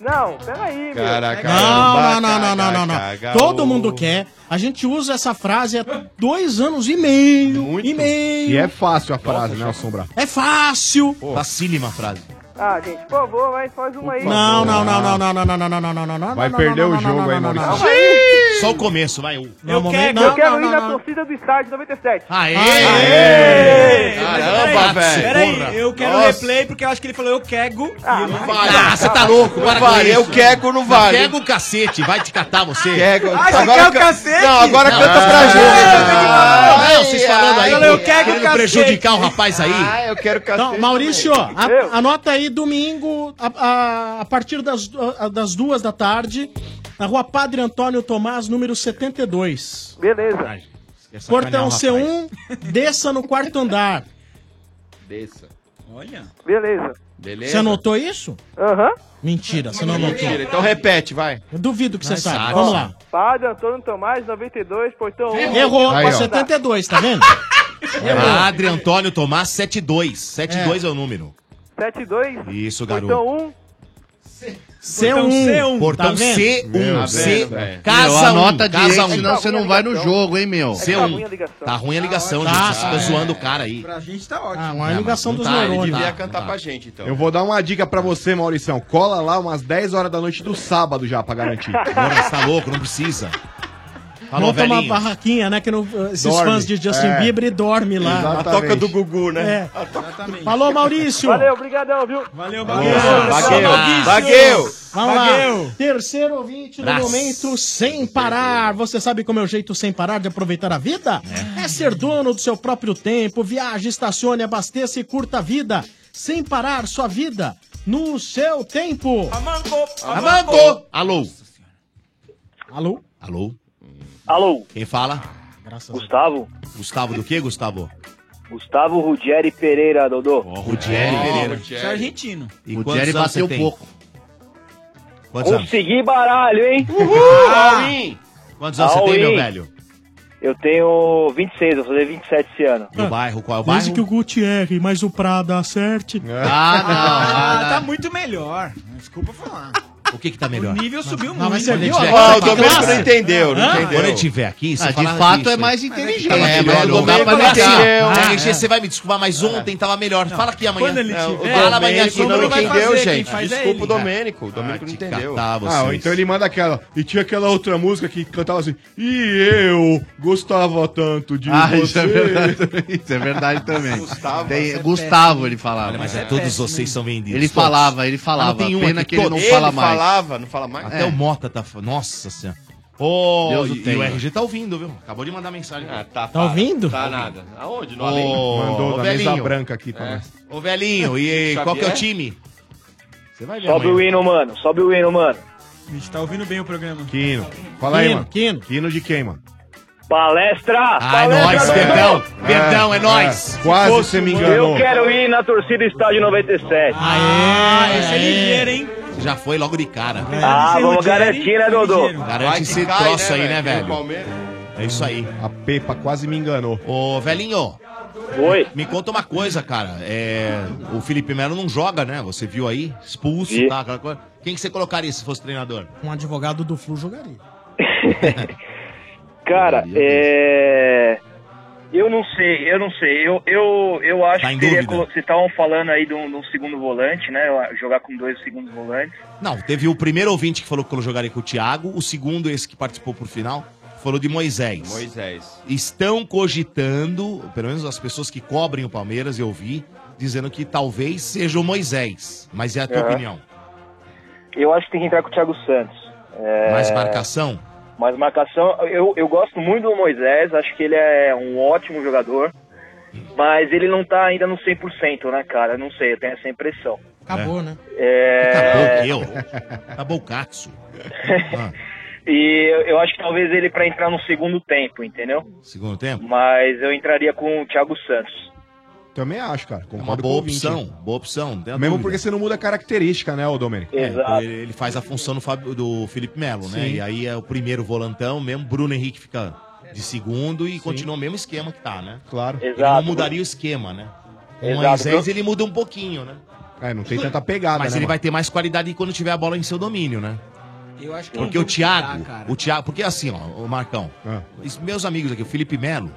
Speaker 6: Não, pera aí, meu.
Speaker 9: Caraca,
Speaker 7: Não, não, não, não, não, não, não. Todo mundo quer. A gente usa essa frase há dois anos e meio. E meio.
Speaker 10: E é fácil a frase, né, Sombra?
Speaker 7: É fácil.
Speaker 16: Facílima a frase.
Speaker 6: Ah, gente, por favor, vai, faz uma aí.
Speaker 7: Não, não, não, não, não, não, não, não, não, não, não, não, não.
Speaker 16: Vai
Speaker 7: não,
Speaker 16: perder
Speaker 7: não,
Speaker 16: o
Speaker 7: não,
Speaker 16: jogo
Speaker 7: não,
Speaker 16: aí,
Speaker 7: não, não,
Speaker 16: Maurício.
Speaker 7: não.
Speaker 16: Só o começo, vai. Eu
Speaker 7: Eu momento-
Speaker 6: Quero,
Speaker 7: quero-
Speaker 6: eu quero
Speaker 7: não,
Speaker 6: ir
Speaker 7: não,
Speaker 6: na
Speaker 7: não,
Speaker 6: torcida do estádio 97.
Speaker 16: Aê!
Speaker 11: Aê!
Speaker 16: Caramba, velho.
Speaker 11: Peraí,
Speaker 16: Porra.
Speaker 11: eu quero
Speaker 16: Nossa.
Speaker 11: replay porque eu acho que ele falou eu quego. Ah, e não
Speaker 16: Ah, você tá louco, para com
Speaker 9: vale,
Speaker 16: isso.
Speaker 9: eu quego, não vale.
Speaker 16: Quego o cacete, vai te catar você.
Speaker 9: Quego.
Speaker 11: Ah, você quer o cacete?
Speaker 9: Não, agora
Speaker 16: Não.
Speaker 9: canta pra
Speaker 16: Ah,
Speaker 9: gente.
Speaker 16: não, vocês falando aí.
Speaker 7: Eu quero
Speaker 16: querendo
Speaker 7: cacete.
Speaker 16: prejudicar o rapaz aí. Ah,
Speaker 9: eu quero
Speaker 16: cacete.
Speaker 7: Então, Maurício, ó, a- anota aí domingo, a, a- a partir das, du- a- das duas da tarde, na rua Padre Antônio Tomás, número 72.
Speaker 6: Beleza.
Speaker 16: é
Speaker 7: Portão C1, desça no quarto andar.
Speaker 9: Desça.
Speaker 11: Olha.
Speaker 6: Beleza.
Speaker 9: Beleza. tá,
Speaker 7: Você anotou isso?
Speaker 6: Aham.
Speaker 7: Mentira, você não anotou.
Speaker 9: Mentira, então repete, vai.
Speaker 7: Eu duvido que você
Speaker 9: Vai,
Speaker 7: saiba.
Speaker 9: sabe.
Speaker 7: Tá, Vamos lá.
Speaker 6: Padre Antônio Tomás, 92, portão 1.
Speaker 7: Errou,
Speaker 16: Aí,
Speaker 7: com
Speaker 16: ó.
Speaker 7: 72, tá vendo?
Speaker 16: Padre É Antônio Tomás 72. 72 é. o número.
Speaker 6: 72.
Speaker 16: Isso, garoto.
Speaker 6: Portão 1.
Speaker 16: Portão C1. Portão C1.
Speaker 18: Meu,
Speaker 16: C, um.
Speaker 18: tá vendo,
Speaker 16: casa
Speaker 18: velho?
Speaker 16: 1.
Speaker 18: Anota
Speaker 16: casa
Speaker 18: direito,
Speaker 16: um.
Speaker 18: senão você não vai
Speaker 9: Tá
Speaker 18: no jogo, hein, meu?
Speaker 16: C1. Tá ruim a ligação,
Speaker 18: Tá,
Speaker 16: gente. Vocês
Speaker 18: tá,
Speaker 16: ficam
Speaker 18: é.
Speaker 16: zoando o cara aí.
Speaker 11: Pra gente tá ótimo.
Speaker 7: Ah,
Speaker 16: Não,
Speaker 7: uma
Speaker 16: mas
Speaker 7: ligação
Speaker 16: não
Speaker 7: dos
Speaker 16: tá, ele
Speaker 7: neurônios.
Speaker 16: devia
Speaker 9: cantar pra gente, então.
Speaker 10: Eu vou dar uma dica pra você, Mauricião. Cola lá umas 10 horas da noite do sábado já pra garantir.
Speaker 16: Agora você tá louco, não precisa.
Speaker 10: Falou,
Speaker 7: Monta uma
Speaker 10: velhinho.
Speaker 7: barraquinha, né? Que não, esses
Speaker 10: Dorme.
Speaker 7: fãs de Justin
Speaker 10: É.
Speaker 7: Bieber e dorme lá.
Speaker 10: Exatamente. A toca do
Speaker 9: Gugu,
Speaker 7: né? Falou, Maurício.
Speaker 6: Valeu, obrigadão, viu?
Speaker 11: Valeu,
Speaker 7: Valeu, Maurício.
Speaker 9: Vagueu.
Speaker 7: Vamos
Speaker 9: Vagueu.
Speaker 7: lá. Terceiro ouvinte do
Speaker 9: Braço.
Speaker 7: momento sem parar. Você sabe como é o jeito sem parar de aproveitar a vida? É, ser dono do seu próprio tempo. Viaje, estacione, abasteça e curta a vida. Sem parar sua vida no seu tempo.
Speaker 11: Amanco!
Speaker 16: Amanco! Ah, Alô?
Speaker 7: Alô?
Speaker 16: Alô?
Speaker 5: Alô?
Speaker 16: Quem fala?
Speaker 5: Gustavo?
Speaker 16: Gustavo do que, Gustavo?
Speaker 5: Gustavo Ruggeri Pereira, Dodô.
Speaker 16: Ruggeri Pereira.
Speaker 11: Isso é argentino.
Speaker 16: E
Speaker 5: O
Speaker 16: quantos
Speaker 5: Jerry
Speaker 16: anos
Speaker 5: bateu
Speaker 16: você tem?
Speaker 5: pouco.
Speaker 16: Quantos anos?
Speaker 5: Consegui baralho, hein?
Speaker 16: All in. Quantos anos você
Speaker 5: All
Speaker 16: tem, meu
Speaker 5: in.
Speaker 16: velho?
Speaker 5: Eu tenho 26, vou fazer 27 esse ano.
Speaker 16: No bairro, qual é o
Speaker 7: Desde
Speaker 16: bairro?
Speaker 7: que o Gutierre, mas o Prada acerte.
Speaker 11: Ah, tá muito melhor. Desculpa falar.
Speaker 16: O que que tá melhor?
Speaker 11: O nível subiu
Speaker 7: Não, mas
Speaker 11: muito.
Speaker 7: você
Speaker 11: Quando
Speaker 7: viu
Speaker 11: ele
Speaker 7: agora
Speaker 11: tiver-
Speaker 7: que
Speaker 11: Ó,
Speaker 7: classe? Hã?
Speaker 16: Ah, Quando ele tiver aqui, você
Speaker 18: Ah, de
Speaker 16: fala
Speaker 18: fato
Speaker 16: disso,
Speaker 18: é
Speaker 16: hein?
Speaker 18: mais inteligente,
Speaker 16: Mas é que
Speaker 18: né?
Speaker 16: tá-
Speaker 18: O
Speaker 16: não dá
Speaker 18: Domênico
Speaker 16: pra
Speaker 18: não entendeu.
Speaker 16: negar.
Speaker 18: Ah,
Speaker 16: RG, você vai me desculpar, mas ontem tava melhor. Fala aqui amanhã.
Speaker 11: Quando ele
Speaker 16: Não,
Speaker 11: tiver,
Speaker 16: Fala
Speaker 11: o
Speaker 16: amanhã
Speaker 11: Domênico
Speaker 16: que não
Speaker 11: não vai
Speaker 16: entendeu,
Speaker 11: fazer, quem
Speaker 16: gente.
Speaker 11: faz é
Speaker 16: Desculpa o
Speaker 9: Ah.
Speaker 11: ele.
Speaker 16: Domênico. O Domênico não entendeu. Tá,
Speaker 10: Ah, ou então ele manda aquela. E tinha aquela outra música que cantava assim. E eu gostava tanto de
Speaker 18: Ah,
Speaker 10: você.
Speaker 18: isso é verdade. Isso é verdade também.
Speaker 10: Gustavo,
Speaker 18: Tem-
Speaker 10: você é
Speaker 18: Gustavo,
Speaker 10: péssimo.
Speaker 18: ele falava.
Speaker 10: Olha,
Speaker 16: mas
Speaker 18: cara.
Speaker 16: é todos vocês são vendidos.
Speaker 18: Ele
Speaker 16: todos.
Speaker 18: falava, ele
Speaker 16: Ah,
Speaker 18: falava.
Speaker 16: não tem um
Speaker 18: Pena
Speaker 16: aqui,
Speaker 18: que ele não
Speaker 16: todos.
Speaker 18: fala mais.
Speaker 9: falava, não fala mais.
Speaker 16: Até
Speaker 9: É.
Speaker 16: o Mota tá. fa- Nossa senhora. Ô,
Speaker 18: Deus o
Speaker 16: e, e
Speaker 18: tenha.
Speaker 16: o RG tá ouvindo, viu? Acabou de mandar mensagem. Ah,
Speaker 9: tá,
Speaker 7: Tá ouvindo?
Speaker 9: Tá nada. Aonde?
Speaker 16: Ô,
Speaker 10: Mandou
Speaker 16: ô,
Speaker 10: da mesa
Speaker 16: velhinho.
Speaker 10: branca aqui pra
Speaker 8: É.
Speaker 10: nós.
Speaker 16: Ô, velhinho, e
Speaker 10: Xavier?
Speaker 16: qual que é o time? Você vai ver
Speaker 5: Sobe
Speaker 16: amanhã.
Speaker 5: o hino, mano. Sobe o hino, mano.
Speaker 11: A gente tá ouvindo bem o programa.
Speaker 10: Quino. Fala aí,
Speaker 11: Quino,
Speaker 10: mano.
Speaker 7: Quino.
Speaker 10: Quino de quem, mano?
Speaker 5: Palestra!
Speaker 10: Ah, é
Speaker 5: palestra
Speaker 10: nóis,
Speaker 5: do
Speaker 10: perdão,
Speaker 5: Dodô!
Speaker 10: perdão, é É, nóis. é, quase
Speaker 5: Fosse,
Speaker 10: você me
Speaker 5: mano.
Speaker 10: enganou.
Speaker 5: Eu quero ir na torcida Estádio 97.
Speaker 16: Ah,
Speaker 11: esse é ligeiro, hein?
Speaker 16: Já foi logo de cara.
Speaker 5: Ah, vamos garantir, né, Dodô?
Speaker 16: Garante esse
Speaker 5: né,
Speaker 16: né, troço aí, né, velho? É isso aí.
Speaker 10: A Pepa quase me enganou.
Speaker 16: Ô, velhinho,
Speaker 5: Oi.
Speaker 16: Me conta uma coisa, cara. É, o Felipe Melo não joga, né? Você viu aí? Expulso,
Speaker 5: Vi.
Speaker 16: tá? Aquela coisa. Quem que você colocaria se fosse treinador?
Speaker 7: Um advogado do Flu jogaria.
Speaker 5: Cara, é. Eu não sei, eu não sei. Eu, eu, eu acho
Speaker 16: Tá em
Speaker 5: que teria
Speaker 16: dúvida.
Speaker 5: colo- vocês estavam falando aí de um, de um segundo volante, né? Eu- Jogar com dois segundos volantes.
Speaker 16: Não, teve o primeiro ouvinte que falou que eu jogaria com o Thiago, o segundo, esse que participou por final, falou de Moisés.
Speaker 8: Moisés.
Speaker 16: Estão cogitando, pelo menos as pessoas que cobrem o Palmeiras, eu vi, dizendo que talvez seja o Moisés. Mas é a tua
Speaker 5: Aham.
Speaker 16: opinião.
Speaker 5: Eu acho que tem que entrar com o Thiago Santos. É,
Speaker 16: Mais marcação?
Speaker 5: Mais marcação. Eu, eu gosto muito do Moisés, acho que ele é um ótimo jogador. Mas ele não tá ainda no 100%, né, cara? Eu não sei, eu tenho essa impressão.
Speaker 7: Acabou, né?
Speaker 5: É...
Speaker 16: Acabou eu. Acabou o Katsu. Ah,
Speaker 5: E eu- eu acho que talvez ele pra entrar no segundo tempo, entendeu?
Speaker 16: Segundo tempo?
Speaker 5: Mas eu entraria com o Thiago Santos.
Speaker 10: Também acho, cara.
Speaker 16: É uma
Speaker 10: Concordo
Speaker 16: boa
Speaker 10: com o ouvinte.
Speaker 16: opção. Boa opção. tem a
Speaker 10: Mesmo
Speaker 16: dúvida.
Speaker 10: porque você não muda a característica, né, ô Domênico?
Speaker 16: É, ele, ele faz a função do, Fábio- do Felipe Melo, né?
Speaker 10: Sim.
Speaker 16: E aí é o primeiro volantão mesmo. Bruno Henrique fica de segundo e continua o mesmo esquema que tá, né?
Speaker 10: Claro.
Speaker 16: Ele não mudaria o esquema, né? O Moisés, ele muda um pouquinho, né?
Speaker 10: É, não tem tanta pegada,
Speaker 16: Mas
Speaker 10: né,
Speaker 16: ele
Speaker 10: mano?
Speaker 16: vai ter mais qualidade quando tiver a bola em seu domínio, né?
Speaker 11: Eu acho que
Speaker 16: Porque
Speaker 11: não
Speaker 16: o
Speaker 11: vou
Speaker 16: Thiago,
Speaker 11: mudar, cara.
Speaker 16: o Thiago, porque assim, ó, o Marcão,
Speaker 10: Ah.
Speaker 16: os meus amigos aqui, o Felipe Melo,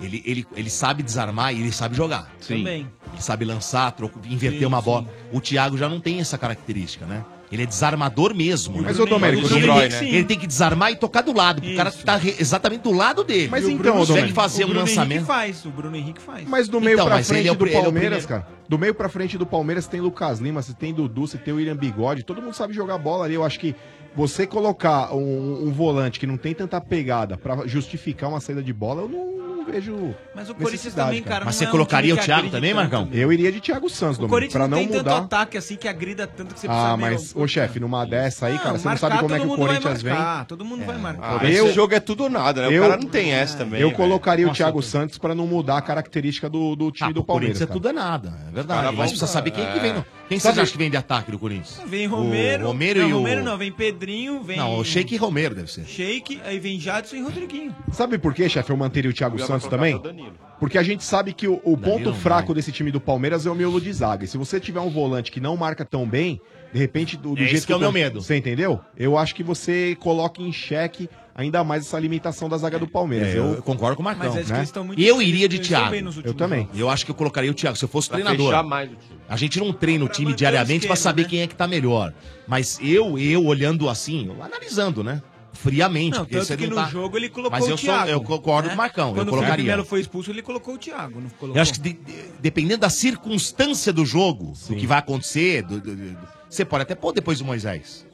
Speaker 16: ele, ele, ele sabe desarmar e ele sabe jogar.
Speaker 11: Sim. Também.
Speaker 16: Ele sabe lançar, troco- inverter
Speaker 11: Sim,
Speaker 16: uma bola. O Thiago já não tem essa característica, né? Ele é desarmador mesmo.
Speaker 10: Mas,
Speaker 16: né?
Speaker 10: ô, Domênico,
Speaker 16: ele,
Speaker 10: o
Speaker 16: ele,
Speaker 10: Dembélé,
Speaker 16: tem-
Speaker 10: sim.
Speaker 16: ele tem que desarmar e tocar do lado. porque O cara tá re- exatamente do lado dele.
Speaker 10: Mas
Speaker 16: E o
Speaker 10: então,
Speaker 16: Bruno
Speaker 10: Domênico,
Speaker 16: consegue fazer
Speaker 10: o
Speaker 16: um
Speaker 10: Bruno Henrique
Speaker 16: lançamento.
Speaker 11: faz, o Bruno Henrique faz.
Speaker 10: Mas do meio
Speaker 16: Então,
Speaker 10: pra
Speaker 16: mas
Speaker 10: frente
Speaker 16: ele é o
Speaker 10: do
Speaker 16: pri- ele é o
Speaker 10: Palmeiras,
Speaker 16: primeiro.
Speaker 10: cara. Do meio pra frente do Palmeiras tem Lucas Lima, você tem Dudu, você tem o William Bigode. Todo mundo sabe jogar bola ali. Eu acho que você colocar um, um volante que não tem tanta pegada pra justificar uma saída de bola, eu não, não vejo.
Speaker 11: Mas o
Speaker 10: necessidade,
Speaker 11: Corinthians também, cara,
Speaker 16: Mas
Speaker 11: não
Speaker 16: você
Speaker 11: é um
Speaker 16: colocaria
Speaker 11: time
Speaker 16: o
Speaker 11: que
Speaker 16: Thiago
Speaker 11: agride
Speaker 16: também,
Speaker 11: tanto.
Speaker 16: Marcão?
Speaker 10: Eu iria de Thiago Santos,
Speaker 11: O
Speaker 10: Domênico,
Speaker 11: Corinthians
Speaker 10: pra não
Speaker 11: não, tem tanto
Speaker 10: mudar.
Speaker 11: ataque assim que agrida tanto que você precisa
Speaker 10: Ah,
Speaker 11: meio-
Speaker 10: mas, ô chefe, numa dessa aí, cara, você não
Speaker 11: marcar,
Speaker 10: sabe como é
Speaker 11: todo
Speaker 10: que o
Speaker 11: mundo vai
Speaker 10: Corinthians vem.
Speaker 11: marcar, Todo mundo vai marcar.
Speaker 10: Ah, eu-
Speaker 8: Esse jogo é tudo ou nada, né?
Speaker 10: eu-
Speaker 8: o cara não tem essa também.
Speaker 10: eu
Speaker 8: velho.
Speaker 10: colocaria o
Speaker 8: Nossa,
Speaker 10: Thiago Santos pra não mudar a característica do, do time do
Speaker 16: O Corinthians
Speaker 10: Palmeiras.
Speaker 16: é
Speaker 10: cara.
Speaker 16: tudo é nada, é verdade.
Speaker 10: Cara,
Speaker 16: mas
Speaker 10: vamos-
Speaker 16: precisa saber quem que vem.
Speaker 10: é.
Speaker 16: no- Quem
Speaker 10: Sabe-
Speaker 16: você acha que vem de ataque do Corinthians?
Speaker 11: Vem Romero.
Speaker 16: Ah. O Romero
Speaker 11: não,
Speaker 16: e o...
Speaker 11: Romero não, vem Pedrinho, vem.
Speaker 16: Não, o Sheik e Romero deve ser.
Speaker 11: Shake, aí vem Jadson e Rodriguinho.
Speaker 10: Sabe por que, chefe, eu manteria o Thiago
Speaker 11: Eu ia
Speaker 10: Santos
Speaker 11: colocar
Speaker 10: também?
Speaker 11: o Danilo.
Speaker 10: Porque a gente sabe que o, o ponto
Speaker 11: vai.
Speaker 10: fraco desse time do Palmeiras é o miolo de zaga. E se você tiver um volante que não marca tão bem, de repente, do, do
Speaker 16: É
Speaker 10: jeito
Speaker 16: esse que é o
Speaker 10: Corinthians-
Speaker 16: meu medo.
Speaker 10: Você entendeu? Eu acho que você coloca em xeque ainda mais essa limitação da zaga do Palmeiras.
Speaker 16: É, eu concordo com o Marcão.
Speaker 10: Mas eles
Speaker 16: né?
Speaker 10: estão muito-
Speaker 16: eu iria de
Speaker 10: eles estão
Speaker 16: Thiago.
Speaker 10: bem nos últimos Eu também.
Speaker 16: Eu acho que eu colocaria o Thiago, se eu fosse
Speaker 8: Pra
Speaker 16: treinador.
Speaker 8: fechar mais o time.
Speaker 16: A gente não treina o time diariamente pra
Speaker 11: né?
Speaker 16: saber quem é que tá melhor. Mas eu, eu olhando assim, eu analisando, né? Friamente.
Speaker 11: Não,
Speaker 16: porque
Speaker 11: tanto
Speaker 16: você
Speaker 11: que
Speaker 16: não
Speaker 11: no
Speaker 16: tá-
Speaker 11: jogo ele colocou
Speaker 16: Mas eu
Speaker 11: o
Speaker 16: sou-
Speaker 11: Thiago. né?
Speaker 16: eu concordo com o Marcão, eu
Speaker 11: Quando o
Speaker 16: colocaria.
Speaker 11: Felipe Melo foi expulso, ele colocou o Thiago, não colocou.
Speaker 16: Eu acho que de- de- dependendo da circunstância do jogo, do que vai acontecer, do- do- do- você pode até pôr depois do Moisés.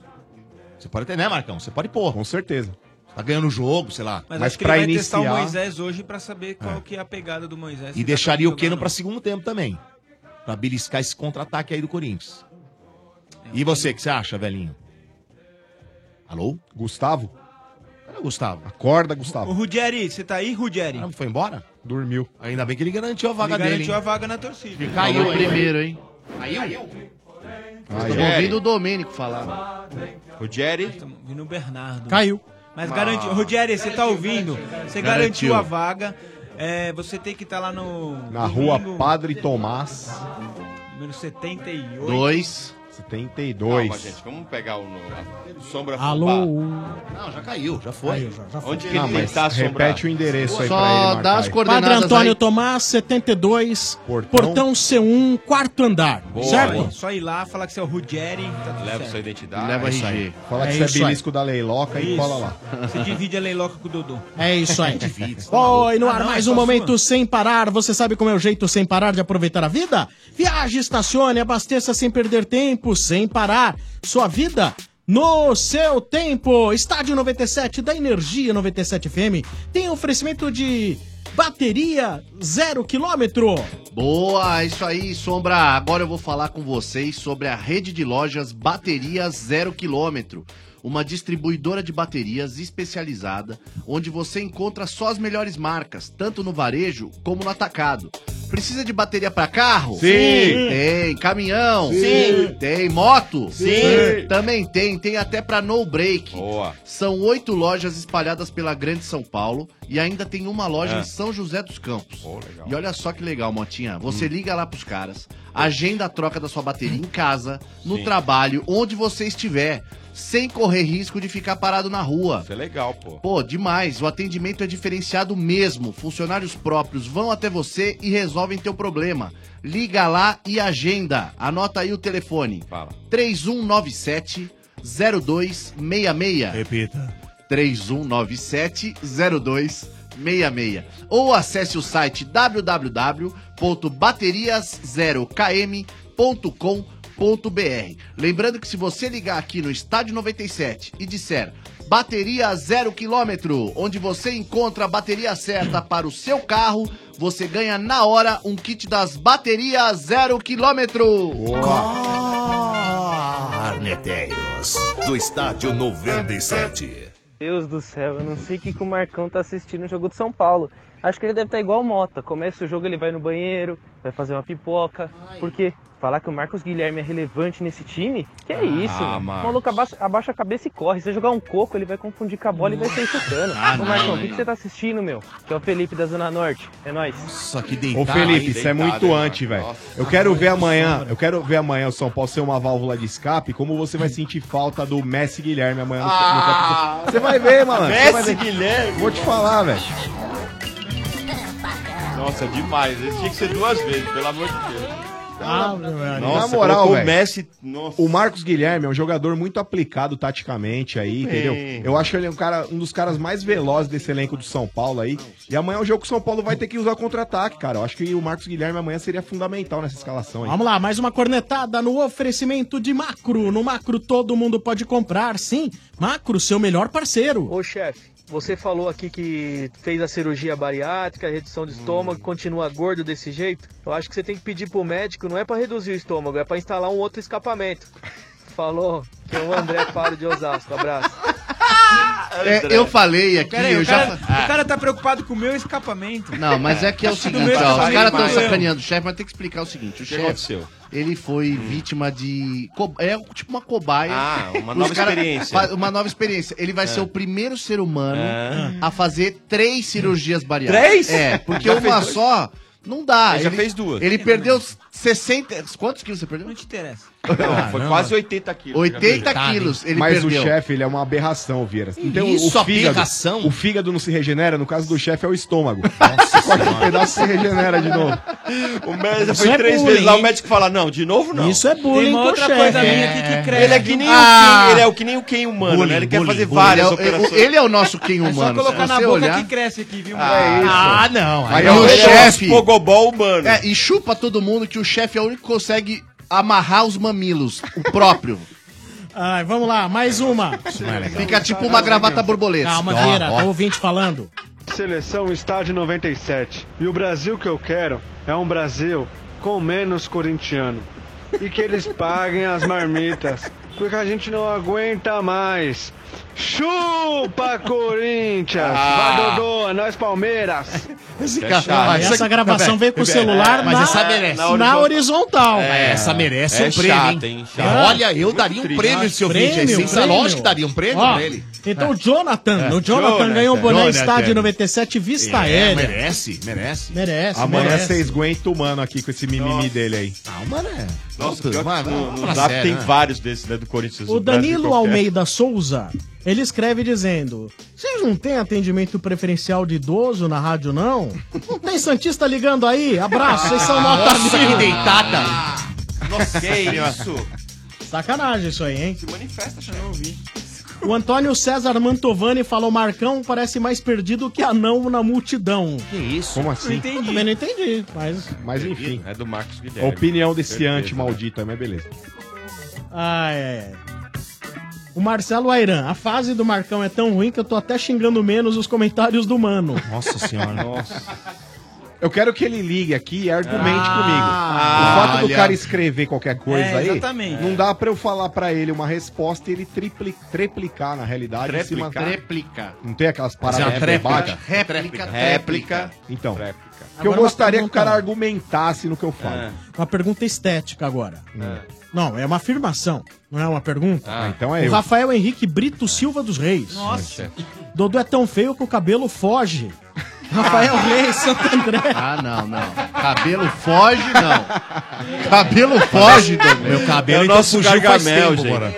Speaker 16: Você pode até, né, Marcão? Você pode pôr.
Speaker 10: Com certeza.
Speaker 16: Tá ganhando o jogo, sei lá.
Speaker 11: Mas, acho que ele vai testar o Moisés hoje pra saber qual que é a pegada do Moisés.
Speaker 16: E deixaria o Keno pra segundo tempo também. Pra beliscar esse contra-ataque aí do Corinthians. E você, o que você acha, velhinho? Alô?
Speaker 10: Gustavo?
Speaker 16: Cadê o Gustavo?
Speaker 10: Acorda,
Speaker 11: O
Speaker 10: Gustavo.
Speaker 11: Rudieri, você tá aí, Rudieri?
Speaker 16: foi embora?
Speaker 10: Dormiu.
Speaker 16: Ainda bem que ele garantiu a vaga
Speaker 11: ele
Speaker 16: dele.
Speaker 11: garantiu a vaga na torcida.
Speaker 16: Ele
Speaker 11: Falou
Speaker 16: caiu
Speaker 15: primeiro, hein? Caiu?
Speaker 16: Ai,
Speaker 15: Estamos
Speaker 16: Jerry.
Speaker 15: ouvindo o Domênico falar.
Speaker 8: O Jerry.
Speaker 11: Vindo o Bernardo.
Speaker 15: Caiu.
Speaker 11: Mas
Speaker 15: Ah.
Speaker 11: garantiu. Rogério, você tá ouvindo? Você
Speaker 10: Garantiu.
Speaker 11: garantiu a vaga. É, você tem que estar lá no.
Speaker 10: Na rua
Speaker 11: domingo,
Speaker 10: Padre Tomás,
Speaker 11: Número 78.
Speaker 10: 72.
Speaker 8: Calma, gente, vamos pegar o no- Sombra
Speaker 10: Alô?
Speaker 16: Não, já caiu, já foi.
Speaker 8: Caiu,
Speaker 16: já,
Speaker 8: Onde
Speaker 10: foi.
Speaker 8: ele
Speaker 10: Não, mas
Speaker 8: tá assombrado?
Speaker 10: repete o endereço aí
Speaker 8: Só
Speaker 10: pra ele marcar
Speaker 8: dá as
Speaker 10: aí.
Speaker 7: Padre Antônio Tomás, 72, portão, C1, quarto andar. certo?
Speaker 11: Só ir lá, falar que você é o Ruggeri. Tá tudo certo.
Speaker 8: identidade.
Speaker 10: Leva
Speaker 8: Leva
Speaker 10: isso aí.
Speaker 8: RG.
Speaker 10: Fala
Speaker 7: É
Speaker 10: que
Speaker 7: isso
Speaker 10: você é
Speaker 7: aí.
Speaker 10: belisco da leiloca e
Speaker 11: Isso.
Speaker 10: cola lá.
Speaker 11: Você divide a leiloca com o Dodô.
Speaker 7: É isso aí.
Speaker 11: Divide.
Speaker 7: Oi, no
Speaker 11: Ah,
Speaker 7: ar
Speaker 11: não,
Speaker 7: mais
Speaker 11: é
Speaker 7: um
Speaker 11: só
Speaker 7: momento sem parar. Você sabe como é o jeito sem parar de aproveitar a vida? Viaje, estacione, abasteça sem perder tempo, sem parar. Sua vida no seu tempo. Estádio 97 da Energia 97 FM tem oferecimento de bateria zero
Speaker 15: Ah,
Speaker 7: quilômetro.
Speaker 15: Boa, é isso aí, Sombra. Agora eu vou falar com vocês sobre a rede de lojas Baterias Zero Quilômetro. Uma distribuidora de baterias especializada, onde você encontra só as melhores marcas, tanto no varejo como no atacado. Precisa de bateria para carro? Sim. Tem. Caminhão? Sim. Tem. Moto? Sim. Também tem. Tem até para no break. Boa. São oito lojas espalhadas pela Grande São Paulo E ainda tem uma loja
Speaker 9: É.
Speaker 15: em São José dos Campos. E olha só que legal, Motinha. Você
Speaker 9: Hum.
Speaker 15: liga lá pros caras, agenda a troca da sua bateria em casa, no
Speaker 9: Sim.
Speaker 15: trabalho, onde você estiver, sem correr risco de ficar parado na rua.
Speaker 9: Isso é legal, pô.
Speaker 15: Pô, demais. O atendimento é diferenciado mesmo. Funcionários próprios vão até você e resolvem teu problema. Liga lá e agenda. Anota aí o telefone. um Fala. 3197 0266. Repita. 3197 0266. Ou acesse o site www.baterias0km.com www.bateriazeroKM.com.br. Lembrando que se você ligar aqui no Estádio 97 e disser bateria zero quilômetro, onde você encontra a bateria certa para o seu carro, você ganha na hora um kit das baterias zero quilômetro.
Speaker 14: Arneteiros Ah, do estádio 97.
Speaker 29: Deus do céu, eu não sei o que, que o Marcão tá assistindo o jogo de São Paulo. Acho que ele deve estar igual o Mota. Começa o jogo, ele vai no banheiro, vai fazer uma pipoca. Porque falar que o Marcos Guilherme é relevante nesse time, que é isso,
Speaker 9: Ah,
Speaker 29: mano.
Speaker 9: Marcos.
Speaker 29: O maluco abaixa, abaixa a cabeça e corre. Se jogar um coco, ele vai confundir com a bola e vai sair chutando.
Speaker 15: Ah,
Speaker 29: Ô,
Speaker 15: não,
Speaker 29: Marcão, o que,
Speaker 15: hein.
Speaker 29: que você tá assistindo, meu? Que é o Felipe da Zona Norte. É nóis.
Speaker 15: Nossa, que deitado.
Speaker 10: Ô Felipe, isso é
Speaker 2: né,
Speaker 10: muito anti, velho. Eu quero ver amanhã, eu quero ver amanhã o São Paulo ser uma válvula de escape, como você vai sentir falta do Messi Guilherme amanhã no, no campo. Você vai ver, mano. Você vai ver.
Speaker 9: Guilherme.
Speaker 10: Vou te falar, velho.
Speaker 8: Nossa, demais. Ele tinha que ser duas vezes, pelo amor de Deus.
Speaker 10: Na moral,
Speaker 8: velho.
Speaker 10: velho. O Marcos Guilherme é um jogador muito aplicado taticamente aí,
Speaker 8: Bem.
Speaker 10: entendeu? Eu acho ele um, cara, um dos caras mais velozes desse elenco do São Paulo aí. E amanhã é um jogo que o São Paulo vai ter que usar contra-ataque, cara. Eu acho que o Marcos Guilherme amanhã seria fundamental nessa escalação aí.
Speaker 7: Vamos lá, mais uma cornetada no oferecimento de Macro. No Macro todo mundo pode comprar, sim. Macro, seu melhor parceiro.
Speaker 19: Ô chefe, você falou aqui que fez a cirurgia bariátrica, redução de
Speaker 9: Hum.
Speaker 19: estômago, continua gordo desse jeito. Eu acho que você tem que pedir pro médico, não é pra reduzir o estômago, é pra instalar um outro escapamento. Falou, que é o André Paro de Osasco. Abraço.
Speaker 15: É, eu falei aqui,
Speaker 11: Peraí,
Speaker 15: eu
Speaker 11: o,
Speaker 15: já.
Speaker 11: cara,
Speaker 15: Ah.
Speaker 11: o cara tá preocupado com o meu escapamento.
Speaker 15: Não, mas é que é o
Speaker 11: Do
Speaker 15: seguinte,
Speaker 11: meu
Speaker 15: ó, os
Speaker 11: escapamento,
Speaker 15: caras estão
Speaker 11: mas-
Speaker 15: sacaneando o chefe, mas tem que explicar o seguinte,
Speaker 11: que
Speaker 15: o chefe,
Speaker 11: aconteceu?
Speaker 15: ele foi vítima de, co- é tipo uma cobaia.
Speaker 9: Hum. Ah, uma
Speaker 15: Os
Speaker 9: nova
Speaker 15: cara-
Speaker 9: experiência.
Speaker 15: fa- Uma nova experiência. Ele vai
Speaker 9: É.
Speaker 15: ser o primeiro ser humano
Speaker 9: É.
Speaker 15: a fazer três cirurgias bariátricas.
Speaker 9: Três?
Speaker 15: É, porque
Speaker 9: Já fez
Speaker 15: uma
Speaker 9: dois?
Speaker 15: só não dá.
Speaker 9: Ele já fez duas.
Speaker 15: Ele perdeu 60, quantos quilos você perdeu? Não te
Speaker 11: interessa.
Speaker 9: Não, foi quase 80 quilos.
Speaker 15: 80 quilos, ele
Speaker 10: Mas
Speaker 15: perdeu.
Speaker 10: o chefe, ele é uma aberração, Vieira. Então,
Speaker 15: Isso,
Speaker 10: o fígado,
Speaker 15: aberração?
Speaker 10: o fígado não se regenera, no caso do chefe é o estômago. Corta um pedaço e se regenera de novo.
Speaker 8: O médico
Speaker 10: Isso
Speaker 8: foi
Speaker 10: é
Speaker 8: três
Speaker 10: bullying,
Speaker 8: vezes lá, o
Speaker 10: hein?
Speaker 8: médico fala, não, de novo não.
Speaker 10: Isso é bullying
Speaker 8: Tem uma
Speaker 10: com o
Speaker 8: outra
Speaker 10: chefe.
Speaker 8: coisa minha
Speaker 15: É.
Speaker 8: aqui que cresce. Ele é que nem, o,
Speaker 15: Ah.
Speaker 8: Ken, ele é o, que nem o Ken humano, né? Ele quer
Speaker 15: Bullying,
Speaker 8: fazer
Speaker 15: bullying.
Speaker 8: várias
Speaker 15: Ele é o-
Speaker 8: operações.
Speaker 15: Ele é o nosso Kim
Speaker 8: É
Speaker 15: humano.
Speaker 8: só colocar
Speaker 15: Se
Speaker 8: na
Speaker 15: você
Speaker 8: boca
Speaker 15: olhar-
Speaker 8: que cresce aqui, viu?
Speaker 15: É isso.
Speaker 8: Ah, não.
Speaker 15: Aí
Speaker 8: Aí, ó,
Speaker 15: o
Speaker 8: ele é
Speaker 15: chefe.
Speaker 8: um fogobol humano.
Speaker 15: É, e chupa todo mundo que o chefe é o único que consegue amarrar os mamilos, o próprio.
Speaker 7: Ai, vamos lá, mais uma.
Speaker 15: Fica tipo uma gravata borboleta.
Speaker 7: Calma,
Speaker 15: Ó,
Speaker 7: Vieira,
Speaker 15: ó.
Speaker 7: tô ouvinte falando.
Speaker 21: Seleção Estádio 97. E o Brasil que eu quero é um Brasil com menos corintiano. E que eles paguem as marmitas. Porque a gente não aguenta mais. Chupa, Corinthians!
Speaker 18: Ah.
Speaker 21: Vai, Dodô, é nós Palmeiras!
Speaker 11: É
Speaker 18: cara- Ah,
Speaker 7: essa
Speaker 18: essa-
Speaker 7: gravação veio com o celular
Speaker 18: É, mas
Speaker 7: na,
Speaker 18: essa merece.
Speaker 7: na horizontal.
Speaker 18: É, essa merece
Speaker 7: É
Speaker 18: um prêmio,
Speaker 7: chata,
Speaker 18: hein?
Speaker 7: hein, chata.
Speaker 18: Olha, eu daria um
Speaker 7: Muito
Speaker 18: prêmio
Speaker 7: triste.
Speaker 18: se eu vídeo aí.
Speaker 7: Prêmio,
Speaker 18: Sem
Speaker 7: prêmio.
Speaker 18: lógico que daria um prêmio
Speaker 7: Ó,
Speaker 18: pra ele.
Speaker 7: Então o Jonathan,
Speaker 18: É.
Speaker 7: o Jonathan,
Speaker 18: Jonathan.
Speaker 7: ganhou o boné
Speaker 18: Jonathan.
Speaker 7: estádio 97 Vista Aérea.
Speaker 18: É, Merece, merece.
Speaker 7: Merece,
Speaker 10: Amanhã
Speaker 7: merece.
Speaker 10: vocês aguentam o mano aqui com esse mimimi dele aí.
Speaker 15: Calma, né?
Speaker 9: Nossa,
Speaker 10: Puta,
Speaker 9: pior que
Speaker 10: mas-
Speaker 9: no,
Speaker 10: vamos
Speaker 9: no
Speaker 10: falar
Speaker 9: Zap
Speaker 10: sério,
Speaker 9: tem
Speaker 10: né?
Speaker 9: vários desses, né, do Corinthians.
Speaker 7: O
Speaker 9: do Brasil
Speaker 7: Danilo
Speaker 9: qualquer.
Speaker 7: Almeida Souza, ele escreve dizendo: Vocês não têm atendimento preferencial de idoso na rádio, não? Não tem Santista ligando aí? Abraço, vocês são nota
Speaker 18: Nossa,
Speaker 7: mil."
Speaker 18: que deitada.
Speaker 8: Nossa, que
Speaker 18: isso?
Speaker 7: Sacanagem isso aí, hein?
Speaker 8: Manifesta, chefe.
Speaker 7: O Antônio César Mantovani falou: Marcão parece mais perdido que anão na multidão. Que
Speaker 15: isso?
Speaker 10: Como assim?
Speaker 7: Não entendi. Eu também não entendi, mas.
Speaker 10: Mas enfim.
Speaker 9: É do Marcos
Speaker 10: A
Speaker 9: Guilherme.
Speaker 10: opinião desse
Speaker 9: Certeza. né?
Speaker 10: ante maldito aí, mas beleza.
Speaker 7: Ai, ai, ai. O Marcelo Airan, a fase do Marcão é tão ruim que eu tô até xingando menos os comentários do mano.
Speaker 15: Nossa senhora.
Speaker 10: Eu quero que ele ligue aqui e argumente
Speaker 7: Ah,
Speaker 10: comigo. O fato do
Speaker 7: olha.
Speaker 10: cara escrever qualquer coisa
Speaker 7: É,
Speaker 10: aí,
Speaker 7: exatamente.
Speaker 10: não dá pra eu falar pra ele uma resposta e ele tripli, triplicar na realidade. em cima-
Speaker 15: Treplicar. Treplicar.
Speaker 10: Não tem aquelas
Speaker 16: é
Speaker 15: Fazer é uma
Speaker 10: paradas
Speaker 15: tréplica.
Speaker 10: baixa?
Speaker 15: Réplica,
Speaker 10: Réplica. Então, que eu
Speaker 7: Agora uma
Speaker 16: é
Speaker 10: gostaria que o
Speaker 7: pergunta. É.
Speaker 10: cara argumentasse no que eu falo.
Speaker 7: Uma pergunta estética agora. Não, é uma afirmação, não é uma pergunta.
Speaker 10: Hum. Ah, então
Speaker 7: o
Speaker 10: é eu.
Speaker 7: Rafael Henrique Brito Silva dos Reis.
Speaker 10: Nossa.
Speaker 7: Dodô é tão feio que o cabelo foge. Rafael Reis, Santo André.
Speaker 15: Ah, não, não. Cabelo foge, não. Cabelo foge, Dodô.
Speaker 16: Meu cabelo
Speaker 15: É o
Speaker 16: então
Speaker 15: nosso
Speaker 16: fugiu faz
Speaker 15: Gargamel,
Speaker 16: tempo,
Speaker 15: gente.
Speaker 16: bora.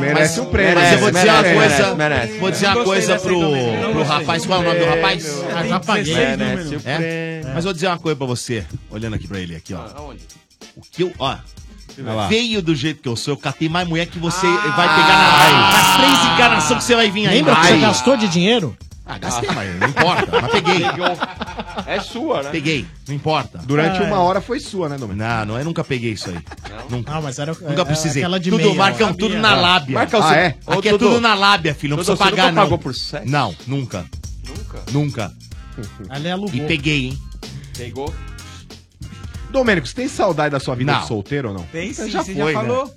Speaker 15: Merece um prêmio. Mas eu vou dizer uma coisa. Vou dizer uma coisa pro, pro rapaz. Qual é o nome do rapaz?
Speaker 16: Ah, já apaguei.
Speaker 7: né,
Speaker 15: Merece
Speaker 7: um
Speaker 16: É?
Speaker 15: o prêmio.
Speaker 16: Mas eu vou dizer uma coisa pra você, olhando aqui pra ele, aqui, ó. O que eu. Ó.
Speaker 15: Vai lá.
Speaker 16: Veio do jeito que eu sou, eu catei mais mulher que você vai pegar na raiva. As três encarnações que você vai vir aí.
Speaker 7: Ah! Lembra que você
Speaker 16: Ai.
Speaker 7: gastou de dinheiro?
Speaker 16: Ah, gastei, mas não importa. Mas peguei.
Speaker 15: É sua, né?
Speaker 16: Peguei, não importa.
Speaker 10: Durante uma
Speaker 16: hora foi sua, né, Domingo? Não, não, eu nunca peguei isso aí. Nunca.
Speaker 7: Ah, é. Não, Ah, mas era,
Speaker 16: Nunca precisei.
Speaker 7: É, Aquela de
Speaker 16: tudo,
Speaker 7: meia, né?
Speaker 16: Marcão,
Speaker 7: ó.
Speaker 16: tudo na lábia.
Speaker 7: Marcão,
Speaker 16: ah,
Speaker 7: você-
Speaker 16: é?
Speaker 7: Ô,
Speaker 16: Aqui é
Speaker 7: Dodô.
Speaker 16: tudo na lábia, filho. Não
Speaker 7: Dodô,
Speaker 16: precisa
Speaker 7: você
Speaker 16: pagar,
Speaker 7: nunca
Speaker 16: não.
Speaker 7: pagou por sexo?
Speaker 16: Não, nunca. Nunca? Nunca.
Speaker 10: é
Speaker 7: Ali alugou.
Speaker 16: E peguei, hein?
Speaker 15: Pegou.
Speaker 10: Domênico, você tem saudade da sua vida
Speaker 16: Não.
Speaker 10: de solteiro ou não?
Speaker 16: Tem sim,
Speaker 10: já
Speaker 16: você
Speaker 10: foi,
Speaker 16: já
Speaker 10: né?
Speaker 16: falou.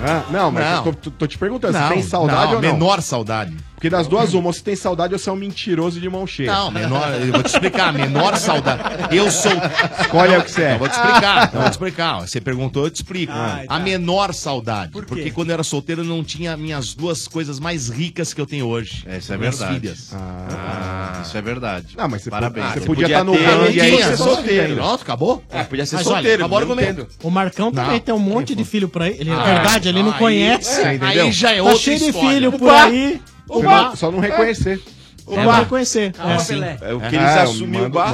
Speaker 10: Hã? não, mas
Speaker 16: Não.
Speaker 10: eu tô, tô te perguntando,
Speaker 16: Não,
Speaker 10: você tem saudade
Speaker 16: não,
Speaker 10: ou não?
Speaker 16: menor saudade.
Speaker 10: Porque das duas, uma, ou você tem saudade ou você é um mentiroso de mão cheia.
Speaker 16: Não, menor- eu vou te explicar, menor saudade. Eu sou.
Speaker 10: Escolhe o que você é.
Speaker 16: Eu vou te explicar, eu vou te explicar. Você perguntou, eu te explico.
Speaker 7: Ah, tá.
Speaker 16: A menor saudade. Porque quando eu era solteiro, eu não tinha minhas duas coisas mais ricas que eu tenho hoje.
Speaker 15: Isso é
Speaker 16: minhas
Speaker 15: verdade.
Speaker 16: filhas. Ah,
Speaker 15: Ah, isso é verdade.
Speaker 10: Não, mas você,
Speaker 15: Parabéns.
Speaker 10: po- você
Speaker 15: Você
Speaker 10: podia
Speaker 15: podia
Speaker 16: tá
Speaker 10: estar no
Speaker 15: ter,
Speaker 10: ramo
Speaker 15: e aí
Speaker 10: tinha,
Speaker 15: você
Speaker 10: só
Speaker 15: solteiro.
Speaker 16: Pronto, acabou?
Speaker 15: É, podia ser
Speaker 7: Mas olha,
Speaker 15: solteiro.
Speaker 7: acabaram
Speaker 15: não
Speaker 7: comendo.
Speaker 15: entendo.
Speaker 7: O Marcão também
Speaker 15: Não.
Speaker 7: tem um monte de filho por aí. Ele, na
Speaker 15: Ah,
Speaker 7: verdade, ele não
Speaker 15: aí-
Speaker 7: conhece.
Speaker 15: é, aí
Speaker 7: entendeu?
Speaker 15: já é
Speaker 7: tá
Speaker 15: outra
Speaker 7: cheio de
Speaker 15: história.
Speaker 7: filho por
Speaker 15: Opa!
Speaker 7: aí.
Speaker 15: Opa!
Speaker 7: Opa!
Speaker 10: Só não reconhecer.
Speaker 7: Só não reconhecer.
Speaker 10: Calma,
Speaker 7: É assim.
Speaker 10: Pelé.
Speaker 15: É o
Speaker 10: que eles assumem o bar.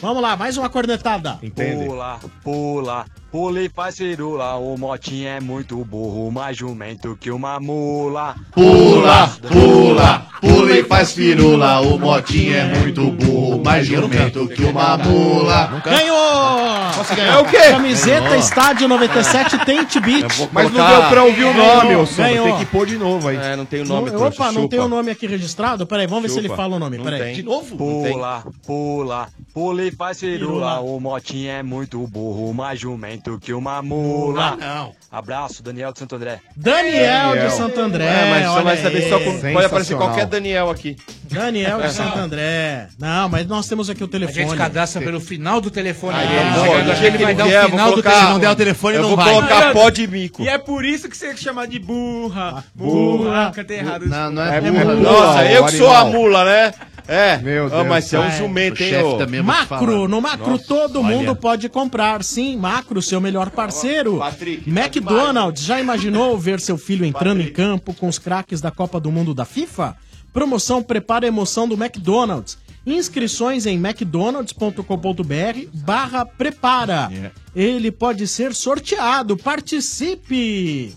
Speaker 7: Vamos lá, mais uma cornetada.
Speaker 20: Pula, pula, pulei parceirula, o motinho é muito burro, mais jumento que uma mula.
Speaker 15: Pula, pula, pula e faz firula. O motinho é muito burro, mais jumento que uma mula.
Speaker 7: Ganhou!
Speaker 15: ganhar? É o quê?
Speaker 7: Camiseta
Speaker 15: Ganhou.
Speaker 7: Estádio 97 Tente Beat.
Speaker 10: Mas não deu pra ouvir o nome, ô Sombra.
Speaker 7: Ganhou.
Speaker 10: Tem que pôr de novo aí. É,
Speaker 15: não tem
Speaker 7: Não, opa, não tem o nome aqui registrado? Peraí, vamos ver se ele
Speaker 20: Chupa.
Speaker 7: fala o nome.
Speaker 20: Não
Speaker 7: Peraí.
Speaker 20: tem. Pula, pula, pulei parceirula, o motinho é muito burro, mais jumento que uma mula.
Speaker 7: Ah, não.
Speaker 20: Abraço, Daniel de Santo André.
Speaker 7: Daniel, de Santo André.
Speaker 20: É, mas você
Speaker 7: olha
Speaker 20: vai saber só
Speaker 7: aí.
Speaker 20: como-
Speaker 15: Pode aparecer
Speaker 11: É
Speaker 15: qualquer Daniel aqui.
Speaker 7: Daniel de Santo André. Não, mas nós temos aqui o telefone.
Speaker 30: gente cadastra pelo final do telefone.
Speaker 7: Ah,
Speaker 30: dele.
Speaker 7: é.
Speaker 30: Chegando
Speaker 7: Boa,
Speaker 30: aqui,
Speaker 7: do jeito
Speaker 30: ele
Speaker 7: que
Speaker 30: vai
Speaker 7: ele
Speaker 30: dar o
Speaker 7: quer,
Speaker 30: final
Speaker 7: vou
Speaker 30: do
Speaker 7: colocar-
Speaker 30: telefone.
Speaker 7: se não der o telefone,
Speaker 30: Eu
Speaker 7: não
Speaker 30: vou
Speaker 7: vai.
Speaker 30: colocar- Cara, pó de mico. E é por isso que você é chamado de
Speaker 11: Ah,
Speaker 30: burra.
Speaker 15: burra.
Speaker 30: Burra. Cantei errado.
Speaker 15: Não, não é,
Speaker 30: burra.
Speaker 15: burra.
Speaker 30: burra.
Speaker 15: Nossa, eu que sou a
Speaker 30: Animal.
Speaker 15: mula, né? É.
Speaker 10: Meu
Speaker 15: Ah, mas
Speaker 9: Então,
Speaker 15: você é um
Speaker 7: Vai.
Speaker 15: jumento, hein, ô?
Speaker 7: Macro, no Macro todo
Speaker 15: olha.
Speaker 7: mundo pode comprar, sim. Macro, seu melhor parceiro.
Speaker 15: tá
Speaker 7: McDonald's, já imaginou ver seu filho entrando em campo com os craques da Copa do Mundo da FIFA? Promoção Prepara a Emoção do McDonald's. Inscrições em mcdonalds.com.br barra prepara.
Speaker 15: É.
Speaker 7: Ele pode ser sorteado. Participe!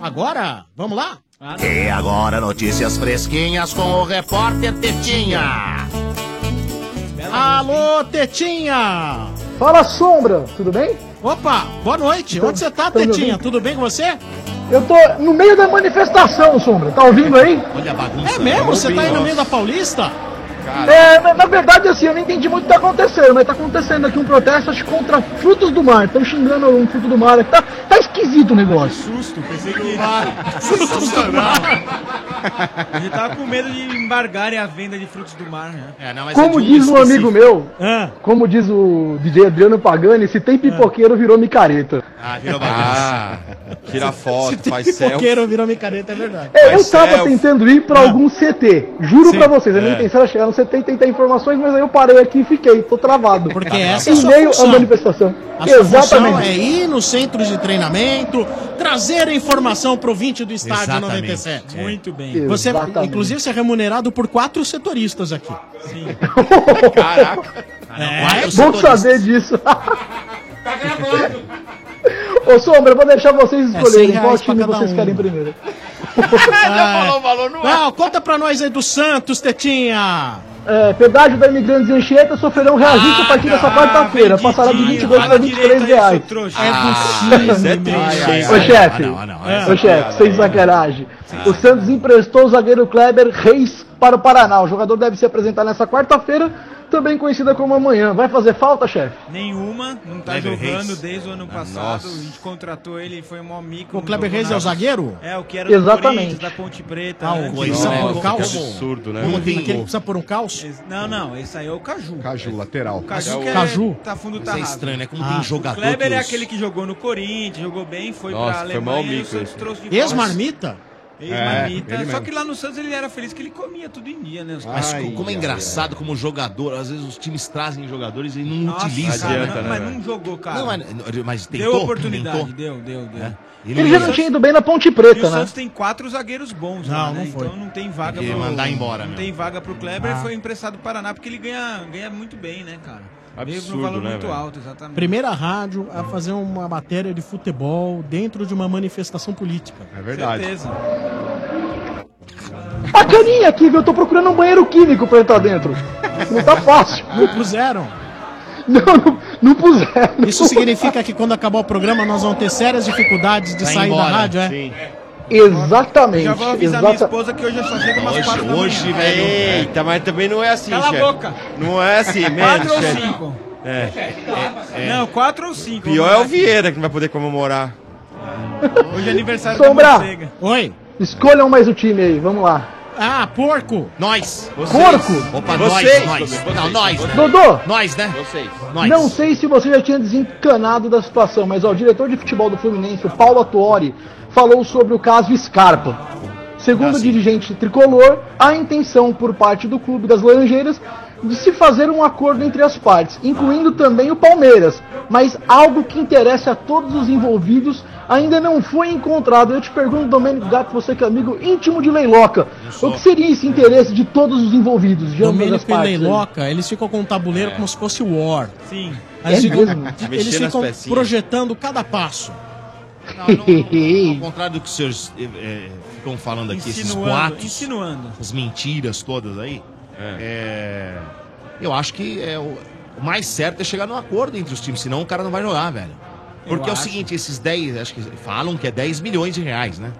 Speaker 7: Agora, vamos lá?
Speaker 11: Ah,
Speaker 14: E agora notícias fresquinhas com o repórter Tetinha.
Speaker 7: Alô, Tetinha!
Speaker 31: Fala Sombra, tudo bem?
Speaker 7: Opa, boa noite. Onde você tá,
Speaker 31: Tô me
Speaker 7: Tetinha?
Speaker 31: ouvindo?
Speaker 7: Tudo bem com você?
Speaker 31: Eu tô no meio da manifestação, Sombra. Tá ouvindo aí?
Speaker 15: Olha a bagunça.
Speaker 7: É mesmo?
Speaker 31: Tô
Speaker 7: Você tá aí
Speaker 31: ouvindo,
Speaker 7: no
Speaker 31: ó.
Speaker 7: meio da Paulista?
Speaker 31: É, na na verdade, assim, eu não entendi muito o que tá acontecendo, mas tá acontecendo aqui um protesto acho, contra frutos do mar. Estão xingando um fruto do mar. Tá, tá esquisito o negócio.
Speaker 11: Susto, pensei que. Sensacional. Eu tava com medo de embargarem a venda de frutos do mar, né? É, não,
Speaker 31: Como diz um amigo meu,
Speaker 7: Ah.
Speaker 31: como diz o DJ Adriano Pagani, se tem pipoqueiro virou micareta.
Speaker 15: Ah, virou bagunça.
Speaker 14: Tira foto, faz selfie.
Speaker 7: Pipoqueiro virou micareta, é verdade.
Speaker 31: É, eu
Speaker 14: Mas
Speaker 31: tava
Speaker 14: selfie.
Speaker 31: tentando ir
Speaker 7: Ah.
Speaker 31: pra algum CT, juro pra vocês. A minha
Speaker 14: É.
Speaker 31: intenção era chegar no CT e tentar informações, mas aí eu parei aqui e fiquei, tô travado. Porque
Speaker 7: essa é a sua
Speaker 31: meio à
Speaker 7: função.
Speaker 31: manifestação.
Speaker 7: A sua função é
Speaker 31: Exatamente.
Speaker 7: ir nos centros de treinamento, trazer a informação pro 20 do estádio
Speaker 31: Exatamente.
Speaker 7: 97.
Speaker 31: É.
Speaker 7: Muito bem.
Speaker 31: Exatamente.
Speaker 7: Você, inclusive, você é remunerado por quatro setoristas aqui. Sim.
Speaker 31: Caraca.
Speaker 7: É,
Speaker 31: Bom saber disso. Ô Sombra, eu vou deixar vocês
Speaker 7: É,
Speaker 31: escolherem
Speaker 7: 100
Speaker 31: qual
Speaker 7: reais pra
Speaker 31: time
Speaker 7: cada
Speaker 31: vocês
Speaker 7: um.
Speaker 31: querem primeiro.
Speaker 7: Já falou o valor no É. Não, conta pra nós aí do Santos, Tetinha.
Speaker 31: É, pedágio da Imigrantes e Anchieta sofrerão
Speaker 7: Ah,
Speaker 31: reajuste a partir dessa quarta-feira. Passará de 22 para 23 reais.
Speaker 18: Ah,
Speaker 31: É
Speaker 15: time, ai,
Speaker 31: Ô
Speaker 15: ai,
Speaker 31: chefe,
Speaker 15: ai, não, não,
Speaker 23: É.
Speaker 15: não,
Speaker 18: é.
Speaker 31: ô
Speaker 15: essa
Speaker 31: chefe, sem sacanagem. O Santos emprestou o zagueiro Kleber Reis para o Paraná. O jogador deve se apresentar nessa quarta-feira também conhecida como amanhã. Vai fazer falta, chefe?
Speaker 11: Nenhuma, não tá
Speaker 31: Kleber
Speaker 11: jogando
Speaker 31: Reis.
Speaker 11: desde o ano passado. A gente contratou ele, foi mó mico.
Speaker 7: O
Speaker 11: não
Speaker 7: Kleber
Speaker 11: jogou
Speaker 7: Reis é o
Speaker 11: nada.
Speaker 7: zagueiro?
Speaker 11: É, o que era do
Speaker 7: Exatamente.
Speaker 11: Corinthians, da Ponte Preta.
Speaker 7: Ah,
Speaker 11: né?
Speaker 7: o que precisa pôr um calço? Um que precisa pôr um calço?
Speaker 11: Não, não, esse aí é o Caju.
Speaker 10: Caju, lateral.
Speaker 11: Caju, que é- tá fundo
Speaker 10: Mas é
Speaker 11: tá
Speaker 10: estranho, né? Como
Speaker 7: Ah.
Speaker 10: tem jogador
Speaker 11: O Kleber
Speaker 10: que
Speaker 11: é
Speaker 10: os-
Speaker 11: aquele que jogou no Corinthians, jogou bem, foi
Speaker 9: Nossa,
Speaker 11: pra
Speaker 9: foi mau
Speaker 11: Alemanha e o
Speaker 9: mico
Speaker 11: Santos
Speaker 9: esse.
Speaker 11: trouxe de volta.
Speaker 7: Ex-marmita?
Speaker 11: Ex-marmita.
Speaker 16: É, ele
Speaker 11: Só
Speaker 16: mesmo.
Speaker 11: que lá no Santos ele era feliz que ele comia tudo em dia, né? Os
Speaker 16: Mas
Speaker 11: caras-
Speaker 16: como é engraçado como jogador, às vezes os times trazem jogadores e não
Speaker 11: Nossa,
Speaker 16: utilizam. né?
Speaker 11: cara, não- mas não jogou, cara.
Speaker 16: Não, mas, mas tentou.
Speaker 11: Deu oportunidade,
Speaker 16: tentou.
Speaker 11: deu, deu, deu.
Speaker 16: É.
Speaker 31: Ele, já não tinha ido bem na Ponte
Speaker 11: e o
Speaker 31: Preta, né?
Speaker 11: Santos tem quatro zagueiros bons,
Speaker 31: Não,
Speaker 11: lá,
Speaker 31: não
Speaker 11: né?
Speaker 31: foi.
Speaker 11: Então não tem vaga
Speaker 16: Tem que mandar embora
Speaker 11: Não
Speaker 16: mesmo.
Speaker 11: tem vaga pro Kleber,
Speaker 7: Ah.
Speaker 11: ele foi emprestado do Paraná porque ele ganha, ganha muito bem, né, cara? Mesmo
Speaker 7: Absurdo,
Speaker 11: no valor
Speaker 7: né,
Speaker 11: muito
Speaker 7: velho?
Speaker 11: alto, exatamente.
Speaker 7: Primeira rádio a fazer uma matéria de futebol dentro de uma manifestação política. É
Speaker 9: verdade.
Speaker 11: Certeza.
Speaker 31: A caninha aqui, viu? Eu tô procurando um banheiro químico pra entrar dentro. Não tá fácil.
Speaker 7: Não puseram?
Speaker 31: Não, não, não puseram.
Speaker 7: Isso significa que quando acabar o programa nós vamos ter sérias dificuldades de
Speaker 31: Vai
Speaker 7: sair
Speaker 31: embora,
Speaker 7: da rádio, é?
Speaker 31: sim. Exatamente.
Speaker 7: Já vou avisar
Speaker 31: exata-
Speaker 7: minha
Speaker 11: esposa que hoje eu só chego umas quatro da
Speaker 9: Hoje,
Speaker 11: manhã.
Speaker 9: velho. Eita, mas também não é assim,
Speaker 11: Cala a
Speaker 9: chefe.
Speaker 11: boca.
Speaker 9: Não é assim, mesmo.
Speaker 11: Quatro ou
Speaker 9: chefe.
Speaker 11: cinco?
Speaker 9: É. É.
Speaker 11: Não, quatro ou cinco. né?
Speaker 9: Pior é o Vieira que não vai poder comemorar.
Speaker 11: Hoje é aniversário
Speaker 31: Sombra.
Speaker 11: da Morcega.
Speaker 7: Oi.
Speaker 31: Escolham mais o time aí, vamos lá.
Speaker 7: Ah, porco!
Speaker 16: Nós!
Speaker 31: Porco!
Speaker 16: Opa,
Speaker 31: Vocês,
Speaker 16: nós, nós!
Speaker 31: Kleber,
Speaker 16: Não, nós! né?
Speaker 31: Dodô!
Speaker 16: Nós, né? Nós!
Speaker 31: Não sei se você já tinha desencanado da situação, mas ó, o diretor de futebol do Fluminense, o Paulo Atuori, falou sobre o caso Scarpa. Segundo o dirigente tricolor, há intenção por parte do clube das Laranjeiras de se fazer um acordo entre as partes, incluindo também o Palmeiras. Mas algo que interessa a todos os envolvidos ainda não foi encontrado. Eu te pergunto, Domênico Gato, você que é amigo íntimo de Leiloca, o que seria esse interesse de todos os envolvidos, de ambas as
Speaker 7: Domênico e
Speaker 31: partes? aí?
Speaker 7: Leiloca, eles ficam com um tabuleiro como se fosse o War.
Speaker 11: Sim.
Speaker 31: É
Speaker 7: Eles ficam,
Speaker 31: mesmo?
Speaker 7: eles
Speaker 16: Mexendo as
Speaker 7: ficam
Speaker 16: pecinhas.
Speaker 7: projetando cada passo.
Speaker 16: Ao contrário do que os senhores eh, eh, ficam falando aqui, esses
Speaker 11: Insinuando,
Speaker 16: boatos,
Speaker 11: insinuando.
Speaker 16: as mentiras todas aí, eh, eu acho que é o, o mais certo é chegar num acordo entre os times, senão o cara não vai jogar, velho. Porque é o
Speaker 11: acho.
Speaker 16: seguinte, esses 10, acho que falam que é 10 milhões de reais, né?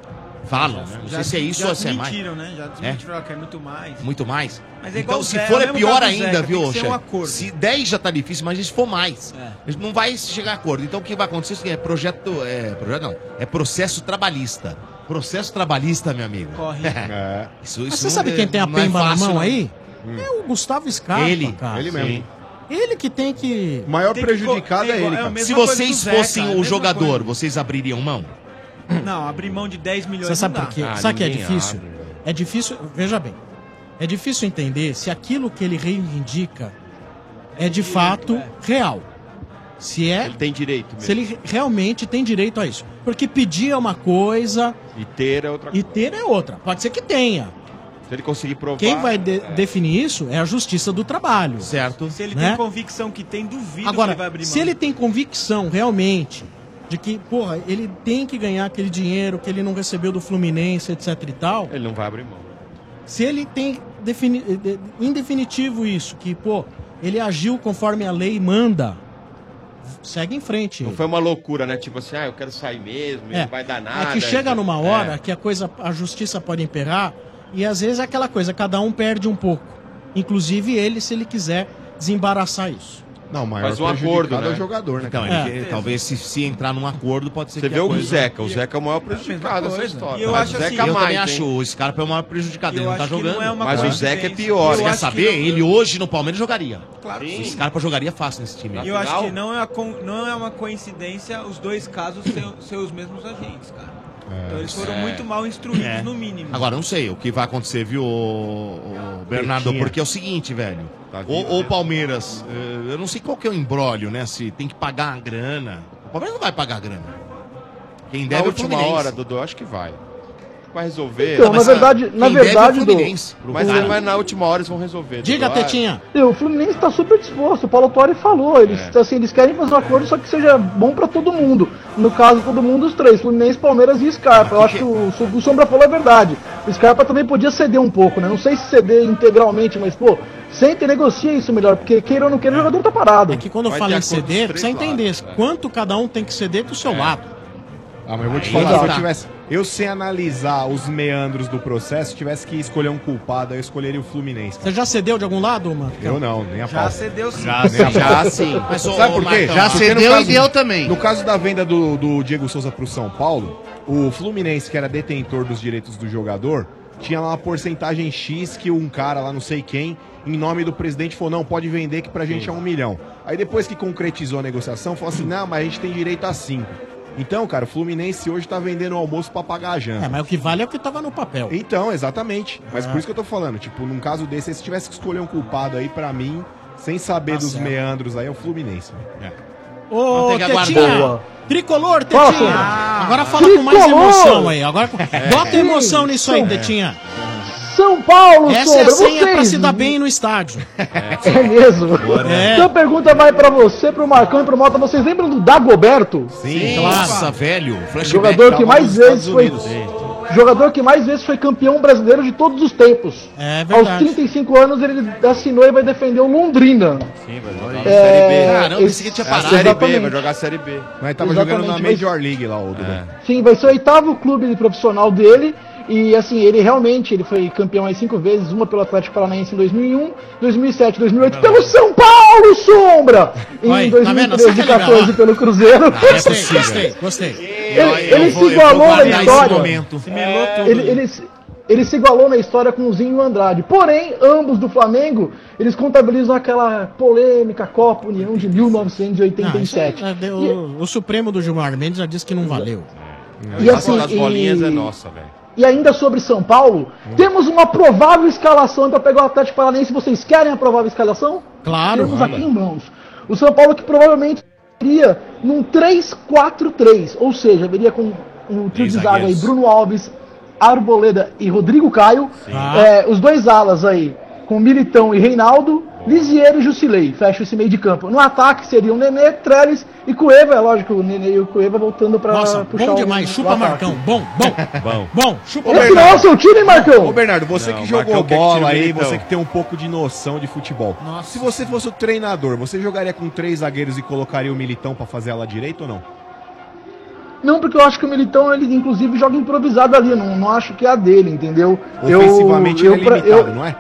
Speaker 16: Falam, né? Não sei se é isso
Speaker 11: já
Speaker 16: ou se é mais.
Speaker 11: desmentiram, né? Já desmentiram, ela quer muito mais.
Speaker 16: Muito mais.
Speaker 11: Mas é igual
Speaker 16: então,
Speaker 11: o
Speaker 16: se
Speaker 11: Zeca,
Speaker 16: for,
Speaker 11: é
Speaker 16: é
Speaker 11: o mesmo
Speaker 16: pior
Speaker 11: caso do Zeca,
Speaker 16: ainda,
Speaker 11: tem que
Speaker 16: viu,
Speaker 11: ser um
Speaker 16: chefe?
Speaker 11: acordo. É.
Speaker 16: Se 10 já tá difícil, mas se for mais, a gente não vai chegar a acordo. Então, o que vai acontecer é o seguinte, é projeto... É, projeto não, é processo trabalhista. Processo trabalhista, meu amigo. É.
Speaker 11: Corre.
Speaker 16: Isso,
Speaker 7: Mas
Speaker 16: isso
Speaker 7: você
Speaker 16: não
Speaker 7: sabe
Speaker 16: é-
Speaker 7: quem tem a
Speaker 16: não é
Speaker 7: pemba na
Speaker 16: fácil,
Speaker 7: mão
Speaker 16: não.
Speaker 7: aí?
Speaker 10: Hum.
Speaker 7: É o Gustavo Scarpa,
Speaker 16: Ele,
Speaker 7: cara.
Speaker 16: ele mesmo.
Speaker 7: Ele que tem que...
Speaker 10: O maior
Speaker 7: Tem que
Speaker 10: prejudicado
Speaker 7: co-
Speaker 10: é ele,
Speaker 7: é o
Speaker 10: cara.
Speaker 7: mesmo-
Speaker 16: Se
Speaker 7: coisa
Speaker 16: vocês
Speaker 7: do Zeca,
Speaker 16: fossem
Speaker 7: a
Speaker 16: o
Speaker 7: mesma
Speaker 16: jogador, vocês abririam mão?
Speaker 11: Não, abrir mão de 10 milhões
Speaker 7: Você sabe
Speaker 11: não
Speaker 7: por quê?
Speaker 11: dá.
Speaker 7: sabe que é difícil? É difícil, veja bem. É difícil entender se aquilo que ele reivindica é de fato real. Se é,
Speaker 9: Ele tem direito mesmo.
Speaker 7: se ele realmente tem direito a isso. Porque pedir é uma coisa
Speaker 9: E ter é outra
Speaker 7: e
Speaker 9: coisa.
Speaker 7: ter é outra. Pode ser que tenha.
Speaker 9: Se ele conseguir provar... é.
Speaker 7: Quem vai de- definir isso é a justiça do trabalho.
Speaker 16: Certo.
Speaker 11: Se ele
Speaker 7: Né?
Speaker 11: tem convicção que tem, duvido que
Speaker 7: Agora,
Speaker 11: ele vai abrir mão.
Speaker 7: se ele tem convicção realmente de que, porra, ele tem que ganhar aquele dinheiro que ele não recebeu do Fluminense, etc e tal,
Speaker 9: Ele não vai abrir mão.
Speaker 7: se ele tem defini- eh, de- em definitivo isso, que, pô, ele agiu conforme a lei manda, segue em frente.
Speaker 9: Não foi uma loucura, né? Tipo assim, ah, eu quero sair mesmo,
Speaker 7: É.
Speaker 9: não vai dar
Speaker 7: É
Speaker 9: nada.
Speaker 7: que chega numa hora
Speaker 9: É.
Speaker 7: que a coisa, a justiça pode emperrar e às vezes é aquela coisa, cada um perde um pouco. Inclusive ele, se ele quiser desembaraçar isso.
Speaker 10: Não, mas
Speaker 16: Faz um acordo, né?
Speaker 10: é o jogador, né?
Speaker 16: Então,
Speaker 10: cara?
Speaker 16: ele-
Speaker 10: É.
Speaker 16: talvez se, se entrar num acordo, pode ser
Speaker 10: Você
Speaker 16: que
Speaker 10: vê
Speaker 16: a
Speaker 10: o
Speaker 16: coisa...
Speaker 10: Zeca,
Speaker 9: o Zeca é o maior prejudicado dessa história.
Speaker 16: E eu
Speaker 9: Mas
Speaker 16: acho
Speaker 9: o Zeca
Speaker 16: assim, eu
Speaker 9: mais,
Speaker 16: também
Speaker 9: hein?
Speaker 16: acho, o Scarpa é o maior prejudicado,
Speaker 9: Eu
Speaker 16: ele não tá
Speaker 9: acho que
Speaker 16: jogando.
Speaker 9: não é uma Mas o coisa Zeca é diferente. pior,
Speaker 16: Você
Speaker 9: hein?
Speaker 16: quer
Speaker 9: Eu acho
Speaker 16: saber?
Speaker 9: que
Speaker 16: Ele hoje no Palmeiras jogaria.
Speaker 11: Claro que
Speaker 16: o
Speaker 11: sim.
Speaker 16: Scarpa jogaria fácil nesse time.
Speaker 11: E eu acho que não é, uma con- não é uma coincidência os dois casos ser, ser os mesmos agentes, cara. então eles foram
Speaker 16: é.
Speaker 11: muito mal instruídos,
Speaker 16: É.
Speaker 11: no mínimo.
Speaker 16: Agora, não sei o que vai acontecer, viu, ô- ô Bernardo?
Speaker 9: Pretinha.
Speaker 16: Porque é o seguinte, velho. ou o Palmeiras, eh, eu não sei qual que é o embrólio, né? Se tem que pagar a grana. O Palmeiras não vai pagar a grana. Quem
Speaker 9: Na
Speaker 16: deve é o
Speaker 9: última
Speaker 16: Fluminense.
Speaker 9: hora, Dodô, acho que vai. Vai resolver. ah,
Speaker 31: Então, na verdade, na verdade, Dodô,
Speaker 9: Mas,
Speaker 31: o-
Speaker 9: mas na última hora eles vão resolver.
Speaker 31: Diga,
Speaker 9: Dodô. Ah,
Speaker 31: Tetinha. O Fluminense está super disposto. O Paulo Torre falou. Eles, assim, eles querem fazer um acordo, só que seja bom para todo mundo. No caso, todo mundo, os três: Fluminense, Palmeiras e Scarpa. Eu acho que o, o Sombra falou a verdade. O Scarpa também podia ceder um pouco, né? Não sei se ceder integralmente, mas, pô, senta e negocia isso melhor. Porque queira ou não queira, o jogador tá parado. É que
Speaker 7: Quando fala em
Speaker 9: né? É.
Speaker 7: ceder, precisa entender quanto cada um tem que ceder do seu lado.
Speaker 10: Ah, mas eu vou te
Speaker 7: Aí
Speaker 10: falar,
Speaker 7: tá.
Speaker 10: se eu, tivesse, Eu, sem analisar os meandros do processo, tivesse que escolher um culpado, eu escolheria o Fluminense.
Speaker 7: Você já cedeu de algum lado, mano?
Speaker 10: Eu não, nem a
Speaker 7: Já
Speaker 10: pau.
Speaker 7: cedeu sim.
Speaker 10: Nem a
Speaker 7: Já
Speaker 10: pau.
Speaker 7: sim.
Speaker 10: Mas,
Speaker 7: ô,
Speaker 10: Sabe
Speaker 7: ô,
Speaker 10: por quê?
Speaker 7: Marcão, já
Speaker 10: Porque no
Speaker 15: cedeu e
Speaker 10: caso-
Speaker 7: um-
Speaker 15: deu também.
Speaker 10: No caso da venda do, do Diego Souza pro São Paulo, o Fluminense, que era detentor dos direitos do jogador, tinha lá uma porcentagem X que um cara lá, não sei quem, em nome do presidente, falou: não, pode vender que pra gente é um milhão. Aí depois que concretizou a negociação, falou assim: não, mas a gente tem direito a cinco. Então, cara, o Fluminense hoje tá vendendo o almoço pra pagar a janta.
Speaker 7: É, mas o que vale é o que tava no papel.
Speaker 10: Então, exatamente. Mas
Speaker 7: Ah.
Speaker 10: por isso que eu tô falando, tipo, num caso desse, aí, se tivesse que escolher um culpado aí, pra mim, sem saber
Speaker 7: Tá
Speaker 10: dos
Speaker 7: certo.
Speaker 10: meandros aí, é o Fluminense.
Speaker 7: Ô,
Speaker 10: Não tem É. que
Speaker 7: Tetinha,
Speaker 10: aguardar. Boa.
Speaker 7: tricolor, Tetinha.
Speaker 10: Fala, Fernando.
Speaker 7: Agora fala com mais
Speaker 31: Tricolor.
Speaker 7: emoção aí. Agora
Speaker 31: É.
Speaker 7: bota emoção nisso aí,
Speaker 31: É.
Speaker 7: Tetinha.
Speaker 31: São Paulo,
Speaker 7: Essa é
Speaker 31: Sombra,
Speaker 7: a senha pra
Speaker 31: vocês-
Speaker 7: se dar bem no estádio.
Speaker 31: É mesmo?
Speaker 7: É.
Speaker 31: Então a pergunta vai pra você, pro Marcão e pro Mota. Vocês lembram do Dagoberto?
Speaker 16: Sim, Nossa, velho. Flashback
Speaker 31: Jogador que
Speaker 16: tava
Speaker 31: mais
Speaker 16: nos
Speaker 31: vezes
Speaker 16: Estados
Speaker 31: foi-
Speaker 16: Unidos. Sim.
Speaker 31: Jogador que mais vezes foi campeão brasileiro de todos os tempos.
Speaker 7: É
Speaker 31: Aos
Speaker 7: verdade.
Speaker 31: 35 anos ele assinou e vai defender o Londrina.
Speaker 9: Sim, vai
Speaker 31: É,
Speaker 9: jogar.
Speaker 31: Caramba, esse- pensei que tinha parado.
Speaker 9: é Série B,
Speaker 31: Exatamente.
Speaker 9: vai jogar a Série B.
Speaker 10: Mas tava jogando na
Speaker 31: Exatamente, mas-
Speaker 10: Major League lá, o Dudu.
Speaker 31: Sim, vai ser o oitavo clube profissional dele. E assim, ele realmente ele foi campeão aí cinco vezes, uma pelo Atlético Paranaense em 2001, 2007, 2008 pelo São Paulo, Sombra! Em
Speaker 7: Aí, tá vendo?
Speaker 31: 2013
Speaker 7: Assim
Speaker 31: e
Speaker 7: que é legal,
Speaker 31: 14
Speaker 7: ó. é
Speaker 31: pelo Cruzeiro.
Speaker 7: Ah, Gostei, gostei, gostei.
Speaker 31: Ele, ele se igualou na história. É. Ele, ele se- ele se igualou na história com o Zinho e o Andrade. Porém, ambos do Flamengo, eles contabilizam aquela polêmica Copa União de 1987.
Speaker 7: Ah, deu- o, Supremo do Gilmar Mendes já disse que não valeu.
Speaker 31: E assim,
Speaker 9: das bolinhas
Speaker 31: e-
Speaker 9: é nossa, velho.
Speaker 31: E ainda sobre São Paulo, temos uma provável escalação para pegar o Atlético Paranaense. Vocês querem a provável escalação?
Speaker 7: Claro.
Speaker 31: Temos
Speaker 7: Manda.
Speaker 31: aqui em mãos. O São Paulo que provavelmente iria num 3-4-3, ou seja, viria com um trio
Speaker 1: Três
Speaker 31: de zaga aí,
Speaker 1: zagueiros.
Speaker 31: Bruno Alves, Arboleda e Rodrigo Caio.
Speaker 7: Ah.
Speaker 1: Tá.
Speaker 31: É, os dois alas aí, com Militão e Reinaldo, Lisieiro e Jusilei, fecha esse meio de campo. No ataque seriam Nenê, Trellis e Cueva, é lógico, o Nenê e o Cueva voltando para
Speaker 7: Nossa,
Speaker 31: puxar
Speaker 7: bom
Speaker 31: o-
Speaker 7: demais.
Speaker 31: o
Speaker 7: Chupa
Speaker 31: ataque.
Speaker 7: Marcão. Bom, bom.
Speaker 9: bom.
Speaker 7: Bom, chupa
Speaker 10: Ô,
Speaker 31: Esse não é o seu time, Marcão?
Speaker 10: Ô, Bernardo, você
Speaker 9: Não,
Speaker 10: que
Speaker 9: Marcão
Speaker 10: jogou
Speaker 9: quer que é então. tire o
Speaker 10: bola aí,
Speaker 9: Militão.
Speaker 10: você que tem um pouco de noção de futebol. Se você fosse o treinador, você jogaria com três zagueiros e colocaria o Militão pra fazer ela direita ou não?
Speaker 31: Não, porque eu acho que o Militão, ele inclusive joga improvisado ali, eu não, não acho que é a dele, entendeu? Eu-
Speaker 10: Ofensivamente
Speaker 31: eu,
Speaker 10: ele é
Speaker 31: pra-
Speaker 10: limitado,
Speaker 7: né?
Speaker 31: eu-
Speaker 10: não é?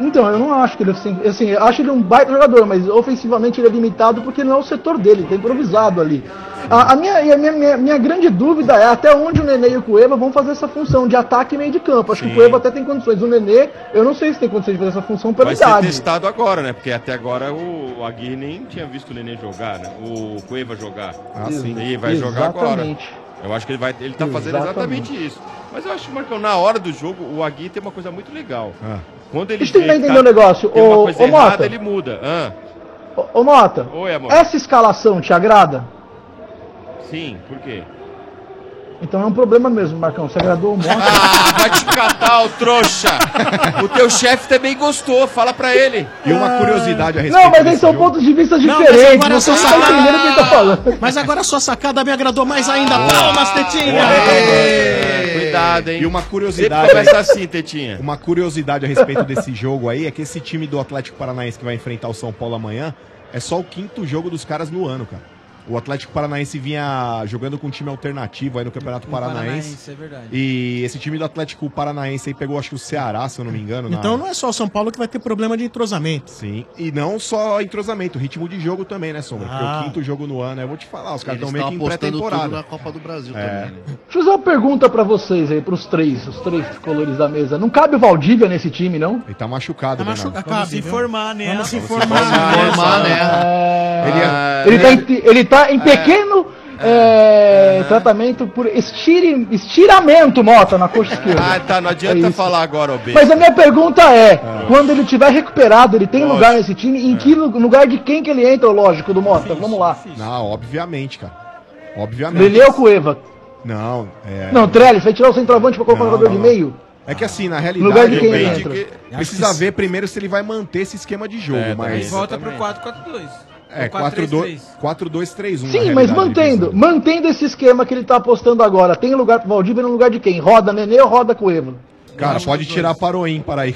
Speaker 31: Então, eu não acho que ele é ofensivo. Assim, eu acho ele um baita jogador, mas ofensivamente ele é limitado porque não é o setor dele, ele tá improvisado ali. A, a minha, e a minha, minha, minha grande dúvida é até onde o Nenê e o Cueva vão fazer essa função de ataque e meio de campo. Acho que o Cueva até tem condições. O Nenê, eu não sei se tem condições de fazer essa função pela
Speaker 9: Vai ser
Speaker 31: idade.
Speaker 9: testado agora, né? Porque até agora o o Aguirre nem tinha visto o Nenê jogar, né? O Cueva jogar.
Speaker 10: Ah, sim.
Speaker 9: E vai jogar agora.
Speaker 10: Exatamente.
Speaker 9: Eu acho que ele vai. Ele tá fazendo
Speaker 10: Exatamente.
Speaker 9: exatamente isso. Mas eu acho, Marcão, na hora do jogo, o Aguirre tem uma coisa muito legal. Quando ele
Speaker 31: Ah. Deixa eu tentar
Speaker 9: vê que tá
Speaker 31: entender o negócio.
Speaker 9: Tem uma
Speaker 31: Ô-
Speaker 9: coisa
Speaker 31: ô,
Speaker 9: errada,
Speaker 31: Mota.
Speaker 9: ele muda. Ah, Hã?
Speaker 31: Ô, ô Mota,
Speaker 9: Oi, amor.
Speaker 31: essa escalação te agrada?
Speaker 9: Sim, por quê?
Speaker 31: Então é um problema mesmo, Marcão. Você agradou um o Mota.
Speaker 9: Ah, Vai te catar, o trouxa! O teu chefe também gostou, fala pra ele.
Speaker 10: E uma curiosidade a
Speaker 31: Não, mas eles são pontos de vista diferentes.
Speaker 7: agora
Speaker 31: Você
Speaker 7: só
Speaker 31: não tá
Speaker 7: sacada-
Speaker 31: entendendo o que ele tá falando.
Speaker 7: Mas agora a sua sacada me agradou mais ainda.
Speaker 10: Boa.
Speaker 7: Palmas, Tetinha!
Speaker 9: Cuidado, hein?
Speaker 10: E uma curiosidade.
Speaker 9: Sempre começa assim, Tetinha.
Speaker 10: Uma curiosidade a respeito desse jogo aí é que esse time do Atlético Paranaense que vai enfrentar o São Paulo amanhã é só o quinto jogo dos caras no ano, cara. O Atlético Paranaense vinha jogando com um time alternativo aí no Campeonato Paranaense.
Speaker 11: Paranaense, é verdade.
Speaker 10: E esse time do Atlético Paranaense aí pegou, acho que o Ceará, se eu não me engano. na-
Speaker 7: Então não é só o São Paulo que vai ter problema de entrosamento.
Speaker 10: Sim. E não só entrosamento, ritmo de jogo também, né, Sombra? Porque
Speaker 7: Ah.
Speaker 10: o quinto jogo no ano, eu vou te falar, os caras
Speaker 15: Eles
Speaker 10: estão meio
Speaker 15: tão
Speaker 10: que em
Speaker 15: apostando tudo na
Speaker 10: pré-temporada.
Speaker 15: Copa do Brasil
Speaker 10: É.
Speaker 15: também, né?
Speaker 31: Deixa eu fazer uma pergunta pra vocês aí, pros três, os três colores da mesa. Não cabe o Valdívia nesse time, não?
Speaker 10: Ele tá machucado,
Speaker 31: tá
Speaker 11: Vamos se informar, né? Vamos se
Speaker 31: informar,
Speaker 15: né?
Speaker 31: Ele,
Speaker 10: é-
Speaker 15: Ah,
Speaker 31: É, ele,
Speaker 15: né?
Speaker 31: tá em, ele tá em pequeno é, tratamento por estire- estiramento, Mota, na coxa esquerda.
Speaker 9: Ah, tá, não adianta
Speaker 31: É isso.
Speaker 9: falar agora, ô B.
Speaker 31: Mas a minha pergunta é, quando ele tiver recuperado, ele tem
Speaker 9: Lógico.
Speaker 31: lugar nesse time?
Speaker 10: É.
Speaker 31: Em que lu- lugar de quem que ele entra, lógico, do Mota? Vamos lá.
Speaker 10: Não, obviamente, cara. Obviamente.
Speaker 31: Lele ou Cueva?
Speaker 10: Não, é.
Speaker 31: Não, Trellis, vai tirar o centroavante pra colocar um
Speaker 10: Não,
Speaker 31: jogador de
Speaker 10: não,
Speaker 31: meio?
Speaker 10: É que assim, na realidade,
Speaker 31: No lugar de quem
Speaker 10: eu
Speaker 31: ele
Speaker 10: vejo
Speaker 31: entra?
Speaker 10: que precisa ver primeiro se ele vai manter esse esquema de jogo,
Speaker 11: É,
Speaker 10: mas.
Speaker 11: Aí volta pro 4-4-2.
Speaker 10: É,
Speaker 11: Ou 4-3-3.
Speaker 10: 4-2-3-1.
Speaker 31: Sim,
Speaker 10: é
Speaker 31: mas mantendo, mantendo esse esquema que ele tá apostando agora, tem lugar pro Valdívia no lugar de quem? Roda Nenê ou roda Cueva?
Speaker 10: Cara, pode tirar para o ímpar aí.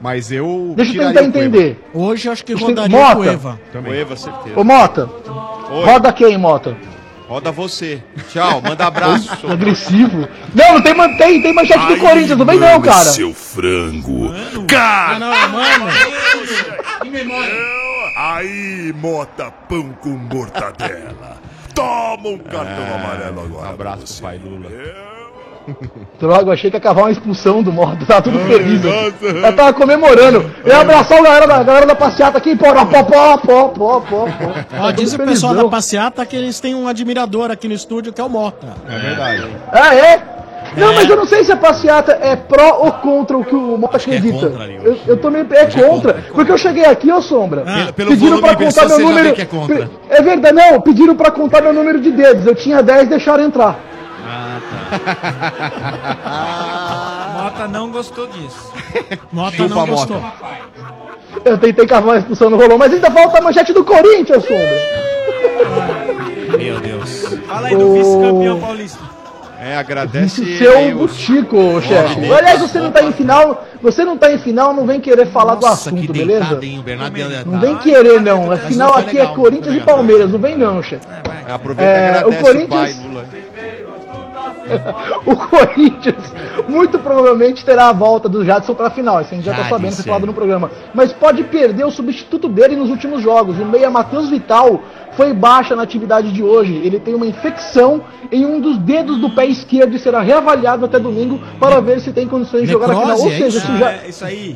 Speaker 10: Mas eu.
Speaker 31: Deixa eu
Speaker 10: tiraria
Speaker 31: tentar
Speaker 10: o Cueva.
Speaker 31: entender.
Speaker 7: Hoje eu acho que
Speaker 31: Deixa eu
Speaker 7: rodaria o
Speaker 31: Mota.
Speaker 7: Cueva.
Speaker 10: Também.
Speaker 9: Cueva, certeza.
Speaker 31: Ô Mota,
Speaker 9: Oi.
Speaker 31: roda quem, Mota?
Speaker 9: Roda você. Tchau, manda abraço.
Speaker 31: Agressivo. Não, não tem, man- tem, tem manchete do Corinthians, não vem não, cara.
Speaker 1: frango. Cara!
Speaker 11: é
Speaker 7: Não, mano.
Speaker 9: é
Speaker 1: Que memória. Aí, mota pão com mortadela. Toma um cartão amarelo agora. abraço, pai Lula.
Speaker 31: Droga, eu achei que ia cavar uma expulsão do modo, tava tudo feliz. Eu tava comemorando. Eu ia abraçar o galera da, a galera da passeata aqui, porra, pó, pó, pó, pó, pó, pó.
Speaker 7: Ó, diz o
Speaker 31: Tudo
Speaker 7: pessoal
Speaker 31: felizão.
Speaker 7: da passeata que eles têm um admirador aqui no estúdio que é o Mota.
Speaker 9: É verdade.
Speaker 31: Ah, é? Não, mas eu não sei se a passeata é pró ou contra o que o Mota acredita. eu, eu tô meio. É contra. Porque eu cheguei aqui, ô Sombra.
Speaker 23: Ah,
Speaker 18: É pelo
Speaker 31: pediram
Speaker 18: volume
Speaker 31: pra
Speaker 18: de
Speaker 31: contar
Speaker 18: pessoas,
Speaker 31: meu
Speaker 18: você já vê
Speaker 31: número.
Speaker 18: que é contra.
Speaker 31: Pe- É verdade, não. Pediram pra contar meu número de dedos. Eu tinha 10, deixaram entrar.
Speaker 11: Ah, tá. Mota não gostou disso.
Speaker 7: Mota
Speaker 31: não Chupa, gostou. Eu tentei cavar a expulsão, não rolou. Mas ainda falta a manchete do Corinthians, Sombra.
Speaker 9: Meu Deus.
Speaker 11: Fala aí do vice-campeão
Speaker 31: Ô.
Speaker 11: paulista.
Speaker 9: É, agradece ele aí,
Speaker 31: Seu
Speaker 9: o-
Speaker 31: Butico, chefe.
Speaker 9: Deus.
Speaker 31: Aliás, você não tá em final, você não tá em final, não vem querer falar do assunto, beleza?
Speaker 16: O Bernardo
Speaker 31: Não vem querer, não. A final aqui é Corinthians e Palmeiras, não vem não, chefe.
Speaker 9: Aproveita
Speaker 31: É,
Speaker 9: e agradece
Speaker 31: o
Speaker 9: o,
Speaker 31: Corinthians-
Speaker 9: pai Lula.
Speaker 31: O Corinthians muito provavelmente terá a volta do Jadson pra final, isso a gente já tá
Speaker 7: Ah,
Speaker 16: Jadson.
Speaker 31: sabendo, foi
Speaker 7: é.
Speaker 31: falado no programa. Mas pode perder o substituto dele nos últimos jogos. O meia Matheus Vital foi baixa na atividade de hoje. Ele tem uma infecção em um dos dedos do pé esquerdo e será reavaliado até domingo para ver se tem condições de jogar na final. Ou
Speaker 7: Necrose, é
Speaker 31: seja,
Speaker 7: isso?
Speaker 31: se já...
Speaker 11: É isso aí.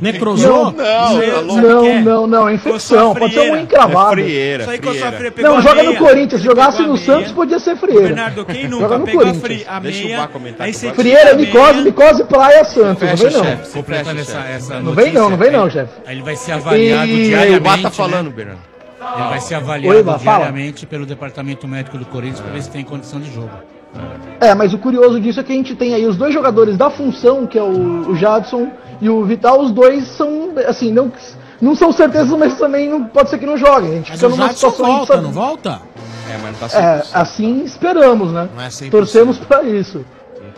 Speaker 31: Não,
Speaker 7: Necrosou?
Speaker 11: Você-
Speaker 31: não,
Speaker 11: sabe o que é?
Speaker 31: não, não, é infecção. Pode ser um
Speaker 11: frieira.
Speaker 31: encravado.
Speaker 11: É frieira, Isso aí coçou a frieira. frieira, pegou
Speaker 31: Não,
Speaker 11: a
Speaker 31: joga no
Speaker 11: meia.
Speaker 31: Corinthians. Se jogasse no Santos, podia ser frieira.
Speaker 11: Bernardo, quem nunca
Speaker 31: joga no
Speaker 11: pegou a,
Speaker 31: Corinthians.
Speaker 11: fri, a
Speaker 9: Deixa o
Speaker 11: meia,
Speaker 9: Bar comentar
Speaker 11: aí
Speaker 9: que
Speaker 11: você
Speaker 31: Frieira,
Speaker 11: tira a meia,
Speaker 31: micose, micose, praia, Santos. Não vem não.
Speaker 2: chefe, completando essa, essa
Speaker 31: Não vem não, não vem não, chefe.
Speaker 2: Aí ele vai ser avaliado
Speaker 31: E-
Speaker 2: diariamente.
Speaker 31: o Bá tá
Speaker 2: né?
Speaker 31: falando,
Speaker 9: Bernardo.
Speaker 2: Ele vai ser avaliado
Speaker 31: Oi, Bá, fala.
Speaker 2: diariamente pelo departamento médico do Corinthians para ver se tem condição de jogo.
Speaker 31: É, mas o curioso disso é que a gente tem aí os dois jogadores da função, que é o, o Jadson e o Vital, os dois são, assim, não, não são certezas, mas também não- pode ser que não joguem. A gente
Speaker 7: Mas
Speaker 31: fica
Speaker 7: o
Speaker 31: numa
Speaker 7: Jadson
Speaker 31: situação aí que
Speaker 7: volta,
Speaker 31: sabe-
Speaker 7: não volta?
Speaker 9: É, mas não tá
Speaker 31: É, assim esperamos, né?
Speaker 9: Não é 100%.
Speaker 31: Torcemos pra isso.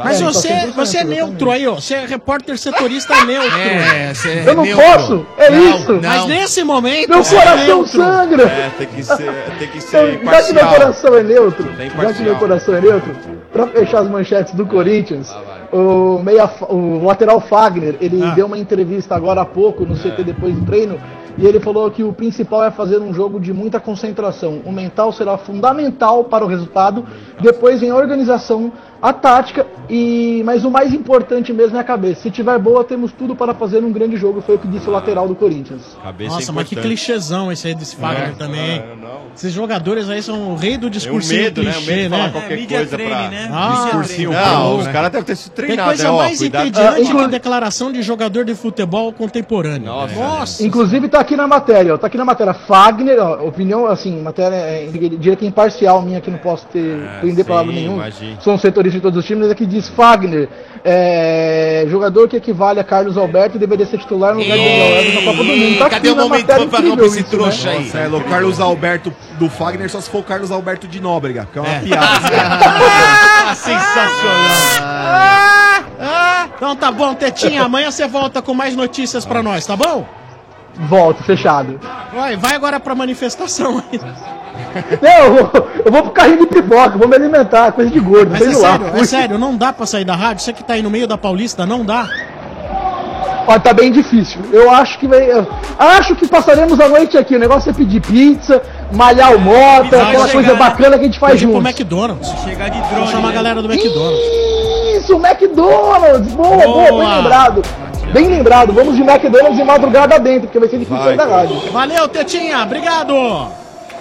Speaker 7: Mas
Speaker 31: É, não tá
Speaker 7: você,
Speaker 31: 100%,
Speaker 7: você é neutro aí, ó. Você é repórter setorista neutro.
Speaker 31: É, você é Eu não neutro. posso, é isso.
Speaker 7: Mas nesse momento.
Speaker 31: Meu
Speaker 7: você é
Speaker 31: coração
Speaker 7: neutro.
Speaker 31: sangra.
Speaker 9: É, tem que ser, tem que ser
Speaker 31: Então, já que meu
Speaker 9: imparcial.
Speaker 31: coração é neutro, já que
Speaker 9: imparcial.
Speaker 31: meu coração é neutro, pra fechar as manchetes do Corinthians, o, meia, o lateral Fagner, ele deu uma entrevista agora há pouco no
Speaker 9: É.
Speaker 31: CT depois do treino, e ele falou que o principal é fazer um jogo de muita concentração. O mental será fundamental para o resultado, depois em organização, a tática, e mas o mais importante mesmo é a cabeça. Se tiver boa, temos tudo para fazer um grande jogo, foi o que disse o lateral do Corinthians.
Speaker 9: Cabeça é
Speaker 7: Nossa, mas que
Speaker 9: importante.
Speaker 7: clichêzão esse aí desse Fagner
Speaker 9: É,
Speaker 7: também.
Speaker 9: é, não.
Speaker 7: Esses jogadores aí são o rei do discurso
Speaker 9: medo, né? O medo
Speaker 7: clichê,
Speaker 9: de
Speaker 7: né?
Speaker 9: falar qualquer É, mídia coisa training, pra- né?
Speaker 7: Ah,
Speaker 9: discursinho
Speaker 7: não,
Speaker 9: bom,
Speaker 7: os
Speaker 9: né?
Speaker 7: caras devem ter se
Speaker 9: Tem
Speaker 7: treinado,
Speaker 9: coisa
Speaker 7: né? Ó,
Speaker 9: mais
Speaker 7: cuidado.
Speaker 9: entediante
Speaker 7: Ah, que declaração de jogador de futebol contemporâneo. Né? Nossa.
Speaker 31: Inclusive tá aqui na matéria, ó, tá aqui na matéria. Fagner, ó, opinião, assim, matéria é, direita imparcial minha que não posso ter
Speaker 7: É,
Speaker 31: prender
Speaker 9: sim,
Speaker 31: palavra nenhuma.
Speaker 9: imagino.
Speaker 31: São setores de todos os times, mas aqui diz Fagner, é, jogador que equivale a Carlos Alberto e deveria ser titular no lugar do Daniel Alves na Copa do Mundo. Tá aqui
Speaker 16: cadê o
Speaker 31: na
Speaker 16: momento
Speaker 31: matéria
Speaker 16: pra
Speaker 31: incrível
Speaker 16: comprar esse
Speaker 31: isso,
Speaker 16: trouxa
Speaker 31: né?
Speaker 16: aí?
Speaker 10: Marcelo, é Carlos Alberto do Fagner, só se for o Carlos Alberto de Nóbrega, porque é uma piada.
Speaker 9: Tá
Speaker 7: Ah, ah. Então tá bom, Tetinha. Amanhã você volta com mais notícias pra nós, tá bom?
Speaker 31: Volto, fechado.
Speaker 7: Vai, vai agora pra manifestação aí.
Speaker 31: Não, eu vou, eu vou pro carrinho de pipoca, vou me alimentar, coisa de gordo,
Speaker 7: Mas
Speaker 31: sei
Speaker 7: é
Speaker 31: lá.
Speaker 7: sério, é sério, não dá pra sair da rádio. Você que tá aí no meio da Paulista, não dá.
Speaker 31: Ó, tá bem difícil. Eu acho que vai. eu acho que passaremos a noite aqui. O negócio é pedir pizza, malhar o mota,
Speaker 7: Vai
Speaker 31: aquela
Speaker 7: chegar, é
Speaker 31: coisa bacana que a gente faz
Speaker 7: Hoje pro
Speaker 31: junto.
Speaker 7: McDonald's.
Speaker 11: Chegar de
Speaker 7: Vou
Speaker 11: drone. né?
Speaker 7: chamar a galera do McDonald's.
Speaker 31: Isso, McDonald's! Boa, boa,
Speaker 7: Boa.
Speaker 31: bem lembrado. Bem lembrado, vamos de McDonald's e madrugada dentro, porque vai ser difícil sair da rádio.
Speaker 7: Valeu, Tetinha, obrigado!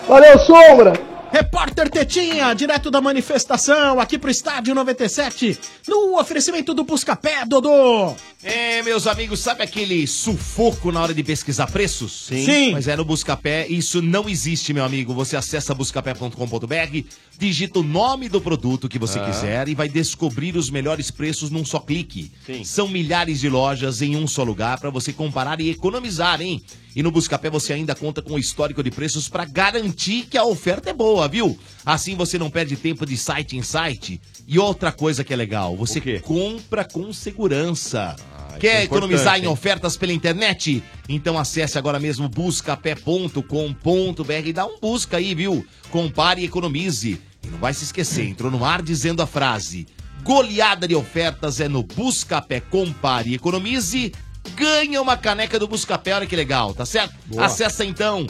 Speaker 31: Valeu, Sombra!
Speaker 7: Repórter Tetinha, direto da manifestação, aqui pro Estádio 97, no oferecimento do Buscapé, Dodô!
Speaker 16: É, meus amigos, sabe aquele sufoco na hora de pesquisar preços? Sim. Mas é no Buscapé, isso não existe, meu amigo. Você acessa buscapé.com.br, digita o nome do produto que
Speaker 1: É.
Speaker 16: você
Speaker 9: Ah.
Speaker 16: quiser e vai descobrir os melhores preços num só clique. São milhares de lojas em um só lugar para você comparar e economizar, hein? E no Buscapé você ainda conta com o histórico de preços para garantir que a oferta é boa, viu? Assim você não perde tempo de site em site. E outra coisa que é legal, você compra com segurança. Quer
Speaker 9: é importante,
Speaker 16: economizar em
Speaker 9: hein?
Speaker 16: ofertas pela internet? Então acesse agora mesmo buscapé.com.br e dá um busca aí, viu? Compare e economize. E não vai se esquecer, entrou no ar dizendo a frase: goleada de ofertas é no Buscapé. Compare e economize. Ganha uma caneca do Buscapé, olha que legal, tá certo?
Speaker 15: Boa.
Speaker 16: Acessa então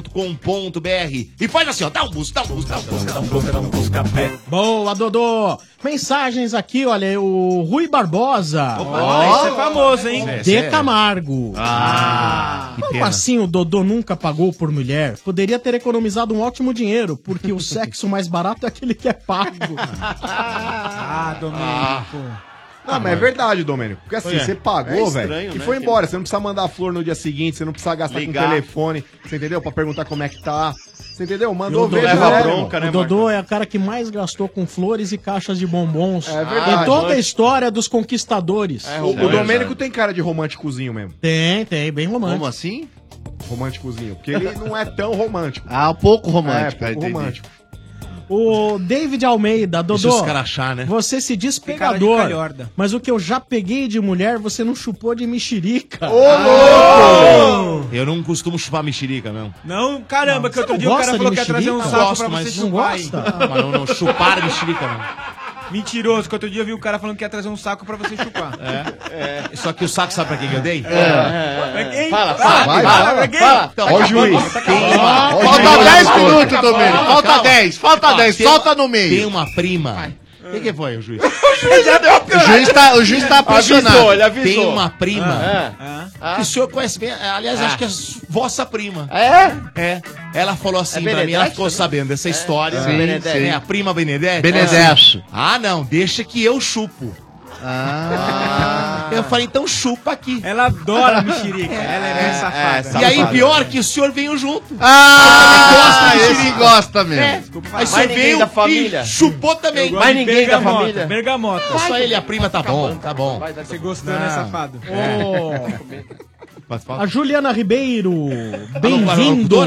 Speaker 16: buscapé.com.br e faz assim, ó, dá um bus, dá um bus, dá um bus, dá um bus, dá um bus, dá um bus.
Speaker 7: Boa, Dodô! Mensagens aqui, olha, o Rui Barbosa.
Speaker 11: Ó, esse é famoso, hein?
Speaker 7: De Camargo. Ah, Como
Speaker 11: pena.
Speaker 7: assim o Dodô nunca pagou por mulher? Poderia ter economizado um ótimo dinheiro, porque o sexo mais barato é aquele que é pago.
Speaker 11: Ah, Domênico.
Speaker 10: Não, mas é verdade, Domênico. Porque assim,
Speaker 11: Pois é.
Speaker 10: você
Speaker 11: É
Speaker 10: pagou,
Speaker 11: estranho,
Speaker 10: velho, e
Speaker 11: né,
Speaker 10: foi
Speaker 11: que-
Speaker 10: embora. Você não precisa mandar a flor no dia seguinte, você não precisa gastar
Speaker 7: Ligar.
Speaker 10: com telefone, você entendeu? Pra perguntar como é que tá. Você entendeu? Mandou
Speaker 7: o Dodô,
Speaker 10: ver, né? já era, irmão.
Speaker 11: né,
Speaker 16: né,
Speaker 7: o Dodô é a cara que mais gastou com flores e caixas de bombons.
Speaker 10: É verdade.
Speaker 7: Em toda a
Speaker 10: Mano.
Speaker 7: história dos conquistadores.
Speaker 11: É,
Speaker 10: O, o
Speaker 11: né?
Speaker 10: Domênico tem cara de românticozinho mesmo.
Speaker 7: Tem, tem, bem romântico.
Speaker 10: Como assim? Românticozinho. Porque ele não é tão romântico.
Speaker 16: Ah, pouco
Speaker 10: romântico,
Speaker 16: ah,
Speaker 10: pouco
Speaker 16: entendi.
Speaker 10: romântico.
Speaker 7: O David Almeida, Dodô.
Speaker 16: Deixa os caras achar, né?
Speaker 7: Você se diz
Speaker 11: cara de
Speaker 7: pegador,
Speaker 11: calhorda.
Speaker 7: mas o que eu já peguei de mulher, você não chupou de mexerica. Ah! Ô,
Speaker 16: Eu não costumo chupar mexerica, não.
Speaker 11: Não, caramba, que outro
Speaker 7: não
Speaker 11: dia o
Speaker 7: gosta
Speaker 11: cara
Speaker 7: de
Speaker 11: falou que ia trazer um
Speaker 7: mexerica?
Speaker 11: saco
Speaker 7: Gosto,
Speaker 11: pra você
Speaker 7: mas
Speaker 11: chupar.
Speaker 7: não
Speaker 11: hein?
Speaker 7: gosta?
Speaker 16: Ah, mas não, não, chupar mexerica, não.
Speaker 11: Mentiroso, que outro dia eu vi o cara falando que ia trazer um saco pra você chupar. É.
Speaker 16: Só que o saco sabe pra quem que eu dei?
Speaker 11: Pra quem?
Speaker 16: Fala,
Speaker 11: Pra-
Speaker 16: fala,
Speaker 11: pra
Speaker 16: fala,
Speaker 11: quem?
Speaker 16: fala.
Speaker 11: Então,
Speaker 16: É. Ó o
Speaker 11: acabou,
Speaker 16: juiz.
Speaker 11: tá
Speaker 16: Tem
Speaker 11: acabando.
Speaker 16: uma- Ó, Ó, tá tem uma- falta 10 calma, minutos, calma, Domênico. calma, Falta calma. 10, falta Ó, 10, tem- solta no meio. Tem uma prima. O que, que foi, o juiz? O juiz tá, o juiz tá apaixonado. Avisou, ele avisou. Tem uma prima. Ah, que o senhor conhece bem. Aliás, Ah. acho que é s- vossa prima. É? É. Ela falou É assim pra Benedete mim, ela ficou sabendo dessa história. Ah, sim, Benedete. né? A prima Benedete. Benedete. Ah, não, deixa que eu chupo. Eu falei, então chupa aqui.
Speaker 11: Ela adora mexerica. Ela é bem safada.
Speaker 16: e aí, pior que o senhor veio junto.
Speaker 15: Ah,
Speaker 16: Ele
Speaker 15: esse gosta mesmo.
Speaker 16: É. Aí
Speaker 15: Mais
Speaker 16: você
Speaker 15: ninguém
Speaker 16: veio
Speaker 15: da família?
Speaker 16: e chupou também.
Speaker 15: Eu gosto Mais de ninguém da bergamota, família?
Speaker 11: Bergamota.
Speaker 16: É Só ele e a prima tá bom, tá bom. É.
Speaker 11: Você gostando,
Speaker 16: Não.
Speaker 11: é safado.
Speaker 16: Mas fala-
Speaker 7: A Juliana Ribeiro,
Speaker 16: locutora?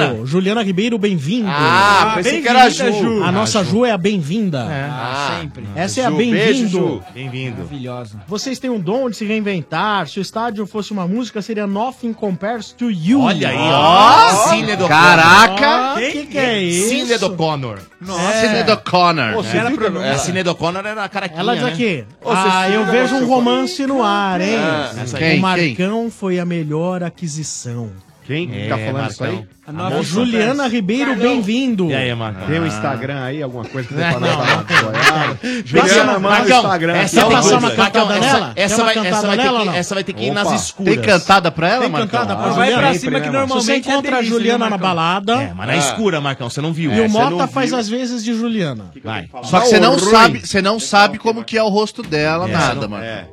Speaker 7: bem-vindo. Juliana Ribeiro, bem-vindo.
Speaker 15: Ah, Ah, pensei que era bem-vinda, Ju. Ju.
Speaker 7: A nossa
Speaker 15: Ah,
Speaker 7: Ju, é a bem-vinda.
Speaker 15: Ah, sempre.
Speaker 7: Essa é a
Speaker 15: Ju, beijo,
Speaker 7: bem-vindo.
Speaker 15: Ju.
Speaker 16: Bem-vindo.
Speaker 11: Maravilhosa.
Speaker 7: Vocês têm um dom de se reinventar. Se o estádio fosse uma música, seria Nothing Compares to You.
Speaker 16: Olha aí, ó. Cine do
Speaker 7: O
Speaker 16: O
Speaker 7: que, que é isso?
Speaker 16: Cine do Connor.
Speaker 11: é
Speaker 7: Nossa.
Speaker 16: Cine do é Connor.
Speaker 7: Pô, você viu que ela-
Speaker 16: A Cine do Connor era a caraquinha,
Speaker 7: Ela diz
Speaker 16: né?
Speaker 7: aqui. Ah, eu vejo um romance no ar, hein?
Speaker 16: Ah, essa aí.
Speaker 7: o
Speaker 16: Quem?
Speaker 7: Marcão foi a melhor aquisição.
Speaker 10: Quem
Speaker 16: É,
Speaker 10: tá falando isso
Speaker 16: Marcão.
Speaker 10: aí?
Speaker 7: A nova Juliana Ribeiro, bem-vindo.
Speaker 16: E aí, Marcão?
Speaker 11: Ah.
Speaker 10: Tem um Instagram aí, alguma coisa que você
Speaker 7: Não,
Speaker 10: fala
Speaker 7: não,
Speaker 10: na tabela?
Speaker 7: Ah.
Speaker 16: Juliana, Marcão, essa
Speaker 10: aqui,
Speaker 16: tem
Speaker 10: ó.
Speaker 16: que- Marcão, essa- Essa vai-
Speaker 7: cantada
Speaker 16: essa vai ter
Speaker 7: nela
Speaker 16: que-
Speaker 7: ou não?
Speaker 16: essa vai ter que ir nas
Speaker 7: Opa.
Speaker 16: escuras.
Speaker 7: Tem cantada pra ela,
Speaker 16: Tem
Speaker 7: Marcão?
Speaker 16: cantada pra
Speaker 7: Ah,
Speaker 16: Juliana?
Speaker 7: vai pra cima que
Speaker 16: né, Marcão?
Speaker 7: normalmente é delícia, né, Marcão?
Speaker 16: É, mas na escura, Marcão, você não viu.
Speaker 7: E
Speaker 16: É,
Speaker 7: o
Speaker 16: você
Speaker 7: Mota
Speaker 16: não
Speaker 7: faz
Speaker 16: viu.
Speaker 7: às vezes de Juliana.
Speaker 16: Vai.
Speaker 11: Tá
Speaker 16: Só que você não sabe, você não sabe como que é o rosto dela, nada, mano. Tá É.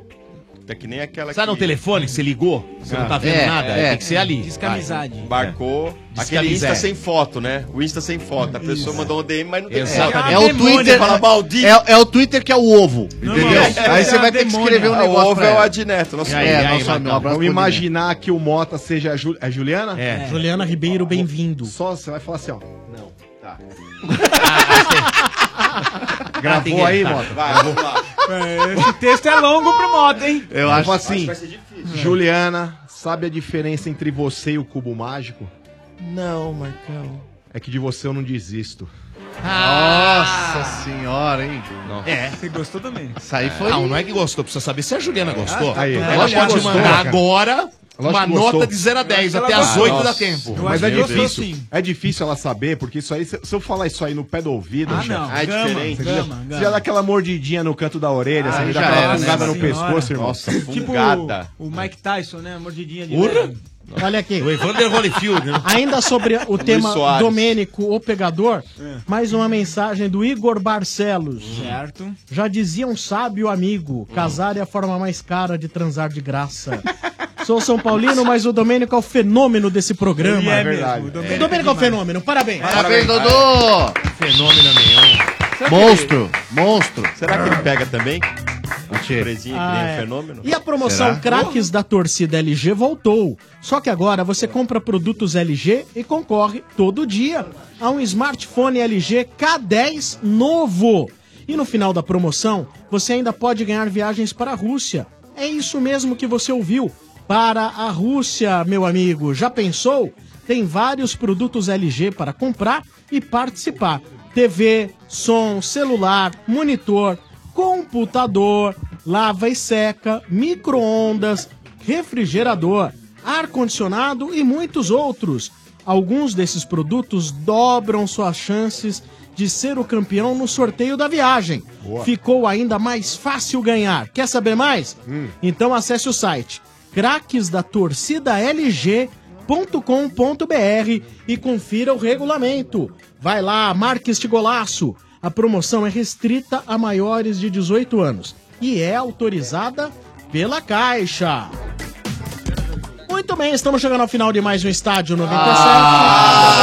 Speaker 9: Tá que nem aquela
Speaker 16: Sabe no telefone? Você ligou? Você não tá vendo nada? Tem que ser ali.
Speaker 11: é
Speaker 16: Vai. É.
Speaker 9: Marcou. Aquele
Speaker 16: Descamisade.
Speaker 9: Insta sem foto, né? O Insta sem foto. A pessoa mandou um DM, mas não tem
Speaker 16: Exato.
Speaker 9: foto.
Speaker 16: É o Twitter.
Speaker 9: Fala, maldito.
Speaker 16: É, é o Twitter que é o ovo.
Speaker 9: mano,
Speaker 16: Entendeu?
Speaker 9: é, é
Speaker 16: Aí você
Speaker 9: uma
Speaker 16: vai ter que
Speaker 9: demônia.
Speaker 16: escrever um
Speaker 9: Ah, o
Speaker 16: negócio.
Speaker 9: ovo
Speaker 16: pra
Speaker 9: é o
Speaker 16: ela.
Speaker 9: Adineto, nosso
Speaker 16: E aí,
Speaker 9: amigo.
Speaker 16: aí,
Speaker 9: Nosso amigo.
Speaker 16: Marcão?
Speaker 9: abraço
Speaker 10: Vamos
Speaker 9: pro
Speaker 10: imaginar que o Mota seja a, Ju- a Juliana?
Speaker 16: É.
Speaker 7: Juliana Ribeiro, bem-vindo.
Speaker 10: Só você vai falar assim, ó. Não. Tá.
Speaker 16: tem que-
Speaker 10: Gravou aí,
Speaker 16: tá.
Speaker 10: Mota?
Speaker 16: Vai,
Speaker 10: Gravou?
Speaker 11: É, Esse texto é longo pro Mota, hein?
Speaker 10: Eu acho assim.
Speaker 11: vai ser difícil.
Speaker 10: Juliana, sabe a diferença entre você e o cubo mágico?
Speaker 16: Não, Marcão.
Speaker 10: É que de você eu não desisto.
Speaker 16: Nossa senhora, hein? É.
Speaker 11: Ah. Você gostou também? é
Speaker 16: Isso aí foi. Não, não é que gostou, precisa saber se a Juliana gostou.
Speaker 10: Ah, tá. Aí,
Speaker 16: ela
Speaker 10: lógico que
Speaker 16: pode
Speaker 10: gostou,
Speaker 16: mandar
Speaker 10: cara.
Speaker 16: agora
Speaker 10: Lógico
Speaker 16: uma
Speaker 10: que gostou.
Speaker 16: nota de 0 a 10, até às 8 dá tempo.
Speaker 10: Mas é
Speaker 16: Meu Deus.
Speaker 10: difícil. É difícil ela saber, porque isso aí, se se eu falar isso aí no pé do ouvido,
Speaker 16: Ah,
Speaker 10: chefe,
Speaker 16: não.
Speaker 10: é
Speaker 16: Gama,
Speaker 10: diferente.
Speaker 16: gama,
Speaker 10: entendeu?
Speaker 16: gama.
Speaker 10: Você já dá aquela mordidinha no canto da orelha,
Speaker 16: Ah,
Speaker 10: você
Speaker 16: já
Speaker 10: já dá aquela
Speaker 16: era, né,
Speaker 10: fungada no
Speaker 16: mano?
Speaker 10: pescoço, irmão.
Speaker 9: Nossa,
Speaker 11: Tipo
Speaker 9: Gada.
Speaker 11: o, o Mike Tyson, né? Mordidinha de
Speaker 7: Urra.
Speaker 11: leve.
Speaker 7: Olha aqui.
Speaker 16: O Evander Holyfield, né?
Speaker 7: Ainda sobre o
Speaker 16: Luiz
Speaker 7: tema
Speaker 16: Soares.
Speaker 7: Domênico, o pegador,
Speaker 11: É.
Speaker 7: mais uma mensagem do Igor Barcelos.
Speaker 11: Certo.
Speaker 7: Já dizia um sábio amigo, casar é a forma mais cara de transar de graça. Sou São Paulino, mas o Domênico é o fenômeno desse programa.
Speaker 11: Ele é É verdade.
Speaker 7: O
Speaker 11: mesmo, o
Speaker 7: Domênico,
Speaker 11: Domênico
Speaker 7: é o fenômeno, parabéns.
Speaker 16: Parabéns,
Speaker 7: Dodô!
Speaker 16: Fenômeno nenhum.
Speaker 9: Monstro,
Speaker 16: monstro.
Speaker 9: Será que ele pega também? O surpresinho que
Speaker 7: Ah,
Speaker 9: nem
Speaker 7: é.
Speaker 9: um fenômeno?
Speaker 7: E a promoção
Speaker 9: Será?
Speaker 7: Craques da Torcida LG voltou. Só que agora você compra produtos LG e concorre todo dia a um smartphone LG K10 novo. E no final da promoção, você ainda pode ganhar viagens para a Rússia. É isso mesmo que você ouviu. Para a Rússia, meu amigo. Já pensou? Tem vários produtos LG para comprar e participar. TV, som, celular, monitor, computador, lava e seca, micro-ondas, refrigerador, ar-condicionado e muitos outros. Alguns desses produtos dobram suas chances de ser o campeão no sorteio da viagem.
Speaker 23: Boa.
Speaker 7: Ficou ainda mais fácil ganhar. Quer saber mais? Então acesse o site craquesdatorcidalg.com.br e confira o regulamento. Vai lá, marque este golaço. A promoção é restrita a maiores de 18 anos e é autorizada pela Caixa. Muito bem, estamos chegando ao final de mais um Estádio 97.
Speaker 15: Ah.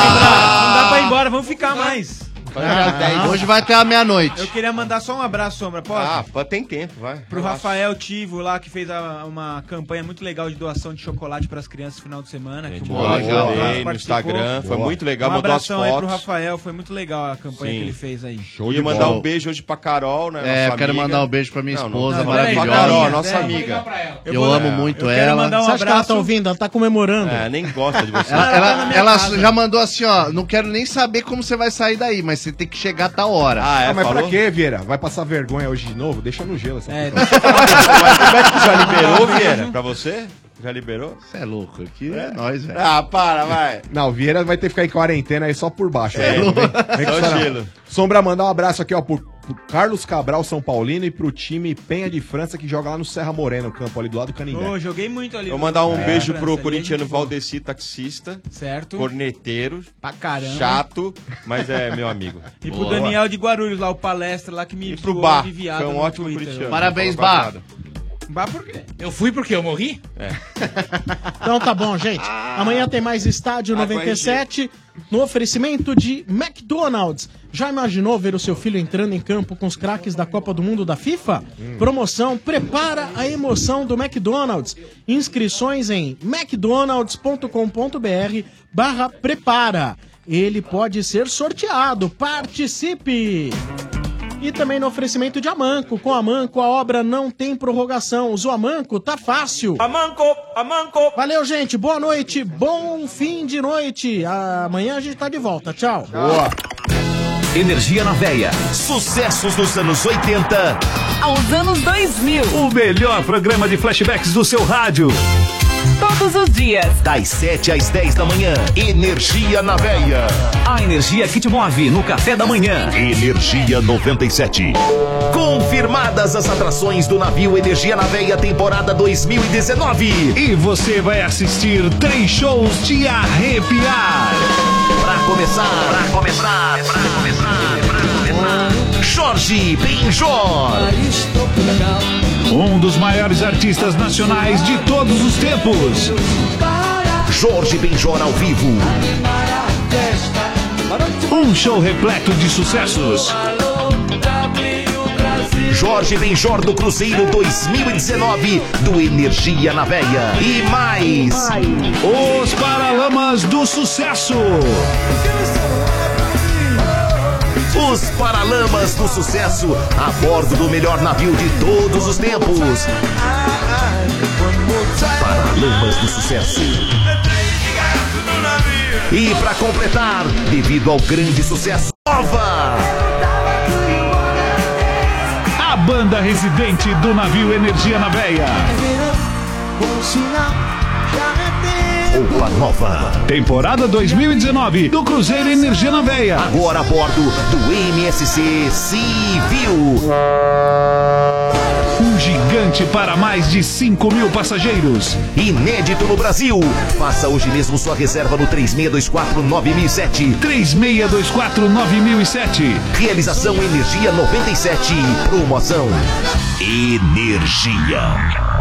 Speaker 11: Não dá pra ir embora, vamos ficar mais.
Speaker 7: Ah,
Speaker 15: Hoje vai até a meia-noite.
Speaker 11: Eu queria mandar só um abraço, Sombra, pode?
Speaker 9: Ah, pô, tem tempo, vai.
Speaker 11: Pro Rafael Tivo lá, que fez a- uma campanha muito legal de doação de chocolate pras crianças no final de semana. que o
Speaker 9: boa,
Speaker 11: Moacir
Speaker 9: legal.
Speaker 11: Carlos
Speaker 9: Olhei no
Speaker 11: participou.
Speaker 9: Instagram, foi muito legal,
Speaker 11: um
Speaker 9: mandou as
Speaker 11: abração aí pro
Speaker 9: fotos.
Speaker 11: Rafael, foi muito legal a campanha que ele fez aí.
Speaker 9: Show de mandar um beijo hoje pra Carol, né?
Speaker 15: É,
Speaker 9: nossa
Speaker 15: eu quero
Speaker 9: amiga.
Speaker 15: mandar um beijo pra minha
Speaker 9: Não, não,
Speaker 15: esposa
Speaker 9: não, peraí,
Speaker 15: maravilhosa.
Speaker 9: pra Carol, nossa
Speaker 16: É,
Speaker 15: Eu vou
Speaker 9: amiga.
Speaker 15: É. Eu, um amo muito ela.
Speaker 9: um
Speaker 7: Você acha que ela tá ouvindo? Ela tá comemorando.
Speaker 9: É, nem gosta de você.
Speaker 15: Ela,
Speaker 7: Ela tá na
Speaker 15: ela,
Speaker 7: minha
Speaker 15: ela
Speaker 7: casa.
Speaker 15: já mandou assim, ó. Não quero nem saber como você vai sair daí, mas você tem que chegar a tal hora.
Speaker 9: é?
Speaker 10: Ah, mas pra quê, Vieira? Vai passar vergonha hoje de novo? Deixa no gelo essa é,
Speaker 9: Já liberou, Vieira? Pra você? Já liberou?
Speaker 15: Você é louco aqui, é, nós, velho.
Speaker 9: Ah, para, vai.
Speaker 10: Não, o Vieira vai ter que ficar em quarentena aí só por baixo.
Speaker 9: É,
Speaker 10: né?
Speaker 9: só
Speaker 10: com
Speaker 9: o
Speaker 10: isso, não.
Speaker 9: gelo.
Speaker 10: Sombra, mandar um abraço aqui, ó, pro, pro Carlos Cabral, São Paulino, e pro time Penha de França, que joga lá no Serra Morena, no campo ali do lado do Canindé.
Speaker 11: Ô, joguei muito ali.
Speaker 9: Eu mandar um
Speaker 11: É.
Speaker 9: beijo pro
Speaker 11: França,
Speaker 9: corintiano Valdeci, taxista.
Speaker 11: Certo.
Speaker 9: Corneteiro. Pra
Speaker 11: caramba.
Speaker 9: Chato, mas é meu amigo.
Speaker 11: E pro
Speaker 9: Boa.
Speaker 11: Daniel de Guarulhos lá, o palestra lá que me E
Speaker 9: pro Bá, foi um ótimo corintiano. Parabéns, Não falou Bá. quase
Speaker 11: Bá por quê?
Speaker 32: Eu fui porque eu morri?
Speaker 9: É.
Speaker 7: Então tá bom, gente. Amanhã tem mais Estádio
Speaker 32: Água
Speaker 7: 97 no oferecimento de McDonald's. Já imaginou ver o seu filho entrando em campo com os craques da Copa do Mundo da FIFA? Promoção Prepara a Emoção do McDonald's. Inscrições em mcdonalds.com.br barra prepara. Ele pode ser sorteado. Participe! E também no oferecimento de Amanco. Com Amanco a obra não tem prorrogação. Usa o Amanco, tá fácil. Amanco, Amanco. Valeu, gente. Boa noite. Bom fim de noite. Amanhã a gente tá de volta. Tchau.
Speaker 16: Boa. Energia na veia. Sucessos dos anos 80
Speaker 33: Aos anos 2000.
Speaker 16: O melhor programa de flashbacks do seu rádio.
Speaker 33: Todos os dias.
Speaker 16: Das 7 às 10 da manhã. Energia na veia.
Speaker 13: A energia que te move no café da manhã.
Speaker 16: Energia 97. Confirmadas as atrações do navio Energia na Veia temporada 2019.
Speaker 13: E você vai assistir três shows de arrepiar.
Speaker 16: Pra começar, pra começar, pra começar, pra começar. Jorge Benjor.
Speaker 13: Um dos maiores artistas nacionais de todos os tempos.
Speaker 16: Jorge Benjor ao vivo.
Speaker 13: Um show repleto de sucessos.
Speaker 16: Jorge Benjor do Cruzeiro 2019 do Energia na Veia. E mais.
Speaker 13: Os Paralamas do Sucesso.
Speaker 16: Os Paralamas do Sucesso a bordo do melhor navio de todos os tempos. Paralamas do Sucesso. E para completar, devido ao grande sucesso, nova.
Speaker 13: A banda residente do navio Energia na Veia.
Speaker 16: Roupa nova.
Speaker 13: Temporada 2019 do Cruzeiro Energia na Veia.
Speaker 16: Agora a bordo do MSC Civil.
Speaker 13: Um gigante para mais de 5 mil passageiros.
Speaker 16: Inédito no Brasil. Faça hoje mesmo sua reserva no 36249007.
Speaker 13: 36249007.
Speaker 16: Realização Energia 97. Promoção Energia.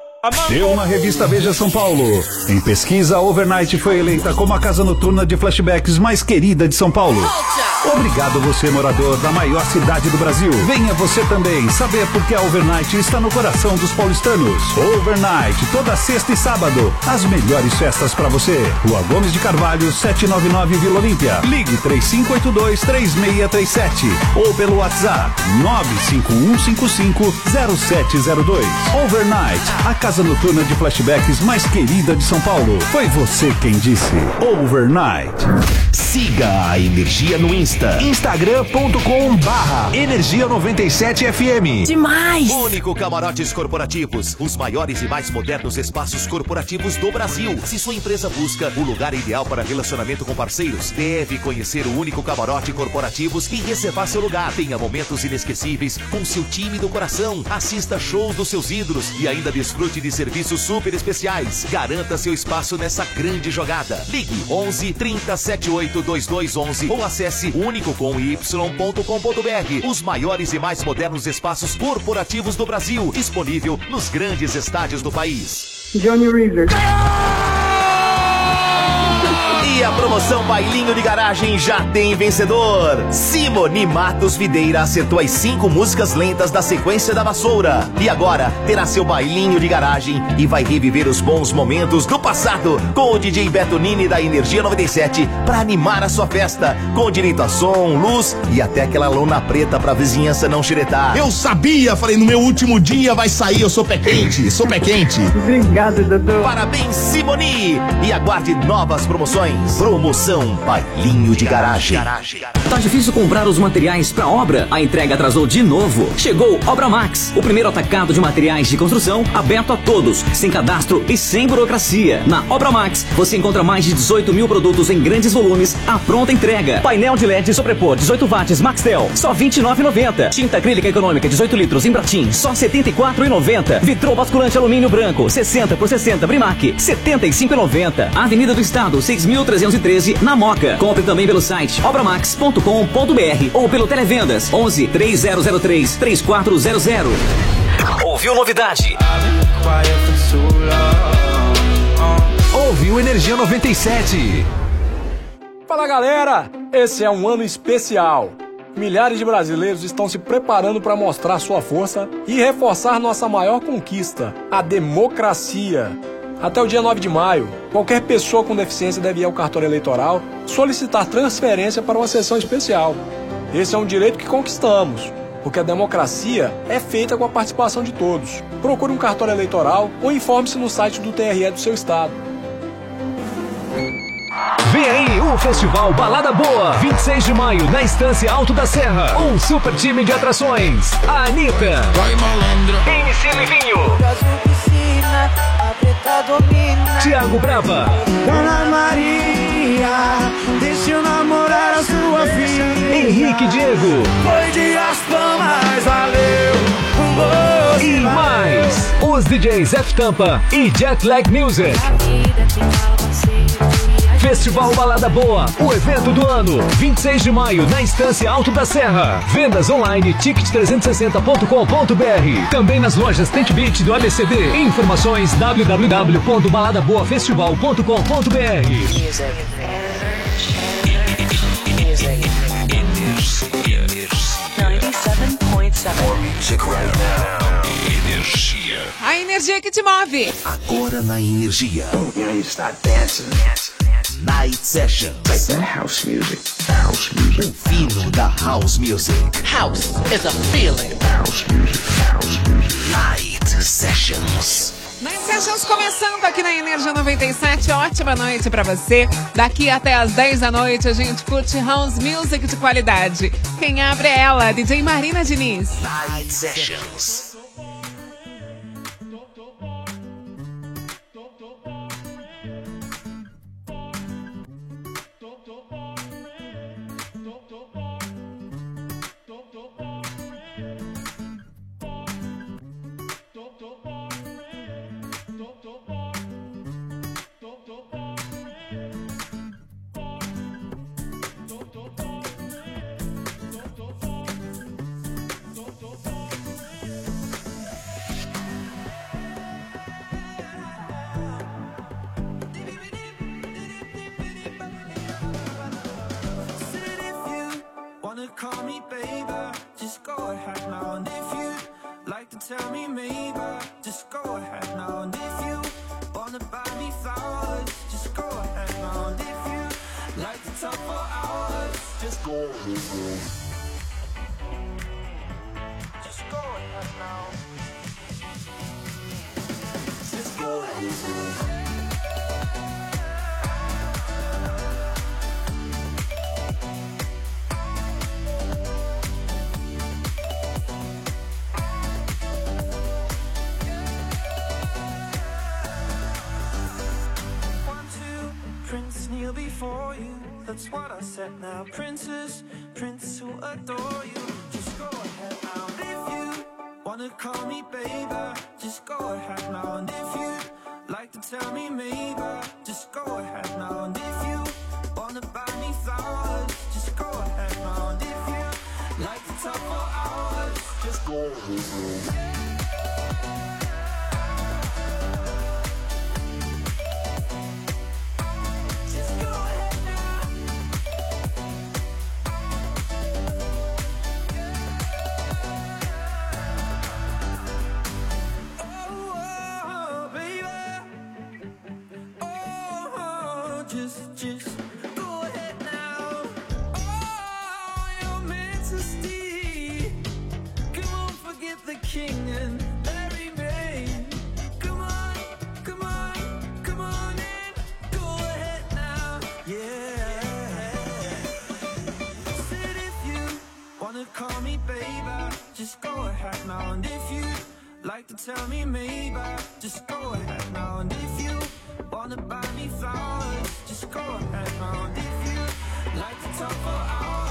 Speaker 13: Deu uma revista Veja São Paulo. Em pesquisa, a Overnight foi eleita como a casa noturna de flashbacks mais querida de São Paulo. Obrigado você, morador da maior cidade do Brasil. Venha você também saber por que a Overnight está no coração dos paulistanos. Overnight, toda sexta e sábado, as melhores festas para você. Rua Gomes de Carvalho, 799 Vila Olímpia. Ligue 3582-3637 ou pelo WhatsApp 951550702. Overnight, a casa noturna de flashbacks mais querida de São Paulo. Foi você quem disse. Overnight.
Speaker 16: Siga a Energia no Insta.
Speaker 13: Instagram.com barra Energia 97 FM.
Speaker 16: Demais! Único Camarotes Corporativos, os maiores e mais modernos espaços corporativos do Brasil. Se sua empresa busca o lugar ideal para relacionamento com parceiros, deve conhecer o Único Camarote Corporativos e reservar seu lugar. Tenha momentos inesquecíveis com seu time do coração. Assista shows dos seus ídolos e ainda desfrute de serviços super especiais. Garanta seu espaço nessa grande jogada. Ligue 11 30 78 2211 ou acesse unicocomy.com.br. Os maiores e mais modernos espaços corporativos do Brasil, disponível nos grandes estádios do país.
Speaker 19: Johnny River.
Speaker 16: E a promoção Bailinho de Garagem já tem vencedor. Simone Matos Videira acertou as cinco músicas lentas da sequência da vassoura. E agora terá seu bailinho de garagem e vai reviver os bons momentos do passado com o DJ Beto Nini da Energia 97 para animar a sua festa. Com direito a som, luz e até aquela lona preta pra vizinhança não xeretar. Eu sabia, falei, no meu último dia vai sair, eu sou pé quente, sou pé quente.
Speaker 19: Obrigada, doutor.
Speaker 16: Parabéns, Simone! E aguarde novas promoções. Promoção Bailinho de Garagem.
Speaker 5: Tá difícil comprar os materiais para obra? A entrega atrasou de novo. Chegou Obra Max, o primeiro atacado de materiais de construção aberto a todos, sem cadastro e sem burocracia. Na Obra Max, você encontra mais de 18 mil produtos em grandes volumes à pronta entrega. Painel de LED sobrepor 18 watts Maxtel, só 29,90. Tinta acrílica econômica 18 litros em Bratim, só 74,90. Vitrô basculante alumínio branco 60 por 60 Brimac, 75,90. Avenida do Estado 6.313 na Moca. Compre também pelo site obramax.com.br ou pelo televendas 11 3003 3400. Ouviu novidade?
Speaker 13: Ouviu Energia 97.
Speaker 6: Fala galera! Esse é um ano especial. Milhares de brasileiros estão se preparando para mostrar sua força e reforçar nossa maior conquista, a democracia. Até o dia 9 de maio, qualquer pessoa com deficiência deve ir ao cartório eleitoral solicitar transferência para uma sessão especial. Esse é um direito que conquistamos, porque a democracia é feita com a participação de todos. Procure um cartório eleitoral ou informe-se no site do TRE do seu estado.
Speaker 29: Vem aí o Festival Balada Boa, 26 de maio, na Estância Alto da Serra. Um super time de atrações. A Anitta. Vai malandro. MC Livinho. Tiago Brava.
Speaker 11: Dona Maria, deixa eu namorar a sua filha.
Speaker 29: Henrique Diego.
Speaker 11: Foi de Aspan, mas valeu. Você
Speaker 29: E mais, os DJs F Tampa e Jet Lag Music. Festival Balada Boa, o evento do ano, 26 de maio, na Estância Alto da Serra. Vendas online, ticket360.com.br. Também nas lojas Tent Beat do ABCD. Informações www.baladaboafestival.com.br.
Speaker 4: A energia que te move.
Speaker 16: Agora na Energia. Night Session. house music. House music. O fino da house music.
Speaker 15: House is a feeling.
Speaker 16: Night Sessions.
Speaker 4: Nós estamos começando aqui na Energia 97. Ótima noite pra você. Daqui até às 10 da noite a gente curte House Music de qualidade. Quem abre é ela, DJ Marina Diniz.
Speaker 16: Night Sessions.
Speaker 23: bother, call me baby. Just go ahead now, and if you like to tell me maybe, just go ahead now, and if you wanna buy me flowers, just go ahead now, and if you like to talk for hours, just go ahead
Speaker 8: Mm-hmm.
Speaker 23: now. Just go ahead now. Just go ahead now. One, two, Prince kneel before you. That's what I said now. Princess, Prince who adore you. Just go ahead now. And if you wanna call me baby, just go ahead now. And if you like to tell me maybe, just go ahead now. And if you wanna buy me flowers, just go ahead now. And if you like to talk for hours, just go ahead now. Oh, baby. Oh, just, just go ahead now. Oh, you're meant to stay. Come on, forget the king and Larry May. Come on, come on, come on and go ahead now. Yeah. Said if you wanna call me baby, just go ahead now. And if you like to tell me maybe just go ahead now and if you wanna buy me flowers just go ahead now and if you like to talk for hours